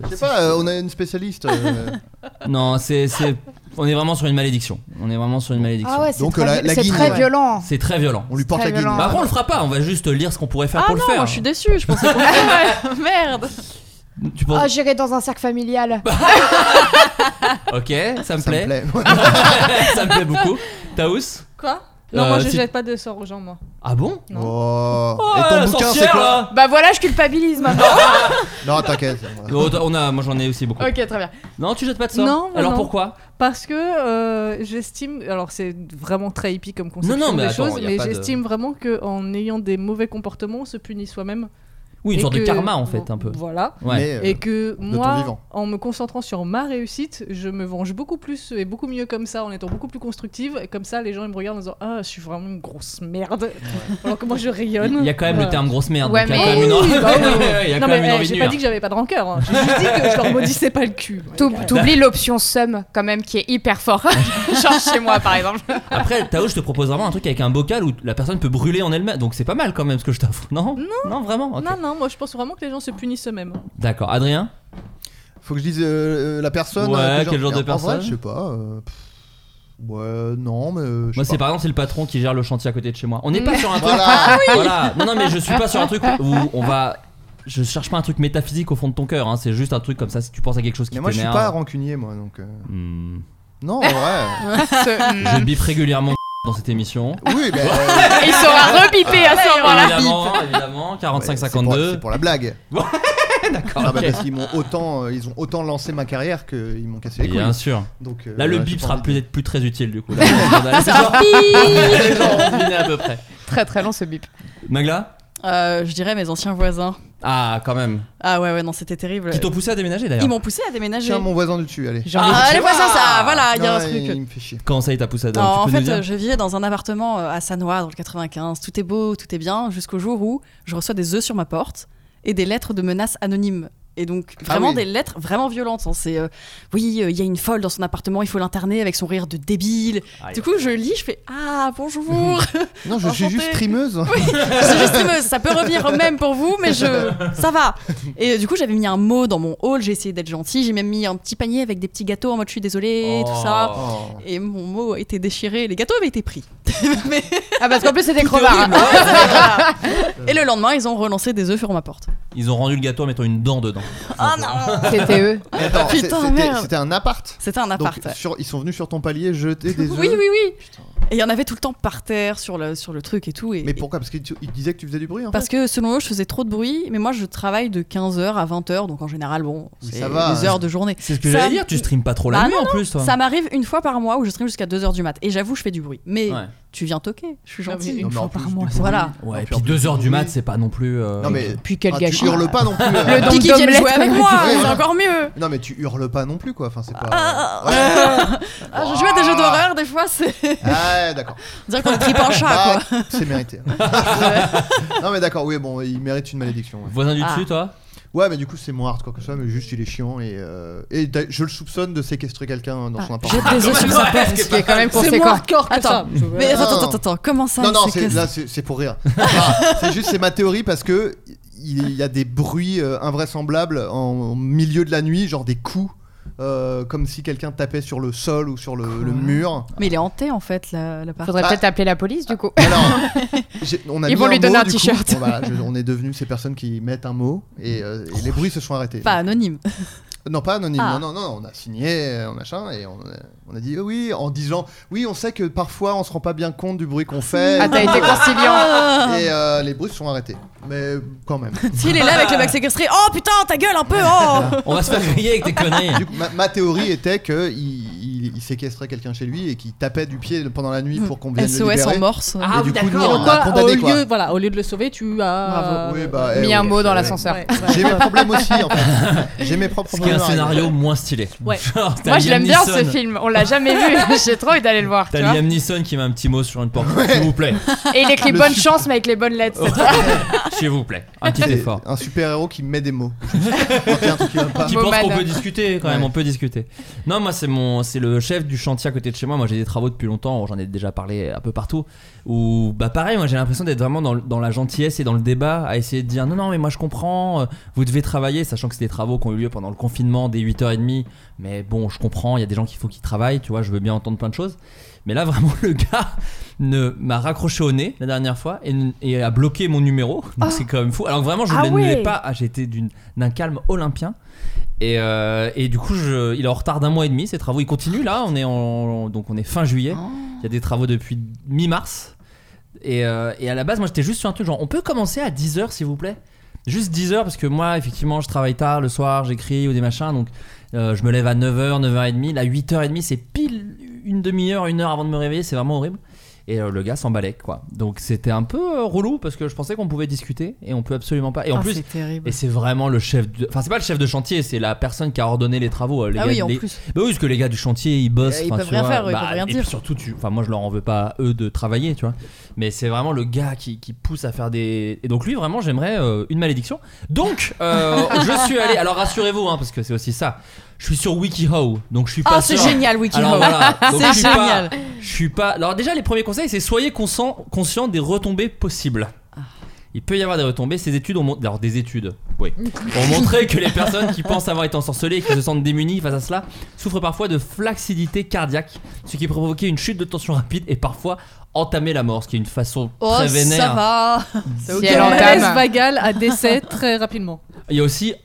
[SPEAKER 6] Je sais pas, euh, on a une spécialiste. euh,
[SPEAKER 5] Non, c'est, c'est- on est vraiment sur une malédiction. On est vraiment sur une malédiction.
[SPEAKER 7] Ah ouais, c'est
[SPEAKER 6] Donc,
[SPEAKER 7] très,
[SPEAKER 6] la- la
[SPEAKER 7] c'est
[SPEAKER 6] guinée,
[SPEAKER 7] très
[SPEAKER 6] ouais.
[SPEAKER 7] violent.
[SPEAKER 5] C'est très violent.
[SPEAKER 6] On lui porte
[SPEAKER 7] Très
[SPEAKER 6] la guinée.
[SPEAKER 7] violent.
[SPEAKER 5] Bah après on le fera pas, on va juste lire ce qu'on pourrait faire
[SPEAKER 9] Ah
[SPEAKER 5] pour
[SPEAKER 9] non,
[SPEAKER 5] le faire.
[SPEAKER 9] moi, je suis déçue, je pensais qu'on Ouais, Merde
[SPEAKER 5] Tu
[SPEAKER 7] Ah,
[SPEAKER 5] penses
[SPEAKER 7] j'irai dans un cercle familial.
[SPEAKER 9] Bah.
[SPEAKER 5] Ok, ça me
[SPEAKER 6] Ça me
[SPEAKER 5] plaît.
[SPEAKER 6] plaît.
[SPEAKER 5] ça me plaît beaucoup. Taous
[SPEAKER 8] Quoi Non, moi
[SPEAKER 5] Euh,
[SPEAKER 8] je
[SPEAKER 5] si-
[SPEAKER 8] jette pas de sort aux gens, moi.
[SPEAKER 5] Ah bon
[SPEAKER 8] Non.
[SPEAKER 6] Oh.
[SPEAKER 5] Oh,
[SPEAKER 6] Et
[SPEAKER 5] la
[SPEAKER 6] ton bouquin,
[SPEAKER 5] sorcière,
[SPEAKER 6] c'est quoi
[SPEAKER 5] là
[SPEAKER 7] Bah voilà, je culpabilise maintenant.
[SPEAKER 6] Non, t'inquiète.
[SPEAKER 5] Oh, t'as- on a, Moi j'en ai aussi beaucoup.
[SPEAKER 7] ok, très bien.
[SPEAKER 5] Non, tu jettes pas de sort
[SPEAKER 8] Non, moi,
[SPEAKER 5] Alors
[SPEAKER 8] non.
[SPEAKER 5] pourquoi
[SPEAKER 8] Parce que euh, j'estime, alors c'est vraiment très hippie comme conception
[SPEAKER 5] Non, non, mais
[SPEAKER 8] des
[SPEAKER 5] attends,
[SPEAKER 8] choses,
[SPEAKER 5] y a
[SPEAKER 8] mais
[SPEAKER 5] pas de-
[SPEAKER 8] j'estime vraiment qu'en ayant des mauvais comportements, on se punit soi-même.
[SPEAKER 5] Oui, une
[SPEAKER 8] Et
[SPEAKER 5] sorte de
[SPEAKER 8] que-
[SPEAKER 5] karma en fait, un peu.
[SPEAKER 8] Voilà.
[SPEAKER 5] Ouais.
[SPEAKER 6] Mais, euh,
[SPEAKER 8] Et que
[SPEAKER 6] ton
[SPEAKER 8] moi,
[SPEAKER 6] vivant.
[SPEAKER 8] en me concentrant sur ma réussite, je me venge beaucoup plus et beaucoup mieux comme ça, en étant beaucoup plus constructive. Et comme ça, les gens ils me regardent en disant Ah, je suis vraiment une grosse merde. Alors que moi, je rayonne.
[SPEAKER 5] Il y a quand même le
[SPEAKER 8] Voilà.
[SPEAKER 5] terme grosse merde.
[SPEAKER 7] Ouais,
[SPEAKER 5] donc il y a
[SPEAKER 7] mais-
[SPEAKER 5] quand même une
[SPEAKER 8] Oui, bah oui, oui.
[SPEAKER 5] envie- il y a
[SPEAKER 8] non,
[SPEAKER 5] quand
[SPEAKER 8] mais
[SPEAKER 5] même une
[SPEAKER 8] eh,
[SPEAKER 5] envie de
[SPEAKER 8] j'ai pas
[SPEAKER 5] nuire.
[SPEAKER 8] dit que j'avais pas de rancœur. hein. J'ai juste dit que je leur maudissais pas le cul.
[SPEAKER 7] T'ou- T'oublies l'option somme, quand même, qui est hyper fort. Genre chez moi, par exemple.
[SPEAKER 5] Après, Tao, je te propose vraiment un truc avec un bocal où la personne peut brûler en elle-même. Donc c'est pas mal quand même ce que je t'offre. Non Non, vraiment Ok.
[SPEAKER 8] Non, non, moi je pense vraiment que les gens se punissent eux-mêmes.
[SPEAKER 5] D'accord. Adrien
[SPEAKER 6] Faut que je dise euh, euh, la personne.
[SPEAKER 5] Ouais,
[SPEAKER 6] euh,
[SPEAKER 5] quel genre de
[SPEAKER 6] En vrai,
[SPEAKER 5] personne
[SPEAKER 6] Je sais pas. euh, pff, Ouais, non, mais. euh, je
[SPEAKER 5] Moi, c'est
[SPEAKER 6] sais pas.
[SPEAKER 5] par exemple, c'est le patron qui gère le chantier à côté de chez moi. On n'est
[SPEAKER 8] Mm.
[SPEAKER 5] pas sur un truc.
[SPEAKER 6] Voilà.
[SPEAKER 5] Voilà. Non, non, mais je suis pas sur un truc où on va. Je cherche pas un truc métaphysique au fond de ton cœur. hein. C'est juste un truc comme ça. Si tu penses à quelque chose qui
[SPEAKER 6] Mais moi, je suis
[SPEAKER 5] t'énerve.
[SPEAKER 6] pas rancunier, moi, donc. euh,
[SPEAKER 5] Hmm.
[SPEAKER 6] Non, en vrai. euh,
[SPEAKER 8] hmm,
[SPEAKER 7] Ce-
[SPEAKER 5] Je bip régulièrement dans cette émission.
[SPEAKER 6] Oui, mais. euh,
[SPEAKER 7] Il sera repipé à ce moment-là.
[SPEAKER 5] Évidemment, évidemment.
[SPEAKER 6] ouais, c'est pour-
[SPEAKER 5] 45-52.
[SPEAKER 6] C'est pour la blague.
[SPEAKER 5] D'accord.
[SPEAKER 6] Ah bah,
[SPEAKER 5] ok.
[SPEAKER 6] parce qu'ils m'ont autant, euh, ils ont autant lancé ma carrière qu'ils m'ont cassé les couilles.
[SPEAKER 5] Bien sûr.
[SPEAKER 6] Donc, euh,
[SPEAKER 5] Là, le
[SPEAKER 6] voilà,
[SPEAKER 5] bip
[SPEAKER 6] j'ai pas
[SPEAKER 5] sera
[SPEAKER 6] envie
[SPEAKER 5] peut-être plus très utile du coup. Là, les gens- les gens vont deviner à peu près.
[SPEAKER 7] Très très long ce bip.
[SPEAKER 5] Magla
[SPEAKER 9] Euh, Je dirais mes anciens voisins.
[SPEAKER 5] Ah, quand même.
[SPEAKER 9] Ah ouais, ouais, non, c'était terrible.
[SPEAKER 5] Qui t'ont poussé à déménager d'ailleurs
[SPEAKER 9] Ils m'ont poussé à
[SPEAKER 6] de-
[SPEAKER 9] déménager.
[SPEAKER 6] Tiens, mon voisin du dessus, allez.
[SPEAKER 9] Ah, les voisins, ça, voilà, Ah, il y a un
[SPEAKER 6] Non,
[SPEAKER 9] truc.
[SPEAKER 6] Il me fait chier.
[SPEAKER 5] Comment ça, il t'a poussé à déménager Tu
[SPEAKER 9] Alors, en
[SPEAKER 5] peux
[SPEAKER 9] fait,
[SPEAKER 5] nous dire
[SPEAKER 9] euh, je vivais dans un appartement euh, à Sanois, dans le 95. Tout est beau, tout est bien, jusqu'au jour où je reçois des œufs sur ma porte et des lettres de menaces anonymes. Et donc,
[SPEAKER 5] Ah
[SPEAKER 9] vraiment
[SPEAKER 6] oui.
[SPEAKER 9] des lettres vraiment violentes. hein. C'est euh, oui, euh, il y a une folle dans son appartement, il faut l'interner avec son rire de débile.
[SPEAKER 5] Aïe.
[SPEAKER 9] euh, Du coup, je lis, je fais Ah, bonjour
[SPEAKER 6] Non, je suis
[SPEAKER 9] Enchanté.
[SPEAKER 6] juste streameuse.
[SPEAKER 9] C'est juste que ça peut revenir au même pour vous, mais je, ça va. Et euh, du coup, j'avais mis un mot dans mon hall, j'ai essayé d'être gentille, j'ai même mis un petit panier avec des petits gâteaux en mode je suis désolée, tout ça.
[SPEAKER 6] Oh.
[SPEAKER 9] Et mon mot a été déchiré, les gâteaux avaient été pris. mais
[SPEAKER 7] Ah, parce qu'en plus, c'était crevard. hein.
[SPEAKER 9] Et le lendemain, ils ont relancé des œufs sur ma porte.
[SPEAKER 5] Ils ont rendu le gâteau en mettant une dent dedans.
[SPEAKER 7] Oh
[SPEAKER 9] Ah non
[SPEAKER 7] C'était eux.
[SPEAKER 6] Mais attends, c'est-
[SPEAKER 9] Putain,
[SPEAKER 6] c'était-
[SPEAKER 9] merde.
[SPEAKER 6] C'était un appart.
[SPEAKER 9] C'était un appart.
[SPEAKER 6] Donc,
[SPEAKER 9] ouais.
[SPEAKER 6] sur- ils sont venus sur ton palier jeter des œufs.
[SPEAKER 9] Oui, oui, oui.
[SPEAKER 6] Putain.
[SPEAKER 9] Et il y en avait tout le temps par terre, sur le, sur le truc et tout. Et,
[SPEAKER 6] Mais pourquoi Parce qu'ils ils disaient que tu faisais du bruit en
[SPEAKER 9] Parce que selon eux, je faisais trop de bruit, mais moi je travaille de 15h à 20h, donc en général, bon,
[SPEAKER 6] Oui,
[SPEAKER 9] c'est
[SPEAKER 6] ça va,
[SPEAKER 9] des
[SPEAKER 6] hein.
[SPEAKER 9] heures de journée.
[SPEAKER 5] C'est ce que
[SPEAKER 9] Ça-
[SPEAKER 5] j'allais dire, tu streames pas trop la
[SPEAKER 9] Bah
[SPEAKER 5] nuit
[SPEAKER 9] non,
[SPEAKER 5] en plus toi.
[SPEAKER 9] Ça m'arrive une fois par mois où je stream jusqu'à 2h du mat. Et j'avoue, je fais du bruit. Mais
[SPEAKER 5] Ouais.
[SPEAKER 9] tu viens toquer, je suis
[SPEAKER 8] Non, mais
[SPEAKER 9] gentille.
[SPEAKER 8] une
[SPEAKER 6] mais en
[SPEAKER 8] fois
[SPEAKER 6] plus,
[SPEAKER 8] par
[SPEAKER 6] du
[SPEAKER 8] mois.
[SPEAKER 6] coup,
[SPEAKER 9] Voilà.
[SPEAKER 5] Ouais,
[SPEAKER 6] Non,
[SPEAKER 5] et
[SPEAKER 6] faire
[SPEAKER 5] puis
[SPEAKER 6] du
[SPEAKER 5] 2h du
[SPEAKER 6] bruit.
[SPEAKER 5] mat, c'est pas non plus. euh,
[SPEAKER 6] fait Non mais
[SPEAKER 7] Puis quel
[SPEAKER 6] ah,
[SPEAKER 7] gâchis.
[SPEAKER 6] tu hurles pas non plus. euh.
[SPEAKER 7] Le don
[SPEAKER 9] Puis qu'ils viennent
[SPEAKER 7] d'omelette,
[SPEAKER 9] jouer avec
[SPEAKER 7] quoi.
[SPEAKER 9] moi,
[SPEAKER 6] Ouais.
[SPEAKER 9] c'est encore mieux.
[SPEAKER 6] Non mais tu hurles pas non plus quoi. Enfin c'est pas.
[SPEAKER 9] Ah, ah, ah. Ah, je joue à des jeux d'horreur, des fois, c'est
[SPEAKER 6] Ah d'accord.
[SPEAKER 9] dire qu'on tripe un chat, quoi.
[SPEAKER 6] Ah, c'est mérité. non mais d'accord. Oui bon, il mérite une malédiction. Ouais,
[SPEAKER 5] Voisin du
[SPEAKER 9] Ah.
[SPEAKER 5] dessus toi
[SPEAKER 6] Ouais, mais du coup c'est moins hardcore que ça. Mais juste il est chiant et euh, et t'as- je le soupçonne de séquestrer quelqu'un
[SPEAKER 9] Ah,
[SPEAKER 6] dans son appartement.
[SPEAKER 9] Jette des œufs sur sa porte.
[SPEAKER 7] Ce qui est quand même
[SPEAKER 8] C'est moins
[SPEAKER 7] conséquent.
[SPEAKER 8] hardcore que
[SPEAKER 9] Attends,
[SPEAKER 8] ça.
[SPEAKER 9] Mais attends,
[SPEAKER 6] Non,
[SPEAKER 9] attends,
[SPEAKER 6] non.
[SPEAKER 9] attends, comment ça
[SPEAKER 6] Non, non,
[SPEAKER 9] c'est
[SPEAKER 6] c'est-
[SPEAKER 9] que-
[SPEAKER 6] là c'est c'est pour rire. Ah, c'est juste, c'est ma théorie parce que il il y a des bruits euh, invraisemblables en, au milieu de la nuit, genre des coups, euh, comme si quelqu'un tapait sur le sol ou sur le, le mur.
[SPEAKER 9] Mais il est hanté, en fait, la, la partie.
[SPEAKER 7] Faudrait
[SPEAKER 6] Ah.
[SPEAKER 7] peut-être appeler la police du
[SPEAKER 8] Ah,
[SPEAKER 7] coup.
[SPEAKER 6] Alors, j'ai- on a
[SPEAKER 7] Ils
[SPEAKER 6] mis
[SPEAKER 7] vont lui
[SPEAKER 6] mot,
[SPEAKER 7] donner un
[SPEAKER 6] du coup.
[SPEAKER 7] t-shirt.
[SPEAKER 6] Bon, voilà, je- on est devenus ces personnes qui mettent un mot et, euh, et les bruits se sont arrêtés.
[SPEAKER 9] Pas anonyme.
[SPEAKER 6] Non, pas anonyme.
[SPEAKER 9] Ah.
[SPEAKER 6] Non, non, non, on a signé, euh, machin, et on a, on a dit euh, oui en disant oui, on sait que parfois on se rend pas bien compte du bruit qu'on fait.
[SPEAKER 7] Ah, t'as été conciliant.
[SPEAKER 6] Et euh, les bruits se sont arrêtés. Mais quand même.
[SPEAKER 9] S'il Ah. est là avec le mec séquestré, oh putain, ta gueule un peu, oh
[SPEAKER 5] On va se faire griller avec tes conneries. hein.
[SPEAKER 6] Du coup, ma, ma théorie était que il, il- il séquestrait quelqu'un chez lui et qu'il tapait du pied pendant la nuit pour qu'on vienne le
[SPEAKER 9] SOS
[SPEAKER 6] libérer.
[SPEAKER 9] en morse.
[SPEAKER 5] Ah,
[SPEAKER 6] et
[SPEAKER 5] oui,
[SPEAKER 6] du coup, nous,
[SPEAKER 5] d'accord.
[SPEAKER 6] on
[SPEAKER 8] Donc,
[SPEAKER 6] a
[SPEAKER 8] toi,
[SPEAKER 6] condamné,
[SPEAKER 8] au,
[SPEAKER 6] quoi.
[SPEAKER 8] lieu, voilà, au lieu de le sauver, tu as. euh,
[SPEAKER 7] Bravo.
[SPEAKER 6] Oui, bah, eh,
[SPEAKER 7] Mis
[SPEAKER 6] oui.
[SPEAKER 7] un mot dans
[SPEAKER 6] Ouais.
[SPEAKER 7] l'ascenseur.
[SPEAKER 8] Ouais.
[SPEAKER 6] J'ai mes problèmes aussi, en fait. J'ai mes propres
[SPEAKER 5] Ce qui est
[SPEAKER 6] problèmes.
[SPEAKER 5] un scénario moins stylé.
[SPEAKER 8] Ouais.
[SPEAKER 5] Genre, t'as
[SPEAKER 7] Moi je
[SPEAKER 5] Liam
[SPEAKER 7] l'aime bien ce
[SPEAKER 5] Neeson.
[SPEAKER 7] film, on l'a jamais vu, j'ai trop envie d'aller le voir. Tu
[SPEAKER 5] T'as
[SPEAKER 7] vois.
[SPEAKER 5] Liam Neeson qui met un petit mot sur une porte. S'il vous plaît,
[SPEAKER 7] Et il écrit
[SPEAKER 6] Ah, Le Oh.
[SPEAKER 7] bonne
[SPEAKER 6] super-
[SPEAKER 7] chance mais avec les bonnes lettres. c'est tout.
[SPEAKER 5] s'il vous plaît, un petit
[SPEAKER 6] C'est
[SPEAKER 5] effort.
[SPEAKER 6] Un super-héros qui met des mots. Quand il y a un truc qui va pas.
[SPEAKER 5] Qui pense
[SPEAKER 7] Momade.
[SPEAKER 5] qu'on peut discuter quand même,
[SPEAKER 6] Ouais.
[SPEAKER 5] on peut discuter. Non, moi c'est mon, c'est le le chef du chantier à côté de chez moi, moi j'ai des travaux depuis longtemps, j'en ai déjà parlé un peu partout, où bah pareil, moi j'ai l'impression d'être vraiment dans, le- dans la gentillesse et dans le débat, à essayer de dire non, non, mais moi je comprends, euh, vous devez travailler, sachant que c'est des travaux qui ont eu lieu pendant le confinement, dès 8h30, mais bon, je comprends, il y a des gens qu'il faut qu'ils travaillent, tu vois, je veux bien entendre plein de choses. Mais là, vraiment, le gars ne m'a raccroché au nez la dernière fois et, et a bloqué mon numéro. Donc, c'est quand même fou. Alors, que vraiment, je ne
[SPEAKER 2] Ah
[SPEAKER 5] l'annulais
[SPEAKER 2] ouais.
[SPEAKER 5] pas. Ah, J'étais d'une- d'un calme olympien. Et, euh, et du coup, je- il est en retard d'un mois et demi. Ses travaux, ils continuent là. On est en, donc, on est fin juillet.
[SPEAKER 2] Ah.
[SPEAKER 5] Il y a des travaux depuis mi-mars. Et, euh, et à la base, moi, j'étais juste sur un truc genre, on peut commencer à 10h, s'il vous plaît Juste 10h, parce que moi, effectivement, je travaille tard le soir, j'écris ou des machins. Donc, euh, je me lève à 9h, 9h30. Là, 8h30, c'est pile une demi-heure, une heure avant de me réveiller. C'est vraiment horrible. Et euh, le gars s'emballait, quoi. Donc, c'était un peu euh, relou, parce que je pensais qu'on pouvait discuter. Et on peut absolument pas. Et en
[SPEAKER 9] Ah,
[SPEAKER 7] Ah,
[SPEAKER 5] plus,
[SPEAKER 9] terrible.
[SPEAKER 5] et c'est vraiment le chef. De... Enfin, c'est pas le chef de chantier, c'est la personne qui a ordonné les travaux. Les
[SPEAKER 9] Ah
[SPEAKER 5] gars-
[SPEAKER 9] oui, en
[SPEAKER 5] les-
[SPEAKER 9] plus.
[SPEAKER 5] Bah oui, parce que les gars du chantier, ils bossent.
[SPEAKER 9] Euh, ils
[SPEAKER 5] enfin,
[SPEAKER 9] peuvent
[SPEAKER 5] tu
[SPEAKER 9] rien
[SPEAKER 5] vois,
[SPEAKER 9] faire, ils
[SPEAKER 5] bah,
[SPEAKER 9] peuvent rien
[SPEAKER 5] et
[SPEAKER 9] dire.
[SPEAKER 5] Puis surtout, tu... enfin, moi, je leur en veux pas à eux de travailler, tu vois. Mais c'est vraiment le gars qui, qui pousse à faire des. Et donc lui, vraiment, j'aimerais euh, une malédiction. Donc, euh, je suis allé. Alors rassurez-vous, hein, parce que c'est aussi ça. Je suis sur WikiHow, donc je suis pas.
[SPEAKER 9] Ah, c'est
[SPEAKER 5] sûr.
[SPEAKER 9] génial, WikiHow.
[SPEAKER 5] Alors voilà, donc je
[SPEAKER 9] c'est
[SPEAKER 5] suis pas-
[SPEAKER 9] génial.
[SPEAKER 5] je suis pas. Alors déjà, les premiers conseils, c'est soyez conscient, conscient des retombées possibles.
[SPEAKER 9] Ah.
[SPEAKER 5] Il peut y avoir des retombées. Ces études ont mon- alors des études, oui, ont montré que les personnes qui pensent avoir été ensorcelées et qui se sentent démunies face à cela souffrent parfois de flacidité cardiaque, ce qui peut provoquer une chute de tension rapide et parfois entamer la mort, ce qui est une façon
[SPEAKER 9] Oh,
[SPEAKER 5] très vénère.
[SPEAKER 9] ça va.
[SPEAKER 2] Si
[SPEAKER 8] Elle
[SPEAKER 2] elle entame.
[SPEAKER 8] vagal à décès très rapidement.
[SPEAKER 5] Il y a aussi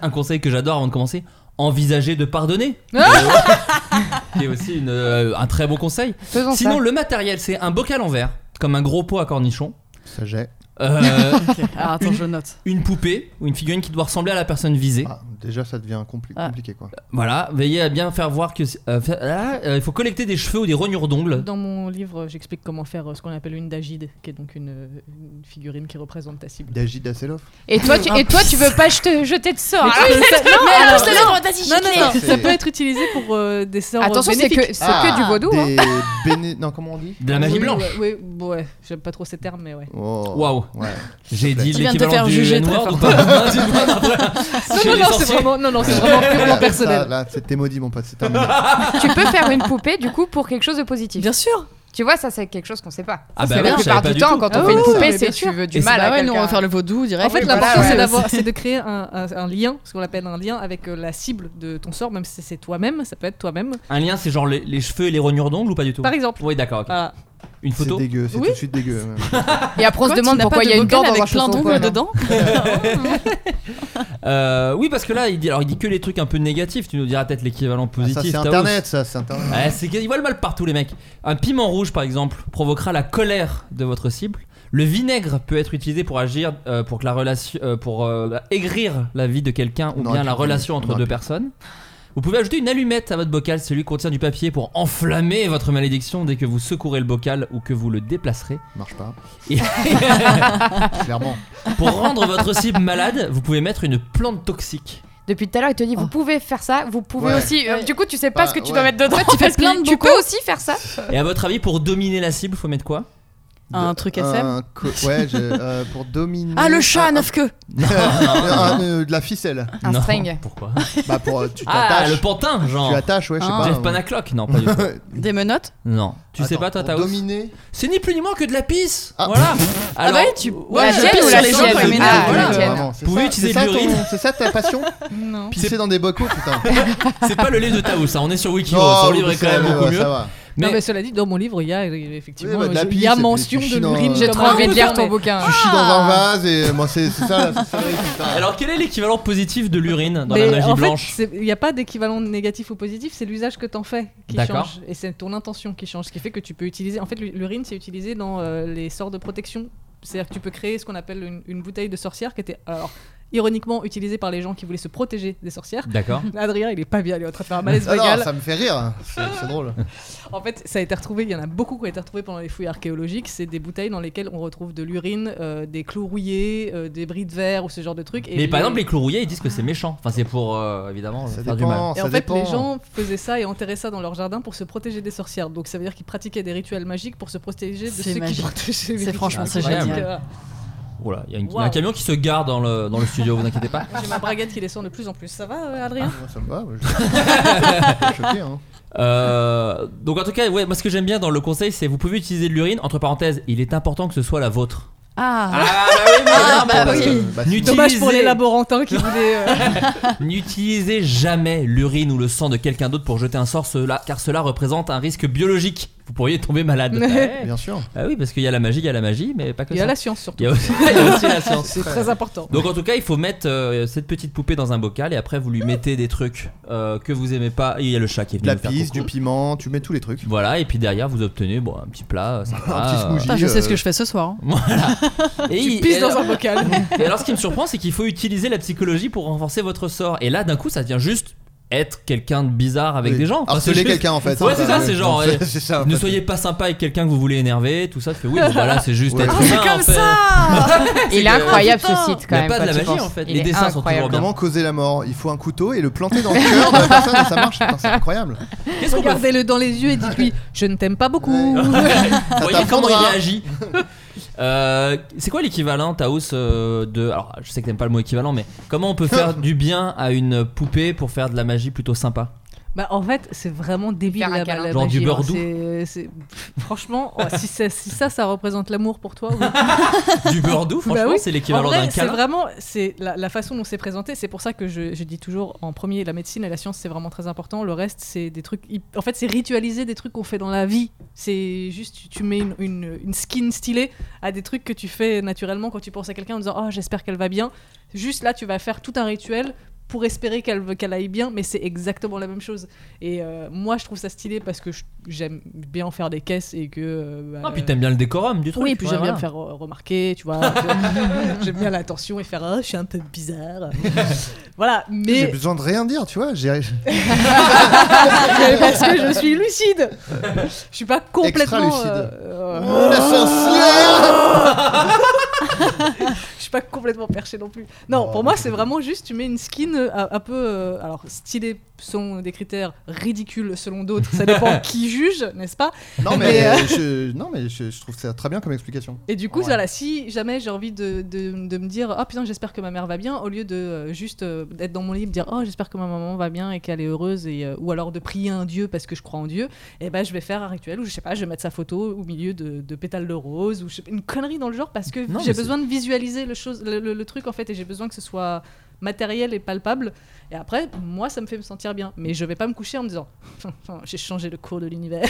[SPEAKER 5] un conseil que j'adore avant de commencer envisager de pardonner.
[SPEAKER 9] Ah.
[SPEAKER 5] Euh, Qui est aussi une, euh, un très bon conseil.
[SPEAKER 2] Faisons ça.
[SPEAKER 5] Sinon, le matériel, c'est un bocal en verre, comme un gros pot à cornichons.
[SPEAKER 6] Ça j'ai.
[SPEAKER 5] Euh,
[SPEAKER 9] Ah, attends,
[SPEAKER 5] Une-
[SPEAKER 9] je note.
[SPEAKER 5] une poupée ou une figurine qui doit ressembler à la personne visée.
[SPEAKER 6] Ah, déjà, ça devient compli-
[SPEAKER 9] Ah.
[SPEAKER 6] compliqué quoi.
[SPEAKER 5] Voilà, veillez à bien faire voir que. euh, fa- ah, euh, il faut collecter des cheveux ou des rognures d'ongles.
[SPEAKER 8] Dans mon livre, j'explique comment faire euh, ce qu'on appelle une dagide, qui est donc une, une figurine qui représente ta cible.
[SPEAKER 6] Dagid Dasselov.
[SPEAKER 2] Et toi, tu, et toi, tu veux pas jeter, jeter de sort. hein
[SPEAKER 9] Mais alors,
[SPEAKER 8] non,
[SPEAKER 9] non, vas-y,
[SPEAKER 8] Non, non, non,
[SPEAKER 6] C'est-
[SPEAKER 8] ça peut être utilisé pour euh, des sorts
[SPEAKER 2] Attention, c'est
[SPEAKER 8] bénéfiques.
[SPEAKER 2] que, c'est
[SPEAKER 6] Ah,
[SPEAKER 2] que du vaudou. hein.
[SPEAKER 6] Des béné... Non, comment on dit
[SPEAKER 5] De la magie
[SPEAKER 8] Oui,
[SPEAKER 5] blanche.
[SPEAKER 8] Ouais, ouais, ouais, j'aime pas trop ces termes, mais ouais.
[SPEAKER 6] Oh.
[SPEAKER 5] Waouh.
[SPEAKER 6] Ouais.
[SPEAKER 5] J'ai dit
[SPEAKER 9] Tu viens de te
[SPEAKER 5] l'équivalent
[SPEAKER 9] faire
[SPEAKER 5] du
[SPEAKER 9] juger
[SPEAKER 5] N-word
[SPEAKER 9] très
[SPEAKER 5] ou pas Non, dis-moi, non, voilà.
[SPEAKER 8] Non,
[SPEAKER 5] Chez
[SPEAKER 8] non,
[SPEAKER 5] les
[SPEAKER 8] non, c'est
[SPEAKER 5] sorciers.
[SPEAKER 8] vraiment, non, non, c'est vraiment purement
[SPEAKER 6] Là,
[SPEAKER 8] personnel.
[SPEAKER 2] bah,
[SPEAKER 6] ça, là, c'était maudit, mon pote. C'est terminé.
[SPEAKER 2] Tu peux faire une poupée, du coup, pour quelque chose de positif.
[SPEAKER 9] Bien sûr.
[SPEAKER 2] Tu vois, ça, c'est quelque chose qu'on sait pas.
[SPEAKER 5] Ah bah
[SPEAKER 2] C'est
[SPEAKER 5] merde,
[SPEAKER 2] la
[SPEAKER 5] je
[SPEAKER 2] plupart
[SPEAKER 5] savais pas
[SPEAKER 2] du
[SPEAKER 5] du
[SPEAKER 2] temps,
[SPEAKER 5] tout.
[SPEAKER 2] quand
[SPEAKER 8] Ah oui,
[SPEAKER 2] on fait une
[SPEAKER 8] non, mais
[SPEAKER 2] poupée,
[SPEAKER 8] bien
[SPEAKER 2] c'est
[SPEAKER 8] sûr.
[SPEAKER 2] tu veux du
[SPEAKER 5] Et c'est-
[SPEAKER 2] mal
[SPEAKER 9] Bah
[SPEAKER 2] à
[SPEAKER 9] ouais, nous on
[SPEAKER 2] quelqu'un.
[SPEAKER 9] va faire le vaudou
[SPEAKER 2] bah
[SPEAKER 9] direct.
[SPEAKER 8] En fait,
[SPEAKER 9] Oui,
[SPEAKER 8] l'important,
[SPEAKER 9] voilà,
[SPEAKER 8] c'est
[SPEAKER 9] ouais,
[SPEAKER 8] d'avoir- c'est de créer un, un- un lien, ce qu'on appelle un lien avec euh, la cible de ton sort, même si c'est toi-même, ça peut être toi-même.
[SPEAKER 5] Un lien, c'est genre les, les cheveux et les rognures d'ongles ou pas du tout
[SPEAKER 8] Par exemple.
[SPEAKER 5] Oui, d'accord, ok.
[SPEAKER 8] Voilà.
[SPEAKER 5] Une
[SPEAKER 6] Ah, C'est
[SPEAKER 5] photo
[SPEAKER 6] dégueu. C'est
[SPEAKER 8] Oui.
[SPEAKER 6] tout de suite dégueu. ouais.
[SPEAKER 2] Et après, on
[SPEAKER 9] Quoi,
[SPEAKER 2] se
[SPEAKER 9] tu
[SPEAKER 2] demande
[SPEAKER 9] n'as
[SPEAKER 2] pourquoi
[SPEAKER 9] pas
[SPEAKER 2] il
[SPEAKER 9] de
[SPEAKER 2] y a une
[SPEAKER 9] bocal
[SPEAKER 2] dent dans un
[SPEAKER 9] avec plein
[SPEAKER 2] chausson
[SPEAKER 9] d'ongles
[SPEAKER 2] pomme.
[SPEAKER 9] dedans.
[SPEAKER 5] Euh, Oui, parce que là, il dit, alors, il dit que les trucs un peu négatifs. Tu nous diras peut-être l'équivalent
[SPEAKER 6] Ah,
[SPEAKER 5] positif.
[SPEAKER 6] ça, c'est
[SPEAKER 5] Taos.
[SPEAKER 6] internet, ça. C'est internet.
[SPEAKER 5] Ouais, c'est qu'ils voient le mal partout, les mecs. Un piment rouge, par exemple, provoquera la colère de votre cible. Le vinaigre peut être utilisé pour agir, euh, pour que la relation, euh, pour euh, aigrir la vie de quelqu'un ou
[SPEAKER 6] Non,
[SPEAKER 5] bien la
[SPEAKER 6] tu-
[SPEAKER 5] relation entre
[SPEAKER 6] non,
[SPEAKER 5] deux
[SPEAKER 6] tu-
[SPEAKER 5] personnes. Vous pouvez ajouter une allumette à votre bocal, celui qui contient du papier, pour enflammer votre malédiction dès que vous secourez le bocal ou que vous le déplacerez.
[SPEAKER 6] Marche pas.
[SPEAKER 5] Et-
[SPEAKER 6] Clairement.
[SPEAKER 5] pour rendre votre cible malade, vous pouvez mettre une plante toxique.
[SPEAKER 2] Depuis tout à l'heure, il te dit vous pouvez faire ça, vous pouvez
[SPEAKER 6] Ouais.
[SPEAKER 2] aussi. euh,
[SPEAKER 9] Ah. Ouais.
[SPEAKER 2] Du coup, tu sais pas
[SPEAKER 6] Bah,
[SPEAKER 2] ce que tu
[SPEAKER 6] ouais.
[SPEAKER 2] dois mettre dedans. Tu
[SPEAKER 9] fais plein de
[SPEAKER 2] Tu
[SPEAKER 9] bocaux.
[SPEAKER 2] peux aussi faire ça.
[SPEAKER 5] Et à votre avis, pour dominer la cible, faut mettre quoi
[SPEAKER 9] Un truc SM.
[SPEAKER 6] Un co- Ouais, j'ai- euh, pour dominer.
[SPEAKER 9] Ah, le chat à
[SPEAKER 6] Un-
[SPEAKER 9] neuf queues.
[SPEAKER 5] Non,
[SPEAKER 6] un- euh, de la ficelle.
[SPEAKER 2] Un
[SPEAKER 5] Non.
[SPEAKER 2] string.
[SPEAKER 5] Pourquoi
[SPEAKER 6] Bah pour euh, tu
[SPEAKER 5] Ah,
[SPEAKER 6] t'attaches.
[SPEAKER 5] le pantin, genre.
[SPEAKER 6] tu attaches, ouais, je sais
[SPEAKER 9] Ah.
[SPEAKER 6] pas.
[SPEAKER 5] Jeff Panaclock Non, pas du tout.
[SPEAKER 9] Des menottes.
[SPEAKER 5] Non. Tu sais
[SPEAKER 6] Attends,
[SPEAKER 5] pas, toi,
[SPEAKER 6] pour
[SPEAKER 5] t'as
[SPEAKER 6] dominer.
[SPEAKER 5] C'est ni plus ni moins que de la pisse.
[SPEAKER 6] Ah.
[SPEAKER 5] Voilà. Alors,
[SPEAKER 9] bah oui, tu-
[SPEAKER 5] ouais,
[SPEAKER 2] la
[SPEAKER 5] je
[SPEAKER 2] tienne
[SPEAKER 5] pisse
[SPEAKER 2] ou
[SPEAKER 5] sur
[SPEAKER 2] la
[SPEAKER 5] les gens
[SPEAKER 2] sienne
[SPEAKER 5] de la
[SPEAKER 2] Ah,
[SPEAKER 5] ménage,
[SPEAKER 2] la
[SPEAKER 5] voilà.
[SPEAKER 2] tienne.
[SPEAKER 6] vraiment, c'est
[SPEAKER 5] Vous pouvez
[SPEAKER 6] ça-
[SPEAKER 5] utiliser
[SPEAKER 6] c'est ça
[SPEAKER 5] de
[SPEAKER 6] ton-
[SPEAKER 5] l'urine.
[SPEAKER 6] C'est ça ta passion
[SPEAKER 8] Non.
[SPEAKER 6] Pisser dans des bocaux, putain.
[SPEAKER 5] C'est pas le livre de Taos, ça. On est sur Wiki.
[SPEAKER 6] Non,
[SPEAKER 5] son
[SPEAKER 6] oui,
[SPEAKER 5] livre est quand
[SPEAKER 6] ça,
[SPEAKER 5] même
[SPEAKER 6] ouais,
[SPEAKER 5] beaucoup
[SPEAKER 6] ouais,
[SPEAKER 5] mieux.
[SPEAKER 6] ça va.
[SPEAKER 8] Non,
[SPEAKER 5] Mais-
[SPEAKER 8] mais cela dit, dans mon livre, il y a euh, effectivement
[SPEAKER 6] Oui, bah, de la
[SPEAKER 8] je- il y
[SPEAKER 6] pisse,
[SPEAKER 8] a
[SPEAKER 6] et puis
[SPEAKER 8] mention
[SPEAKER 6] tu
[SPEAKER 8] de
[SPEAKER 6] chies dans-
[SPEAKER 8] l'urine.
[SPEAKER 2] J'ai
[SPEAKER 8] comme
[SPEAKER 2] trop
[SPEAKER 8] un-
[SPEAKER 2] envie de lire ton
[SPEAKER 6] Tu
[SPEAKER 8] Ah.
[SPEAKER 2] bouquin.
[SPEAKER 6] chies dans un vase et moi c'est c'est ça, la- c'est ça, putain.
[SPEAKER 5] Alors, quel est l'équivalent positif de l'urine dans
[SPEAKER 8] Mais
[SPEAKER 5] la magie
[SPEAKER 8] en fait,
[SPEAKER 5] blanche
[SPEAKER 8] c'est- Il n'y a pas d'équivalent négatif ou positif, c'est l'usage que t'en fais qui
[SPEAKER 5] D'accord.
[SPEAKER 8] change. Et c'est ton intention qui change, ce qui fait que tu peux utiliser. En fait, l'u- l'urine, c'est utilisé dans euh, les sorts de protection. C'est-à-dire que tu peux créer ce qu'on appelle une, une bouteille de sorcière qui était, alors, ironiquement utilisée par les gens qui voulaient se protéger des sorcières.
[SPEAKER 5] D'accord.
[SPEAKER 8] Adrien, il est pas bien, il est en train de faire un malaise
[SPEAKER 6] Ah non,
[SPEAKER 8] vagal.
[SPEAKER 6] ça me fait rire, c'est c'est drôle.
[SPEAKER 8] En fait, ça a été retrouvé, il y en a beaucoup qui ont été retrouvés pendant les fouilles archéologiques. C'est des bouteilles dans lesquelles on retrouve de l'urine, euh, des clous rouillés, euh, des bris de verre ou ce genre de trucs. Et
[SPEAKER 5] Mais par
[SPEAKER 8] les-
[SPEAKER 5] exemple, les clourouillés, ils disent que c'est méchant. Enfin, c'est pour euh, évidemment
[SPEAKER 6] Ça
[SPEAKER 5] faire du mal.
[SPEAKER 6] dépend,
[SPEAKER 8] Et
[SPEAKER 6] ça
[SPEAKER 8] en fait,
[SPEAKER 6] dépend.
[SPEAKER 8] les gens faisaient ça et enterraient ça dans leur jardin pour se protéger des sorcières. Donc ça veut dire qu'ils pratiquaient des rituels magiques pour se protéger de
[SPEAKER 9] C'est
[SPEAKER 8] ceux qui
[SPEAKER 9] magique.
[SPEAKER 8] protégeaient les
[SPEAKER 9] C'est franchement,
[SPEAKER 8] sorcières.
[SPEAKER 5] c'est
[SPEAKER 8] Donc, euh,
[SPEAKER 9] génial.
[SPEAKER 5] Voilà, il y a une- il y a un
[SPEAKER 8] Waouh.
[SPEAKER 5] camion qui se gare dans le, dans le studio, vous inquiétez pas.
[SPEAKER 6] Ah.
[SPEAKER 8] euh, J'ai ma braguette qui descend de plus en plus. Ça va, euh, Adrien
[SPEAKER 6] Moi, ça me va, ouais, je- je suis choqué, hein.
[SPEAKER 5] Euh, donc en tout cas, ouais, moi ce que j'aime bien dans le conseil, c'est vous pouvez utiliser de l'urine. Entre parenthèses, il est important que ce soit la vôtre.
[SPEAKER 9] Ah,
[SPEAKER 5] Ah bah oui, mais
[SPEAKER 9] Ah,
[SPEAKER 5] non,
[SPEAKER 9] bah
[SPEAKER 5] parce
[SPEAKER 9] oui.
[SPEAKER 5] que n'utilisez-
[SPEAKER 8] Dommage pour les laborantins qui voulaient. euh,
[SPEAKER 5] N'utilisez jamais l'urine ou le sang de quelqu'un d'autre pour jeter un sort, cela, car cela représente un risque biologique. Vous pourriez tomber malade.
[SPEAKER 8] Ouais.
[SPEAKER 6] Bien sûr.
[SPEAKER 5] Ah oui, parce qu'il y a la magie, il y a la magie, mais pas que
[SPEAKER 8] Il y
[SPEAKER 5] ça.
[SPEAKER 8] a la science surtout.
[SPEAKER 5] Il y a aussi, il y a aussi la science.
[SPEAKER 8] C'est très important.
[SPEAKER 5] Donc en tout cas, il faut mettre euh, cette petite poupée dans un bocal et après vous lui mettez des trucs euh, que vous aimez pas. Et il y a le chat qui est
[SPEAKER 6] De
[SPEAKER 5] venu
[SPEAKER 6] la
[SPEAKER 5] me faire
[SPEAKER 6] pisse,
[SPEAKER 5] coucou.
[SPEAKER 6] du piment, tu mets tous les trucs.
[SPEAKER 5] Voilà, et puis derrière vous obtenez bon, un petit plat, euh, sympa,
[SPEAKER 6] Un petit
[SPEAKER 5] euh,
[SPEAKER 6] smoothie.
[SPEAKER 9] Putain, je sais ce
[SPEAKER 6] euh,
[SPEAKER 9] que je fais ce soir. hein.
[SPEAKER 5] Et, il-
[SPEAKER 8] Pisse
[SPEAKER 5] et
[SPEAKER 8] dans
[SPEAKER 5] alors-
[SPEAKER 8] un bocal.
[SPEAKER 5] et alors, ce qui me surprend, c'est qu'il faut utiliser la psychologie pour renforcer votre sort. Et là, d'un coup, ça devient juste être quelqu'un de bizarre avec
[SPEAKER 6] oui.
[SPEAKER 5] des gens. Enfin, c'est
[SPEAKER 6] Harceler
[SPEAKER 5] juste-
[SPEAKER 6] quelqu'un en fait.
[SPEAKER 5] Ouais,
[SPEAKER 6] hein,
[SPEAKER 5] c'est ça, c'est genre, ouais.
[SPEAKER 6] c'est- c'est ça, en
[SPEAKER 5] Ne
[SPEAKER 6] fait.
[SPEAKER 5] soyez pas sympa avec quelqu'un que vous voulez énerver, tout ça. Tu fais oui, bah voilà, c'est juste
[SPEAKER 6] Ouais.
[SPEAKER 5] être
[SPEAKER 6] Ah, c'est
[SPEAKER 5] humain, en
[SPEAKER 9] Comme
[SPEAKER 5] fait.
[SPEAKER 9] ça
[SPEAKER 2] Il est
[SPEAKER 5] que-
[SPEAKER 2] incroyable ce
[SPEAKER 9] Putain.
[SPEAKER 2] site
[SPEAKER 5] Il
[SPEAKER 2] quand
[SPEAKER 5] y a
[SPEAKER 2] même.
[SPEAKER 5] pas de
[SPEAKER 2] quand
[SPEAKER 5] la
[SPEAKER 2] tu
[SPEAKER 5] magie,
[SPEAKER 2] penses.
[SPEAKER 5] en fait.
[SPEAKER 2] Il
[SPEAKER 5] Les
[SPEAKER 2] est
[SPEAKER 5] dessins sont
[SPEAKER 2] incroyable.
[SPEAKER 5] toujours bien.
[SPEAKER 6] Comment causer la mort Il faut un couteau et le planter dans le cœur de la personne et ça marche. Putain, C'est incroyable.
[SPEAKER 5] Qu'est-ce qu'on peut faire
[SPEAKER 8] Regardez-le dans les yeux et dites-lui Je ne t'aime pas beaucoup.
[SPEAKER 5] Voyez comment il
[SPEAKER 6] t'apprendra.
[SPEAKER 5] réagit. Euh, c'est quoi l'équivalent, Taos, euh, de. Alors, je sais que t'aimes pas le mot équivalent, mais comment on peut faire du bien à une poupée pour faire de la magie plutôt sympa
[SPEAKER 8] Bah en fait c'est vraiment débile
[SPEAKER 2] Faire un
[SPEAKER 8] la,
[SPEAKER 2] câlin.
[SPEAKER 8] la
[SPEAKER 5] Genre
[SPEAKER 8] magie,
[SPEAKER 5] du beurre
[SPEAKER 8] hein.
[SPEAKER 5] doux.
[SPEAKER 8] C'est- c'est- Franchement oh, si, ça, si ça ça représente l'amour pour toi. oui.
[SPEAKER 5] Du beurre doux, franchement,
[SPEAKER 8] Bah oui.
[SPEAKER 5] c'est
[SPEAKER 8] En
[SPEAKER 5] l'équivalent d'un
[SPEAKER 8] vrai c'est
[SPEAKER 5] câlin.
[SPEAKER 8] vraiment c'est la, la façon dont c'est présenté c'est pour ça que je, je dis toujours en premier la médecine et la science c'est vraiment très important le reste c'est des trucs hy- en fait c'est ritualiser des trucs qu'on fait dans la vie c'est juste tu, tu mets une, une, une skin stylée à des trucs que tu fais naturellement quand tu penses à quelqu'un en disant oh j'espère qu'elle va bien juste là tu vas faire tout un rituel pour espérer qu'elle qu'elle aille bien, mais c'est exactement la même chose. Et euh, moi, je trouve ça stylé parce que je- j'aime bien faire des caisses et que. euh, bah,
[SPEAKER 5] Ah, puis t'aimes bien le décorum du truc.
[SPEAKER 8] oui, et puis
[SPEAKER 5] ouais,
[SPEAKER 8] j'aime bien
[SPEAKER 5] voilà.
[SPEAKER 8] me faire euh, remarquer, tu vois. que- j'aime bien l'attention et faire Ah, je suis un peu bizarre. voilà,
[SPEAKER 6] J'ai
[SPEAKER 8] mais
[SPEAKER 6] besoin de rien dire, tu vois. j'ai-
[SPEAKER 8] mais parce que je suis lucide. Je suis pas complètement
[SPEAKER 6] Extra-lucide.
[SPEAKER 8] euh,
[SPEAKER 5] Oh.
[SPEAKER 6] Oh,
[SPEAKER 8] euh,
[SPEAKER 6] La sorcière
[SPEAKER 8] je suis pas complètement perché non plus. Non, pour moi, c'est vraiment juste, tu mets une skin euh, un, un peu, euh, alors stylée selon des critères ridicules selon d'autres, ça dépend qui juge, n'est-ce pas
[SPEAKER 6] Non mais,
[SPEAKER 8] Mais,
[SPEAKER 6] euh, je, non, mais je, je trouve ça très bien comme explication.
[SPEAKER 8] Et du coup,
[SPEAKER 6] Ouais.
[SPEAKER 8] voilà, si jamais j'ai envie de, de- de me dire Ah putain, j'espère que ma mère va bien, au lieu de euh, juste euh, d'être dans mon lit, me dire Oh, j'espère que ma maman va bien et qu'elle est heureuse, et, euh, ou alors de prier un dieu parce que je crois en Dieu, et ben je vais faire un rituel où je sais pas, je vais mettre sa photo au milieu de, de pétales de rose, ou je- une connerie dans le genre parce que
[SPEAKER 5] Non, mais
[SPEAKER 8] j'ai
[SPEAKER 5] c'est-
[SPEAKER 8] besoin de visualiser le, chose, le, le- le truc en fait, et j'ai besoin que ce soit matériel et palpable. Et après, moi, ça me fait me sentir bien, mais je vais pas me coucher en me disant J'ai changé le cours de l'univers.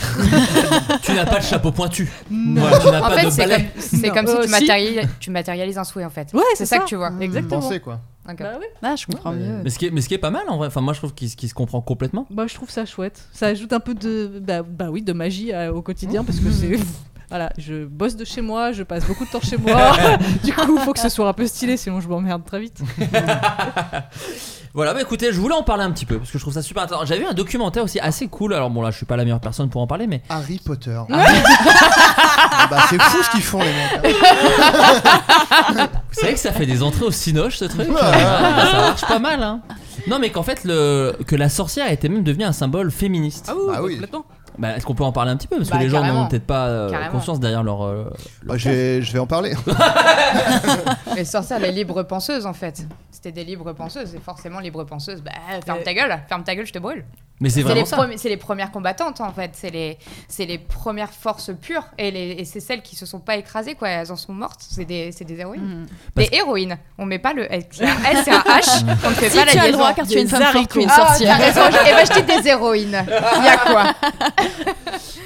[SPEAKER 5] Tu n'as pas de chapeau pointu.
[SPEAKER 8] Non.
[SPEAKER 5] Voilà, tu n'as
[SPEAKER 2] En
[SPEAKER 5] pas
[SPEAKER 2] fait,
[SPEAKER 5] de
[SPEAKER 2] c'est
[SPEAKER 5] balai.
[SPEAKER 2] comme, c'est
[SPEAKER 8] Non.
[SPEAKER 2] comme si
[SPEAKER 8] Euh,
[SPEAKER 2] tu
[SPEAKER 8] si.
[SPEAKER 2] matérialises, tu matérialises un souhait en fait.
[SPEAKER 8] Ouais,
[SPEAKER 2] c'est ça, que tu vois.
[SPEAKER 8] Exactement.
[SPEAKER 6] Penser quoi.
[SPEAKER 2] Ok.
[SPEAKER 8] Bah oui.
[SPEAKER 9] Ah, je comprends
[SPEAKER 6] Ouais.
[SPEAKER 9] mieux.
[SPEAKER 5] Mais ce qui est, mais ce qui est pas mal en vrai, enfin moi je trouve qu'il qu'il se comprend complètement.
[SPEAKER 8] Bah, je trouve ça chouette. Ça ajoute un peu de, bah, bah oui, de magie à- au quotidien parce que c'est. Voilà, je bosse de chez moi, je passe beaucoup de temps chez moi. du coup, il faut que ce soit un peu stylé, sinon je m'emmerde très vite.
[SPEAKER 5] Voilà, bah écoutez, je voulais en parler un petit peu parce que je trouve ça super intéressant. J'avais vu un documentaire aussi assez cool. Alors bon là, je suis pas la meilleure personne pour en parler, mais
[SPEAKER 6] Harry Potter. Ah bah, c'est fou ce qu'ils font les mecs.
[SPEAKER 5] vous savez que ça fait des entrées au cinoche ce truc.
[SPEAKER 6] Ouais.
[SPEAKER 5] Ah, ça marche pas mal. Hein. Non mais qu'en fait le que la sorcière était même devenue un symbole féministe.
[SPEAKER 8] Ah oui,
[SPEAKER 6] Bah oui.
[SPEAKER 8] complètement.
[SPEAKER 5] Bah est-ce qu'on peut en parler un petit peu parce que
[SPEAKER 2] Bah,
[SPEAKER 5] les gens n'en
[SPEAKER 2] carrément.
[SPEAKER 5] ont peut-être pas euh,
[SPEAKER 2] Carrément.
[SPEAKER 5] conscience derrière leur. euh,
[SPEAKER 6] Bah, je, vais, je vais en parler.
[SPEAKER 5] Eh,
[SPEAKER 2] Mais sans ça, les libres penseuses en fait. C'était des libres penseuses et forcément libres penseuses. Bah ferme
[SPEAKER 8] Euh.
[SPEAKER 2] ta gueule, ferme ta gueule, je te brûle.
[SPEAKER 5] Mais c'est
[SPEAKER 2] C'est les,
[SPEAKER 5] vraiment ça.
[SPEAKER 2] premi- c'est les premières combattantes en fait, c'est les, c'est les premières forces pures et, les- et c'est celles qui se sont pas écrasées quoi, elles en sont mortes, c'est des, c'est des héroïnes.
[SPEAKER 9] Hmm.
[SPEAKER 5] Parce-
[SPEAKER 2] Des héroïnes, on met pas le S, c'est un S et un H, on ne fait
[SPEAKER 9] Si
[SPEAKER 2] pas la
[SPEAKER 9] tu as le
[SPEAKER 2] liaison.
[SPEAKER 9] droit car tu es une
[SPEAKER 8] Des
[SPEAKER 9] femme forte, tu es une
[SPEAKER 2] Ah, t'as
[SPEAKER 9] sorcière.
[SPEAKER 2] raison, je- eh ben, je dis des héroïnes. Il y a quoi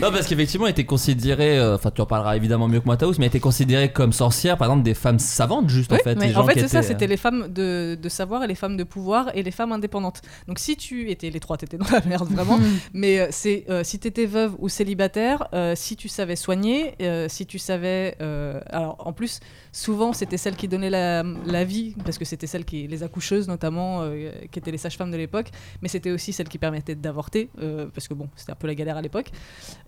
[SPEAKER 5] Non, parce qu'effectivement, elle était considérée, euh, enfin, tu en parleras évidemment mieux que moi, Taos, mais elle était considérée comme sorcière, par exemple, des femmes savantes, juste en fait.
[SPEAKER 9] mais
[SPEAKER 5] les gens
[SPEAKER 8] En fait,
[SPEAKER 5] qui
[SPEAKER 8] c'est ça,
[SPEAKER 5] étaient, euh,
[SPEAKER 8] c'était les femmes de, de savoir et les femmes de pouvoir et les femmes indépendantes. Donc, si tu étais, les trois, t'étais dans la merde vraiment, mais euh, c'est euh, si t'étais veuve ou célibataire, euh, si tu savais soigner, euh, si tu savais. euh, alors, en plus, souvent, c'était celle qui donnait la, la vie, parce que c'était celle qui. les accoucheuses, notamment, euh, qui étaient les sages-femmes de l'époque, mais c'était aussi celle qui permettait d'avorter, euh, parce que bon, c'était un peu la galère à l'époque.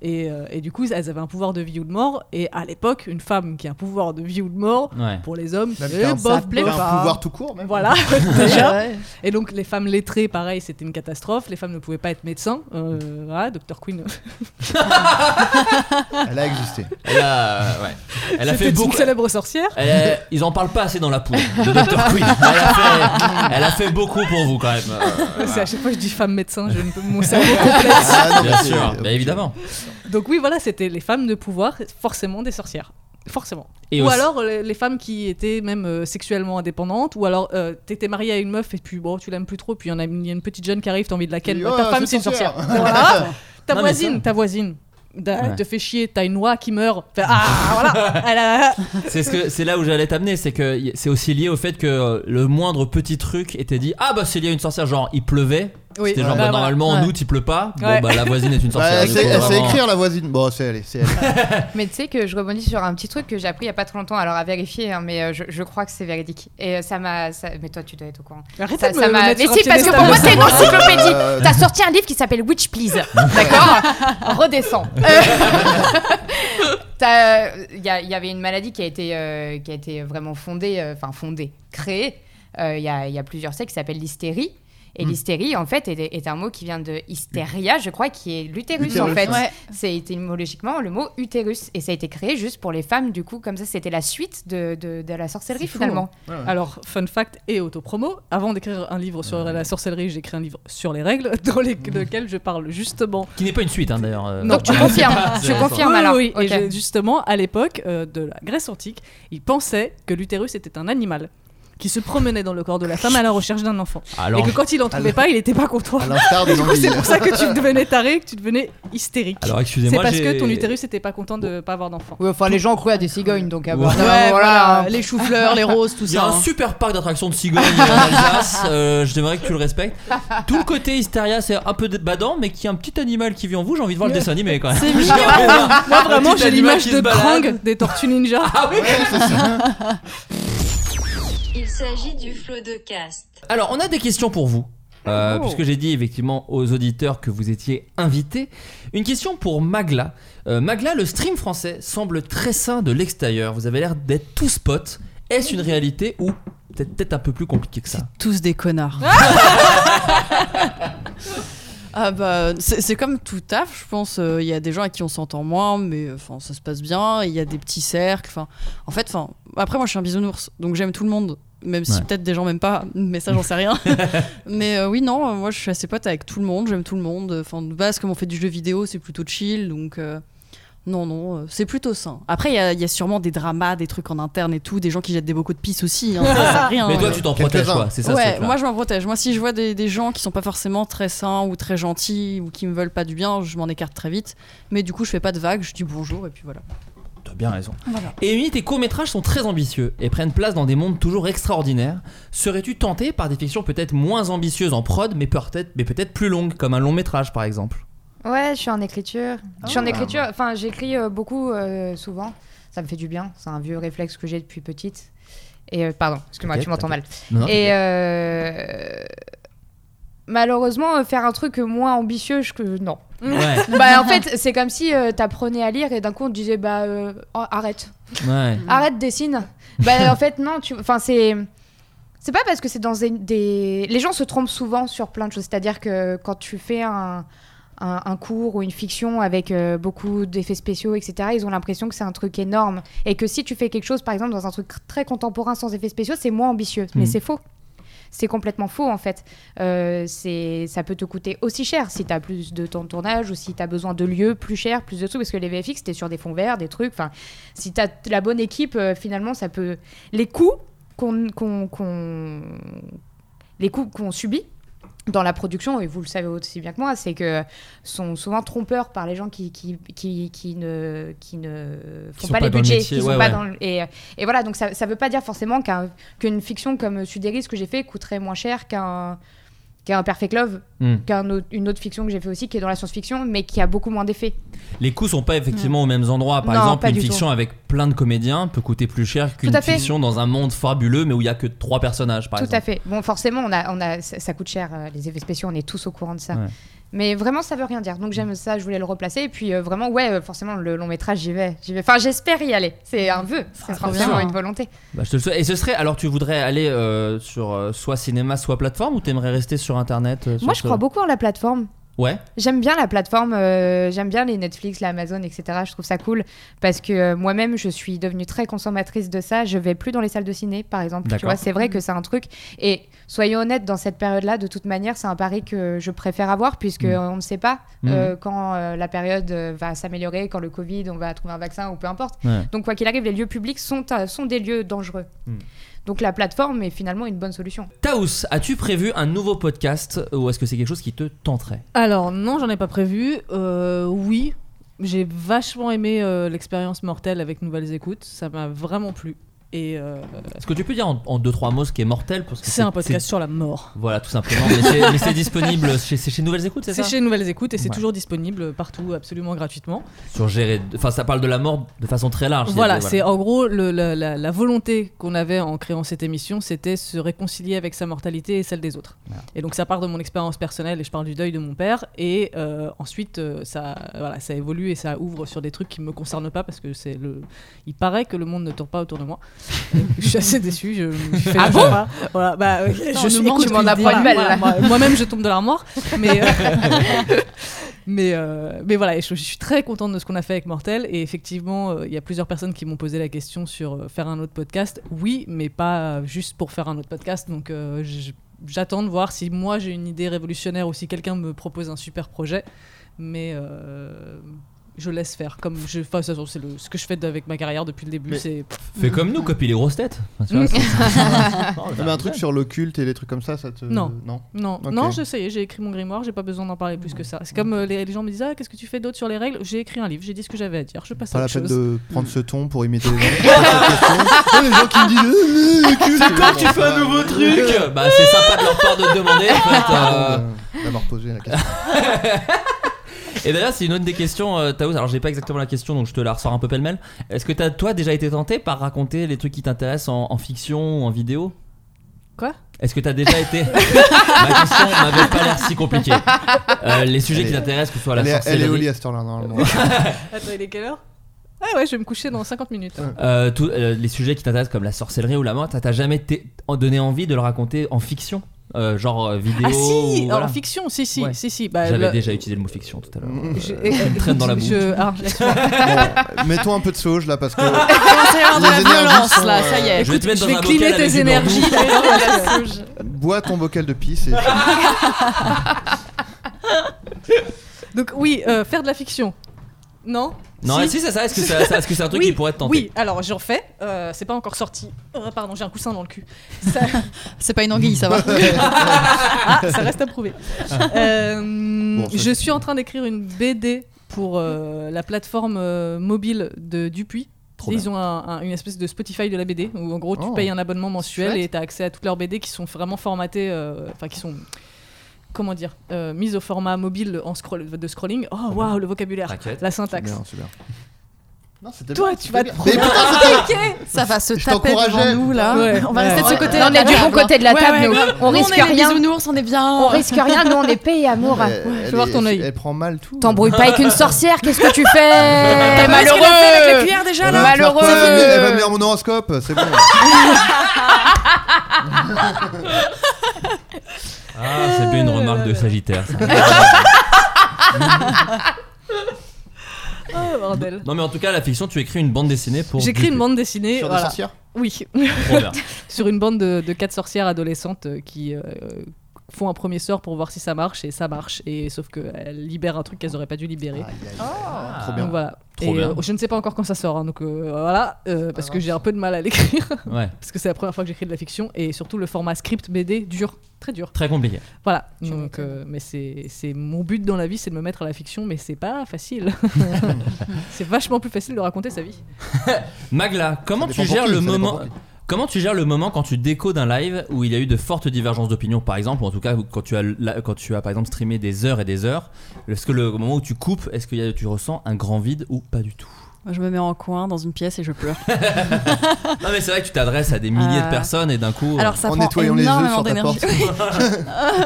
[SPEAKER 8] Et, euh, et du coup, elles avaient un pouvoir de vie ou de mort. Et à l'époque, une femme qui a un pouvoir de vie ou de mort,
[SPEAKER 5] euh, Ouais.
[SPEAKER 8] pour les hommes,
[SPEAKER 5] bah,
[SPEAKER 6] Même
[SPEAKER 8] c'est
[SPEAKER 6] qu'un-
[SPEAKER 8] bof,
[SPEAKER 6] ça
[SPEAKER 8] bof.
[SPEAKER 6] T'as un pouvoir tout court, même.
[SPEAKER 8] Voilà, déjà.
[SPEAKER 9] Ouais.
[SPEAKER 8] Et donc les femmes lettrées, pareil, c'était une catastrophe. Les femmes ne pouvaient pas être médecins. Euh, voilà, Dr Queen.
[SPEAKER 6] Elle a existé.
[SPEAKER 5] Elle a, euh, ouais. Elle a
[SPEAKER 8] C'était
[SPEAKER 5] fait beaucoup.
[SPEAKER 8] une célèbre sorcière.
[SPEAKER 5] Elle a- ils en parlent pas assez dans la poudre de Dr. Queen. Elle a, fait, elle a fait beaucoup pour vous quand même. Euh,
[SPEAKER 8] C'est
[SPEAKER 5] voilà.
[SPEAKER 8] à chaque fois que je dis femme médecin, je ne peux mon cerveau.
[SPEAKER 6] Ah, non, mais
[SPEAKER 5] Bien
[SPEAKER 6] c'est-
[SPEAKER 5] sûr,
[SPEAKER 6] euh,
[SPEAKER 5] bah, évidemment.
[SPEAKER 8] Donc oui, voilà, c'était les femmes de pouvoir, forcément des sorcières. Forcément.
[SPEAKER 5] Et
[SPEAKER 8] ou
[SPEAKER 5] aussi-
[SPEAKER 8] alors euh, les, les femmes qui étaient même euh, sexuellement indépendantes, ou alors euh, t'étais mariée à une meuf et puis bon, tu l'aimes plus trop, puis il y, en a une il y a une petite jeune qui arrive, t'as envie de la ken.
[SPEAKER 6] Oui,
[SPEAKER 8] Bah,
[SPEAKER 6] ouais,
[SPEAKER 8] ta femme,
[SPEAKER 6] c'est
[SPEAKER 8] c'est une sorcière.
[SPEAKER 6] sorcière.
[SPEAKER 8] Voilà. ta,
[SPEAKER 5] Non, mais ça-
[SPEAKER 8] voisine, ta voisine, Da- elle
[SPEAKER 5] Ouais.
[SPEAKER 8] te fait chier, t'as une oie qui meurt. Fait, ah, voilà. Elle a-
[SPEAKER 5] C'est ce que c'est là où j'allais t'amener, c'est que y- c'est aussi lié au fait que euh, le moindre petit truc était dit ah bah c'est lié à une sorcière genre il pleuvait.
[SPEAKER 8] Oui.
[SPEAKER 5] C'était genre
[SPEAKER 8] Ouais,
[SPEAKER 5] bah,
[SPEAKER 8] voilà.
[SPEAKER 5] normalement en
[SPEAKER 8] Ouais.
[SPEAKER 5] août il pleut pas. Bon
[SPEAKER 8] Ouais.
[SPEAKER 5] bah la voisine est une
[SPEAKER 6] Bah,
[SPEAKER 5] sorcière.
[SPEAKER 6] elle,
[SPEAKER 5] du
[SPEAKER 6] sait,
[SPEAKER 5] coup,
[SPEAKER 6] elle sait
[SPEAKER 5] vraiment.
[SPEAKER 6] écrire la voisine. Bon, c'est elle. C'est elle.
[SPEAKER 2] Mais tu sais que je rebondis sur un petit truc que j'ai appris il y a pas trop longtemps, alors à vérifier, hein, mais euh, je, je crois que c'est véridique. Et euh, ça m'a. ça- Mais toi, tu dois être au courant.
[SPEAKER 8] Arrête
[SPEAKER 2] Ça-
[SPEAKER 8] de
[SPEAKER 2] ça
[SPEAKER 8] me
[SPEAKER 2] m'a-
[SPEAKER 8] mettre
[SPEAKER 2] Mais
[SPEAKER 8] sur un
[SPEAKER 2] si,
[SPEAKER 8] pied
[SPEAKER 2] parce que pour
[SPEAKER 8] d'estal.
[SPEAKER 2] moi, c'est une encyclopédie.
[SPEAKER 6] Euh,
[SPEAKER 2] T'as sorti un livre qui s'appelle Witch Please. D'accord Redescends. Euh, t'as- Il y, a- il y avait une maladie qui a été, euh, qui a été vraiment fondée, euh, enfin fondée, créée euh, il y, a, il y a plusieurs siècles qui s'appelle l'hystérie.
[SPEAKER 8] Hmm.
[SPEAKER 2] Et l'hystérie, en fait, est, est un mot qui vient de hystéria, je crois, qui est l'utérus, en
[SPEAKER 6] L'utérus,
[SPEAKER 2] fait.
[SPEAKER 6] ouais.
[SPEAKER 2] C'est étymologiquement le mot utérus. Et ça a été créé juste pour les femmes, du coup, comme ça, c'était la suite de, de- de la sorcellerie,
[SPEAKER 8] C'est fou, hein.
[SPEAKER 2] finalement.
[SPEAKER 8] Alors, fun fact et autopromo, avant d'écrire un livre sur la sorcellerie, j'ai écrit un livre sur les règles, dans les- lequel je parle justement
[SPEAKER 5] Qui n'est pas une suite hein, d'ailleurs. euh,
[SPEAKER 8] Non,
[SPEAKER 2] Donc, tu
[SPEAKER 5] c'est
[SPEAKER 2] confirmes.
[SPEAKER 5] pas-
[SPEAKER 2] Tu
[SPEAKER 5] c'est-
[SPEAKER 2] confirmes. Confirme
[SPEAKER 8] Oui,
[SPEAKER 2] alors.
[SPEAKER 8] oui, oui.
[SPEAKER 2] Ok.
[SPEAKER 8] Et je- justement, à l'époque euh, de la Grèce antique, ils pensaient que l'utérus était un animal qui se promenait dans le corps de la femme à la recherche d'un enfant.
[SPEAKER 5] Alors
[SPEAKER 8] et que quand il n'en trouvait pas, il n'était pas content.
[SPEAKER 6] À l'instar de l'anguille.
[SPEAKER 8] C'est pour ça que tu devenais taré, que tu devenais hystérique.
[SPEAKER 5] alors
[SPEAKER 8] C'est
[SPEAKER 5] excusez-moi.
[SPEAKER 8] parce
[SPEAKER 5] j'ai-
[SPEAKER 8] que ton utérus n'était pas content de pas avoir d'enfant.
[SPEAKER 7] Oui, enfin, les gens croient à des cigognes, donc à
[SPEAKER 5] Ouais.
[SPEAKER 7] bon,
[SPEAKER 5] Ouais,
[SPEAKER 7] ça va,
[SPEAKER 9] Ouais,
[SPEAKER 7] voilà, hein.
[SPEAKER 9] voilà, les choux-fleurs, les roses, tout
[SPEAKER 5] Il y a
[SPEAKER 9] ça.
[SPEAKER 5] un
[SPEAKER 9] hein.
[SPEAKER 5] super parc d'attractions de cigognes en Alsace. euh, J'aimerais que tu le respectes. Tout le côté hystéria, c'est un peu badant, mais qui a un petit animal qui vit en vous. J'ai envie de voir le dessin animé quand même. Oh,
[SPEAKER 9] C'est mignon.
[SPEAKER 8] Moi, vraiment, j'ai
[SPEAKER 5] animal
[SPEAKER 8] l'image
[SPEAKER 5] qui se
[SPEAKER 8] de
[SPEAKER 5] balade. Ah
[SPEAKER 8] Krang des Tortues Ninja.
[SPEAKER 10] Il s'agit du flot de caste.
[SPEAKER 5] Alors, on a des questions pour vous. Euh, Puisque j'ai dit effectivement aux auditeurs que vous étiez invités. Une question pour Magla. Euh, Magla, le stream français semble très sain de l'extérieur. Vous avez l'air d'être tous potes. Est-ce une réalité ou peut-être peut-être un peu plus compliqué que ça
[SPEAKER 9] Tous des connards. Ah bah c'est c'est comme tout taf, je pense. Euh, Il y a des gens à qui on s'entend moins, mais euh, enfin ça se passe bien. Il y a des petits cercles. Enfin, en fait, enfin après moi je suis un bisounours, donc j'aime tout le monde, même si
[SPEAKER 5] Ouais.
[SPEAKER 9] peut-être des gens m'aiment pas, mais ça j'en sais rien. mais euh, oui non, euh, moi je suis assez pote avec tout le monde, j'aime tout le monde. Enfin de base comme on fait du jeu vidéo, c'est plutôt chill, donc. euh, non, non, euh, c'est plutôt sain. Après, il y, a- il y a sûrement des dramas, des trucs en interne et tout, des gens qui jettent des bocaux de pisse aussi. hein, ça sert à
[SPEAKER 2] Ah,
[SPEAKER 9] rien,
[SPEAKER 5] Mais toi,
[SPEAKER 9] euh.
[SPEAKER 5] tu t'en
[SPEAKER 6] quelques-uns.
[SPEAKER 5] protèges, quoi. C'est ça ce
[SPEAKER 9] Ouais,
[SPEAKER 5] truc-là.
[SPEAKER 9] moi je m'en protège. Moi, si je vois des, des gens qui sont pas forcément très sains ou très gentils ou qui me veulent pas du bien, je m'en écarte très vite. Mais du coup, je fais pas de vagues, je dis bonjour et puis voilà.
[SPEAKER 5] T'as bien raison. Et Amy, tes courts-métrages sont très ambitieux et prennent place dans des mondes toujours extraordinaires. Serais-tu tenté par des fictions peut-être moins ambitieuses en prod, mais peut-être mais peut-être plus longues, comme un long-métrage par exemple
[SPEAKER 2] Ouais, je suis en écriture. je
[SPEAKER 5] Oh.
[SPEAKER 2] suis en écriture, enfin j'écris euh, beaucoup euh, souvent. Ça me fait du bien, c'est un vieux réflexe que j'ai depuis petite. Et euh, pardon, excuse-moi,
[SPEAKER 5] T'inquiète,
[SPEAKER 2] tu m'entends mal.
[SPEAKER 5] Non, non,
[SPEAKER 2] Et euh, malheureusement, euh, faire un truc moins ambitieux, je... que- non.
[SPEAKER 5] Ouais,
[SPEAKER 2] bah en fait, c'est comme si euh, t'apprenais à lire et d'un coup on te disait bah euh, oh, arrête,
[SPEAKER 5] ouais.
[SPEAKER 2] arrête dessine bah en fait non tu enfin c'est c'est pas parce que c'est dans des, des- les gens se trompent souvent sur plein de choses c'est à dire que quand tu fais un un, un cours ou une fiction avec euh, beaucoup d'effets spéciaux, etc., ils ont l'impression que c'est un truc énorme. Et que si tu fais quelque chose, par exemple, dans un truc très contemporain sans effets spéciaux, c'est moins ambitieux. Mais
[SPEAKER 5] Mhm.
[SPEAKER 2] c'est faux. C'est complètement faux, en fait. Euh, c'est- ça peut te coûter aussi cher si tu as plus de temps de tournage ou si tu as besoin de lieux plus cher, plus de trucs. Parce que les VFX, t'es sur des fonds verts, des trucs. Enfin, si tu as la bonne équipe, euh, finalement, ça peut. Les coûts qu'on qu'on- qu'on- les coûts qu'on subit dans la production, et vous le savez aussi bien que moi, c'est que sont souvent trompeurs par les gens qui, qui, qui, qui ne, qui ne font
[SPEAKER 5] sont
[SPEAKER 2] pas,
[SPEAKER 5] pas
[SPEAKER 2] les
[SPEAKER 5] dans le
[SPEAKER 2] budgets.
[SPEAKER 5] métier,
[SPEAKER 2] qui sont
[SPEAKER 5] ouais,
[SPEAKER 2] pas
[SPEAKER 5] ouais.
[SPEAKER 2] dans le- et, et voilà, donc ça ne veut pas dire forcément qu'un- qu'une fiction comme Sudéris que j'ai fait coûterait moins cher qu'un qu'un Perfect Love,
[SPEAKER 5] Hmm.
[SPEAKER 2] qu'une autre, une autre fiction que j'ai fait aussi qui est dans la science-fiction, mais qui a beaucoup moins d'effets.
[SPEAKER 5] Les coûts sont pas effectivement aux mêmes endroits. Par
[SPEAKER 2] Non,
[SPEAKER 5] exemple,
[SPEAKER 2] pas
[SPEAKER 5] une
[SPEAKER 2] du
[SPEAKER 5] fiction avec plein de comédiens peut coûter plus cher qu'une
[SPEAKER 2] à fait.
[SPEAKER 5] fiction dans un monde fabuleux mais où il y a que trois personnages, par
[SPEAKER 2] Tout à
[SPEAKER 5] exemple.
[SPEAKER 2] fait. Bon, forcément, on a, on a, ça, ça coûte cher, euh, les effets spéciaux, on est tous au courant de ça.
[SPEAKER 5] Ouais.
[SPEAKER 2] Mais vraiment, ça veut rien dire. Donc j'aime ça, je voulais le replacer. Et puis euh, vraiment, ouais, euh, forcément, le long métrage, j'y vais. J'y vais. Enfin, j'espère y aller. C'est un vœu.
[SPEAKER 9] Ah,
[SPEAKER 2] Ce sera
[SPEAKER 9] trop bien.
[SPEAKER 2] vraiment une volonté.
[SPEAKER 5] Bah, je te le souhaite. Et ce serait alors tu voudrais aller euh, sur euh, soit cinéma soit plateforme ou t'aimerais rester sur internet euh,
[SPEAKER 2] Moi,
[SPEAKER 5] sur
[SPEAKER 2] je
[SPEAKER 5] ce-
[SPEAKER 2] crois beaucoup en la plateforme.
[SPEAKER 5] Ouais.
[SPEAKER 2] J'aime bien la plateforme, euh, j'aime bien les Netflix, la Amazon, etc. Je trouve ça cool parce que euh, moi-même, je suis devenue très consommatrice de ça. Je vais plus dans les salles de ciné, par exemple. Tu
[SPEAKER 5] D'accord.
[SPEAKER 2] vois, c'est vrai que c'est un truc. Et soyons honnêtes, dans cette période-là, de toute manière, c'est un pari que je préfère avoir puisque
[SPEAKER 5] Mhm.
[SPEAKER 2] euh, on ne sait pas euh, quand euh, la période euh, va s'améliorer, quand le Covid, on va trouver un vaccin ou peu importe.
[SPEAKER 5] Ouais.
[SPEAKER 2] Donc quoi qu'il arrive, les lieux publics sont, euh, sont des lieux dangereux.
[SPEAKER 5] Mhm.
[SPEAKER 2] Donc la plateforme est finalement une bonne solution.
[SPEAKER 5] Taous, as-tu prévu un nouveau podcast ou est-ce que c'est quelque chose qui te tenterait
[SPEAKER 8] Alors non, j'en ai pas prévu. Euh, oui, j'ai vachement aimé euh, l'expérience mortelle avec Nouvelles Écoutes. Ça m'a vraiment plu. Et euh,
[SPEAKER 5] Est-ce que tu peux dire en, en deux trois mots ce qui est mortel parce que
[SPEAKER 8] c'est un podcast sur la mort.
[SPEAKER 5] c'est- Voilà, tout simplement. Mais c'est- Mais c'est disponible chez, c'est chez Nouvelles Écoutes, c'est
[SPEAKER 8] C'est
[SPEAKER 5] ça
[SPEAKER 8] chez Nouvelles Écoutes et c'est
[SPEAKER 5] Ouais.
[SPEAKER 8] toujours disponible partout, absolument gratuitement.
[SPEAKER 5] Sur gérer. Enfin, ça parle de la mort de façon très large.
[SPEAKER 8] Voilà, c'est en gros le- la, la- la volonté qu'on avait en créant cette émission, c'était se réconcilier avec sa mortalité et celle des autres.
[SPEAKER 5] Voilà.
[SPEAKER 8] Et donc ça part de mon expérience personnelle et je parle du deuil de mon père. Et euh, ensuite euh, ça, voilà, ça évolue et ça ouvre sur des trucs qui me concernent pas parce que c'est le. Il paraît que le monde ne tourne pas autour de moi. Et je suis assez déçu. Je, je fais- je sais pas. voilà, bah, euh,
[SPEAKER 9] Attends,
[SPEAKER 8] Ah je suis
[SPEAKER 9] on nous manque,
[SPEAKER 8] écoute,
[SPEAKER 9] tu m'en
[SPEAKER 8] voilà,
[SPEAKER 9] apprends une belle,
[SPEAKER 8] voilà,
[SPEAKER 9] là.
[SPEAKER 8] moi- Moi-même je tombe de l'armoire, mais. euh, Mais, euh, mais voilà, et je, je suis très contente de ce qu'on a fait avec Mortel. Et effectivement, euh, il y a plusieurs personnes qui m'ont posé la question sur euh, faire un autre podcast. Oui, mais pas juste pour faire un autre podcast. Donc euh, j- j'attends de voir si moi j'ai une idée révolutionnaire ou si quelqu'un me propose un super projet. Mais euh, je laisse faire. Comme je, enfin, de toute façon, c'est le- ce que je fais avec ma carrière depuis le début.
[SPEAKER 5] Mais-
[SPEAKER 8] C'est
[SPEAKER 5] Fais comme nous, copie les grosses têtes. Enfin, tu vois, c'est- Oh, bah,
[SPEAKER 6] Non, mais un truc sur le culte et les trucs comme ça, ça te.
[SPEAKER 8] Non.
[SPEAKER 6] Non.
[SPEAKER 8] Non,
[SPEAKER 6] Ok.
[SPEAKER 8] non, je sais, j'ai écrit mon grimoire, j'ai pas besoin d'en parler plus que ça. C'est comme euh, les, les gens me disent ah, qu'est-ce que tu fais d'autre sur les règles J'ai écrit un livre, j'ai dit ce que j'avais à dire, je passe
[SPEAKER 6] Pas
[SPEAKER 8] à
[SPEAKER 6] la
[SPEAKER 8] autre
[SPEAKER 6] peine
[SPEAKER 8] chose.
[SPEAKER 6] de prendre ce ton pour imiter les gens. Non, les gens qui me disent. euh, le culte,
[SPEAKER 5] C'est quand
[SPEAKER 6] bon,
[SPEAKER 5] tu fais un
[SPEAKER 6] bah,
[SPEAKER 5] nouveau
[SPEAKER 6] euh,
[SPEAKER 5] truc Bah, c'est sympa de leur part de te demander. En fait, euh,
[SPEAKER 6] euh, D'avoir posé la question.
[SPEAKER 5] Et d'ailleurs, c'est une autre des questions, euh, Taous. Alors, j'ai pas exactement la question, donc je te la ressors un peu pêle-mêle. Est-ce que t'as, toi, déjà été tenté par raconter les trucs qui t'intéressent en, en fiction ou en vidéo
[SPEAKER 8] Quoi
[SPEAKER 5] Est-ce que t'as déjà été. ma question m'avait pas l'air si compliquée. Euh, les sujets
[SPEAKER 6] Elle
[SPEAKER 5] qui
[SPEAKER 6] est-
[SPEAKER 5] t'intéressent, que ce soit Oh, la
[SPEAKER 6] Elle est, elle est au lit
[SPEAKER 5] sorcellerie.
[SPEAKER 6] à cette heure-là, normalement.
[SPEAKER 8] Attends, il est quelle heure Ah ouais, je vais me coucher dans 50 minutes.
[SPEAKER 5] euh, tout- euh, les sujets qui t'intéressent, comme la sorcellerie ou la mort, t'as, t'as jamais été- en- donné envie de le raconter en fiction Euh, Genre euh, vidéo.
[SPEAKER 8] Ah si
[SPEAKER 5] ou,
[SPEAKER 8] En
[SPEAKER 5] voilà.
[SPEAKER 8] fiction, si, si,
[SPEAKER 5] Ouais.
[SPEAKER 8] si, si. Bah,
[SPEAKER 5] J'avais
[SPEAKER 8] le-
[SPEAKER 5] déjà utilisé le mot fiction tout à l'heure.
[SPEAKER 6] Mm.
[SPEAKER 8] je-
[SPEAKER 5] me traîne dans la boue.
[SPEAKER 8] je- ah, alors, je laisse-
[SPEAKER 6] Bon, mettons un peu de sauge là parce que.
[SPEAKER 9] Commencez de la
[SPEAKER 6] Les énergies
[SPEAKER 9] violence
[SPEAKER 6] sont,
[SPEAKER 2] Ah,
[SPEAKER 9] là,
[SPEAKER 6] euh,
[SPEAKER 9] ça y est.
[SPEAKER 5] je vais te mettre
[SPEAKER 8] je
[SPEAKER 5] dans
[SPEAKER 8] vais
[SPEAKER 5] un
[SPEAKER 8] cliner
[SPEAKER 5] bocal avec
[SPEAKER 8] tes
[SPEAKER 5] du bambou.
[SPEAKER 8] énergies.
[SPEAKER 6] Bois ton bocal de pisse et.
[SPEAKER 8] Donc oui, euh, faire de la fiction. Non
[SPEAKER 5] Non,
[SPEAKER 8] Si.
[SPEAKER 5] si, c'est ça. Est-ce que, ça, ça- est-ce que c'est un truc
[SPEAKER 8] oui,
[SPEAKER 5] qui pourrait te tenter
[SPEAKER 8] Oui, alors j'en fais. euh, c'est pas encore sorti. Oh, pardon, j'ai un coussin dans le cul. Ça-
[SPEAKER 9] C'est pas une anguille, ça va.
[SPEAKER 8] Ah, ça reste à prouver. Euh,
[SPEAKER 6] Bon, ça,
[SPEAKER 8] je
[SPEAKER 6] c'est-
[SPEAKER 8] suis en train d'écrire une BD pour euh, la plateforme euh, mobile de Dupuis.
[SPEAKER 5] Trop
[SPEAKER 8] Ils ont un- un- une espèce de Spotify de la BD où en gros tu
[SPEAKER 6] Oh,
[SPEAKER 8] payes un abonnement mensuel
[SPEAKER 9] chouette.
[SPEAKER 8] et tu as accès à toutes leurs BD qui sont vraiment formatées, euh, enfin qui sont comment dire, euh, mises au format mobile en scroll, de scrolling. Oh waouh, le vocabulaire,
[SPEAKER 5] T'inquiète.
[SPEAKER 8] la syntaxe.
[SPEAKER 6] Bien, c'est bien. Non, c'était
[SPEAKER 8] Toi,
[SPEAKER 6] bien,
[SPEAKER 8] tu
[SPEAKER 6] c'était
[SPEAKER 8] vas te
[SPEAKER 6] bien.
[SPEAKER 8] prendre-
[SPEAKER 6] Mais putain, c'était-
[SPEAKER 9] Ça va se
[SPEAKER 6] Je
[SPEAKER 9] taper devant
[SPEAKER 6] t'encourageais.
[SPEAKER 9] nous là.
[SPEAKER 8] Ouais,
[SPEAKER 9] Ah, on va
[SPEAKER 8] ouais,
[SPEAKER 9] rester de
[SPEAKER 8] ouais.
[SPEAKER 9] ce côté.
[SPEAKER 2] Là, on est du bon côté de la
[SPEAKER 9] Ouais,
[SPEAKER 2] table,
[SPEAKER 9] ouais,
[SPEAKER 2] nous.
[SPEAKER 9] grave.
[SPEAKER 2] On
[SPEAKER 9] Nous,
[SPEAKER 2] risque
[SPEAKER 9] est les
[SPEAKER 2] rien.
[SPEAKER 9] bisounours, on est bien. Eh
[SPEAKER 2] On risque rien, nous on est paix et amour.
[SPEAKER 6] Mais elle
[SPEAKER 8] je
[SPEAKER 6] est-
[SPEAKER 8] vais voir ton
[SPEAKER 6] elle-
[SPEAKER 8] œil.
[SPEAKER 6] Elle prend mal tout.
[SPEAKER 2] T'embrouilles pas avec une sorcière, qu'est-ce que tu fais
[SPEAKER 9] T'as pas vu ce qu'elle a fait avec la cuillère déjà
[SPEAKER 6] Elle
[SPEAKER 9] là.
[SPEAKER 6] va me faire
[SPEAKER 2] malheureux.
[SPEAKER 6] peur, Elle va me- elle va me lire mon horoscope, c'est bon.
[SPEAKER 5] Ah, c'est bien une remarque de Sagittaire. ça.
[SPEAKER 8] Oh, bordel.
[SPEAKER 5] non, mais en tout cas, la fiction, tu écris une bande dessinée pour.
[SPEAKER 8] J'écris une bande dessinée,
[SPEAKER 6] Sur des
[SPEAKER 8] voilà.
[SPEAKER 6] sorcières
[SPEAKER 8] oui,
[SPEAKER 5] Trop bien.
[SPEAKER 8] sur une bande de, de quatre sorcières adolescentes euh, qui euh, font un premier sort pour voir si ça marche et ça marche et sauf qu'elles libèrent un truc qu'elles auraient pas dû libérer.
[SPEAKER 2] Ah,
[SPEAKER 6] Aïe, aïe, aïe.
[SPEAKER 9] Ah.
[SPEAKER 6] Trop
[SPEAKER 8] Donc
[SPEAKER 6] bien.
[SPEAKER 8] voilà.
[SPEAKER 5] Trop
[SPEAKER 8] et
[SPEAKER 5] bien.
[SPEAKER 8] euh, je ne sais pas encore quand ça sort, hein, donc euh, voilà, euh, parce que
[SPEAKER 6] mince.
[SPEAKER 8] j'ai un peu de mal à l'écrire,
[SPEAKER 5] Ouais,
[SPEAKER 8] parce que c'est la première fois que j'écris de la fiction, et surtout le format script BD dur, très dur.
[SPEAKER 5] très compliqué.
[SPEAKER 8] Voilà. Donc, euh, mais c'est c'est mon but dans la vie, c'est de me mettre à la fiction, mais c'est pas facile. c'est vachement plus facile de raconter sa vie.
[SPEAKER 5] Magla, comment
[SPEAKER 6] Ça
[SPEAKER 5] tu
[SPEAKER 6] dépend
[SPEAKER 5] gères
[SPEAKER 6] pour qui,
[SPEAKER 5] le
[SPEAKER 6] ça dépend
[SPEAKER 5] moment
[SPEAKER 6] pour qui.
[SPEAKER 5] Comment tu gères le moment quand tu décodes un live où il y a eu de fortes divergences d'opinion, par exemple, ou en tout cas quand tu as, la- quand tu as par exemple streamé des heures et des heures Est-ce que le au moment où tu coupes, est-ce que y a- tu ressens un grand vide ou pas du tout
[SPEAKER 9] Moi, je me mets en coin dans une pièce et je pleure.
[SPEAKER 5] Non, mais c'est vrai que tu t'adresses à des milliers de
[SPEAKER 9] Euh,
[SPEAKER 5] personnes et d'un coup.
[SPEAKER 9] Alors ça
[SPEAKER 6] en
[SPEAKER 9] prend
[SPEAKER 6] nettoyant les œufs
[SPEAKER 9] énormément
[SPEAKER 6] sur ta
[SPEAKER 9] d'énergie.
[SPEAKER 6] porte.
[SPEAKER 9] Oui.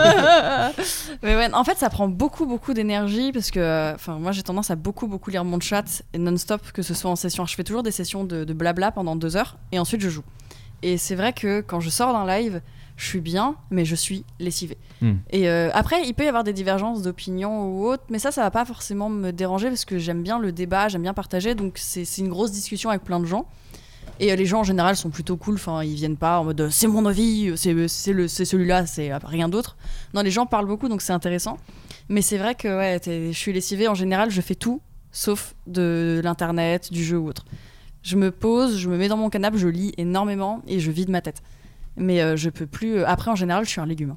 [SPEAKER 9] mais ouais, en fait, ça prend beaucoup beaucoup d'énergie parce que, euh, enfin, moi j'ai tendance à beaucoup beaucoup lire mon chat et non-stop que ce soit en session. Alors, je fais toujours des sessions de, de blabla pendant deux heures et ensuite je joue. Et c'est vrai que quand je sors d'un live, je suis bien, mais je suis lessivée.
[SPEAKER 5] Hmm.
[SPEAKER 9] Et euh, après, il peut y avoir des divergences d'opinion ou autre, mais ça, ça va pas forcément me déranger parce que j'aime bien le débat, j'aime bien partager, donc c'est c'est une grosse discussion avec plein de gens. Et euh, les gens en général sont plutôt cool, enfin ils viennent pas en mode euh, c'est mon avis, euh, c'est c'est le- c'est celui-là, c'est euh, rien d'autre. Non, les gens parlent beaucoup donc c'est intéressant. Mais c'est vrai que ouais, t'es- je suis lessivée en général, je fais tout sauf de l'internet, du jeu ou autre. Je me pose, je me mets dans mon canapé, je lis énormément et je vide ma tête. Mais euh, je peux plus. euh, Après en général, je suis un légume.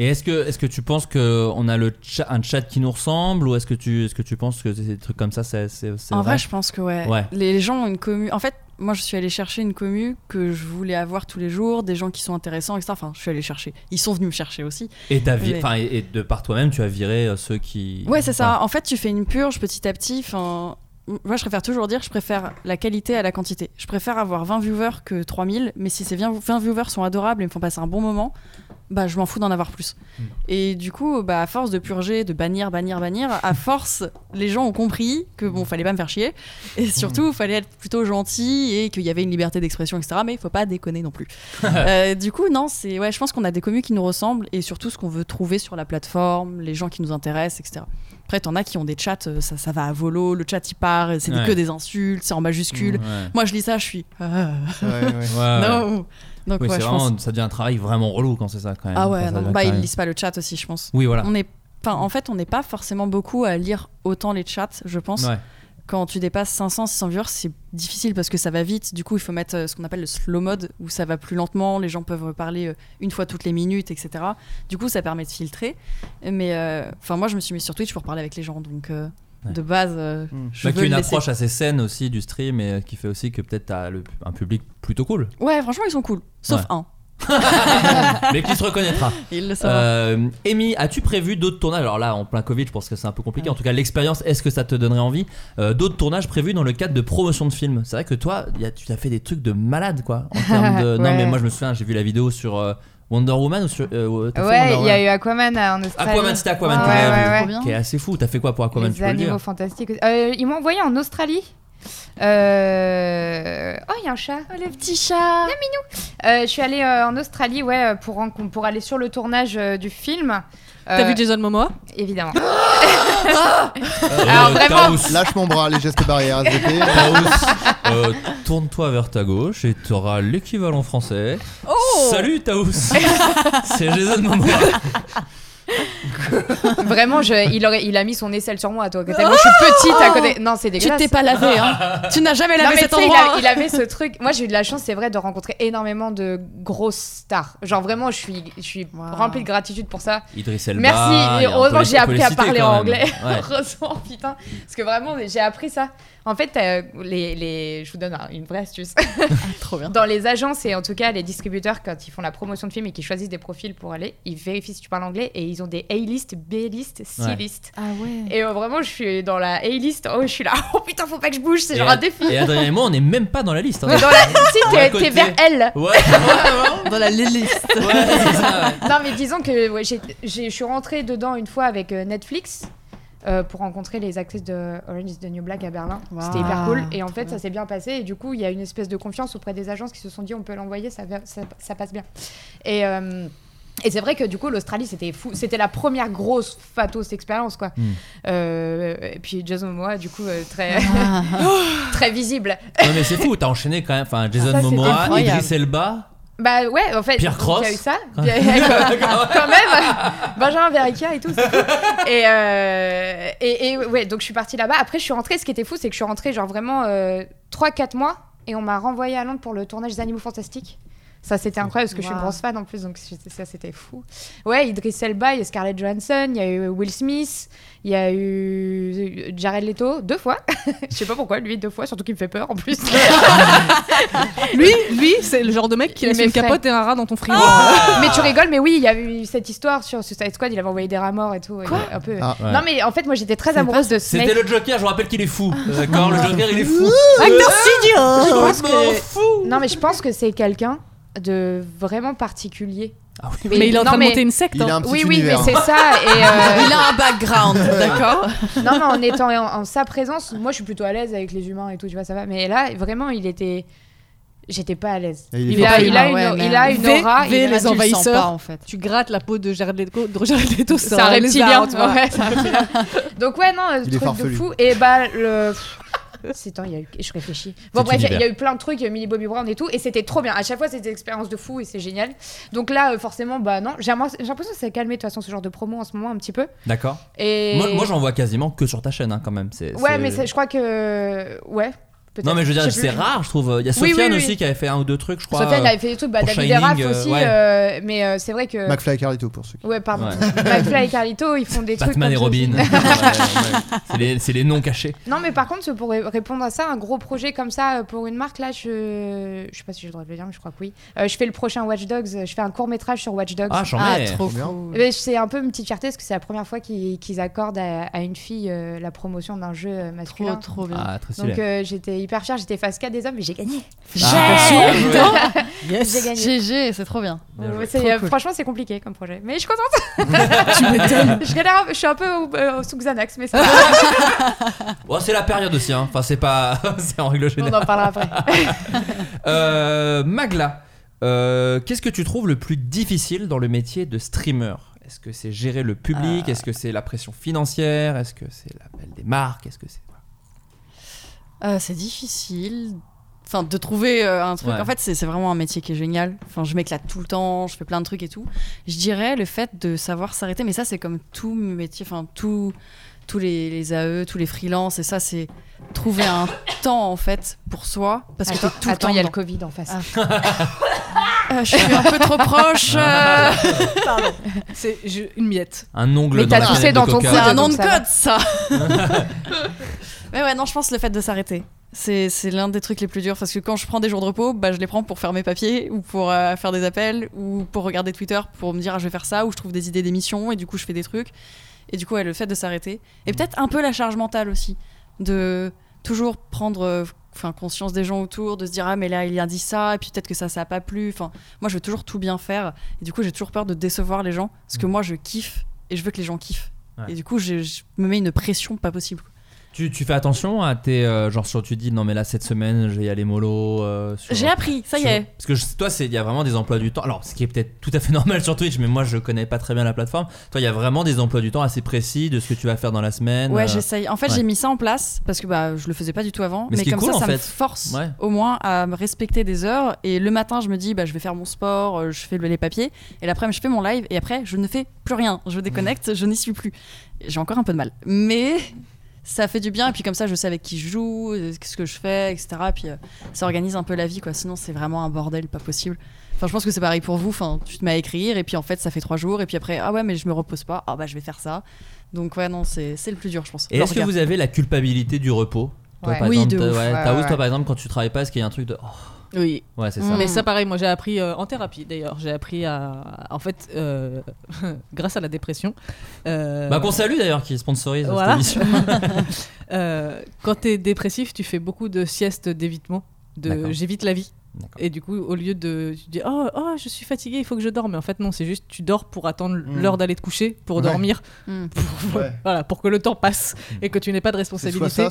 [SPEAKER 5] Et est-ce que, est-ce que tu penses qu'on a le cha- un chat qui nous ressemble ou est-ce que, tu, est-ce que tu penses que des trucs comme ça, c'est, c'est, c'est
[SPEAKER 9] En vrai,
[SPEAKER 5] vrai
[SPEAKER 9] je pense que ouais.
[SPEAKER 5] Ouais.
[SPEAKER 9] Les gens ont une commu. En fait, moi, je suis allée chercher une commu que je voulais avoir tous les jours, des gens qui sont intéressants, etc. Enfin, je suis allée chercher. Ils sont venus me chercher aussi.
[SPEAKER 5] Et, t'as vi-
[SPEAKER 9] Ouais.
[SPEAKER 5] enfin, et, et de par toi-même, tu as viré euh, ceux qui.
[SPEAKER 9] Ouais, c'est ça. En fait, tu fais une purge petit à petit. Enfin, m- moi, je préfère toujours dire, je préfère la qualité à la quantité. Je préfère avoir 20 viewers que 3000, mais si ces 20 20 viewers sont adorables et me font passer un bon moment, bah, je m'en fous d'en avoir plus. Et du coup, bah, à force de purger, de bannir, bannir, bannir, à force, les gens ont compris que bon, fallait pas me faire chier.
[SPEAKER 5] Mhm.
[SPEAKER 9] Et surtout, fallait être plutôt gentil et qu'il y avait une liberté d'expression, etc. Mais il faut pas déconner non plus. Euh, du coup, non, c'est ouais, je pense qu'on a des communes qui nous ressemblent et surtout ce qu'on veut trouver sur la plateforme, les gens qui nous intéressent, etc. Après, t'en as qui ont des chats, euh, ça, ça va à volo, le chat il part, c'est
[SPEAKER 5] Ouais. Mhm.
[SPEAKER 9] que des insultes, c'est en majuscule.
[SPEAKER 5] Ouais.
[SPEAKER 9] Moi, je lis ça, je suis. ah,
[SPEAKER 6] Ouais, ouais.
[SPEAKER 5] Ouais, Ah ouais.
[SPEAKER 9] non. Donc,
[SPEAKER 5] Oui,
[SPEAKER 9] ouais,
[SPEAKER 5] c'est
[SPEAKER 9] je
[SPEAKER 5] vraiment,
[SPEAKER 9] pense.
[SPEAKER 5] ça devient un travail vraiment relou quand c'est ça quand même.
[SPEAKER 9] Ah
[SPEAKER 5] Enfin,
[SPEAKER 9] ouais,
[SPEAKER 5] ça
[SPEAKER 9] non,
[SPEAKER 5] devient
[SPEAKER 9] bah,
[SPEAKER 5] quand
[SPEAKER 9] ils
[SPEAKER 5] même-
[SPEAKER 9] lisent pas le chat aussi, je pense.
[SPEAKER 5] Oui, voilà.
[SPEAKER 9] On est, enfin, en fait, on n'est pas forcément beaucoup à lire autant les chats, je pense.
[SPEAKER 5] Ouais.
[SPEAKER 9] Quand tu dépasses 500, 600 viewers, c'est difficile parce que ça va vite. Du coup, il faut mettre euh, ce qu'on appelle le slow mode où ça va plus lentement, les gens peuvent parler euh, une fois toutes les minutes, etc. Du coup, ça permet de filtrer. Mais euh, enfin, moi, je me suis mis sur Twitch pour parler avec les gens, donc euh,
[SPEAKER 5] Ouais.
[SPEAKER 9] de base, euh,
[SPEAKER 6] Mm.
[SPEAKER 9] je
[SPEAKER 5] Bah,
[SPEAKER 9] veux
[SPEAKER 5] qui a une
[SPEAKER 9] le laisser.
[SPEAKER 5] approche assez saine aussi du stream et euh, qui fait aussi que peut-être t'as le- un public plutôt cool,
[SPEAKER 9] Ouais, franchement, ils sont cool, sauf
[SPEAKER 5] Ouais.
[SPEAKER 9] un.
[SPEAKER 5] mais qui se reconnaîtra.
[SPEAKER 9] Il le saura.
[SPEAKER 5] Euh, Amy, as-tu prévu d'autres tournages Alors là, en plein Covid, je pense que c'est un peu compliqué. En tout cas, l'expérience, est-ce que ça te donnerait envie Euh, D'autres tournages prévus dans le cadre de promotion de films C'est vrai que toi, y a- tu as fait des trucs de malade, quoi. En termes de... Non,
[SPEAKER 2] Ouais.
[SPEAKER 5] mais moi, je me souviens, j'ai vu la vidéo sur euh, Wonder Woman ou sur. euh, t'as fait
[SPEAKER 2] Ouais,
[SPEAKER 5] Wonder
[SPEAKER 2] il y a
[SPEAKER 5] Woman
[SPEAKER 2] eu Aquaman euh, en Australie.
[SPEAKER 5] Aquaman, c'était Aquaman
[SPEAKER 2] Ouais,
[SPEAKER 5] que j'avais
[SPEAKER 2] ouais,
[SPEAKER 5] vu.
[SPEAKER 2] ouais.
[SPEAKER 9] Trop bien.
[SPEAKER 5] Qui est assez fou. T'as fait quoi pour Aquaman
[SPEAKER 2] les
[SPEAKER 5] tu peux le
[SPEAKER 2] animaux
[SPEAKER 5] dire
[SPEAKER 2] fantastiques. Euh, ils m'ont envoyé en Australie. Euh, Oh, il y a un chat.
[SPEAKER 9] le petit chat.
[SPEAKER 2] Euh, je suis allée euh, en Australie, ouais, pour, renco- pour aller sur le tournage euh, du film.
[SPEAKER 8] T'as
[SPEAKER 2] Euh,
[SPEAKER 8] vu Jason Momoa
[SPEAKER 2] Évidemment.
[SPEAKER 5] Euh,
[SPEAKER 2] Alors, vraiment,
[SPEAKER 5] Taos,
[SPEAKER 6] Lâche mon bras, les gestes barrières, SVP.
[SPEAKER 5] Taos, euh, tourne-toi vers ta gauche et t'auras l'équivalent français.
[SPEAKER 9] Oh
[SPEAKER 2] Oh.
[SPEAKER 5] Salut Taos C'est Jason Momoa
[SPEAKER 2] Vraiment, je- il, aurait- il a mis son aisselle sur moi, toi. que Tellement, je suis petite à côté. Non, c'est
[SPEAKER 9] Tu
[SPEAKER 2] dégueulasse.
[SPEAKER 9] t'es pas lavé, hein. tu n'as jamais
[SPEAKER 2] Non,
[SPEAKER 9] lavé
[SPEAKER 2] mais
[SPEAKER 9] cet
[SPEAKER 2] tu sais, il,
[SPEAKER 9] endroit.
[SPEAKER 2] a-
[SPEAKER 9] hein.
[SPEAKER 2] il avait ce truc. Moi, j'ai eu de la chance, c'est vrai, de rencontrer énormément de grosses stars. Genre, vraiment, je suis, je suis
[SPEAKER 9] Wow.
[SPEAKER 2] remplie de gratitude pour ça.
[SPEAKER 5] Idris Elba. il
[SPEAKER 2] Merci. Et
[SPEAKER 5] y a un
[SPEAKER 2] heureusement
[SPEAKER 5] peu
[SPEAKER 2] que
[SPEAKER 5] les-
[SPEAKER 2] j'ai
[SPEAKER 5] on peut
[SPEAKER 2] appris
[SPEAKER 5] les
[SPEAKER 2] à
[SPEAKER 5] citer
[SPEAKER 2] parler
[SPEAKER 5] quand
[SPEAKER 2] en
[SPEAKER 5] même.
[SPEAKER 2] anglais.
[SPEAKER 5] Ouais.
[SPEAKER 2] heureusement, putain. Parce que vraiment, j'ai appris ça. En fait, euh, les, les... je vous donne un- une vraie astuce.
[SPEAKER 9] Trop bien.
[SPEAKER 2] Dans les agences et en tout cas les distributeurs, quand ils font la promotion de films et qu'ils choisissent des profils pour aller, ils vérifient si tu parles anglais et ils ont des A-list, B-list, C-list.
[SPEAKER 9] Ah ouais.
[SPEAKER 2] Et euh, vraiment, je suis dans la A-list. Oh, je suis là. Oh putain, faut pas que je bouge, c'est
[SPEAKER 5] Et
[SPEAKER 2] genre
[SPEAKER 5] Ad-
[SPEAKER 2] un défi.
[SPEAKER 5] Et Adrien et moi, on est même pas dans la liste. hein.
[SPEAKER 2] Mais dans la... si,
[SPEAKER 5] On est à
[SPEAKER 2] t'es,
[SPEAKER 5] côté.
[SPEAKER 2] t'es vers L.
[SPEAKER 5] Ouais, ouais, ouais,
[SPEAKER 9] Dans la liste.
[SPEAKER 5] ouais, c'est ça, ouais.
[SPEAKER 2] Non, mais disons que ouais, j'ai- j'ai- je suis rentrée dedans une fois avec euh, Netflix. euh, pour rencontrer les actrices de Orange is the New Black à Berlin.
[SPEAKER 9] Wow.
[SPEAKER 2] C'était hyper cool. Et en
[SPEAKER 9] Trop
[SPEAKER 2] fait,
[SPEAKER 9] bien.
[SPEAKER 2] ça s'est Ah, bien passé. Et du coup, il y a une espèce de confiance auprès des agences qui se sont dit on peut l'envoyer, ça, va- ça, ça passe bien. Et, euh, et c'est vrai que du coup, l'Australie, c'était fou. C'était la première grosse fatos expérience, quoi.
[SPEAKER 5] Mm.
[SPEAKER 2] Euh, et puis Jason Momoa, du coup, euh, très, très visible.
[SPEAKER 5] Non, mais c'est fou, t'as enchaîné quand même. Enfin, Jason
[SPEAKER 2] Ah, Ça, c'est
[SPEAKER 5] Momoa,
[SPEAKER 9] incroyable.
[SPEAKER 5] Idris Elba.
[SPEAKER 2] Bah ouais, en fait,
[SPEAKER 5] Pierre Cross.
[SPEAKER 2] il y a eu ça, il y a- il y a eu- quand même, euh, Benjamin Verica et tout. c'est cool. Et, euh, et, et ouais, donc je suis partie là-bas. Après, je suis rentrée. euh, Ce qui était fou, c'est que je suis rentrée genre vraiment 3-4 mois et on m'a renvoyée à Londres pour le tournage des Animaux Fantastiques. Ça, c'était incroyable parce que je suis une grosse fan en plus, donc c'était- ça, c'était fou. Ouais, Idris Elba, il y a Scarlett Johansson, il y a eu Will Smith, il y a eu euh, Jared Leto, deux fois. Je sais pas pourquoi, lui, deux fois, surtout qu'il me fait peur en plus.
[SPEAKER 8] Lui, lui, c'est le genre de mec qui
[SPEAKER 2] Il
[SPEAKER 8] laisse une
[SPEAKER 2] m'effraie.
[SPEAKER 8] capote et un rat dans ton frigo.
[SPEAKER 2] mais tu rigoles, mais oui, il y a eu cette histoire sur Suicide Squad, il avait envoyé des rats morts et tout. il y a un peu...
[SPEAKER 6] Ah,
[SPEAKER 5] ouais.
[SPEAKER 2] Non, mais en fait, moi, j'étais très amoureuse de Snake.
[SPEAKER 5] C'était le Joker, je vous rappelle qu'il est fou.
[SPEAKER 2] Ah.
[SPEAKER 5] D'accord, le Joker il est fou.
[SPEAKER 9] Acteur studio
[SPEAKER 5] Je m'en fous.
[SPEAKER 2] Non, mais je pense que c'est quelqu'un de vraiment particulier.
[SPEAKER 5] Ah oui,
[SPEAKER 8] Mais, il est en
[SPEAKER 2] non,
[SPEAKER 8] train
[SPEAKER 2] mais-
[SPEAKER 8] de monter une secte.
[SPEAKER 6] Il a
[SPEAKER 8] hein.
[SPEAKER 6] un petit
[SPEAKER 2] Oui, oui, mais
[SPEAKER 6] univers.
[SPEAKER 2] c'est ça. Et euh,
[SPEAKER 9] Ah, Il a un background,
[SPEAKER 8] Ah,
[SPEAKER 9] d'accord
[SPEAKER 2] non, mais en étant en, en sa présence, moi, je suis plutôt à l'aise avec les humains et tout, tu vois, ça va. Mais là, vraiment, il était. J'étais pas à l'aise.
[SPEAKER 6] Et il est
[SPEAKER 2] Il a,
[SPEAKER 6] fort.
[SPEAKER 2] il a une, il a une
[SPEAKER 8] V-
[SPEAKER 2] aura.
[SPEAKER 8] Ah V,
[SPEAKER 2] il
[SPEAKER 8] les
[SPEAKER 2] a-
[SPEAKER 9] tu le sens
[SPEAKER 8] envahisseurs.
[SPEAKER 9] pas, en fait.
[SPEAKER 8] Tu grattes la peau de Jared Leto, de Jared Leto,
[SPEAKER 2] C'est un reptilien,
[SPEAKER 8] lézard,
[SPEAKER 2] tu vois. ouais, c'est un reptilien. Donc, ouais, non, ce
[SPEAKER 6] Il est
[SPEAKER 2] truc
[SPEAKER 6] farfelu.
[SPEAKER 2] de fou. Et bah, le. pff, C'est temps, il y a eu... je réfléchis. Bon,
[SPEAKER 5] C'est
[SPEAKER 2] bref, il y a-
[SPEAKER 5] univers.
[SPEAKER 2] il y a eu plein de trucs, il y a eu Millie Bobby Brown et tout, et c'était trop bien. À chaque fois, c'était des expériences de fou et c'est génial. Donc là, euh, forcément, bah non, j'ai l'impression j'ai l'impression que ça a calmé de toute façon ce genre de promo en ce moment un petit peu.
[SPEAKER 5] D'accord.
[SPEAKER 2] Et...
[SPEAKER 5] Moi, moi, j'en vois quasiment que sur ta chaîne hein, quand même. C'est-
[SPEAKER 2] Ouais,
[SPEAKER 5] c'est-
[SPEAKER 2] mais c'est- je crois que. Ouais. peut-être.
[SPEAKER 5] Non mais je veux dire,
[SPEAKER 2] sais
[SPEAKER 5] c'est
[SPEAKER 2] plus.
[SPEAKER 5] rare, je trouve. Il y a
[SPEAKER 2] Oui,
[SPEAKER 5] Sofiane
[SPEAKER 2] oui, oui.
[SPEAKER 5] aussi qui avait fait un ou deux trucs, je crois.
[SPEAKER 2] Sofiane il avait fait des trucs, bah,
[SPEAKER 5] pour
[SPEAKER 2] David
[SPEAKER 5] Shining,
[SPEAKER 2] Eraf
[SPEAKER 5] euh,
[SPEAKER 2] aussi,
[SPEAKER 5] ouais.
[SPEAKER 2] euh, mais euh, c'est vrai que.
[SPEAKER 6] McFly et Carlito pour ceux qui.
[SPEAKER 2] Ouais, pardon.
[SPEAKER 5] Ouais.
[SPEAKER 2] McFly et Carlito, ils font des trucs.
[SPEAKER 5] Batman et
[SPEAKER 2] comme ça
[SPEAKER 5] Robin.
[SPEAKER 2] aussi.
[SPEAKER 5] Ouais, ouais. C'est les- C'est les noms cachés.
[SPEAKER 2] Non, mais par contre, pour ré- répondre à ça, un gros projet comme ça euh, pour une marque, là, je, je sais pas si j'ai le droit de le dire, mais je crois que oui. Euh, je fais le prochain Watch Dogs, euh, je fais un court métrage sur Watch Dogs.
[SPEAKER 5] Ah, j'en
[SPEAKER 9] Ah,
[SPEAKER 5] ai.
[SPEAKER 9] trop
[SPEAKER 6] Combien
[SPEAKER 9] cool.
[SPEAKER 2] Mais c'est un peu une petite fierté parce que c'est la première fois qu'ils qu'ils accordent à, à une fille euh, la promotion d'un jeu euh,
[SPEAKER 9] Trop,
[SPEAKER 2] masculin.
[SPEAKER 9] trop bien.
[SPEAKER 5] Ah, très stylé.
[SPEAKER 2] Donc euh, j'étais hyper fière, j'étais face 4 des hommes, mais j'ai gagné.
[SPEAKER 5] Ah, bien joué.
[SPEAKER 2] J'ai gagné.
[SPEAKER 9] GG, c'est trop bien.
[SPEAKER 5] Bien joué.
[SPEAKER 2] Ouais, c'est-
[SPEAKER 9] Trop
[SPEAKER 2] euh,
[SPEAKER 9] cool.
[SPEAKER 2] Franchement, c'est compliqué comme projet. Mais je suis contente. je, galère, un peu- je suis un peu au- euh, sous Xanax, mais ça, va,
[SPEAKER 5] Bon, c'est la période aussi, hein. Enfin, c'est pas. c'est en règle
[SPEAKER 2] on
[SPEAKER 5] générale.
[SPEAKER 2] en parlera après.
[SPEAKER 9] bah.
[SPEAKER 5] Euh, Magla, euh, qu'est-ce que tu trouves le plus difficile dans le métier de streamer Est-ce que c'est gérer le
[SPEAKER 9] Euh.
[SPEAKER 5] public Est-ce que c'est la pression financière Est-ce que c'est l'appel des marques Est-ce que c'est
[SPEAKER 9] Euh, c'est difficile. Enfin, de trouver euh, un truc.
[SPEAKER 5] Ouais.
[SPEAKER 9] En fait, c'est c'est vraiment un métier qui est génial. Enfin, je m'éclate tout le temps, je fais plein de trucs et tout. Je dirais le fait de savoir s'arrêter, mais ça, c'est comme tout métier, enfin, tout, tous les, les AE, tous les freelances, et ça, c'est trouver un temps, en fait, pour soi. Parce que t'es tout le temps.
[SPEAKER 2] il y a le
[SPEAKER 9] dedans.
[SPEAKER 2] Covid en face.
[SPEAKER 9] Ah. Euh, je suis un peu trop proche. euh,
[SPEAKER 8] C'est je- une miette.
[SPEAKER 5] un ongle
[SPEAKER 2] Mais
[SPEAKER 5] dans
[SPEAKER 2] t'as
[SPEAKER 5] la
[SPEAKER 2] toussé
[SPEAKER 5] canette de
[SPEAKER 2] dans ton
[SPEAKER 5] Coca
[SPEAKER 9] C'est un
[SPEAKER 2] donc
[SPEAKER 9] nom de
[SPEAKER 2] ça va.
[SPEAKER 9] code, ça. Mais ouais, non, je pense le fait de s'arrêter. C'est c'est l'un des trucs les plus durs parce que quand je prends des jours de repos, bah, je les prends pour faire mes papiers ou pour euh, faire des appels ou pour regarder Twitter pour me dire ah, je vais faire ça ou je trouve des idées d'émissions et du coup je fais des trucs. Et du coup, ouais, le fait de s'arrêter. Et peut-être un peu la charge mentale aussi. De toujours prendre euh, enfin, conscience des gens autour, de se dire ah mais là il a dit ça et puis peut-être que ça ça a pas plu. Enfin, moi je veux toujours tout bien faire et du coup j'ai toujours peur de décevoir les gens parce que moi je kiffe et je veux que les gens kiffent.
[SPEAKER 5] Ouais.
[SPEAKER 9] Et du coup, je, je me mets une pression pas possible.
[SPEAKER 5] Tu, tu fais attention à tes. euh, genre, sur, tu dis non, mais là, cette semaine, je vais y aller mollo. euh, sur-
[SPEAKER 9] J'ai appris, ça y
[SPEAKER 5] sur-
[SPEAKER 9] est.
[SPEAKER 5] Parce que je- toi, c'est- il y a vraiment des emplois du temps. Alors, ce qui est peut-être tout à fait normal sur Twitch, mais moi, je connais pas très bien la plateforme. Toi, il y a vraiment des emplois du temps assez précis de ce que tu vas faire dans la semaine.
[SPEAKER 9] Ouais,
[SPEAKER 5] euh,
[SPEAKER 9] j'essaye. En fait,
[SPEAKER 5] ouais.
[SPEAKER 9] j'ai mis ça en place parce que bah, je le faisais pas du tout avant.
[SPEAKER 5] Mais ce
[SPEAKER 9] Mais,
[SPEAKER 5] qui est
[SPEAKER 9] comme
[SPEAKER 5] cool, en
[SPEAKER 9] ça, ça me
[SPEAKER 5] fait.
[SPEAKER 9] force
[SPEAKER 5] Ouais.
[SPEAKER 9] au moins à me respecter des heures. Et le matin, je me dis, bah, je vais faire mon sport, euh, je fais le- les papiers. Et l'après-midi, je fais mon live. Et après, je ne fais plus rien. Je déconnecte, je n'y suis plus. Et J'ai encore un peu de mal. Mais ça fait du bien. Et puis comme ça, je sais avec qui je joue, euh, qu'est-ce que je fais, etc. Et puis euh, ça organise un peu la vie. quoi. Sinon, c'est vraiment un bordel, pas possible. Enfin, je pense que c'est pareil pour vous. Enfin, tu te mets à écrire. Et puis en fait, ça fait trois jours. Et puis après, ah ouais, mais je me repose pas. Ah bah, je vais faire ça. Donc ouais, non, c'est c'est le plus dur, je pense.
[SPEAKER 5] Et
[SPEAKER 9] Le
[SPEAKER 5] est-ce que
[SPEAKER 9] regard.
[SPEAKER 5] vous avez la culpabilité du repos Toi,
[SPEAKER 2] Ouais.
[SPEAKER 5] par
[SPEAKER 9] Oui,
[SPEAKER 5] exemple,
[SPEAKER 9] de
[SPEAKER 5] t'as-
[SPEAKER 9] ouf.
[SPEAKER 5] ouais, t'as
[SPEAKER 2] Ouais, ouais,
[SPEAKER 5] ouf, toi,
[SPEAKER 2] ouais.
[SPEAKER 5] par exemple, quand tu travailles pas, est-ce qu'il y a un truc de. oh,
[SPEAKER 8] Oui.
[SPEAKER 5] Ouais, c'est ça.
[SPEAKER 9] Mm.
[SPEAKER 8] Mais ça, pareil, moi j'ai appris euh, en thérapie d'ailleurs. J'ai appris à. En fait, euh, grâce à la dépression. euh,
[SPEAKER 5] Bah, qu'on salue d'ailleurs qui sponsorise
[SPEAKER 8] Voilà.
[SPEAKER 5] cette émission.
[SPEAKER 8] euh, quand t'es dépressif, tu fais beaucoup de siestes d'évitement. De
[SPEAKER 5] D'accord.
[SPEAKER 8] j'évite la vie.
[SPEAKER 5] D'accord.
[SPEAKER 8] Et du coup, au lieu de. Tu te dis, oh, oh, je suis fatigué, il faut que je dorme. Mais en fait, non, c'est juste, tu dors pour attendre
[SPEAKER 6] Mm.
[SPEAKER 8] l'heure d'aller te coucher, pour
[SPEAKER 6] Ouais.
[SPEAKER 8] dormir,
[SPEAKER 9] Mm.
[SPEAKER 8] pour,
[SPEAKER 6] Ouais.
[SPEAKER 8] voilà, pour que le temps passe
[SPEAKER 5] Mm.
[SPEAKER 8] et que tu n'aies pas de
[SPEAKER 6] C'est soit
[SPEAKER 8] responsabilité.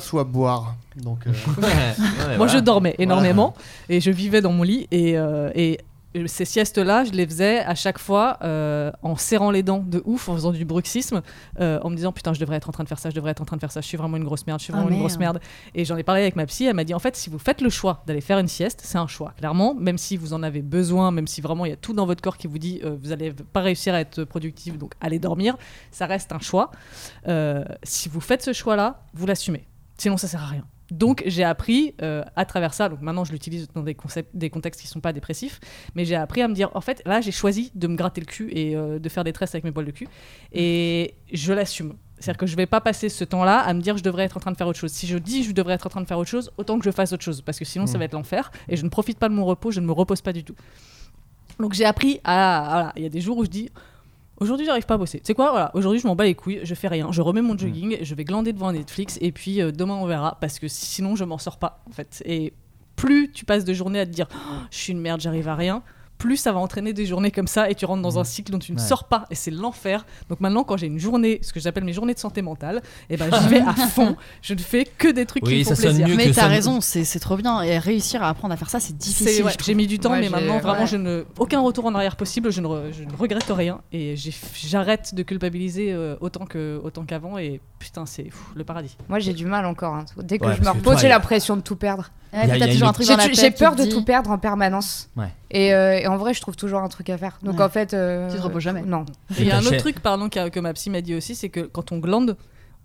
[SPEAKER 6] ça, soit boire. Donc, euh,
[SPEAKER 5] Ouais, ouais,
[SPEAKER 8] Moi,
[SPEAKER 5] voilà.
[SPEAKER 8] je dormais énormément et je vivais dans mon lit. Et, euh, et ces siestes-là, je les faisais à chaque fois euh, en serrant les dents de ouf, en faisant du bruxisme, euh, en me disant Putain, je devrais être en train de faire ça, je devrais être en train de faire ça, je suis vraiment une grosse merde, je suis
[SPEAKER 9] Ah,
[SPEAKER 8] vraiment une grosse
[SPEAKER 9] merde.
[SPEAKER 8] merde. Et j'en ai parlé avec ma psy, elle m'a dit En fait, si vous faites le choix d'aller faire une sieste, c'est un choix, clairement, même si vous en avez besoin, même si vraiment il y a tout dans votre corps qui vous dit euh, Vous allez pas réussir à être productif, donc allez dormir, ça reste un choix. Euh, si vous faites ce choix-là, vous l'assumez. Sinon, ça sert à rien. Donc j'ai appris euh, à travers ça, donc maintenant je l'utilise dans des, concepts, des contextes qui sont pas dépressifs, mais j'ai appris à me dire, en fait, là j'ai choisi de me gratter le cul et euh, de faire des tresses avec mes poils de cul, et je l'assume. C'est-à-dire que je vais pas passer ce temps-là à me dire je devrais être en train de faire autre chose. Si je dis je devrais être en train de faire autre chose, autant que je fasse autre chose, parce que sinon ça va être l'enfer, et je ne profite pas de mon repos, je ne me repose pas du tout. Donc j'ai appris à... Voilà, il y a des jours où je dis... Aujourd'hui, j'arrive pas à bosser. Tu sais quoi Voilà, aujourd'hui, je m'en bats les couilles, je fais rien. Je remets
[SPEAKER 5] Mm.
[SPEAKER 8] mon jogging, je vais glander devant Netflix et puis euh, demain on verra parce que sinon je m'en sors pas en fait. Et plus tu passes de journée à te dire Oh, je suis une merde, j'arrive à rien, plus ça va entraîner des journées comme ça et tu rentres dans un cycle dont tu ne
[SPEAKER 5] Mm. Ouais.
[SPEAKER 8] sors pas et c'est l'enfer. Donc maintenant, quand j'ai une journée, ce que j'appelle mes journées de santé mentale, et ben j'y vais à fond. Je ne fais que des trucs qui
[SPEAKER 5] Oui,
[SPEAKER 8] me font
[SPEAKER 5] ça sonne
[SPEAKER 8] plaisir.
[SPEAKER 5] mieux
[SPEAKER 9] Mais
[SPEAKER 5] que
[SPEAKER 9] t'as
[SPEAKER 5] ça-
[SPEAKER 9] raison, c'est c'est trop bien. Et réussir à apprendre à faire ça, c'est
[SPEAKER 8] C'est-
[SPEAKER 9] difficile.
[SPEAKER 8] ouais,
[SPEAKER 9] je trouve.
[SPEAKER 8] j'ai mis du temps,
[SPEAKER 7] Ouais,
[SPEAKER 8] mais
[SPEAKER 7] j'ai-
[SPEAKER 8] maintenant vraiment,
[SPEAKER 7] ouais.
[SPEAKER 8] je ne aucun retour en arrière possible. Je ne, re- je ne regrette rien et j'ai- j'arrête de culpabiliser euh, autant que autant qu'avant. Et putain, c'est fou, le paradis.
[SPEAKER 2] Moi, j'ai du mal encore. hein. Dès que
[SPEAKER 5] Ouais,
[SPEAKER 2] je me
[SPEAKER 5] parce que
[SPEAKER 2] repose,
[SPEAKER 5] toi,
[SPEAKER 2] j'ai
[SPEAKER 5] y a-
[SPEAKER 2] l'impression de tout perdre.
[SPEAKER 9] Ouais,
[SPEAKER 5] y a-
[SPEAKER 9] t'as
[SPEAKER 5] y a
[SPEAKER 9] toujours
[SPEAKER 5] une-
[SPEAKER 9] un truc
[SPEAKER 2] J'ai
[SPEAKER 9] dans la
[SPEAKER 2] tu-
[SPEAKER 9] tête
[SPEAKER 2] j'ai
[SPEAKER 9] qui
[SPEAKER 2] peur
[SPEAKER 9] te
[SPEAKER 2] de
[SPEAKER 9] dit-
[SPEAKER 2] tout perdre en permanence.
[SPEAKER 5] Ouais.
[SPEAKER 2] Et, euh, et en vrai, je trouve toujours un truc à faire. Donc
[SPEAKER 9] Ouais.
[SPEAKER 2] en fait. euh,
[SPEAKER 9] Tu te reposes jamais.
[SPEAKER 2] Non.
[SPEAKER 8] Et Il y a un autre
[SPEAKER 5] T'achètes-
[SPEAKER 8] truc, pardon, qu'a- que ma psy m'a dit aussi, c'est que quand on glande,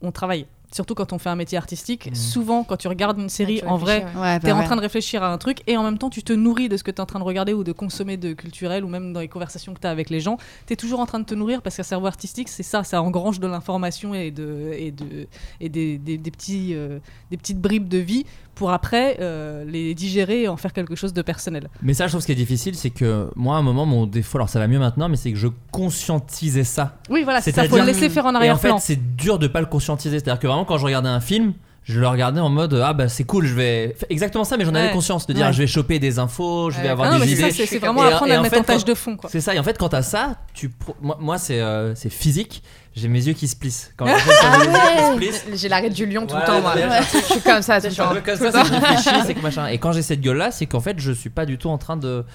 [SPEAKER 8] on travaille. Surtout quand on fait un métier artistique.
[SPEAKER 5] Mhm.
[SPEAKER 8] Souvent, quand tu regardes une série,
[SPEAKER 2] Ouais, tu
[SPEAKER 8] en vrai,
[SPEAKER 2] réfléchis, ouais.
[SPEAKER 9] Ouais, bah
[SPEAKER 8] T'es en
[SPEAKER 9] ouais.
[SPEAKER 8] train de réfléchir à un truc et en même temps tu te nourris de ce que t'es en train de regarder ou de consommer de culturel ou même dans les conversations que t'as avec les gens. T'es toujours en train de te nourrir parce qu'un cerveau artistique c'est ça, ça engrange de l'information et de et de et des, des- des petits euh, des petites bribes de vie pour après euh, les digérer et en faire quelque chose de personnel.
[SPEAKER 5] Mais ça, je trouve ce qui est difficile, c'est que moi, à un moment, mon défaut, alors ça va mieux maintenant, mais c'est que je conscientisais ça.
[SPEAKER 8] Oui voilà, c'est ça.
[SPEAKER 5] C'est-à-dire-
[SPEAKER 8] Faut le laisser faire en
[SPEAKER 5] Et en fait,
[SPEAKER 8] arrière-plan.
[SPEAKER 5] c'est dur de pas le conscientiser. C'est-à-dire que vraiment, quand je regardais un film, je le regardais en mode ah bah c'est cool, je vais Fait exactement ça, mais j'en avais
[SPEAKER 8] Ouais.
[SPEAKER 5] conscience de dire
[SPEAKER 8] Ouais.
[SPEAKER 5] je vais choper des infos, je vais
[SPEAKER 2] Ouais.
[SPEAKER 5] avoir
[SPEAKER 8] Ah non, mais
[SPEAKER 5] des
[SPEAKER 8] c'est ça,
[SPEAKER 5] idées.
[SPEAKER 8] c'est- c'est vraiment
[SPEAKER 5] Et-
[SPEAKER 8] apprendre
[SPEAKER 5] et
[SPEAKER 8] à le
[SPEAKER 5] en
[SPEAKER 8] mettre
[SPEAKER 5] fait,
[SPEAKER 8] en tâche
[SPEAKER 5] quand-
[SPEAKER 8] de fond quoi.
[SPEAKER 5] C'est ça. Et en fait, quand t'as ça, tu pro- moi, moi, c'est euh, c'est physique. J'ai mes yeux qui se plissent. Quand j'ai
[SPEAKER 9] Ah
[SPEAKER 5] mes yeux qui se plissent,
[SPEAKER 2] Ah J'ai l'arrêt du lion tout
[SPEAKER 5] Voilà,
[SPEAKER 2] le temps, moi.
[SPEAKER 5] c'est-
[SPEAKER 2] Je suis comme ça,
[SPEAKER 5] je
[SPEAKER 2] Ah, c'est
[SPEAKER 5] suis un
[SPEAKER 2] genre.
[SPEAKER 5] peu comme ça, c'est que je réfléchis, c'est que machin. Et quand j'ai cette gueule-là, c'est qu'en fait, je suis pas du tout en train de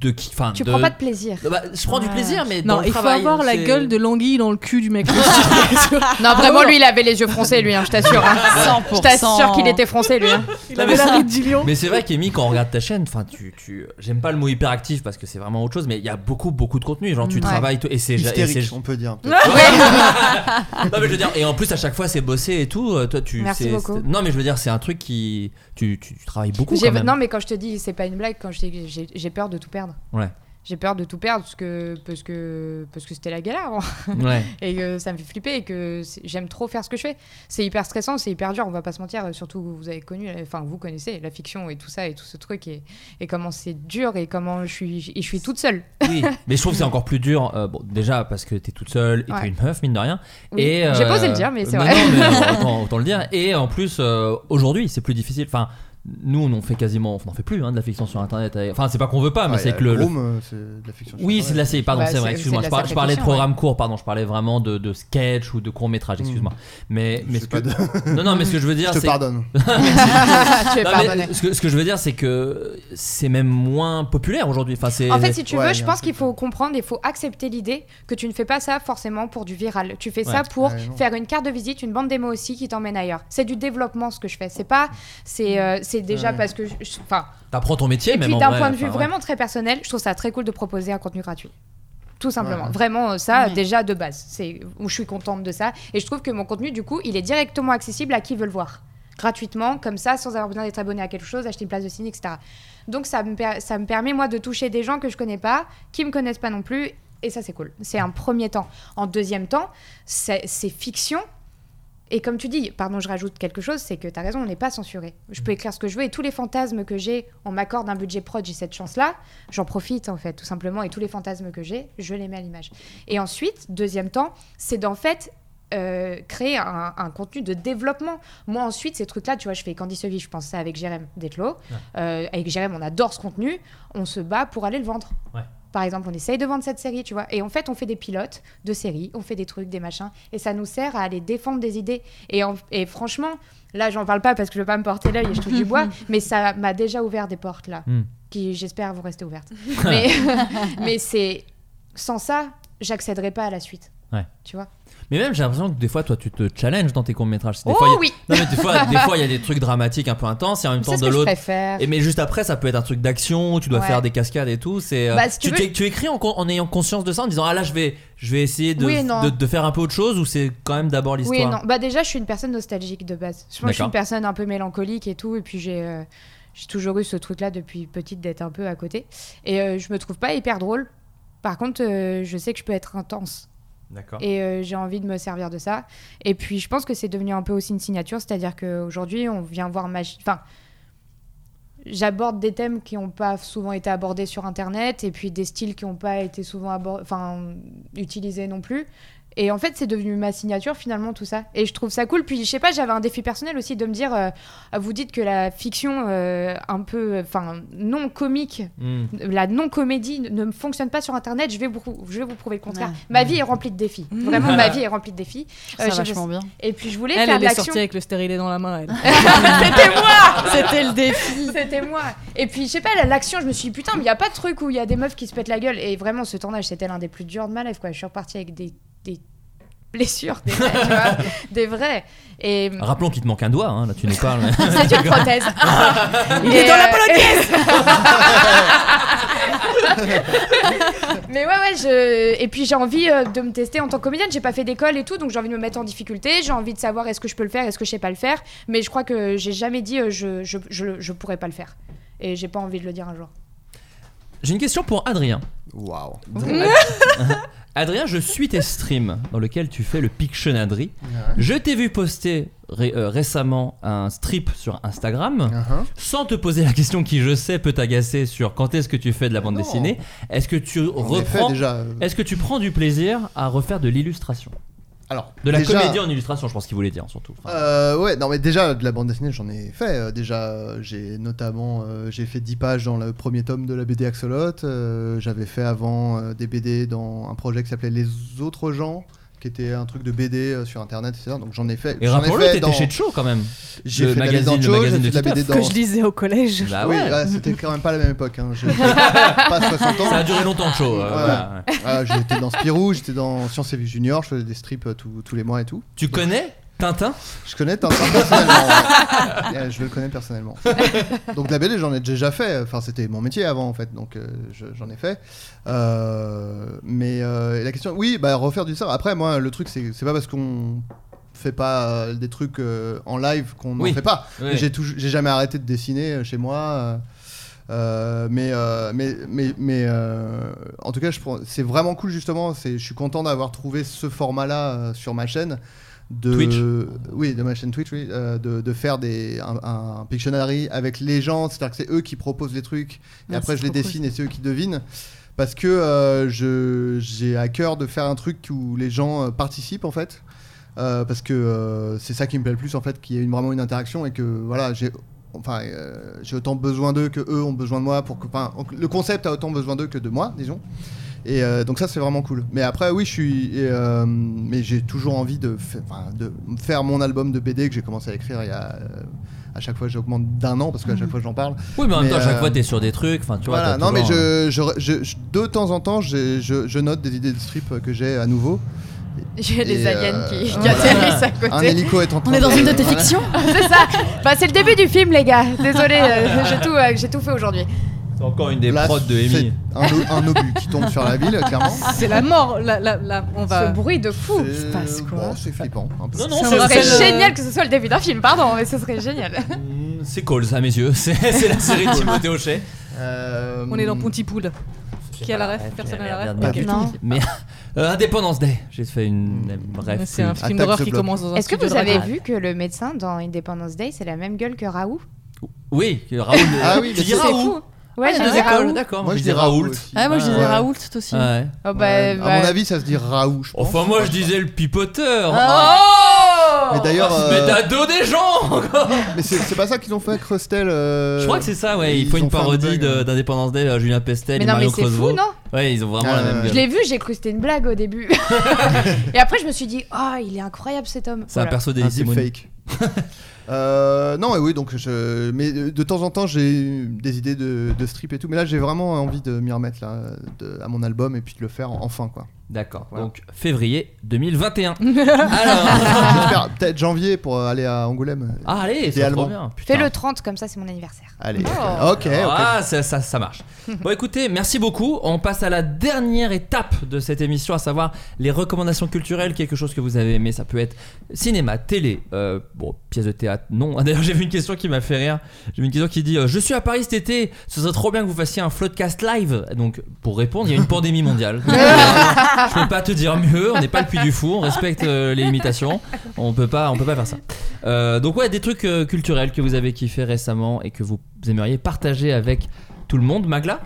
[SPEAKER 5] de qui, enfin,
[SPEAKER 2] Tu
[SPEAKER 5] de-
[SPEAKER 2] prends pas de plaisir.
[SPEAKER 5] Bah, je prends du
[SPEAKER 9] Ouais.
[SPEAKER 5] plaisir, mais dans
[SPEAKER 8] Non,
[SPEAKER 5] le
[SPEAKER 8] il faut
[SPEAKER 5] travail, hein,
[SPEAKER 8] avoir la
[SPEAKER 5] c'est-
[SPEAKER 8] gueule de l'anguille dans le cul du mec.
[SPEAKER 2] Non,
[SPEAKER 9] Ah
[SPEAKER 2] vraiment, lui, il avait les yeux froncés, lui, hein, je t'assure. hein. Je
[SPEAKER 9] 100%.
[SPEAKER 2] t'assure qu'il était froncé, lui. hein.
[SPEAKER 8] Il avait la ride du lion.
[SPEAKER 5] Mais c'est vrai qu'Emmy, quand on regarde ta chaîne, enfin, tu, tu, j'aime pas le mot hyperactif parce que c'est vraiment autre chose, mais il y a beaucoup, beaucoup de contenu. Genre, tu
[SPEAKER 2] Ouais.
[SPEAKER 5] travailles tout- et c'est, et
[SPEAKER 6] Hystérique,
[SPEAKER 5] c'est-
[SPEAKER 6] on peut dire.
[SPEAKER 5] non, mais je veux dire, et en plus à chaque fois c'est bossé et tout. euh, Toi, tu,
[SPEAKER 2] Merci
[SPEAKER 5] c'est-
[SPEAKER 2] beaucoup.
[SPEAKER 5] c'est- non, mais je veux dire, c'est un truc qui, tu, tu, tu travailles beaucoup.
[SPEAKER 2] J'ai-
[SPEAKER 5] Quand même.
[SPEAKER 2] Non, mais quand je te dis, c'est pas une blague, quand je te dis, j'ai- j'ai peur de tout perdre.
[SPEAKER 5] Ouais.
[SPEAKER 2] J'ai peur de tout perdre parce que parce que parce que c'était la galère avant.
[SPEAKER 5] Ouais.
[SPEAKER 2] et que ça me fait flipper et que c'est- j'aime trop faire ce que je fais. C'est hyper stressant, c'est hyper dur, on va pas se mentir, euh, surtout vous avez connu, la- enfin vous connaissez la fiction et tout ça et tout ce truc et, et comment c'est dur et comment je suis, et je suis toute seule.
[SPEAKER 5] Oui. Mais je trouve que c'est encore plus dur. euh, bon, déjà parce que t'es toute seule et t'es
[SPEAKER 2] Ouais.
[SPEAKER 5] une meuf mine de rien.
[SPEAKER 2] Oui,
[SPEAKER 5] Et
[SPEAKER 2] J'ai
[SPEAKER 5] euh,
[SPEAKER 2] pas osé le dire, mais c'est
[SPEAKER 5] non,
[SPEAKER 2] vrai.
[SPEAKER 5] non, mais, euh, autant, autant le dire. Et en plus, euh, aujourd'hui, c'est plus difficile. Enfin, nous, on en fait quasiment, on en fait plus hein, de la fiction sur Internet. Enfin, c'est pas qu'on veut pas, Ah, mais
[SPEAKER 6] Ouais,
[SPEAKER 5] c'est
[SPEAKER 6] y a
[SPEAKER 5] que le- le
[SPEAKER 6] Groom, euh, c'est de la fiction.
[SPEAKER 5] Oui, c'est de la série, pardon,
[SPEAKER 2] Bah,
[SPEAKER 5] c'est vrai,
[SPEAKER 2] c'est-
[SPEAKER 5] excuse-moi.
[SPEAKER 2] c'est
[SPEAKER 5] Je,
[SPEAKER 2] de la
[SPEAKER 5] par- je parlais de
[SPEAKER 2] science-fiction,
[SPEAKER 5] programme court, pardon, je parlais vraiment de, de sketch ou de court métrage,
[SPEAKER 6] Mm.
[SPEAKER 5] excuse-moi. Mais, mais ce que... Non, non, mais ce que je veux dire,
[SPEAKER 6] Je te
[SPEAKER 5] c'est.
[SPEAKER 6] pardonne.
[SPEAKER 2] tu es
[SPEAKER 5] Non, mais
[SPEAKER 2] pardonné.
[SPEAKER 5] ce, que, ce que je veux dire, c'est que c'est même moins populaire aujourd'hui. Enfin, c'est.
[SPEAKER 2] En fait, si tu
[SPEAKER 6] Ouais,
[SPEAKER 2] veux,
[SPEAKER 6] il y
[SPEAKER 2] je
[SPEAKER 6] a un
[SPEAKER 2] pense
[SPEAKER 6] truc
[SPEAKER 2] qu'il faut comprendre et faut accepter l'idée que tu ne fais pas ça forcément pour du viral. Tu fais ça
[SPEAKER 5] Ouais.
[SPEAKER 2] pour
[SPEAKER 6] Ouais, non.
[SPEAKER 2] faire une carte de visite, une bande démo aussi qui t'emmène ailleurs. C'est du développement ce que je fais. C'est pas, c'est, euh, c'est déjà
[SPEAKER 6] Ouais.
[SPEAKER 2] parce que, je- je- enfin,
[SPEAKER 5] T'apprends ton métier,
[SPEAKER 2] Et
[SPEAKER 5] même
[SPEAKER 2] puis
[SPEAKER 5] en
[SPEAKER 2] d'un
[SPEAKER 5] vrai,
[SPEAKER 2] point de vue
[SPEAKER 5] enfin, ouais.
[SPEAKER 2] vraiment très personnel, je trouve ça très cool de proposer un contenu gratuit. Tout simplement.
[SPEAKER 6] Ouais.
[SPEAKER 2] Vraiment, euh, ça,
[SPEAKER 9] Ouais.
[SPEAKER 2] déjà de base. C'est où je suis contente de ça. Et je trouve que mon contenu, du coup, il est directement accessible à qui veut le voir. Gratuitement, comme ça, sans avoir besoin d'être abonné à quelque chose, acheter une place de ciné, etc. Donc ça me, per- ça me permet, moi, de toucher des gens que je connais pas, qui me connaissent pas non plus. Et ça, c'est cool. C'est un premier temps. En deuxième temps, c'est c'est fiction. Et comme tu dis, pardon, je rajoute quelque chose, c'est que tu as raison, on n'est pas censuré. Je peux écrire ce que je veux et tous les fantasmes que j'ai, on m'accorde un budget prod, j'ai cette chance-là, j'en profite en fait, tout simplement, et tous les fantasmes que j'ai, je les mets à l'image. Et ensuite, deuxième temps, c'est d'en fait euh, créer un, un contenu de développement. Moi, ensuite, ces trucs-là, tu vois, je fais Candy Seville, je pense ça avec Jérém Detlo. Euh, avec Jérém, on adore ce contenu, on se bat pour aller le vendre.
[SPEAKER 5] Ouais.
[SPEAKER 2] Par exemple, on essaye de vendre cette série, tu vois. Et en fait, on fait des pilotes de séries, on fait des trucs, des machins, et ça nous sert à aller défendre des idées. Et, en- et franchement, là, j'en parle pas parce que je veux pas me porter l'œil et je touche du bois, mais ça m'a déjà ouvert des portes là,
[SPEAKER 5] Mm.
[SPEAKER 2] qui j'espère vont rester ouvertes. mais mais c'est sans ça, j'accéderai pas à la suite.
[SPEAKER 5] Ouais.
[SPEAKER 2] Tu vois.
[SPEAKER 5] Mais même, j'ai l'impression que des fois, toi, tu te challenges dans tes courts-métrages. Des
[SPEAKER 2] Oh
[SPEAKER 5] fois, il y a-
[SPEAKER 2] oui.
[SPEAKER 5] Non, mais des fois, des fois, il y a des trucs dramatiques un peu intenses et en même temps,
[SPEAKER 2] C'est ce
[SPEAKER 5] de
[SPEAKER 2] que je
[SPEAKER 5] l'autre.
[SPEAKER 2] préfère.
[SPEAKER 5] Et mais juste après, ça peut être un truc d'action, où tu dois
[SPEAKER 2] Ouais.
[SPEAKER 5] faire des cascades et tout. C'est euh,
[SPEAKER 2] Bah, si tu
[SPEAKER 5] tu,
[SPEAKER 2] veux-
[SPEAKER 5] tu- tu écris en, con- en ayant conscience de ça, en disant ah là je vais je vais essayer de,
[SPEAKER 2] Oui, non.
[SPEAKER 5] de, de faire un peu autre chose ou c'est quand même d'abord l'histoire.
[SPEAKER 2] Oui, non. Bah déjà, je suis une personne nostalgique de base. Je pense que je suis
[SPEAKER 5] D'accord.
[SPEAKER 2] une personne un peu mélancolique et tout. Et puis j'ai euh, j'ai toujours eu ce truc-là depuis petite d'être un peu à côté. Et euh, je me trouve pas hyper drôle. Par contre, euh, je sais que je peux être intense.
[SPEAKER 5] D'accord.
[SPEAKER 2] Et euh, j'ai envie de me servir de ça. Et puis, je pense que c'est devenu un peu aussi une signature. C'est-à-dire qu'aujourd'hui, on vient voir ma... Enfin, j'aborde des thèmes qui n'ont pas souvent été abordés sur Internet et puis des styles qui n'ont pas été souvent abor- enfin, utilisés non plus. Et en fait, c'est devenu ma signature finalement tout ça. Et je trouve ça cool. Puis je sais pas, j'avais un défi personnel aussi de me dire, euh, vous dites que la fiction euh, un peu, enfin non comique
[SPEAKER 5] Hmm.
[SPEAKER 2] la non-comédie ne- ne fonctionne pas sur Internet, je vais vous, je vais vous prouver le contraire. Ma vie est remplie de défis.
[SPEAKER 8] Mmh.
[SPEAKER 2] Vraiment, ma vie est remplie de défis.
[SPEAKER 9] Ça
[SPEAKER 2] Euh, j'ai-
[SPEAKER 9] vachement bien.
[SPEAKER 2] Et puis, je voulais
[SPEAKER 8] Elle,
[SPEAKER 2] faire
[SPEAKER 8] elle
[SPEAKER 2] de
[SPEAKER 8] est
[SPEAKER 2] l'action.
[SPEAKER 8] sortie avec le stérilet dans la main. Elle.
[SPEAKER 2] C'était moi
[SPEAKER 9] C'était le défi.
[SPEAKER 2] C'était moi Et puis, je sais pas, la- l'action, je me suis dit, putain, mais il n'y a pas de truc où il y a des meufs qui se pètent la gueule. Et vraiment, ce tournage, c'était l'un des plus durs de ma life, quoi. Je suis repartie avec des, des blessures, des vraies, tu vois, des vraies. Et
[SPEAKER 5] Rappelons qu'il te manque un doigt, hein, là tu nous parles. mais-
[SPEAKER 2] c'est une prothèse. euh,
[SPEAKER 9] Il est dans la
[SPEAKER 2] Mais ouais, ouais, je... et puis j'ai envie euh, de me tester en tant que comédienne. J'ai pas fait d'école et tout, donc j'ai envie de me mettre en difficulté. J'ai envie de savoir est-ce que je peux le faire, est-ce que je sais pas le faire. Mais je crois que j'ai jamais dit euh, je, je, je, je pourrais pas le faire. Et j'ai pas envie de le dire un jour.
[SPEAKER 5] J'ai une question pour Adrien.
[SPEAKER 6] Waouh.
[SPEAKER 5] Adrien, je suis tes streams dans lequel tu fais le Pictionary. Je t'ai vu poster ré- euh, récemment un strip sur Instagram.
[SPEAKER 6] Uh-huh.
[SPEAKER 5] Sans te poser la question qui, je sais, peut t'agacer sur quand est-ce que tu fais de la bande
[SPEAKER 6] Non.
[SPEAKER 5] dessinée, est-ce que tu
[SPEAKER 6] En effet,
[SPEAKER 5] reprends.
[SPEAKER 6] déjà. euh,
[SPEAKER 5] Est-ce que tu prends du plaisir à refaire de l'illustration
[SPEAKER 6] Alors,
[SPEAKER 5] De la
[SPEAKER 6] déjà,
[SPEAKER 5] comédie en illustration, je pense qu'il voulait dire surtout. Enfin,
[SPEAKER 6] Euh, ouais, non mais déjà de la bande dessinée j'en ai fait. euh, déjà euh, j'ai notamment euh, j'ai fait 10 pages dans le premier tome de la BD Axolot. euh, J'avais fait avant euh, des BD dans un projet qui s'appelait Les Autres gens, qui était un truc de BD euh, sur internet, etc. Donc j'en ai fait.
[SPEAKER 5] Et
[SPEAKER 6] j'en ai
[SPEAKER 5] rappelons-le,
[SPEAKER 6] fait
[SPEAKER 5] t'étais
[SPEAKER 6] dans-
[SPEAKER 5] chez Cho quand même.
[SPEAKER 6] J'ai
[SPEAKER 5] le
[SPEAKER 6] fait de la BD
[SPEAKER 5] magazine-
[SPEAKER 6] dans
[SPEAKER 5] le
[SPEAKER 6] Cho, j'ai
[SPEAKER 5] magazine
[SPEAKER 6] fait
[SPEAKER 5] de
[SPEAKER 6] de la BD
[SPEAKER 5] Titeuf.
[SPEAKER 6] dans.
[SPEAKER 8] que je lisais au collège.
[SPEAKER 5] Bah
[SPEAKER 6] oui, euh,
[SPEAKER 5] ouais.
[SPEAKER 6] ouais, c'était quand même pas la même époque. hein, j'ai- pas 60 ans.
[SPEAKER 5] Ça a duré longtemps, Cho. euh,
[SPEAKER 6] Ouais.
[SPEAKER 5] voilà, ouais.
[SPEAKER 6] Voilà, j'étais dans Spirou, j'étais dans Science et Vie Junior, je faisais des strips euh, tous- tous les mois et tout.
[SPEAKER 5] Tu connais Tintin
[SPEAKER 6] Je connais Tintin personnellement. Euh, je le connais personnellement. Donc la BD, j'en ai déjà fait. Enfin, c'était mon métier avant, en fait. Donc euh, je- j'en ai fait. Euh, mais euh, la question, oui, bah refaire du sort. Après, moi, le truc, c'est c'est pas parce qu'on fait pas euh, des trucs euh, en live qu'on n'en
[SPEAKER 5] Oui.
[SPEAKER 6] fait pas.
[SPEAKER 5] Ouais.
[SPEAKER 6] Mais J'ai toujours- j'ai jamais arrêté de dessiner euh, chez moi. euh, euh, mais, euh, mais mais mais euh, en tout cas, je prends- c'est vraiment cool justement. C'est, je suis content d'avoir trouvé ce format-là euh, sur ma chaîne. De,
[SPEAKER 5] Twitch.
[SPEAKER 6] oui, de ma chaîne Twitch, oui, euh, de, de faire des, un, un Pictionary avec les gens, c'est-à-dire que c'est eux qui proposent les trucs, et
[SPEAKER 8] Ouais,
[SPEAKER 6] après
[SPEAKER 8] c'est
[SPEAKER 6] je les
[SPEAKER 8] trop cool,
[SPEAKER 6] dessine et c'est eux qui devinent. Parce que euh, je- j'ai à cœur de faire un truc où les gens euh, participent en fait. Euh, parce que euh, c'est ça qui me plaît le plus en fait, qu'il y ait une- vraiment une interaction et que voilà, j'ai enfin euh, j'ai autant besoin d'eux que eux ont besoin de moi pour que enfin, le concept a autant besoin d'eux que de moi, disons. Et euh, donc ça c'est vraiment cool. Mais après oui je suis et, euh, mais j'ai toujours envie de, fa- enfin, de faire mon album de BD que j'ai commencé à écrire il y a euh, à chaque fois j'augmente d'un an parce qu'à chaque fois j'en parle.
[SPEAKER 5] Oui, mais en même
[SPEAKER 6] Mais,
[SPEAKER 5] temps, à chaque
[SPEAKER 6] euh,
[SPEAKER 5] fois, t'es sur des trucs. Enfin, tu vois.
[SPEAKER 6] voilà
[SPEAKER 5] t'as
[SPEAKER 6] non mais
[SPEAKER 5] toujours, euh,
[SPEAKER 6] je, je- je- je- de temps en temps je, je- je note des idées de strip euh, que j'ai à nouveau.
[SPEAKER 2] J'ai
[SPEAKER 6] Et,
[SPEAKER 2] les aliens
[SPEAKER 6] euh,
[SPEAKER 2] qui, qui
[SPEAKER 6] voilà.
[SPEAKER 2] atterrissent à
[SPEAKER 6] Un
[SPEAKER 2] côté.
[SPEAKER 6] hélico est en train
[SPEAKER 9] On est dans une de tes
[SPEAKER 6] voilà.
[SPEAKER 9] fictions
[SPEAKER 2] C'est ça Bah, c'est le début du film, les gars. Désolé, j'ai tout, euh, j'ai tout fait aujourd'hui.
[SPEAKER 5] C'est encore une des
[SPEAKER 6] Là,
[SPEAKER 5] prods de Amy.
[SPEAKER 6] c'est Un, o- un obus qui tombe sur la ville, clairement.
[SPEAKER 8] C'est la mort. Là, là, là, on
[SPEAKER 2] Ce
[SPEAKER 8] va.
[SPEAKER 2] bruit de fou
[SPEAKER 6] C'est-
[SPEAKER 9] se passe quoi
[SPEAKER 6] bon, C'est flippant. Un peu.
[SPEAKER 5] Non, non,
[SPEAKER 8] Ça me
[SPEAKER 5] c'est-
[SPEAKER 8] rappelle,
[SPEAKER 5] c'est-
[SPEAKER 2] C'est
[SPEAKER 8] euh,
[SPEAKER 2] génial que ce soit le début d'un film, pardon, mais ce serait génial.
[SPEAKER 5] Mm, C'est Calls à mes yeux, c'est c'est la série de Timothée Hochet.
[SPEAKER 6] Euh,
[SPEAKER 8] On est dans Pontypool. Qui a la ref Personne a la ref
[SPEAKER 5] Merde, merde,
[SPEAKER 8] Ok.
[SPEAKER 5] merde.
[SPEAKER 2] Non.
[SPEAKER 5] Mais euh, Indépendance Day, j'ai fait une une- bref.
[SPEAKER 8] C'est un
[SPEAKER 5] une-
[SPEAKER 8] film
[SPEAKER 6] Attack
[SPEAKER 8] d'horreur
[SPEAKER 6] the
[SPEAKER 8] qui
[SPEAKER 6] Block.
[SPEAKER 8] commence dans un
[SPEAKER 2] Est-ce que
[SPEAKER 8] studio
[SPEAKER 2] vous
[SPEAKER 8] de
[SPEAKER 2] avez
[SPEAKER 8] radio.
[SPEAKER 2] vu que le médecin dans Independence Day, c'est la même gueule que Raoult
[SPEAKER 5] Oui, que Raoul.
[SPEAKER 6] Ah oui,
[SPEAKER 5] tu
[SPEAKER 6] mais
[SPEAKER 5] dis
[SPEAKER 6] c'est
[SPEAKER 5] Raoul.
[SPEAKER 2] Ouais, j'ai
[SPEAKER 9] d'accord.
[SPEAKER 2] dit Raoult.
[SPEAKER 5] Raoul, d'accord.
[SPEAKER 6] Moi je dis Raoult. aussi.
[SPEAKER 9] Ah, moi je
[SPEAKER 5] Ouais,
[SPEAKER 9] disais
[SPEAKER 5] ouais.
[SPEAKER 9] Raoult aussi.
[SPEAKER 5] Ouais.
[SPEAKER 2] Oh, bah,
[SPEAKER 6] Ouais,
[SPEAKER 2] bah,
[SPEAKER 6] À mon avis, ça se dit Raoult. je pense.
[SPEAKER 5] Enfin, moi je disais le pipoteur.
[SPEAKER 2] Oh
[SPEAKER 6] Mais d'ailleurs, euh,
[SPEAKER 5] Mais t'as dos des gens
[SPEAKER 6] mais c'est c'est pas ça qu'ils ont fait euh, avec Crustel.
[SPEAKER 5] Je crois que c'est ça, ouais. Ils,
[SPEAKER 6] ils
[SPEAKER 5] font une
[SPEAKER 6] ont fait un
[SPEAKER 5] parodie
[SPEAKER 6] bug,
[SPEAKER 5] de-
[SPEAKER 6] ouais.
[SPEAKER 5] d'Indépendance Day, euh, Julien Pestel
[SPEAKER 2] Mais
[SPEAKER 5] et
[SPEAKER 2] non, mais
[SPEAKER 5] Mario
[SPEAKER 2] c'est fou,
[SPEAKER 5] Crozvo.
[SPEAKER 2] non
[SPEAKER 5] Ouais, ils ont vraiment la
[SPEAKER 6] Euh,
[SPEAKER 5] même
[SPEAKER 6] je
[SPEAKER 5] gueule.
[SPEAKER 2] Je l'ai vu, j'ai cru que c'était une blague au début. Et après, je me suis dit, oh, il est incroyable cet homme.
[SPEAKER 5] C'est un
[SPEAKER 2] Voilà.
[SPEAKER 5] perso des
[SPEAKER 6] Ah, c'est
[SPEAKER 5] Simone.
[SPEAKER 6] fake. Euh, non, et oui, donc je. Mais euh, de temps en temps, j'ai eu des idées de, de strip et tout. Mais là, j'ai vraiment envie de m'y remettre là, de- à mon album et puis de le faire enfin, quoi.
[SPEAKER 5] D'accord. Donc février 2021.
[SPEAKER 6] Je vais
[SPEAKER 5] Alors.
[SPEAKER 6] faire Peut-être janvier pour euh, aller à Angoulême.
[SPEAKER 5] Ah, allez, c'est
[SPEAKER 6] Idéalement.
[SPEAKER 5] trop bien. putain.
[SPEAKER 2] Fais le 30, comme ça, c'est mon anniversaire.
[SPEAKER 6] Allez.
[SPEAKER 2] Oh.
[SPEAKER 6] eh, Ok, ok.
[SPEAKER 5] Ah, ça, ça, ça marche. Bon, écoutez, merci beaucoup. On passe à la dernière étape de cette émission, à savoir les recommandations culturelles, quelque chose que vous avez aimé. Ça peut être cinéma, télé, euh, bon, pièce de théâtre, non. Ah, D'ailleurs, j'ai vu une question qui m'a fait rire. J'ai vu une question qui dit euh, Je suis à Paris cet été, ce serait trop bien que vous fassiez un floodcast live. Donc, pour répondre, il y a une pandémie mondiale. Donc, euh, je peux pas te dire mieux, on n'est pas le puits du fou, on respecte euh, les limitations. On peut pas, on peut pas faire ça. Euh, donc ouais, des trucs euh, culturels que vous avez kiffé récemment et que vous aimeriez partager avec tout le monde, Magla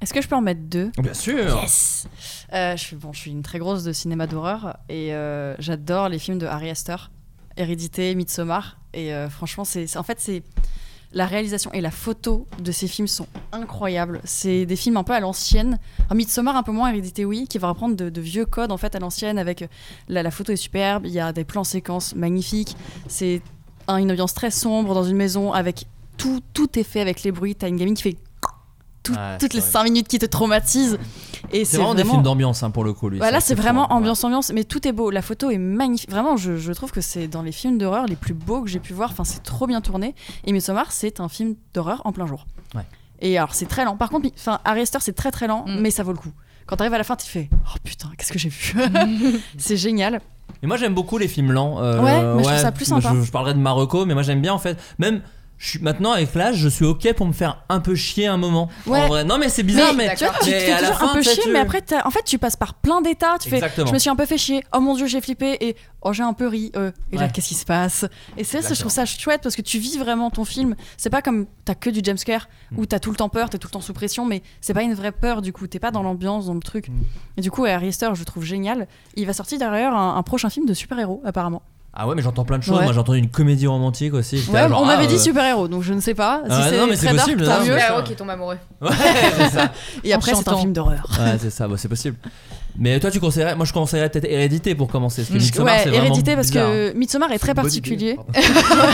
[SPEAKER 9] Est-ce que je peux en mettre deux
[SPEAKER 5] Bien sûr.
[SPEAKER 9] Yes Euh, je, suis, bon, je suis une très grosse de cinéma d'horreur et euh, j'adore les films de Harry Astor, Hérédité, Midsommar. Et euh, franchement, c'est c'est- en fait, c'est la réalisation et la photo de ces films sont incroyables. C'est des films un peu à l'ancienne. Alors, Midsommar, un peu moins Hérédité, oui, qui va reprendre de, de vieux codes en fait à l'ancienne. Avec la, la photo est superbe, il y a des plans séquences magnifiques. C'est un- une ambiance très sombre dans une maison avec tout, tout est fait avec les bruits. T'as une gamine qui fait tout-
[SPEAKER 5] Ouais,
[SPEAKER 9] toutes
[SPEAKER 5] Ah, c'est
[SPEAKER 9] les
[SPEAKER 5] vrai.
[SPEAKER 9] 5 minutes qui te traumatisent. Et
[SPEAKER 5] C'est vraiment, des films d'ambiance hein, pour le coup. Lui,
[SPEAKER 9] voilà,
[SPEAKER 5] Ça,
[SPEAKER 9] c'est vraiment
[SPEAKER 5] souvent, ouais.
[SPEAKER 9] ambiance ambiance, mais tout est beau. La photo est magnifique. Vraiment, je, je trouve que c'est dans les films d'horreur les plus beaux que j'ai pu voir. Enfin, c'est trop bien tourné. Et Midsommar, c'est un film d'horreur en plein jour.
[SPEAKER 5] Ouais.
[SPEAKER 9] Et alors, c'est très lent. Par contre, mi- enfin, Harry Astor, c'est très très lent,
[SPEAKER 8] Mm.
[SPEAKER 9] mais ça vaut le coup. Quand t'arrives à la fin, tu fais Oh putain, qu'est-ce que j'ai vu C'est génial.
[SPEAKER 5] Mais moi j'aime beaucoup les films lents. euh,
[SPEAKER 9] Ouais, mais je trouve ça plus
[SPEAKER 5] moi,
[SPEAKER 9] sympa.
[SPEAKER 5] Je, je parlerai de Marocco, mais moi j'aime bien en fait. Même je suis, maintenant avec l'âge, je suis ok pour me faire un peu chier un moment.
[SPEAKER 9] Ouais.
[SPEAKER 5] En vrai. Non mais c'est bizarre, mais,
[SPEAKER 9] tu vois, tu te
[SPEAKER 5] mais
[SPEAKER 9] fais
[SPEAKER 5] à la
[SPEAKER 9] toujours
[SPEAKER 5] fin,
[SPEAKER 9] un peu
[SPEAKER 5] tu sais,
[SPEAKER 9] chier,
[SPEAKER 5] tu-
[SPEAKER 9] mais après, t'as- en fait, tu passes par plein d'états. Tu fais
[SPEAKER 5] Exactement.
[SPEAKER 9] Je me suis un peu fait chier. Oh mon dieu, j'ai flippé. Et oh, j'ai un peu ri. euh, et là,
[SPEAKER 5] Ouais.
[SPEAKER 9] qu'est-ce qui se passe Et c'est ça, je trouve ça chouette parce que tu vis vraiment ton film. C'est pas comme t'as que du jumpscare
[SPEAKER 5] Mm.
[SPEAKER 9] où t'as tout le temps peur, t'es tout le temps sous pression, mais c'est pas une vraie peur du coup. T'es pas dans l'ambiance, dans le truc.
[SPEAKER 5] Mm.
[SPEAKER 9] Et du coup, Harry Astor, je le trouve génial. Il va sortir derrière un, un prochain film de super-héros, apparemment.
[SPEAKER 5] Ah ouais, mais j'entends plein de choses.
[SPEAKER 9] Ouais.
[SPEAKER 5] Moi j'ai entendu une comédie romantique aussi. J'étais
[SPEAKER 9] Ouais,
[SPEAKER 5] là, genre,
[SPEAKER 9] on
[SPEAKER 5] ah,
[SPEAKER 9] m'avait dit
[SPEAKER 5] euh,
[SPEAKER 9] super-héros, donc je ne sais pas.
[SPEAKER 5] Ah,
[SPEAKER 9] si
[SPEAKER 5] non, mais
[SPEAKER 9] c'est
[SPEAKER 5] c'est
[SPEAKER 9] très dark,
[SPEAKER 5] possible,
[SPEAKER 9] tant
[SPEAKER 5] non,
[SPEAKER 9] mieux.
[SPEAKER 5] mais-
[SPEAKER 2] Héros qui tombe amoureux.
[SPEAKER 5] Ouais, c'est ça.
[SPEAKER 9] Et après, c'est un
[SPEAKER 8] Enchantant.
[SPEAKER 9] film d'horreur.
[SPEAKER 5] Ouais, c'est ça, bah, c'est possible. Mais toi, tu conseillerais, moi je conseillerais peut-être Hérédité pour commencer. Parce que Midsommar,
[SPEAKER 9] Ouais,
[SPEAKER 5] c'est vraiment
[SPEAKER 9] hérédité parce
[SPEAKER 5] bizarre.
[SPEAKER 9] que Midsommar est très
[SPEAKER 6] Bonne
[SPEAKER 9] particulier.
[SPEAKER 6] idée, pardon.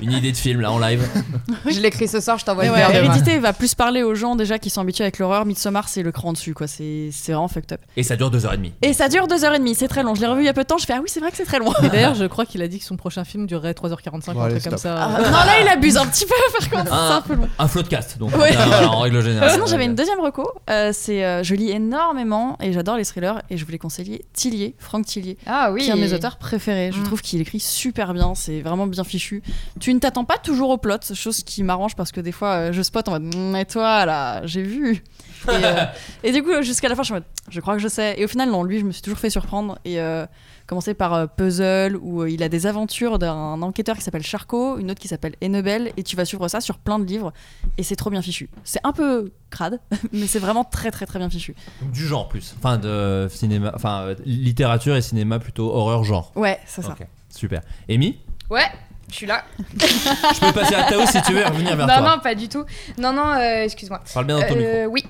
[SPEAKER 5] Une idée de film là en live.
[SPEAKER 2] Je l'écris ce soir, je t'envoie
[SPEAKER 9] Mais
[SPEAKER 2] une
[SPEAKER 9] ouais,
[SPEAKER 2] paire de mains.
[SPEAKER 9] Hérédité va plus parler aux gens déjà qui sont habitués avec l'horreur. Midsommar, c'est le cran dessus, quoi. C'est c'est vraiment fucked up.
[SPEAKER 5] Et ça dure 2h30.
[SPEAKER 9] Et ça dure 2h30, c'est très long. Je l'ai revu il y a peu de temps, je fais Ah oui, c'est vrai que c'est très long.
[SPEAKER 8] Et d'ailleurs, je crois qu'il a dit que son prochain film durerait 3h45,
[SPEAKER 6] Bon,
[SPEAKER 8] un
[SPEAKER 6] allez,
[SPEAKER 8] truc comme
[SPEAKER 6] stop.
[SPEAKER 8] ça.
[SPEAKER 9] Ah, non, là, il abuse un petit peu, par contre, c'est un peu long.
[SPEAKER 5] Un floodcast, donc
[SPEAKER 9] Ouais.
[SPEAKER 5] euh, en règle générale.
[SPEAKER 9] Sinon, j'avais une deuxième reco. euh, c'est euh, Je lis énormément et j'adore les thrillers et je voulais conseiller Tillier, Franck Tillier.
[SPEAKER 2] Ah oui.
[SPEAKER 9] Qui est un de mes auteurs préférés. Je
[SPEAKER 2] Mm.
[SPEAKER 9] trouve qu'il écrit super bien, c'est vraiment bien fichu. Tu ne t'attends pas toujours au plot, chose qui m'arrange parce que des fois euh, je spot en mode Mm, Et toi là, j'ai vu. Et, euh, et du coup, jusqu'à la fin, je suis en mode Je crois que je sais. Et au final, non, lui, je me suis toujours fait surprendre. Et euh, commencer par euh, Puzzle, où euh, il a des aventures d'un enquêteur qui s'appelle Charcot, une autre qui s'appelle Enebel, et tu vas suivre ça sur plein de livres. Et c'est trop bien fichu. C'est un peu crade, mais c'est vraiment très très très bien fichu.
[SPEAKER 5] Donc, Du genre en plus. Enfin, de cinéma. Enfin, euh, littérature et cinéma plutôt horreur genre.
[SPEAKER 9] Ouais, c'est ça.
[SPEAKER 5] Ok, super. Amy,
[SPEAKER 2] Ouais, je suis là.
[SPEAKER 5] je peux passer à Tao si tu veux et revenir vers
[SPEAKER 2] Non,
[SPEAKER 5] toi.
[SPEAKER 2] non, pas du tout. Non, non, euh, excuse-moi.
[SPEAKER 5] Parle bien dans ton micro.
[SPEAKER 2] Euh, oui.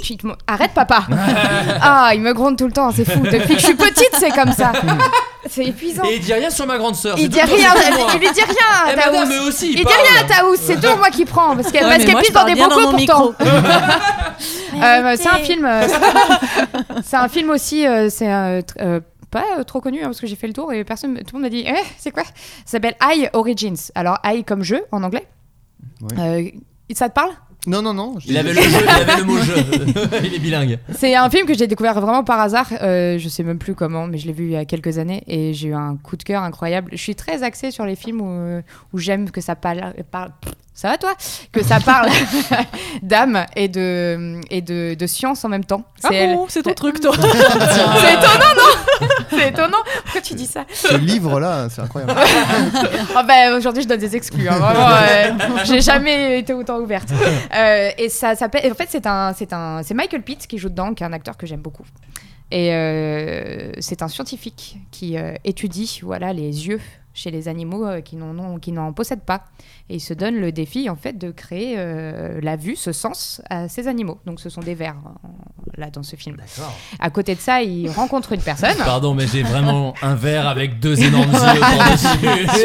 [SPEAKER 2] Je suis- Arrête, papa. ah, il me gronde tout le temps, c'est fou. Depuis que je suis petite, c'est comme ça. C'est épuisant.
[SPEAKER 5] Et il dit rien sur ma grande sœur. c'est
[SPEAKER 2] il
[SPEAKER 5] tout
[SPEAKER 2] dit
[SPEAKER 5] le temps,
[SPEAKER 2] rien,
[SPEAKER 5] c'est tout moi.
[SPEAKER 2] il lui dit rien,
[SPEAKER 5] Eh,
[SPEAKER 2] Taous.
[SPEAKER 5] madame, eux aussi.
[SPEAKER 2] Il dit
[SPEAKER 5] parlent.
[SPEAKER 2] rien, Taous, c'est toujours moi qui prends. Parce qu'elle
[SPEAKER 8] Ouais,
[SPEAKER 2] parce
[SPEAKER 8] mais
[SPEAKER 2] qu'elle
[SPEAKER 8] moi, je
[SPEAKER 2] pisse dans
[SPEAKER 8] parle
[SPEAKER 2] des
[SPEAKER 8] bien dans mon
[SPEAKER 2] bocaux pourtant. Euh, c'est un film. euh, c'est un film aussi. euh, c'est euh, tr- euh, pas euh, trop connu hein, parce que j'ai fait le tour et personne, tout le monde m'a dit eh, c'est quoi Ça s'appelle I Origins. Alors I comme jeu en anglais. Euh, ça te parle
[SPEAKER 6] Non, non, non. je
[SPEAKER 5] Il
[SPEAKER 6] dis-
[SPEAKER 5] avait le jeu, il avait le mot jeu. il est bilingue.
[SPEAKER 2] C'est un film que j'ai découvert vraiment par hasard. euh, je sais même plus comment, mais je l'ai vu il y a quelques années et j'ai eu un coup de cœur incroyable. Je suis très axée sur les films où, où j'aime que ça parle. parle- ça va toi Que ça parle d'âme et de et de, de science en même temps.
[SPEAKER 8] Ah
[SPEAKER 2] C'est
[SPEAKER 8] bon, c'est ton truc, toi
[SPEAKER 2] c'est étonnant, non C'est étonnant. Pourquoi tu dis ça
[SPEAKER 6] Ce livre-là, c'est incroyable.
[SPEAKER 2] Ah bah, Aujourd'hui, je donne des exclus. hein, vraiment, euh, j'ai jamais été autant ouverte. Euh, et ça s'appelle. et En fait, c'est un, c'est un, c'est Michael Pitt qui joue dedans, qui est un acteur que j'aime beaucoup. Et euh, c'est un scientifique qui euh, étudie, voilà, les yeux chez les animaux euh, qui n'en ont- qui n'en possèdent pas. Et ils se donnent le défi en fait de créer euh, la vue, ce sens à ces animaux. Donc ce sont des vers en- là dans ce film.
[SPEAKER 5] D'accord.
[SPEAKER 2] À côté de ça, ils rencontrent une personne.
[SPEAKER 5] Pardon, mais j'ai vraiment un verre avec deux énormes yeux par-dessus.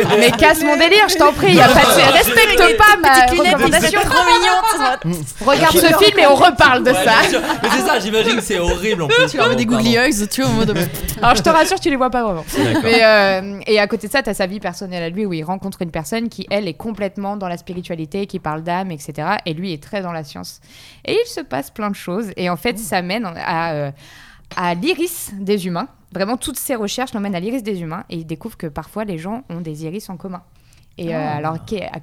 [SPEAKER 2] Ah, Mais casse mon délire, je t'en prie, y a pas de... respecte pas ma recommandation.
[SPEAKER 9] trop mignonne.
[SPEAKER 2] Regarde ce film et on reparle de
[SPEAKER 5] Ouais,
[SPEAKER 2] ça.
[SPEAKER 5] bien sûr. Mais c'est ça, j'imagine que c'est horrible en plus.
[SPEAKER 9] Tu vas avoir des googly eyes, tu vois, en mode.
[SPEAKER 2] Alors je te rassure, tu les vois pas vraiment.
[SPEAKER 5] D'accord.
[SPEAKER 2] Mais, euh, et à côté de ça, tu as sa vie personnelle à lui où il rencontre une personne qui, elle, est complètement dans la spiritualité, qui parle d'âme, etc. Et lui est très dans la science. Et il se passe plein de choses. Et en fait, ça mène à, euh, à l'iris des humains. Vraiment, toutes ces recherches l'emmènent à l'iris des humains. Et il découvre que parfois, les gens ont des iris en commun. Et euh, alors, qu'est- à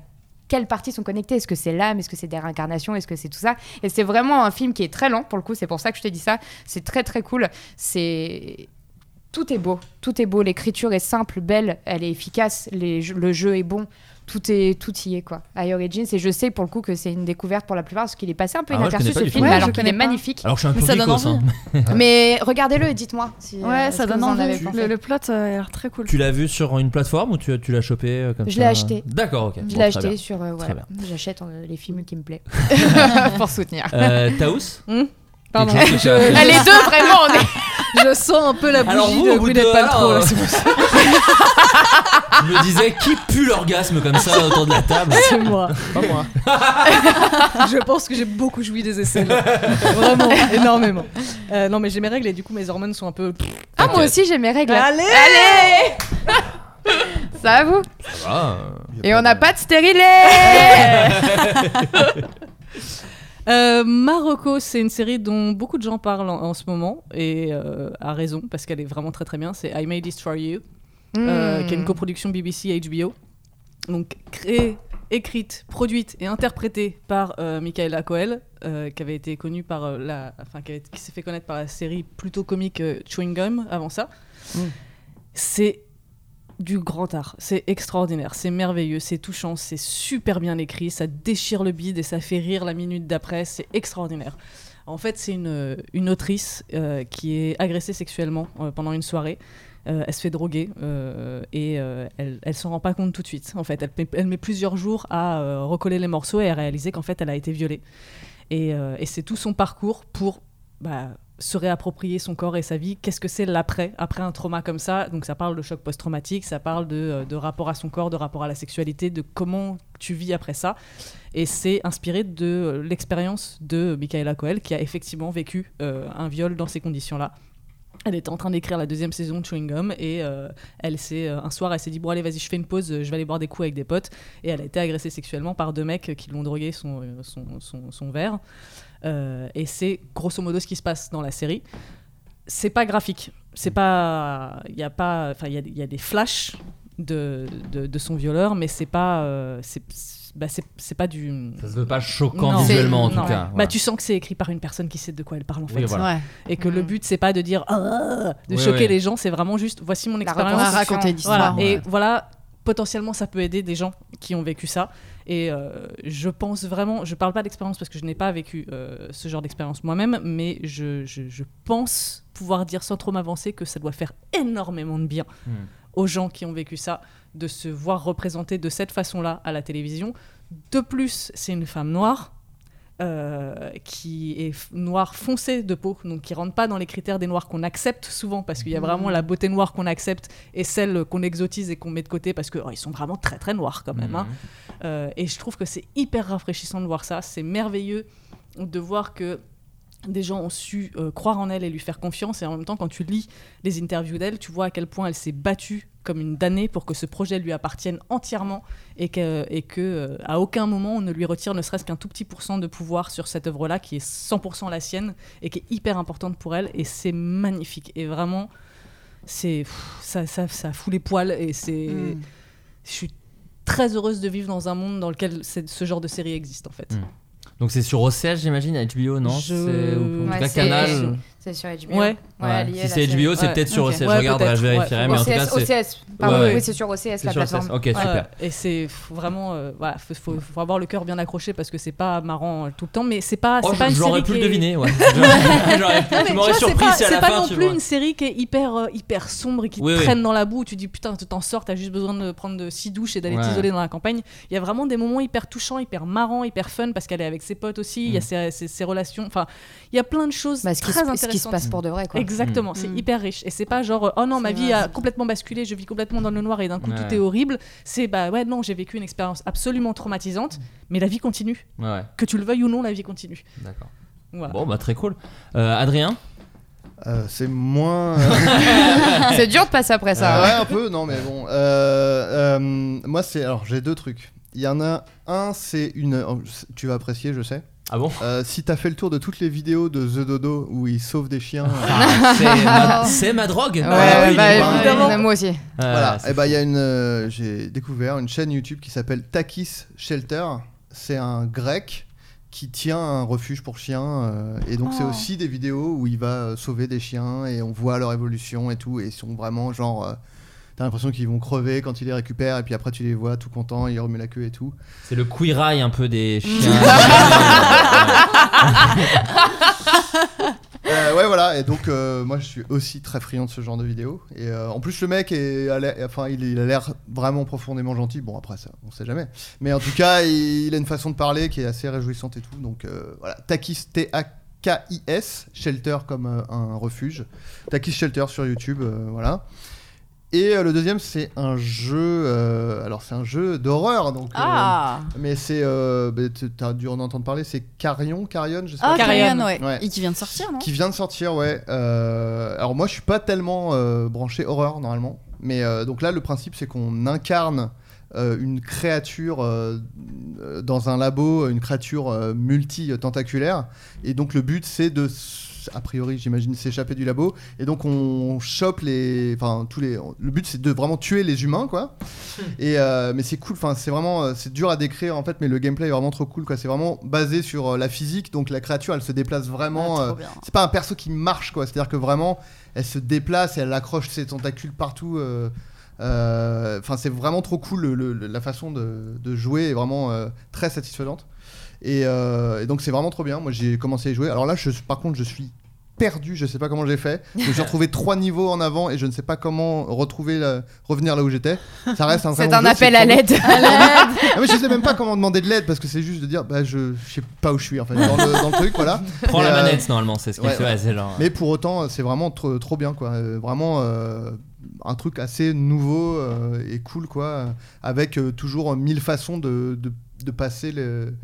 [SPEAKER 2] quelles parties sont connectées Est-ce que c'est l'âme Est-ce que c'est des réincarnations Est-ce que c'est tout ça Et c'est vraiment un film qui est très lent, pour le coup. C'est pour ça que je te dis ça. C'est très, très cool. C'est tout est beau, tout est beau, l'écriture est simple, belle, elle est efficace, les jeux- le jeu est bon, tout est tout y est quoi. High Origins et je sais pour le coup que c'est une découverte pour la plupart parce qu'il est passé un peu
[SPEAKER 5] Ah ouais, je
[SPEAKER 2] inaperçu
[SPEAKER 5] connais pas
[SPEAKER 2] ce
[SPEAKER 5] du
[SPEAKER 2] film
[SPEAKER 5] tout.
[SPEAKER 9] Ouais,
[SPEAKER 2] alors
[SPEAKER 9] je
[SPEAKER 2] qu'il
[SPEAKER 9] connais
[SPEAKER 2] est
[SPEAKER 9] pas.
[SPEAKER 2] magnifique.
[SPEAKER 5] Alors je suis un peu
[SPEAKER 9] Mais ça donne
[SPEAKER 5] geekos, hein.
[SPEAKER 2] Mais regardez-le et dites-moi si euh,
[SPEAKER 9] Ah. Ouais,
[SPEAKER 2] ce
[SPEAKER 9] ça
[SPEAKER 2] que
[SPEAKER 9] donne
[SPEAKER 2] vous en
[SPEAKER 9] envie.
[SPEAKER 2] avez pensé.
[SPEAKER 9] Le, le plot euh, a l'air très cool.
[SPEAKER 5] Tu l'as vu sur une plateforme ou tu, tu l'as chopé euh, comme
[SPEAKER 2] Je
[SPEAKER 5] ça
[SPEAKER 2] l'ai acheté.
[SPEAKER 5] D'accord, ok.
[SPEAKER 2] Je
[SPEAKER 5] Bon,
[SPEAKER 2] l'ai
[SPEAKER 5] très
[SPEAKER 2] acheté
[SPEAKER 5] bien.
[SPEAKER 2] sur euh, voilà.
[SPEAKER 5] bien.
[SPEAKER 2] j'achète euh, les films qui me plaisent pour soutenir.
[SPEAKER 5] Euh, Taos
[SPEAKER 8] Hmm Pardon.
[SPEAKER 5] Quelque chose que tu as-
[SPEAKER 2] Ah, les deux vraiment on est-
[SPEAKER 8] Je sens un peu la bougie
[SPEAKER 5] Alors vous, au
[SPEAKER 8] de
[SPEAKER 5] bout de
[SPEAKER 8] Gwyneth Paltrow. là,
[SPEAKER 5] alors,
[SPEAKER 8] c'est bon.
[SPEAKER 5] Je me disais, qui pue l'orgasme comme ça autour de la table
[SPEAKER 8] C'est moi.
[SPEAKER 6] Pas moi.
[SPEAKER 8] Je pense que j'ai beaucoup joui des essais. là. Vraiment, énormément. Euh, non, mais j'ai mes règles et du coup, mes hormones sont un peu.
[SPEAKER 2] Ah moi
[SPEAKER 5] Ok.
[SPEAKER 2] aussi j'ai mes règles.
[SPEAKER 8] Allez
[SPEAKER 2] Allez Ça va vous
[SPEAKER 5] Ah, euh,
[SPEAKER 2] Et on n'a pas de stérilet
[SPEAKER 8] Euh, Marocco, c'est une série dont beaucoup de gens parlent en, en ce moment et euh, à raison parce qu'elle est vraiment très très bien. C'est I May Destroy You, euh,
[SPEAKER 2] Hmm.
[SPEAKER 8] qui est une coproduction BBC et HBO. Donc créée, écrite, produite et interprétée par euh, Michaela Coel, euh, qui avait été connue par euh, la, enfin qui, avait- qui s'est fait connaître par la série plutôt comique euh, Chewing Gum avant ça.
[SPEAKER 9] Mm.
[SPEAKER 8] C'est du grand art, c'est extraordinaire, c'est merveilleux, c'est touchant, c'est super bien écrit, ça déchire le bide et ça fait rire la minute d'après, c'est extraordinaire. En fait, c'est une, une autrice euh, qui est agressée sexuellement euh, pendant une soirée. Euh, elle se fait droguer euh, et euh, elle, elle s'en rend pas compte tout de suite. En fait, elle, met- elle met plusieurs jours à euh, recoller les morceaux et à réaliser qu'en fait, elle a été violée. Et, euh, et c'est tout son parcours pour bah, se réapproprier son corps et sa vie. Qu'est-ce que c'est l'après, après un trauma comme ça Donc ça parle de choc post-traumatique, ça parle de, euh, de rapport à son corps, de rapport à la sexualité, de comment tu vis après ça. Et c'est inspiré de euh, l'expérience de Michaela Coel qui a effectivement vécu euh, un viol dans ces conditions-là. Elle était en train d'écrire la deuxième saison de Chewing Gum et euh, elle s'est, euh, un soir, elle s'est dit Bon, allez, vas-y, je fais une pause, euh, je vais aller boire des coups avec des potes. Et elle a été agressée sexuellement par deux mecs qui l'ont drogué son, euh, son, son, son verre. Euh, et c'est grosso modo ce qui se passe dans la série. C'est pas graphique. C'est pas. Il y a pas. Enfin, il y a- il y, a des flashs de, de, de son violeur, mais c'est pas. euh, c'est bah, c'est- c'est pas du.
[SPEAKER 5] ça se veut pas choquant
[SPEAKER 8] Non.
[SPEAKER 5] visuellement en
[SPEAKER 8] C'est-
[SPEAKER 5] tout
[SPEAKER 8] non.
[SPEAKER 5] cas. voilà.
[SPEAKER 8] Bah, tu sens que c'est écrit par une personne qui sait de quoi elle parle en fait.
[SPEAKER 5] Oui, voilà.
[SPEAKER 9] Ouais.
[SPEAKER 8] Et que le but, c'est pas de dire. Ah de
[SPEAKER 5] Oui,
[SPEAKER 8] choquer
[SPEAKER 5] oui.
[SPEAKER 8] les gens, c'est vraiment juste. Voici mon
[SPEAKER 2] La
[SPEAKER 9] On
[SPEAKER 8] expérience.
[SPEAKER 9] va
[SPEAKER 2] reconstruction.
[SPEAKER 9] raconter
[SPEAKER 8] Voilà,
[SPEAKER 9] l'histoire.
[SPEAKER 8] et voilà, potentiellement ça peut aider des gens qui ont vécu ça. Et euh, je pense vraiment, je parle pas d'expérience parce que je n'ai pas vécu euh, ce genre d'expérience moi-même, mais je, je- je pense pouvoir dire sans trop m'avancer que ça doit faire énormément de bien
[SPEAKER 5] Hmm.
[SPEAKER 8] aux gens qui ont vécu ça de se voir représenté de cette façon-là à la télévision. De plus, c'est une femme noire. euh, qui est f- noire foncée de peau, donc qui rentre pas dans les critères des noirs qu'on accepte souvent, parce qu'il y a vraiment la beauté noire qu'on accepte et celle qu'on exotise et qu'on met de côté, parce qu'ils sont vraiment très très noirs quand même. hein.
[SPEAKER 5] Mm-hmm.
[SPEAKER 8] Euh, et je trouve que c'est hyper rafraîchissant de voir ça. C'est merveilleux de voir que des gens ont su euh, croire en elle et lui faire confiance. Et en même temps, quand tu lis les interviews d'elle, tu vois à quel point elle s'est battue comme une damnée pour que ce projet lui appartienne entièrement et que, et que euh, à aucun moment on ne lui retire ne serait-ce qu'un tout petit pourcent de pouvoir sur cette œuvre-là qui est 100% la sienne et qui est hyper importante pour elle. Et c'est magnifique. Et vraiment, c'est pff, ça, ça, ça fout les poils et c'est
[SPEAKER 9] Mm.
[SPEAKER 8] je suis très heureuse de vivre dans un monde dans lequel c'est- ce genre de série existe en fait.
[SPEAKER 5] Mm. Donc c'est sur OCS j'imagine, HBO non
[SPEAKER 8] Je-
[SPEAKER 5] C'est- ou- En tout
[SPEAKER 2] Ouais,
[SPEAKER 5] cas
[SPEAKER 2] c'est-
[SPEAKER 5] Canal.
[SPEAKER 2] C'est sur HBO.
[SPEAKER 8] Ouais.
[SPEAKER 5] Ouais,
[SPEAKER 2] lié à
[SPEAKER 5] si
[SPEAKER 2] la
[SPEAKER 5] c'est HBO, c'est
[SPEAKER 8] Ouais.
[SPEAKER 5] peut-être sur
[SPEAKER 8] Ouais.
[SPEAKER 5] OCS.
[SPEAKER 8] Ouais,
[SPEAKER 5] je regarderai,
[SPEAKER 8] peut-être.
[SPEAKER 5] je vérifierai.
[SPEAKER 8] Ouais.
[SPEAKER 5] Mais en tout cas,
[SPEAKER 2] OCS,
[SPEAKER 5] c'est
[SPEAKER 2] OCS, pardon,
[SPEAKER 5] ouais.
[SPEAKER 2] oui, c'est sur OCS
[SPEAKER 5] c'est
[SPEAKER 2] la
[SPEAKER 5] sur OCS.
[SPEAKER 2] plateforme.
[SPEAKER 5] Ok,
[SPEAKER 2] Ouais.
[SPEAKER 5] super.
[SPEAKER 8] Et c'est faut vraiment, euh, voilà, faut, faut- faut avoir le cœur bien accroché parce que c'est pas marrant euh, tout le temps, mais c'est pas,
[SPEAKER 5] Oh,
[SPEAKER 8] c'est pas une
[SPEAKER 5] j'aurais
[SPEAKER 8] série
[SPEAKER 5] pu
[SPEAKER 8] qui
[SPEAKER 5] le
[SPEAKER 8] est-
[SPEAKER 5] deviner, ouais. J'aurais- j'aurais pu-
[SPEAKER 8] Non, mais
[SPEAKER 5] Tu
[SPEAKER 8] tu
[SPEAKER 5] m'aurais
[SPEAKER 8] vois, c'est
[SPEAKER 5] surpris
[SPEAKER 8] pas,
[SPEAKER 5] si à
[SPEAKER 8] c'est
[SPEAKER 5] la
[SPEAKER 8] pas
[SPEAKER 5] fin,
[SPEAKER 8] non
[SPEAKER 5] tu
[SPEAKER 8] plus
[SPEAKER 5] vois.
[SPEAKER 8] une série qui est hyper, euh, hyper sombre et qui
[SPEAKER 5] Oui,
[SPEAKER 8] te
[SPEAKER 5] oui.
[SPEAKER 8] traîne dans la boue. où Tu dis putain, tu t'en sors, t'as juste besoin de prendre de six douches et d'aller
[SPEAKER 5] Ouais.
[SPEAKER 8] t'isoler dans la campagne. Il y a vraiment des moments hyper touchants, hyper marrants, hyper fun parce qu'elle est avec ses potes aussi. Il y a
[SPEAKER 5] Mm.
[SPEAKER 8] ses, ses- ses relations. Enfin, il y a plein de choses
[SPEAKER 2] Bah, ce, qui
[SPEAKER 8] très
[SPEAKER 2] se, ce qui se
[SPEAKER 8] intéressantes.
[SPEAKER 2] passe pour de vrai, quoi.
[SPEAKER 8] Exactement, c'est
[SPEAKER 9] Mm.
[SPEAKER 8] hyper riche. Et c'est pas genre, euh, oh non, ma
[SPEAKER 9] C'est
[SPEAKER 8] vie
[SPEAKER 9] vrai.
[SPEAKER 8] a complètement basculé, je vis complètement dans le noir et d'un coup
[SPEAKER 5] Ouais.
[SPEAKER 8] tout est horrible. C'est bah ouais, non, j'ai vécu une expérience absolument traumatisante, mais la vie continue.
[SPEAKER 5] Ouais,
[SPEAKER 8] Que tu le veuilles ou non, la vie continue.
[SPEAKER 5] d'accord.
[SPEAKER 8] Voilà.
[SPEAKER 5] Bon, bah très cool. Euh, Adrien
[SPEAKER 6] Euh, c'est moins. euh,
[SPEAKER 2] c'est dur de passer après ça.
[SPEAKER 6] ouais, un peu, non, mais bon. Euh, euh, moi, c'est. Alors, j'ai deux trucs. Il y en a un, c'est une. oh, c'est- Tu vas apprécier, je sais.
[SPEAKER 5] Ah bon
[SPEAKER 6] Euh, si t'as fait le tour de toutes les vidéos de The Dodo où il sauve des chiens. euh,
[SPEAKER 5] Ah, c'est ma- C'est ma drogue
[SPEAKER 2] Ouais,
[SPEAKER 5] Ah, oui,
[SPEAKER 2] bah,
[SPEAKER 5] il est pas-
[SPEAKER 2] évidemment. Moi aussi.
[SPEAKER 5] Ah,
[SPEAKER 6] hein. Voilà,
[SPEAKER 5] c'est
[SPEAKER 6] et bah il y a une. euh, J'ai découvert une chaîne YouTube qui s'appelle Takis Shelter. C'est un grec qui tient un refuge pour chiens. euh, et donc c'est
[SPEAKER 10] Oh.
[SPEAKER 6] aussi des vidéos où il va euh, sauver des chiens et on voit leur évolution et tout. Et ils sont vraiment genre. euh, T'as l'impression qu'ils vont crever quand ils les récupèrent et puis après tu les vois tout contents, ils remuent la queue et tout.
[SPEAKER 5] C'est le queeraille un peu des chiens.
[SPEAKER 6] Euh, ouais voilà et donc euh, moi je suis aussi très friand de ce genre de vidéos et euh, en plus le mec est à l'air- enfin il, il a l'air vraiment profondément gentil bon après ça on sait jamais mais en tout cas il, il a une façon de parler qui est assez réjouissante et tout donc euh, voilà Takis T A K I S shelter comme euh, un refuge Takis Shelter sur YouTube euh, voilà et euh, le deuxième c'est un jeu euh, alors c'est un jeu d'horreur donc euh,
[SPEAKER 7] Ah
[SPEAKER 6] mais c'est euh, bah, t- t'as dû en entendre parler c'est Carion Carion je sais
[SPEAKER 7] Ah,
[SPEAKER 6] pas
[SPEAKER 7] Carrion, ouais.
[SPEAKER 6] Ouais.
[SPEAKER 9] Et qui vient de sortir, non
[SPEAKER 6] Qui vient de sortir, ouais. Euh, alors moi, je suis pas tellement euh, branché horreur normalement, mais euh, donc là, le principe, c'est qu'on incarne euh, une créature euh, euh, dans un labo, une créature euh, multi-tentaculaire, et donc le but, c'est de s- a priori, j'imagine, s'échapper du labo. Et donc on chope les, enfin tous les. Le but c'est de vraiment tuer les humains, quoi. Et euh, mais c'est cool. Enfin, c'est vraiment, euh, c'est dur à décrire en fait, mais le gameplay est vraiment trop cool, quoi. C'est vraiment basé sur euh, la physique, donc la créature, elle se déplace vraiment.
[SPEAKER 9] Ah,
[SPEAKER 6] euh,
[SPEAKER 9] trop bien.
[SPEAKER 6] c'est pas un perso qui marche quoi, c'est-à-dire que vraiment elle se déplace, elle accroche ses tentacules partout. euh, euh, Enfin, c'est vraiment trop cool le- le- la façon de, de jouer est vraiment euh, très satisfaisante. Et, euh, et donc c'est vraiment trop bien. Moi j'ai commencé à y jouer. Alors là, je, par contre, je suis perdu. Je sais pas comment j'ai fait. Je me suis retrouvé trois niveaux en avant et je ne sais pas comment retrouver la- revenir là où j'étais. Ça reste un. très
[SPEAKER 2] C'est
[SPEAKER 6] bon
[SPEAKER 2] un
[SPEAKER 6] jeu,
[SPEAKER 2] appel
[SPEAKER 6] c'est
[SPEAKER 2] à
[SPEAKER 6] trop
[SPEAKER 2] l'aide.
[SPEAKER 6] ah, mais je sais même pas comment demander de l'aide parce que c'est juste de dire bah je, je sais pas où je suis en fait dans le, dans le truc voilà.
[SPEAKER 5] Prends la
[SPEAKER 6] Mais, euh,
[SPEAKER 5] manette normalement, c'est ce qu'il
[SPEAKER 6] ouais,
[SPEAKER 5] fait. Ouais, c'est genre.
[SPEAKER 6] mais pour autant, c'est vraiment trop, trop bien, quoi. Euh, Vraiment euh, un truc assez nouveau euh, et cool, quoi. Euh, Avec euh, toujours euh, mille façons de, de- de passer le-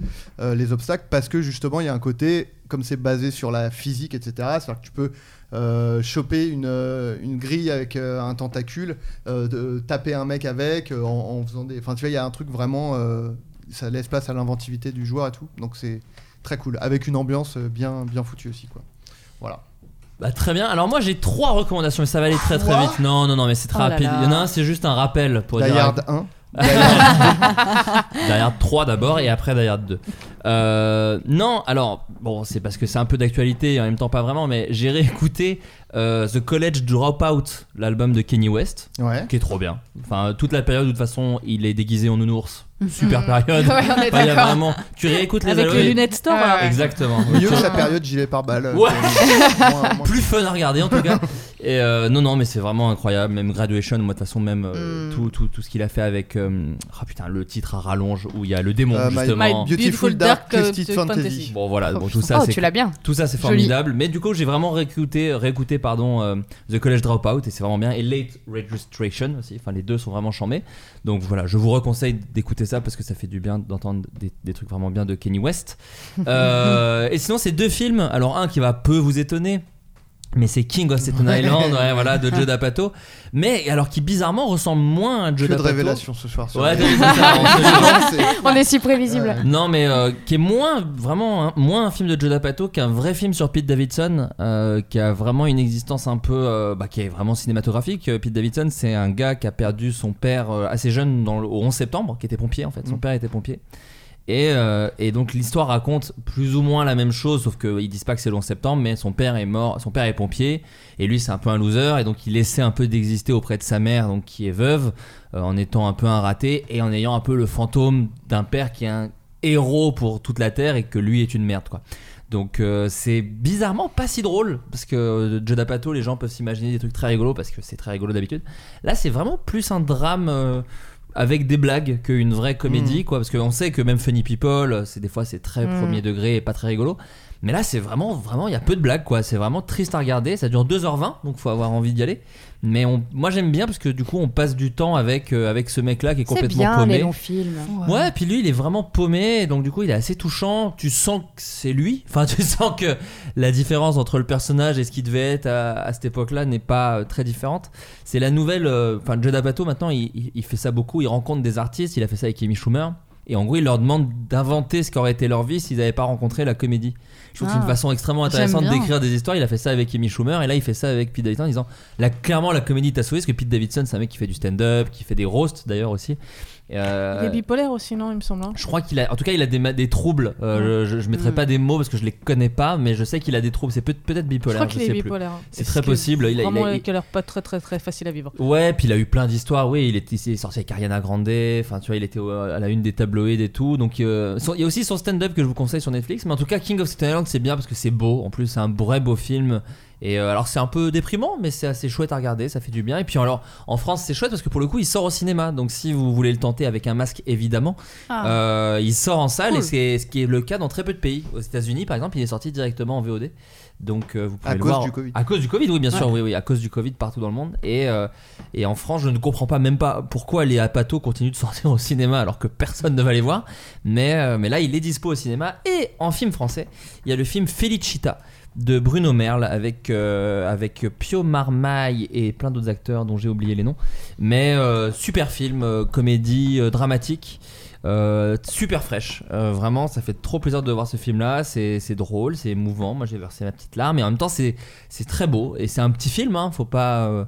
[SPEAKER 6] euh, les obstacles parce que justement, il y a un côté, comme c'est basé sur la physique, etc., c'est-à-dire que tu peux. euh, choper une, euh, une grille avec euh, un tentacule, euh, de- taper un mec avec euh, en, en faisant des. Enfin, tu vois, il y a un truc vraiment. euh, ça laisse place à l'inventivité du joueur et tout. Donc, c'est très cool. Avec une ambiance euh, bien, bien foutue aussi, quoi. Voilà.
[SPEAKER 5] Bah, très bien. Alors moi j'ai trois recommandations, mais ça va aller très très
[SPEAKER 6] Trois
[SPEAKER 5] vite. Non, non, non, mais c'est très
[SPEAKER 9] Oh là
[SPEAKER 5] rapide.
[SPEAKER 9] là.
[SPEAKER 5] Il y en a un, c'est juste un rappel pour
[SPEAKER 6] Die
[SPEAKER 5] dire.
[SPEAKER 6] Hard 1.
[SPEAKER 5] Derrière 3 d'abord et après derrière 2. Euh, non, alors, bon, c'est parce que c'est un peu d'actualité et en même temps pas vraiment, mais j'ai réécouté euh, The College Dropout, l'album de Kenny West,
[SPEAKER 6] Ouais.
[SPEAKER 5] qui est trop bien. Enfin, toute la période où de toute façon il est déguisé en nounours. Super période.
[SPEAKER 2] Mhm. Ouais, on
[SPEAKER 5] Enfin,
[SPEAKER 2] est
[SPEAKER 5] il y a
[SPEAKER 2] d'accord.
[SPEAKER 5] vraiment. Tu réécoutes les
[SPEAKER 8] Avec
[SPEAKER 5] albums
[SPEAKER 8] les
[SPEAKER 5] et-
[SPEAKER 8] lunettes store,
[SPEAKER 2] Ah,
[SPEAKER 8] là.
[SPEAKER 2] ouais.
[SPEAKER 5] Exactement.
[SPEAKER 6] Mieux que sa période gilet par balle. euh,
[SPEAKER 5] Ouais.
[SPEAKER 6] Moins- moins-
[SPEAKER 5] plus fun à regarder en tout cas. Et euh, non, non, mais c'est vraiment incroyable. Même Graduation, moi, de toute façon, même euh,
[SPEAKER 2] Mm.
[SPEAKER 5] tout, tout, tout ce qu'il a fait avec. euh, ah putain, le titre à rallonge où il y a le démon,
[SPEAKER 6] Euh, My-
[SPEAKER 5] justement.
[SPEAKER 6] Beautiful,
[SPEAKER 8] Beautiful
[SPEAKER 6] Dark
[SPEAKER 8] Dark
[SPEAKER 6] Twisted
[SPEAKER 8] Twisted
[SPEAKER 6] Fantasy.
[SPEAKER 8] Fantasy.
[SPEAKER 5] Bon, voilà,
[SPEAKER 2] Oh,
[SPEAKER 5] bon, tout
[SPEAKER 2] putain.
[SPEAKER 5] ça,
[SPEAKER 2] Oh,
[SPEAKER 5] c'est
[SPEAKER 2] tu l'as bien.
[SPEAKER 5] tout ça c'est
[SPEAKER 2] Joli.
[SPEAKER 5] formidable. Mais du coup, j'ai vraiment réécouté, réécouté pardon, euh, The College Dropout et c'est vraiment bien. Et Late Registration aussi. Enfin, les deux sont vraiment chambés. Donc voilà, je vous reconseille d'écouter ça parce que ça fait du bien d'entendre des, des trucs vraiment bien de Kenny West. Euh, et sinon, c'est deux films. Alors, un qui va peu vous étonner. Mais c'est King of Staten Island, ouais, voilà, de Joe D'Apato. Mais alors qui bizarrement ressemble moins à
[SPEAKER 6] Que
[SPEAKER 5] Joe
[SPEAKER 6] de
[SPEAKER 5] D'Apato.
[SPEAKER 6] révélations ce soir. sur
[SPEAKER 5] Ouais,
[SPEAKER 6] les-
[SPEAKER 5] c'est ça, on se-
[SPEAKER 6] C'est-
[SPEAKER 2] On est si prévisible.
[SPEAKER 5] non, mais euh, qui est moins vraiment hein, moins un film de Joe D'Apato qu'un vrai film sur Pete Davidson, euh, qui a vraiment une existence un peu, euh, bah, qui est vraiment cinématographique. Euh, Pete Davidson, c'est un gars qui a perdu son père euh, assez jeune, dans le, au 11 septembre, qui était pompier en fait. Son
[SPEAKER 6] Mm.
[SPEAKER 5] père était pompier. Et, euh, et donc l'histoire raconte plus ou moins la même chose, sauf qu'ils disent pas que c'est le 11 septembre, mais son père est mort, son père est pompier, et lui c'est un peu un loser, et donc il essaie un peu d'exister auprès de sa mère, donc qui est veuve, euh, en étant un peu un raté, et en ayant un peu le fantôme d'un père qui est un héros pour toute la Terre, et que lui est une merde, quoi. Donc euh, c'est bizarrement pas si drôle parce que euh, Joe D'Apato, les gens peuvent s'imaginer des trucs très rigolos parce que c'est très rigolo d'habitude. Là, c'est vraiment plus un drame euh, avec des blagues qu'une vraie comédie, quoi. Parce qu'on sait que même Funny People, euh, c'est des fois c'est très
[SPEAKER 2] Mm.
[SPEAKER 5] premier degré et pas très rigolo. Mais là, c'est vraiment, vraiment, il y a peu de blagues, quoi. C'est vraiment triste à regarder. Ça dure 2h20, donc faut avoir envie d'y aller. Mais on, moi, j'aime bien parce que du coup, on passe du temps avec, euh, avec ce mec-là qui est
[SPEAKER 2] C'est
[SPEAKER 5] complètement
[SPEAKER 2] bien
[SPEAKER 5] paumé.
[SPEAKER 2] les longs films.
[SPEAKER 5] Ouais, puis lui, il est vraiment paumé, donc du coup, il est assez touchant. Tu sens que c'est lui. Enfin, tu sens que la différence entre le personnage et ce qu'il devait être à, à cette époque-là n'est pas euh, très différente. C'est la nouvelle. euh, Enfin, Judd Apatow, maintenant, il, il- il fait ça beaucoup. Il rencontre des artistes. Il a fait ça avec Amy Schumer. Et en gros, il leur demande d'inventer ce qu'aurait été leur vie s'ils n'avaient pas rencontré la comédie. Je trouve que c'est
[SPEAKER 9] Ah.
[SPEAKER 5] une façon extrêmement
[SPEAKER 9] J'aime
[SPEAKER 5] intéressante
[SPEAKER 9] bien.
[SPEAKER 5] d'écrire des histoires. Il a fait ça avec Amy Schumer et là, il fait ça avec Pete Davidson en disant là, clairement, la comédie t'a sauvé parce que Pete Davidson, c'est un mec qui fait du stand-up, qui fait des roasts d'ailleurs aussi. Et, euh,
[SPEAKER 8] Il est bipolaire aussi, non, il me semble. hein.
[SPEAKER 5] je crois qu'il a, en tout cas, il a des, ma- des troubles. Euh, je, je, je mettrai
[SPEAKER 9] Mm.
[SPEAKER 5] pas des mots parce que je les connais pas, mais je sais qu'il a des troubles. C'est peut- peut-être
[SPEAKER 8] Je
[SPEAKER 5] bipolaire.
[SPEAKER 8] crois
[SPEAKER 5] je
[SPEAKER 8] qu'il est
[SPEAKER 5] sais plus.
[SPEAKER 8] bipolaire.
[SPEAKER 5] C'est
[SPEAKER 8] Parce
[SPEAKER 5] très
[SPEAKER 8] que
[SPEAKER 5] possible, il a- il a-
[SPEAKER 8] Vraiment,
[SPEAKER 5] il-
[SPEAKER 8] qui a l'air pas très très très facile à vivre.
[SPEAKER 5] Ouais, puis il a eu plein d'histoires. Oui, il est, il est sorti avec Ariana Grande. Enfin, tu vois, il était au- à la une des tabloïds et tout. Donc, euh, son- il y a aussi son stand-up que je vous conseille sur Netflix. Mais en tout cas, King of Staten Island, c'est bien parce que c'est beau. En plus, c'est un vrai beau film. Et euh, alors, c'est un peu déprimant, mais c'est assez chouette à regarder. Ça fait du bien. Et puis, alors, en France, c'est chouette parce que pour le coup, il sort au cinéma. Donc, si vous voulez le tenter avec un masque, évidemment,
[SPEAKER 9] Ah.
[SPEAKER 5] euh, il sort en salle.
[SPEAKER 9] Cool.
[SPEAKER 5] Et c'est ce qui est le cas dans très peu de pays. Aux États-Unis, par exemple, il est sorti directement en VOD. Donc, euh, vous pouvez
[SPEAKER 6] À
[SPEAKER 5] le
[SPEAKER 6] cause
[SPEAKER 5] voir.
[SPEAKER 6] du Covid.
[SPEAKER 5] À cause du Covid, oui, bien sûr, oui, oui, à cause du Covid partout dans le monde. Et, euh, et en France, je ne comprends pas même pas pourquoi les Apato continuent de sortir au cinéma alors que personne ne va les voir. Mais, euh, mais là, il est dispo au cinéma. Et en film français, il y a le film Felicita de Bruno Merle avec, euh, avec Pio Marmaille et plein d'autres acteurs dont j'ai oublié les noms. Mais euh, super film, euh, comédie euh, dramatique. euh, super fraîche, Euh, vraiment ça fait trop plaisir de voir ce film là, c'est c'est drôle, c'est émouvant, moi j'ai versé ma petite larme et en même temps c'est c'est très beau et c'est un petit film, hein. faut pas euh,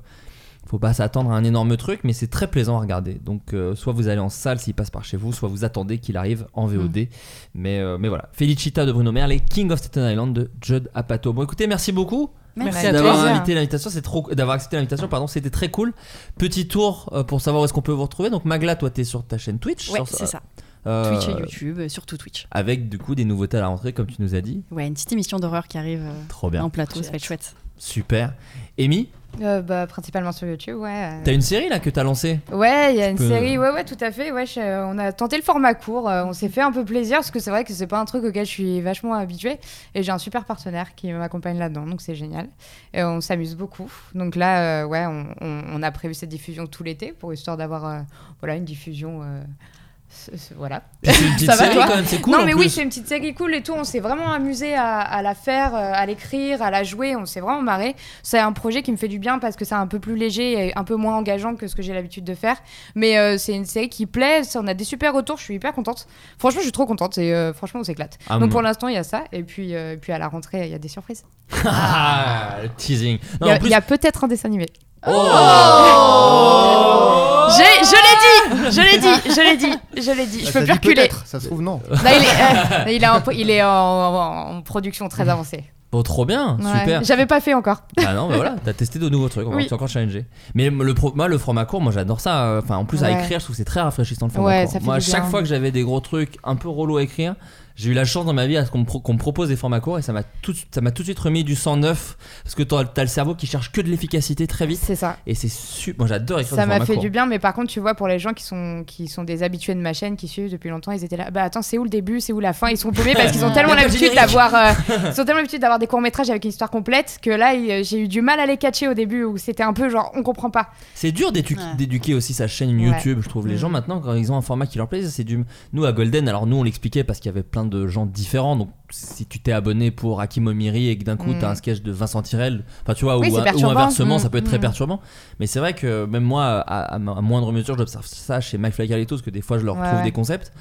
[SPEAKER 5] faut pas s'attendre à un énorme truc, mais c'est très plaisant à regarder. Donc euh, soit vous allez en salle s'il passe par chez vous, soit vous attendez qu'il arrive en VOD.
[SPEAKER 9] Mm.
[SPEAKER 5] Mais euh, mais voilà, Felicita de Bruno Merle et King of Staten Island de Judd Apatow. Bon écoutez, merci beaucoup
[SPEAKER 9] Merci
[SPEAKER 8] Merci à
[SPEAKER 9] à
[SPEAKER 5] d'avoir
[SPEAKER 9] toi.
[SPEAKER 2] plaisir.
[SPEAKER 5] invité l'invitation, c'est trop d'avoir accepté l'invitation, pardon, c'était très cool. Petit tour euh, pour savoir où est-ce qu'on peut vous retrouver. Donc Magla, toi t'es sur ta chaîne Twitch,
[SPEAKER 9] Ouais,
[SPEAKER 5] sur-
[SPEAKER 9] c'est ça.
[SPEAKER 5] euh,
[SPEAKER 9] Twitch et YouTube, euh, surtout Twitch.
[SPEAKER 5] avec du coup des nouveautés à la rentrée comme tu nous as dit.
[SPEAKER 9] Ouais, une petite émission d'horreur qui arrive euh,
[SPEAKER 5] Trop bien,
[SPEAKER 9] en plateau, ça va être chouette.
[SPEAKER 5] super. Amy,
[SPEAKER 2] Euh, bah, principalement sur YouTube, ouais.
[SPEAKER 5] t'as une série là que t'as lancée.
[SPEAKER 2] Ouais, il y a une
[SPEAKER 5] peux-
[SPEAKER 2] série, ouais, ouais, tout à fait. Ouais, je- euh, on a tenté le format court, euh, on s'est fait un peu plaisir parce que c'est vrai que c'est pas un truc auquel je suis vachement habituée et j'ai un super partenaire qui m'accompagne là-dedans, donc c'est génial. Et on s'amuse beaucoup. Donc là, euh, ouais, on, on- on a prévu cette diffusion tout l'été pour histoire d'avoir, euh, voilà, une diffusion. euh, ce- ce- voilà.
[SPEAKER 5] Puis C'est une petite
[SPEAKER 2] Ça va,
[SPEAKER 5] série
[SPEAKER 2] toi
[SPEAKER 5] quand même, c'est cool.
[SPEAKER 2] non
[SPEAKER 5] en
[SPEAKER 2] mais
[SPEAKER 5] plus.
[SPEAKER 2] oui, c'est une petite série cool et tout. On s'est vraiment amusé à, à la faire, euh, à l'écrire, à la jouer. On s'est vraiment marré. C'est un projet qui me fait du bien parce que c'est un peu plus léger et un peu moins engageant que ce que j'ai l'habitude de faire. Mais euh, c'est une série qui plaît. ça, On a des super retours. Je suis hyper contente. Franchement, je suis trop contente. Et euh, franchement, on s'éclate.
[SPEAKER 5] Ah,
[SPEAKER 2] Donc
[SPEAKER 5] mon-
[SPEAKER 2] pour l'instant, il y a ça. Et puis, euh, et puis à la rentrée, il y a des surprises.
[SPEAKER 5] Ah, le teasing.
[SPEAKER 2] Il
[SPEAKER 5] Non,
[SPEAKER 2] y a,
[SPEAKER 5] en plus-
[SPEAKER 2] il y a peut-être un dessin animé.
[SPEAKER 5] Oh
[SPEAKER 2] J'ai- je l'ai dit, je l'ai dit, je l'ai dit, je l'ai
[SPEAKER 5] Ah,
[SPEAKER 2] dit. Je
[SPEAKER 6] Ça
[SPEAKER 2] peux
[SPEAKER 6] dit
[SPEAKER 2] plus reculer.
[SPEAKER 6] peut-être, Ça se trouve, non.
[SPEAKER 2] Là, il est, euh, il est en, il est en- en- en production très avancée.
[SPEAKER 5] Bon, trop bien,
[SPEAKER 2] Ouais.
[SPEAKER 5] super.
[SPEAKER 2] J'avais pas fait encore.
[SPEAKER 5] Ah non, mais voilà, t'as testé de nouveaux trucs, on va
[SPEAKER 2] Oui.
[SPEAKER 5] t'es encore challengé. Mais le pro- moi, le format court, moi j'adore ça. euh, Enfin, en plus, à
[SPEAKER 2] Ouais.
[SPEAKER 5] écrire, je trouve que c'est très rafraîchissant le format
[SPEAKER 2] Ouais,
[SPEAKER 5] court.
[SPEAKER 2] ça fait
[SPEAKER 5] moi, à
[SPEAKER 2] du
[SPEAKER 5] chaque
[SPEAKER 2] bien.
[SPEAKER 5] fois que j'avais des gros trucs un peu relous à écrire, j'ai eu la chance dans ma vie à ce qu'on me, pro- qu'on me propose des formats courts et ça m'a tout, de suite- ça m'a tout de suite remis du 109 parce que t'as t'as le cerveau qui cherche que de l'efficacité très vite.
[SPEAKER 2] C'est ça.
[SPEAKER 5] Et c'est super. Moi, j'adore écrire
[SPEAKER 2] Ça
[SPEAKER 5] des
[SPEAKER 2] m'a
[SPEAKER 5] formats
[SPEAKER 2] fait
[SPEAKER 5] courts.
[SPEAKER 2] du bien, mais par contre, tu vois, pour les gens qui sont, qui sont des habitués de ma chaîne, qui suivent depuis longtemps, ils étaient là. Bah attends, c'est où le début C'est où la fin Ils sont paumés parce qu'ils ont tellement
[SPEAKER 5] Il y a pas de
[SPEAKER 2] l'habitude
[SPEAKER 5] générique.
[SPEAKER 2] d'avoir, euh, ils ont tellement l'habitude d'avoir des courts métrages avec une histoire complète que là, il- euh, j'ai eu du mal à les catcher au début où c'était un peu genre on comprend pas.
[SPEAKER 5] C'est dur d'édu-
[SPEAKER 9] Ouais.
[SPEAKER 5] d'éduquer aussi sa chaîne
[SPEAKER 2] Ouais.
[SPEAKER 5] YouTube, je trouve. Les
[SPEAKER 2] Mm.
[SPEAKER 5] gens maintenant, quand ils ont un format qui leur plaît, c'est du. Nous à Golden, alors nous on l'expliquait parce qu'il y avait plein de gens différents. Donc si tu t'es abonné pour Hakim Omiri et que d'un coup
[SPEAKER 2] Mm.
[SPEAKER 5] t'as un sketch de Vincent Tirel, enfin tu vois,
[SPEAKER 2] Oui,
[SPEAKER 5] ou,
[SPEAKER 2] c'est
[SPEAKER 5] un- ou
[SPEAKER 2] perturbant.
[SPEAKER 5] inversement,
[SPEAKER 2] Mm,
[SPEAKER 5] ça peut être très
[SPEAKER 2] mm.
[SPEAKER 5] perturbant. Mais c'est vrai que même moi, à, à ma- à moindre mesure, j'observe ça chez McFly Carlitos, que des fois je leur
[SPEAKER 2] Ouais,
[SPEAKER 5] trouve
[SPEAKER 2] ouais.
[SPEAKER 5] des concepts.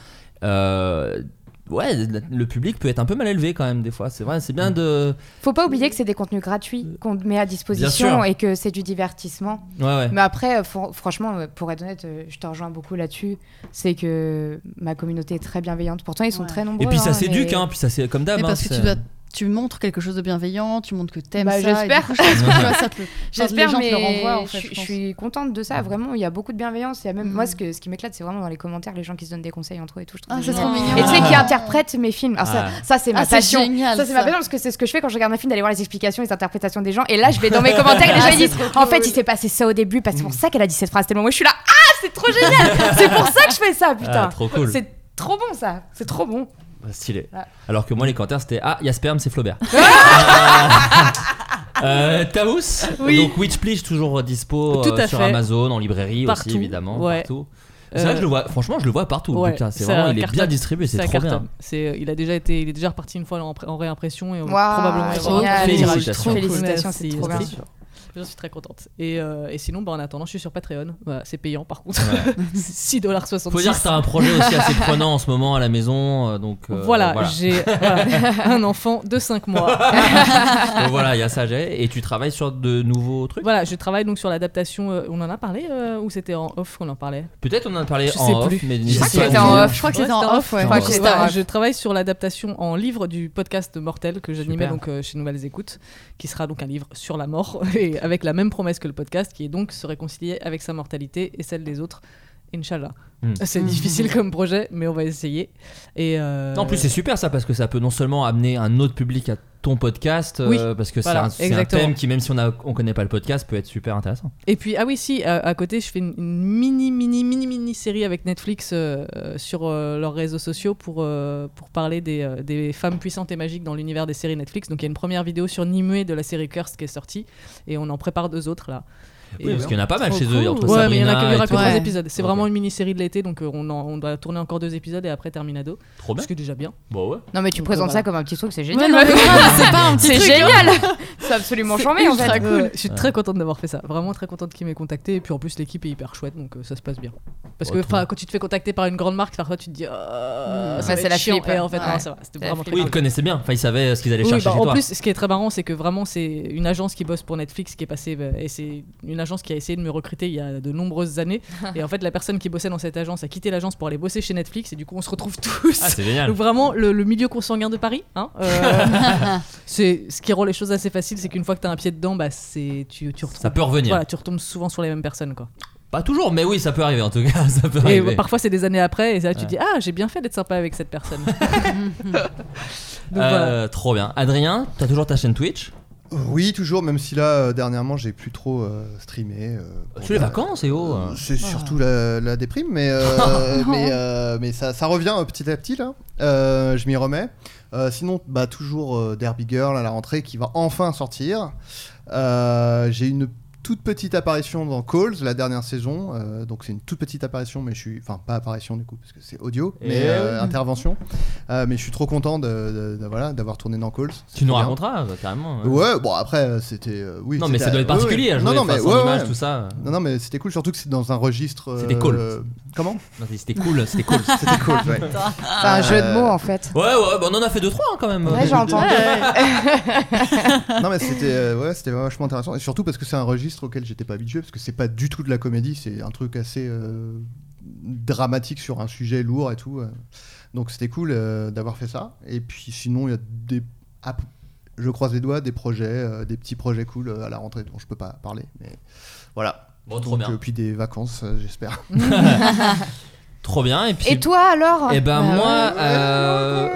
[SPEAKER 5] Euh, ouais, le public peut être un peu mal élevé quand même des fois. C'est vrai, c'est
[SPEAKER 2] Mm.
[SPEAKER 5] bien de.
[SPEAKER 2] Faut pas oublier que c'est des contenus gratuits qu'on met à
[SPEAKER 5] sûr.
[SPEAKER 2] disposition et que c'est du divertissement.
[SPEAKER 5] Ouais, ouais.
[SPEAKER 2] Mais après, euh, fran- franchement, euh, pour être honnête, euh, je te rejoins beaucoup là-dessus. C'est que ma communauté est très bienveillante. Pourtant, ils sont
[SPEAKER 9] Ouais.
[SPEAKER 2] très nombreux.
[SPEAKER 5] Et puis ça
[SPEAKER 2] hein,
[SPEAKER 5] s'éduque,
[SPEAKER 2] mais-
[SPEAKER 5] hein, puis ça c'est comme d'hab.
[SPEAKER 9] Mais
[SPEAKER 5] hein,
[SPEAKER 9] parce que
[SPEAKER 5] c'est-
[SPEAKER 9] tu, dois- tu montres quelque chose de bienveillant, tu montres que t'aimes
[SPEAKER 2] Bah,
[SPEAKER 9] ça. et
[SPEAKER 2] j'espère.
[SPEAKER 9] du coup, je pense que, tu vois, ça peut-
[SPEAKER 2] J'espère,
[SPEAKER 9] les gens te
[SPEAKER 2] mais
[SPEAKER 9] le renvoient, en fait,
[SPEAKER 2] je,
[SPEAKER 9] je
[SPEAKER 2] je
[SPEAKER 9] pense.
[SPEAKER 2] suis contente de ça. Vraiment, il y a beaucoup de bienveillance. Il y a même
[SPEAKER 9] Mm.
[SPEAKER 2] moi, ce, que, ce qui m'éclate, c'est vraiment dans les commentaires, les gens qui se donnent des conseils entre eux et tout. Je trouve
[SPEAKER 9] Ah,
[SPEAKER 2] ça
[SPEAKER 9] c'est
[SPEAKER 2] génial.
[SPEAKER 9] trop mignon.
[SPEAKER 2] Et tu sais qui interprète mes films. Alors ça,
[SPEAKER 5] Ouais.
[SPEAKER 2] ça, c'est ma
[SPEAKER 9] Ah, c'est
[SPEAKER 2] passion.
[SPEAKER 9] génial,
[SPEAKER 2] ça c'est ma
[SPEAKER 9] ça.
[SPEAKER 2] passion parce que c'est ce que je fais quand je regarde un film d'aller voir les explications, les interprétations des gens. Et là, je vais dans mes commentaires et les gens
[SPEAKER 9] Ah,
[SPEAKER 2] ils disent
[SPEAKER 9] c'est trop
[SPEAKER 2] en fait
[SPEAKER 9] cool.
[SPEAKER 2] il s'est passé ça au début, parce que c'est
[SPEAKER 9] Mm.
[SPEAKER 2] pour ça qu'elle a dit cette phrase. Tellement moi je suis là, ah c'est trop génial. c'est pour ça que je fais ça, putain.
[SPEAKER 5] Ah, trop cool.
[SPEAKER 2] C'est trop bon ça. C'est trop bon.
[SPEAKER 5] Bah, Stylé.
[SPEAKER 2] Ouais.
[SPEAKER 5] Alors que moi, les commentaires, c'était Ah, il y a sperme, c'est Flaubert. euh, euh, Taos,
[SPEAKER 8] Oui.
[SPEAKER 5] donc Witch Please, toujours dispo euh,
[SPEAKER 8] Tout à
[SPEAKER 5] sur
[SPEAKER 8] fait.
[SPEAKER 5] Amazon, en librairie
[SPEAKER 8] Partout.
[SPEAKER 5] aussi, évidemment.
[SPEAKER 8] Ouais.
[SPEAKER 5] Partout. C'est vrai
[SPEAKER 8] Euh,
[SPEAKER 5] que je le vois, franchement, je le vois partout. le
[SPEAKER 8] ouais,
[SPEAKER 5] bouquin. c'est
[SPEAKER 8] ça
[SPEAKER 5] vraiment, il est
[SPEAKER 8] cartonne.
[SPEAKER 5] bien distribué, c'est
[SPEAKER 8] Ça
[SPEAKER 5] trop
[SPEAKER 8] cartonne.
[SPEAKER 5] bien.
[SPEAKER 8] C'est, euh, il a déjà été, il est déjà reparti une fois en, en réimpression et on
[SPEAKER 2] Waouh,
[SPEAKER 8] probablement.
[SPEAKER 9] Trop
[SPEAKER 2] génial.
[SPEAKER 9] cool.
[SPEAKER 5] Félicitations.
[SPEAKER 9] Trop cool.
[SPEAKER 2] Félicitations, c'est
[SPEAKER 8] Merci,
[SPEAKER 2] trop bien.
[SPEAKER 8] merci. J'en suis très contente. Et, euh, et sinon, bah, en attendant, je suis sur Patreon. Voilà, c'est payant par contre. 6,66$.
[SPEAKER 5] Faut dire que t'as un projet aussi assez prenant en ce moment à la maison, euh, donc euh,
[SPEAKER 8] voilà,
[SPEAKER 5] voilà.
[SPEAKER 8] j'ai voilà, un enfant de 5 mois.
[SPEAKER 5] Donc voilà, il y a ça, j'ai. Et tu travailles sur de nouveaux trucs.
[SPEAKER 8] voilà, je travaille donc sur l'adaptation. euh, on en a parlé euh, ou c'était en off qu'on en parlait
[SPEAKER 5] Peut-être on en a parlé
[SPEAKER 8] Je
[SPEAKER 5] en
[SPEAKER 8] sais
[SPEAKER 5] off,
[SPEAKER 8] plus.
[SPEAKER 5] mais
[SPEAKER 2] crois
[SPEAKER 5] n'hésite
[SPEAKER 2] que
[SPEAKER 5] pas à
[SPEAKER 2] c'était
[SPEAKER 5] nous-
[SPEAKER 2] en off.
[SPEAKER 9] Je crois que
[SPEAKER 8] Ouais,
[SPEAKER 9] c'était en off, ouais.
[SPEAKER 2] Je crois que c'était en
[SPEAKER 8] Voilà,
[SPEAKER 2] off.
[SPEAKER 8] je travaille sur l'adaptation en livre du podcast Mortel que j'animais
[SPEAKER 5] Super.
[SPEAKER 8] donc euh, chez Nouvelles Écoutes, qui sera donc un livre sur la mort et avec la même promesse que le podcast, qui est donc se réconcilier avec sa mortalité et celle des autres. Inch'Allah.
[SPEAKER 5] Mm.
[SPEAKER 8] C'est
[SPEAKER 9] Hmm.
[SPEAKER 8] difficile comme projet, mais on va essayer. Et euh,
[SPEAKER 5] En plus, c'est super ça parce que ça peut non seulement amener un autre public à ton podcast, euh,
[SPEAKER 8] Oui,
[SPEAKER 5] parce que c'est
[SPEAKER 8] voilà,
[SPEAKER 5] un- c'est un,
[SPEAKER 8] exactement.
[SPEAKER 5] thème qui, même si on ne on connaît pas le podcast, peut être super intéressant.
[SPEAKER 8] Et puis, ah oui, si, à, à côté, je fais une, une mini, mini, mini, mini série avec Netflix euh, euh, sur euh, leurs réseaux sociaux pour, euh, pour parler des, euh, des femmes puissantes et magiques dans l'univers des séries Netflix. Donc, il y a une première vidéo sur Nimue de la série Cursed qui est sortie et on en prépare deux autres là.
[SPEAKER 5] Oui, parce qu'il y en a pas mal
[SPEAKER 9] trop
[SPEAKER 5] chez eux.
[SPEAKER 9] cool.
[SPEAKER 5] Entre
[SPEAKER 8] Ouais, mais il y en
[SPEAKER 5] Sabrina
[SPEAKER 8] a que, il y aura
[SPEAKER 5] et
[SPEAKER 8] que
[SPEAKER 5] tout.
[SPEAKER 8] trois
[SPEAKER 9] Ouais.
[SPEAKER 8] épisodes. C'est
[SPEAKER 5] Ok.
[SPEAKER 8] vraiment une mini-série de l'été, donc euh, on, en- on doit tourner encore deux épisodes et après Terminado.
[SPEAKER 5] Trop bien.
[SPEAKER 8] Ce qui est déjà bien.
[SPEAKER 6] Bah
[SPEAKER 5] Bon, ouais.
[SPEAKER 2] Non mais tu
[SPEAKER 8] Donc,
[SPEAKER 2] présentes
[SPEAKER 8] voilà.
[SPEAKER 2] ça comme un petit truc, c'est
[SPEAKER 9] Ouais,
[SPEAKER 2] génial.
[SPEAKER 9] non,
[SPEAKER 2] hein.
[SPEAKER 9] mais
[SPEAKER 8] Ah,
[SPEAKER 9] grave, c'est pas un petit
[SPEAKER 2] C'est
[SPEAKER 9] truc.
[SPEAKER 8] hein.
[SPEAKER 2] génial. C'est absolument charmé en
[SPEAKER 8] Ultra
[SPEAKER 2] fait.
[SPEAKER 8] cool. Je suis très contente d'avoir fait ça. Vraiment très contente qu'ils m'aient contacté. Et puis en plus, l'équipe est hyper chouette, donc euh, ça se passe bien. Parce que
[SPEAKER 5] Oh, trop
[SPEAKER 8] enfin, quand tu te fais contacter par une grande marque, parfois tu te dis. Euh,
[SPEAKER 2] Mm.
[SPEAKER 8] ça
[SPEAKER 2] Ouais,
[SPEAKER 8] va
[SPEAKER 2] c'est
[SPEAKER 8] être
[SPEAKER 2] la
[SPEAKER 8] chiant.
[SPEAKER 2] flip.
[SPEAKER 8] Et en fait,
[SPEAKER 2] Ouais.
[SPEAKER 8] non, ça va. C'était
[SPEAKER 2] C'est la
[SPEAKER 8] vraiment
[SPEAKER 2] flip.
[SPEAKER 8] très
[SPEAKER 5] Oui, ils
[SPEAKER 8] cool.
[SPEAKER 5] te connaissaient bien. Enfin, ils savaient euh, ce qu'ils allaient
[SPEAKER 8] Oui,
[SPEAKER 5] chercher
[SPEAKER 8] bah,
[SPEAKER 5] chez
[SPEAKER 8] en
[SPEAKER 5] toi.
[SPEAKER 8] plus, ce qui est très marrant, c'est que vraiment, c'est une agence qui bosse pour Netflix qui est passée. euh, Et c'est une agence qui a essayé de me recruter il y a de nombreuses années. et en fait, la personne qui bossait dans cette agence a quitté l'agence pour aller bosser chez Netflix. Et du coup, on se retrouve tous.
[SPEAKER 5] Ah, c'est génial.
[SPEAKER 8] Donc vraiment le, le milieu consanguin de Paris, hein, euh, c'est ce qui rend les choses assez faciles, c'est qu'une fois que t'as un pied dedans, bah c'est tu tu
[SPEAKER 5] Ça
[SPEAKER 8] retombes.
[SPEAKER 5] peut revenir.
[SPEAKER 8] Voilà, tu retombes souvent sur les mêmes personnes quoi.
[SPEAKER 5] Pas toujours, mais oui, ça peut arriver en tout cas. Ça peut
[SPEAKER 8] Et
[SPEAKER 5] arriver.
[SPEAKER 8] parfois c'est des années après et là tu
[SPEAKER 5] Ouais.
[SPEAKER 8] dis ah j'ai bien fait d'être sympa avec cette personne. Donc
[SPEAKER 5] Euh,
[SPEAKER 8] voilà.
[SPEAKER 5] Trop bien. Adrien, t'as toujours ta chaîne Twitch
[SPEAKER 6] Oui, toujours, même si là, euh, dernièrement, j'ai plus trop euh, streamé. euh, pour
[SPEAKER 5] Sur les
[SPEAKER 6] dire-
[SPEAKER 5] vacances et oh. euh.
[SPEAKER 6] C'est surtout la, la déprime, mais, euh, mais, euh, mais ça, ça revient euh, petit à petit là. Euh, je m'y remets. Euh, sinon, bah, toujours euh, Derby Girl à la rentrée qui va enfin sortir. Euh, J'ai une toute petite apparition dans Calls la dernière saison. Euh, donc c'est une toute petite apparition, mais je suis, enfin pas apparition du coup parce que c'est audio,
[SPEAKER 5] Eh
[SPEAKER 6] mais
[SPEAKER 5] oui.
[SPEAKER 6] euh, intervention. Euh, mais je suis trop content de, de- de- voilà d'avoir tourné dans Calls.
[SPEAKER 5] Tu nous
[SPEAKER 6] Bien.
[SPEAKER 5] raconteras euh, carrément. ouais.
[SPEAKER 6] Ouais, bon après euh, c'était euh, oui.
[SPEAKER 5] Non, mais
[SPEAKER 6] c'était-
[SPEAKER 5] ça doit être
[SPEAKER 6] ouais, ouais.
[SPEAKER 5] particulier à jouer.
[SPEAKER 6] Non, non, mais
[SPEAKER 5] face en
[SPEAKER 6] ouais,
[SPEAKER 5] image,
[SPEAKER 6] ouais.
[SPEAKER 5] tout ça.
[SPEAKER 6] Non, non, mais c'était cool, surtout que c'est dans un registre. euh,
[SPEAKER 5] C'était cool.
[SPEAKER 6] euh, Comment
[SPEAKER 5] Non, C'était cool, c'était cool.
[SPEAKER 6] C'était cool, ouais. Euh,
[SPEAKER 2] C'est un jeu de mots en fait.
[SPEAKER 5] Ouais, ouais, bah, on en a fait 2-3 quand même.
[SPEAKER 2] Ouais, j'ai entendu.
[SPEAKER 6] Non, mais c'était euh, ouais, c'était vachement intéressant. Et surtout parce que c'est un registre auquel j'étais pas habitué, parce que c'est pas du tout de la comédie, c'est un truc assez euh, dramatique sur un sujet lourd et tout. euh. Donc c'était cool euh, d'avoir fait ça. Et puis sinon, il y a des. ah, je croise les doigts, des projets, euh, des petits projets cool euh, à la rentrée dont je peux pas parler. Mais voilà.
[SPEAKER 5] Bon, Oh, trop
[SPEAKER 6] Donc,
[SPEAKER 5] bien.
[SPEAKER 6] euh, puis des vacances, euh, j'espère.
[SPEAKER 5] Trop bien. Et puis.
[SPEAKER 2] Et toi alors
[SPEAKER 5] Eh ben
[SPEAKER 2] Bah,
[SPEAKER 5] moi, euh,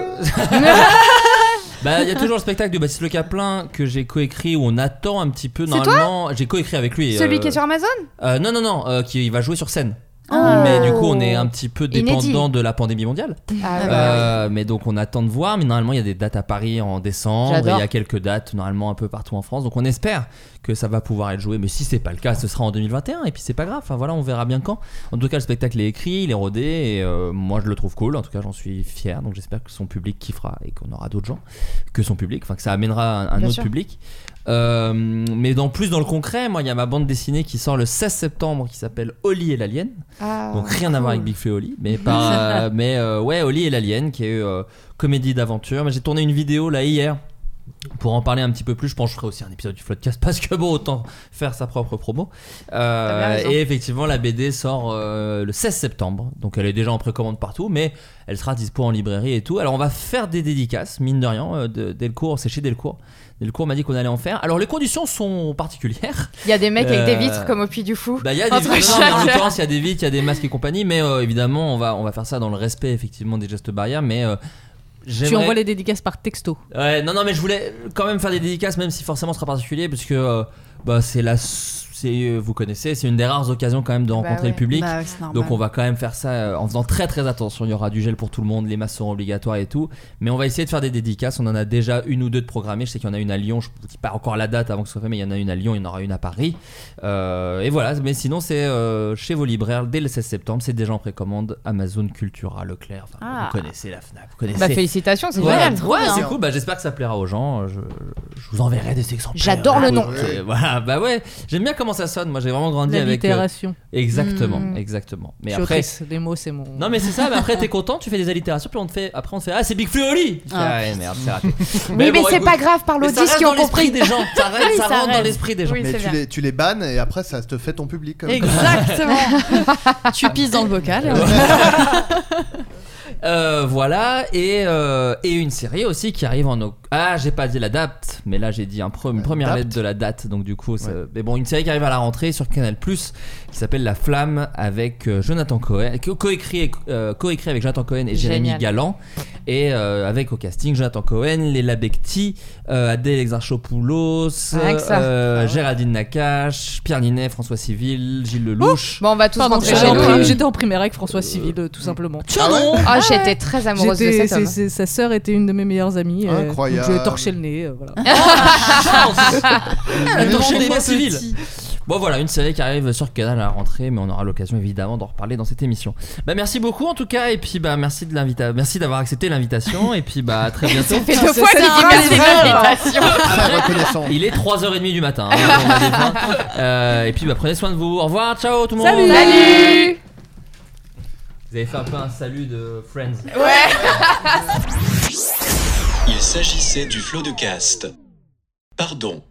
[SPEAKER 5] bah il y a toujours le spectacle de Baptiste Le Caplin que j'ai coécrit où on attend un petit peu
[SPEAKER 2] C'est toi
[SPEAKER 5] normalement. J'ai coécrit avec lui.
[SPEAKER 2] Celui
[SPEAKER 5] euh,
[SPEAKER 2] qui est sur Amazon
[SPEAKER 5] euh, non non non, euh, qui il va jouer sur scène.
[SPEAKER 2] Ah.
[SPEAKER 5] Mais du coup on est un petit peu dépendant
[SPEAKER 2] Inédit.
[SPEAKER 5] de la pandémie mondiale.
[SPEAKER 2] Ah, ouais.
[SPEAKER 5] Euh, Mais donc on attend de voir. Mais normalement il y a des dates à Paris en décembre. et
[SPEAKER 2] J'adore.
[SPEAKER 5] Il y a quelques dates normalement un peu partout en France. Donc on espère que ça va pouvoir être joué. Mais si c'est pas le cas, ce sera en 2021. Et puis c'est pas grave. Enfin voilà, on verra bien quand. En tout cas le spectacle est écrit, il est rodé. Et euh, moi je le trouve cool. En tout cas j'en suis fier. Donc j'espère que son public kiffera et qu'on aura d'autres gens que son public. Enfin que ça amènera un, un
[SPEAKER 2] Bien
[SPEAKER 5] autre
[SPEAKER 2] sûr.
[SPEAKER 5] public. Euh, mais dans plus dans le concret, moi, il y a ma bande dessinée qui sort le 16 septembre qui s'appelle Oli et l'Alien.
[SPEAKER 2] Ah,
[SPEAKER 5] Donc rien à voir avec Big Flo et Oli, mais par, euh, mais euh, ouais, Oli et l'Alien qui est euh, comédie d'aventure. Mais j'ai tourné une vidéo là hier pour en parler un petit peu plus. Je pense que je ferai aussi un épisode du Floodcast parce que bon, autant faire sa propre promo. Euh,
[SPEAKER 2] T'as bien raison.
[SPEAKER 5] et effectivement, la BD sort euh, le 16 septembre, donc elle est déjà en précommande partout, mais elle sera dispo en librairie et tout. Alors on va faire des dédicaces, mine de rien. euh, de- Delcourt, c'est chez Delcourt. Delcourt m'a dit qu'on allait en faire. Alors les conditions sont particulières.
[SPEAKER 2] Il y a des mecs avec des
[SPEAKER 5] Euh,
[SPEAKER 2] vitres comme au Puy du Fou.
[SPEAKER 5] Bah, il y a des
[SPEAKER 2] Entre
[SPEAKER 5] non, mais en
[SPEAKER 2] chaque-
[SPEAKER 5] l'occurrence, il y a des vitres, il y a des masques et compagnie, mais euh, évidemment, on va, on va faire ça dans le respect effectivement des gestes barrières. Mais euh,
[SPEAKER 8] Tu
[SPEAKER 5] j'aimerais-
[SPEAKER 8] envoies les dédicaces par texto.
[SPEAKER 5] Ouais, non, non, mais je voulais quand même faire des dédicaces, même si forcément ce sera particulier, parce que euh, bah, c'est la, c'est euh, vous connaissez, c'est une des rares occasions quand même de rencontrer
[SPEAKER 2] ouais.
[SPEAKER 5] le public.
[SPEAKER 9] Bah ouais, c'est normal.
[SPEAKER 5] Donc on va quand même faire ça euh, en faisant très très attention. Il y aura du gel pour tout le monde, les masques seront obligatoires et tout. Mais on va essayer de faire des dédicaces. On en a déjà une ou deux de programmées. Je sais qu'il y en a une à Lyon. Je vous dis pas encore la date avant que ce soit fait, mais il y en a une à Lyon, il y en aura une à Paris. Euh, et voilà. Mais sinon c'est euh, chez vos libraires dès le 16 septembre. C'est déjà en précommande Amazon, Cultura, Leclerc. Enfin,
[SPEAKER 9] Ah.
[SPEAKER 5] Vous connaissez la Fnac, vous connaissez.
[SPEAKER 2] Bah, félicitations, c'est
[SPEAKER 5] Voilà.
[SPEAKER 2] génial.
[SPEAKER 5] Ouais, c'est cool. Bah, j'espère que ça plaira aux gens. Je, je vous enverrai des exemples.
[SPEAKER 2] J'adore le nom.
[SPEAKER 5] Voilà, bah ouais. J'aime bien comment ça sonne. Moi, j'ai vraiment grandi avec. euh,
[SPEAKER 8] L'allitération.
[SPEAKER 5] Exactement,
[SPEAKER 2] Mm.
[SPEAKER 5] exactement. Mais
[SPEAKER 8] Je suis
[SPEAKER 5] après.
[SPEAKER 8] autrice, les mots, c'est mon.
[SPEAKER 5] Non mais c'est ça, mais après t'es content, tu fais des allitérations, puis on te fait, après on te fait Ah c'est Big Flo et Oli Tu fais,
[SPEAKER 9] Ah,
[SPEAKER 5] Ah ouais merde, c'est raté.
[SPEAKER 2] Oui, mais
[SPEAKER 5] Bah, bon,
[SPEAKER 2] c'est
[SPEAKER 5] écoute,
[SPEAKER 2] pas grave, parle aux
[SPEAKER 5] mais ça
[SPEAKER 2] 10
[SPEAKER 5] reste
[SPEAKER 2] qui
[SPEAKER 5] dans
[SPEAKER 2] ont
[SPEAKER 5] l'esprit
[SPEAKER 2] compris.
[SPEAKER 5] des gens, ça, reste-
[SPEAKER 2] Oui,
[SPEAKER 5] ça
[SPEAKER 2] ça
[SPEAKER 5] rentre dans
[SPEAKER 2] reste.
[SPEAKER 5] l'esprit des gens.
[SPEAKER 2] Oui,
[SPEAKER 6] Mais
[SPEAKER 2] c'est
[SPEAKER 6] tu
[SPEAKER 2] bien.
[SPEAKER 6] les, tu les bannes et après ça te fait ton public. comme-
[SPEAKER 9] Exactement. tu pisses dans le bocal. et on-
[SPEAKER 5] Euh, voilà, et, euh, et une série aussi qui arrive en... oc- Ah j'ai pas dit la date, mais là j'ai dit un pre- une
[SPEAKER 6] Ouais,
[SPEAKER 5] première
[SPEAKER 6] date.
[SPEAKER 5] lettre de la date, donc du coup... ça-
[SPEAKER 6] Ouais.
[SPEAKER 5] Mais bon, une série qui arrive à la rentrée sur Canal ⁇ qui s'appelle La Flamme avec euh, Jonathan Cohen, co- coécrit et- euh, coécrit avec Jonathan Cohen et Jérémy
[SPEAKER 2] Génial.
[SPEAKER 5] Galland, et euh, avec au casting Jonathan Cohen, Léla Becti, euh, Adèle Exarchopoulos,
[SPEAKER 2] Rien que ça. Ah
[SPEAKER 5] euh, Géraldine Nakache, Pierre Ninet, François Civil, Gilles Lelouch.
[SPEAKER 2] Bon, on va tous
[SPEAKER 8] Pardon,
[SPEAKER 2] rentrer
[SPEAKER 8] j'étais
[SPEAKER 2] chez
[SPEAKER 8] en,
[SPEAKER 5] Chalot,
[SPEAKER 2] nous.
[SPEAKER 8] prim-
[SPEAKER 5] euh,
[SPEAKER 8] j'étais en primaire avec François Civil, euh, tout simplement.
[SPEAKER 5] Tiens donc
[SPEAKER 2] Oh, j'étais très amoureuse de
[SPEAKER 8] J'étais-
[SPEAKER 2] cet
[SPEAKER 8] c'est-
[SPEAKER 2] homme.
[SPEAKER 8] c'est- sa sœur était une de mes meilleures amies. euh,
[SPEAKER 6] Incroyable.
[SPEAKER 8] donc je torchais le nez. euh, voilà.
[SPEAKER 6] Ah,
[SPEAKER 5] Elle
[SPEAKER 9] Ah, Grand
[SPEAKER 5] torchait le
[SPEAKER 9] débat
[SPEAKER 5] nez civil.
[SPEAKER 9] petit.
[SPEAKER 5] Bon voilà, une série qui arrive sur Canal à la rentrée, mais on aura l'occasion évidemment d'en reparler dans cette émission. Bah merci beaucoup en tout cas, et puis bah merci de l'invita- merci d'avoir accepté l'invitation, et puis bah à très bientôt.
[SPEAKER 2] Fait deux
[SPEAKER 9] C'est
[SPEAKER 2] fois qu'il
[SPEAKER 9] ça,
[SPEAKER 2] dit
[SPEAKER 9] un
[SPEAKER 2] merci de
[SPEAKER 9] rêve.
[SPEAKER 2] l'invitation.
[SPEAKER 6] Très reconnaissant.
[SPEAKER 5] Il est 3h30 du matin. hein, on a des points. Euh, et puis bah prenez soin de vous. Au revoir, ciao tout le monde.
[SPEAKER 2] Salut
[SPEAKER 5] Vous avez fait un peu un salut de Friends.
[SPEAKER 1] Il s'agissait du flot de caste. Pardon.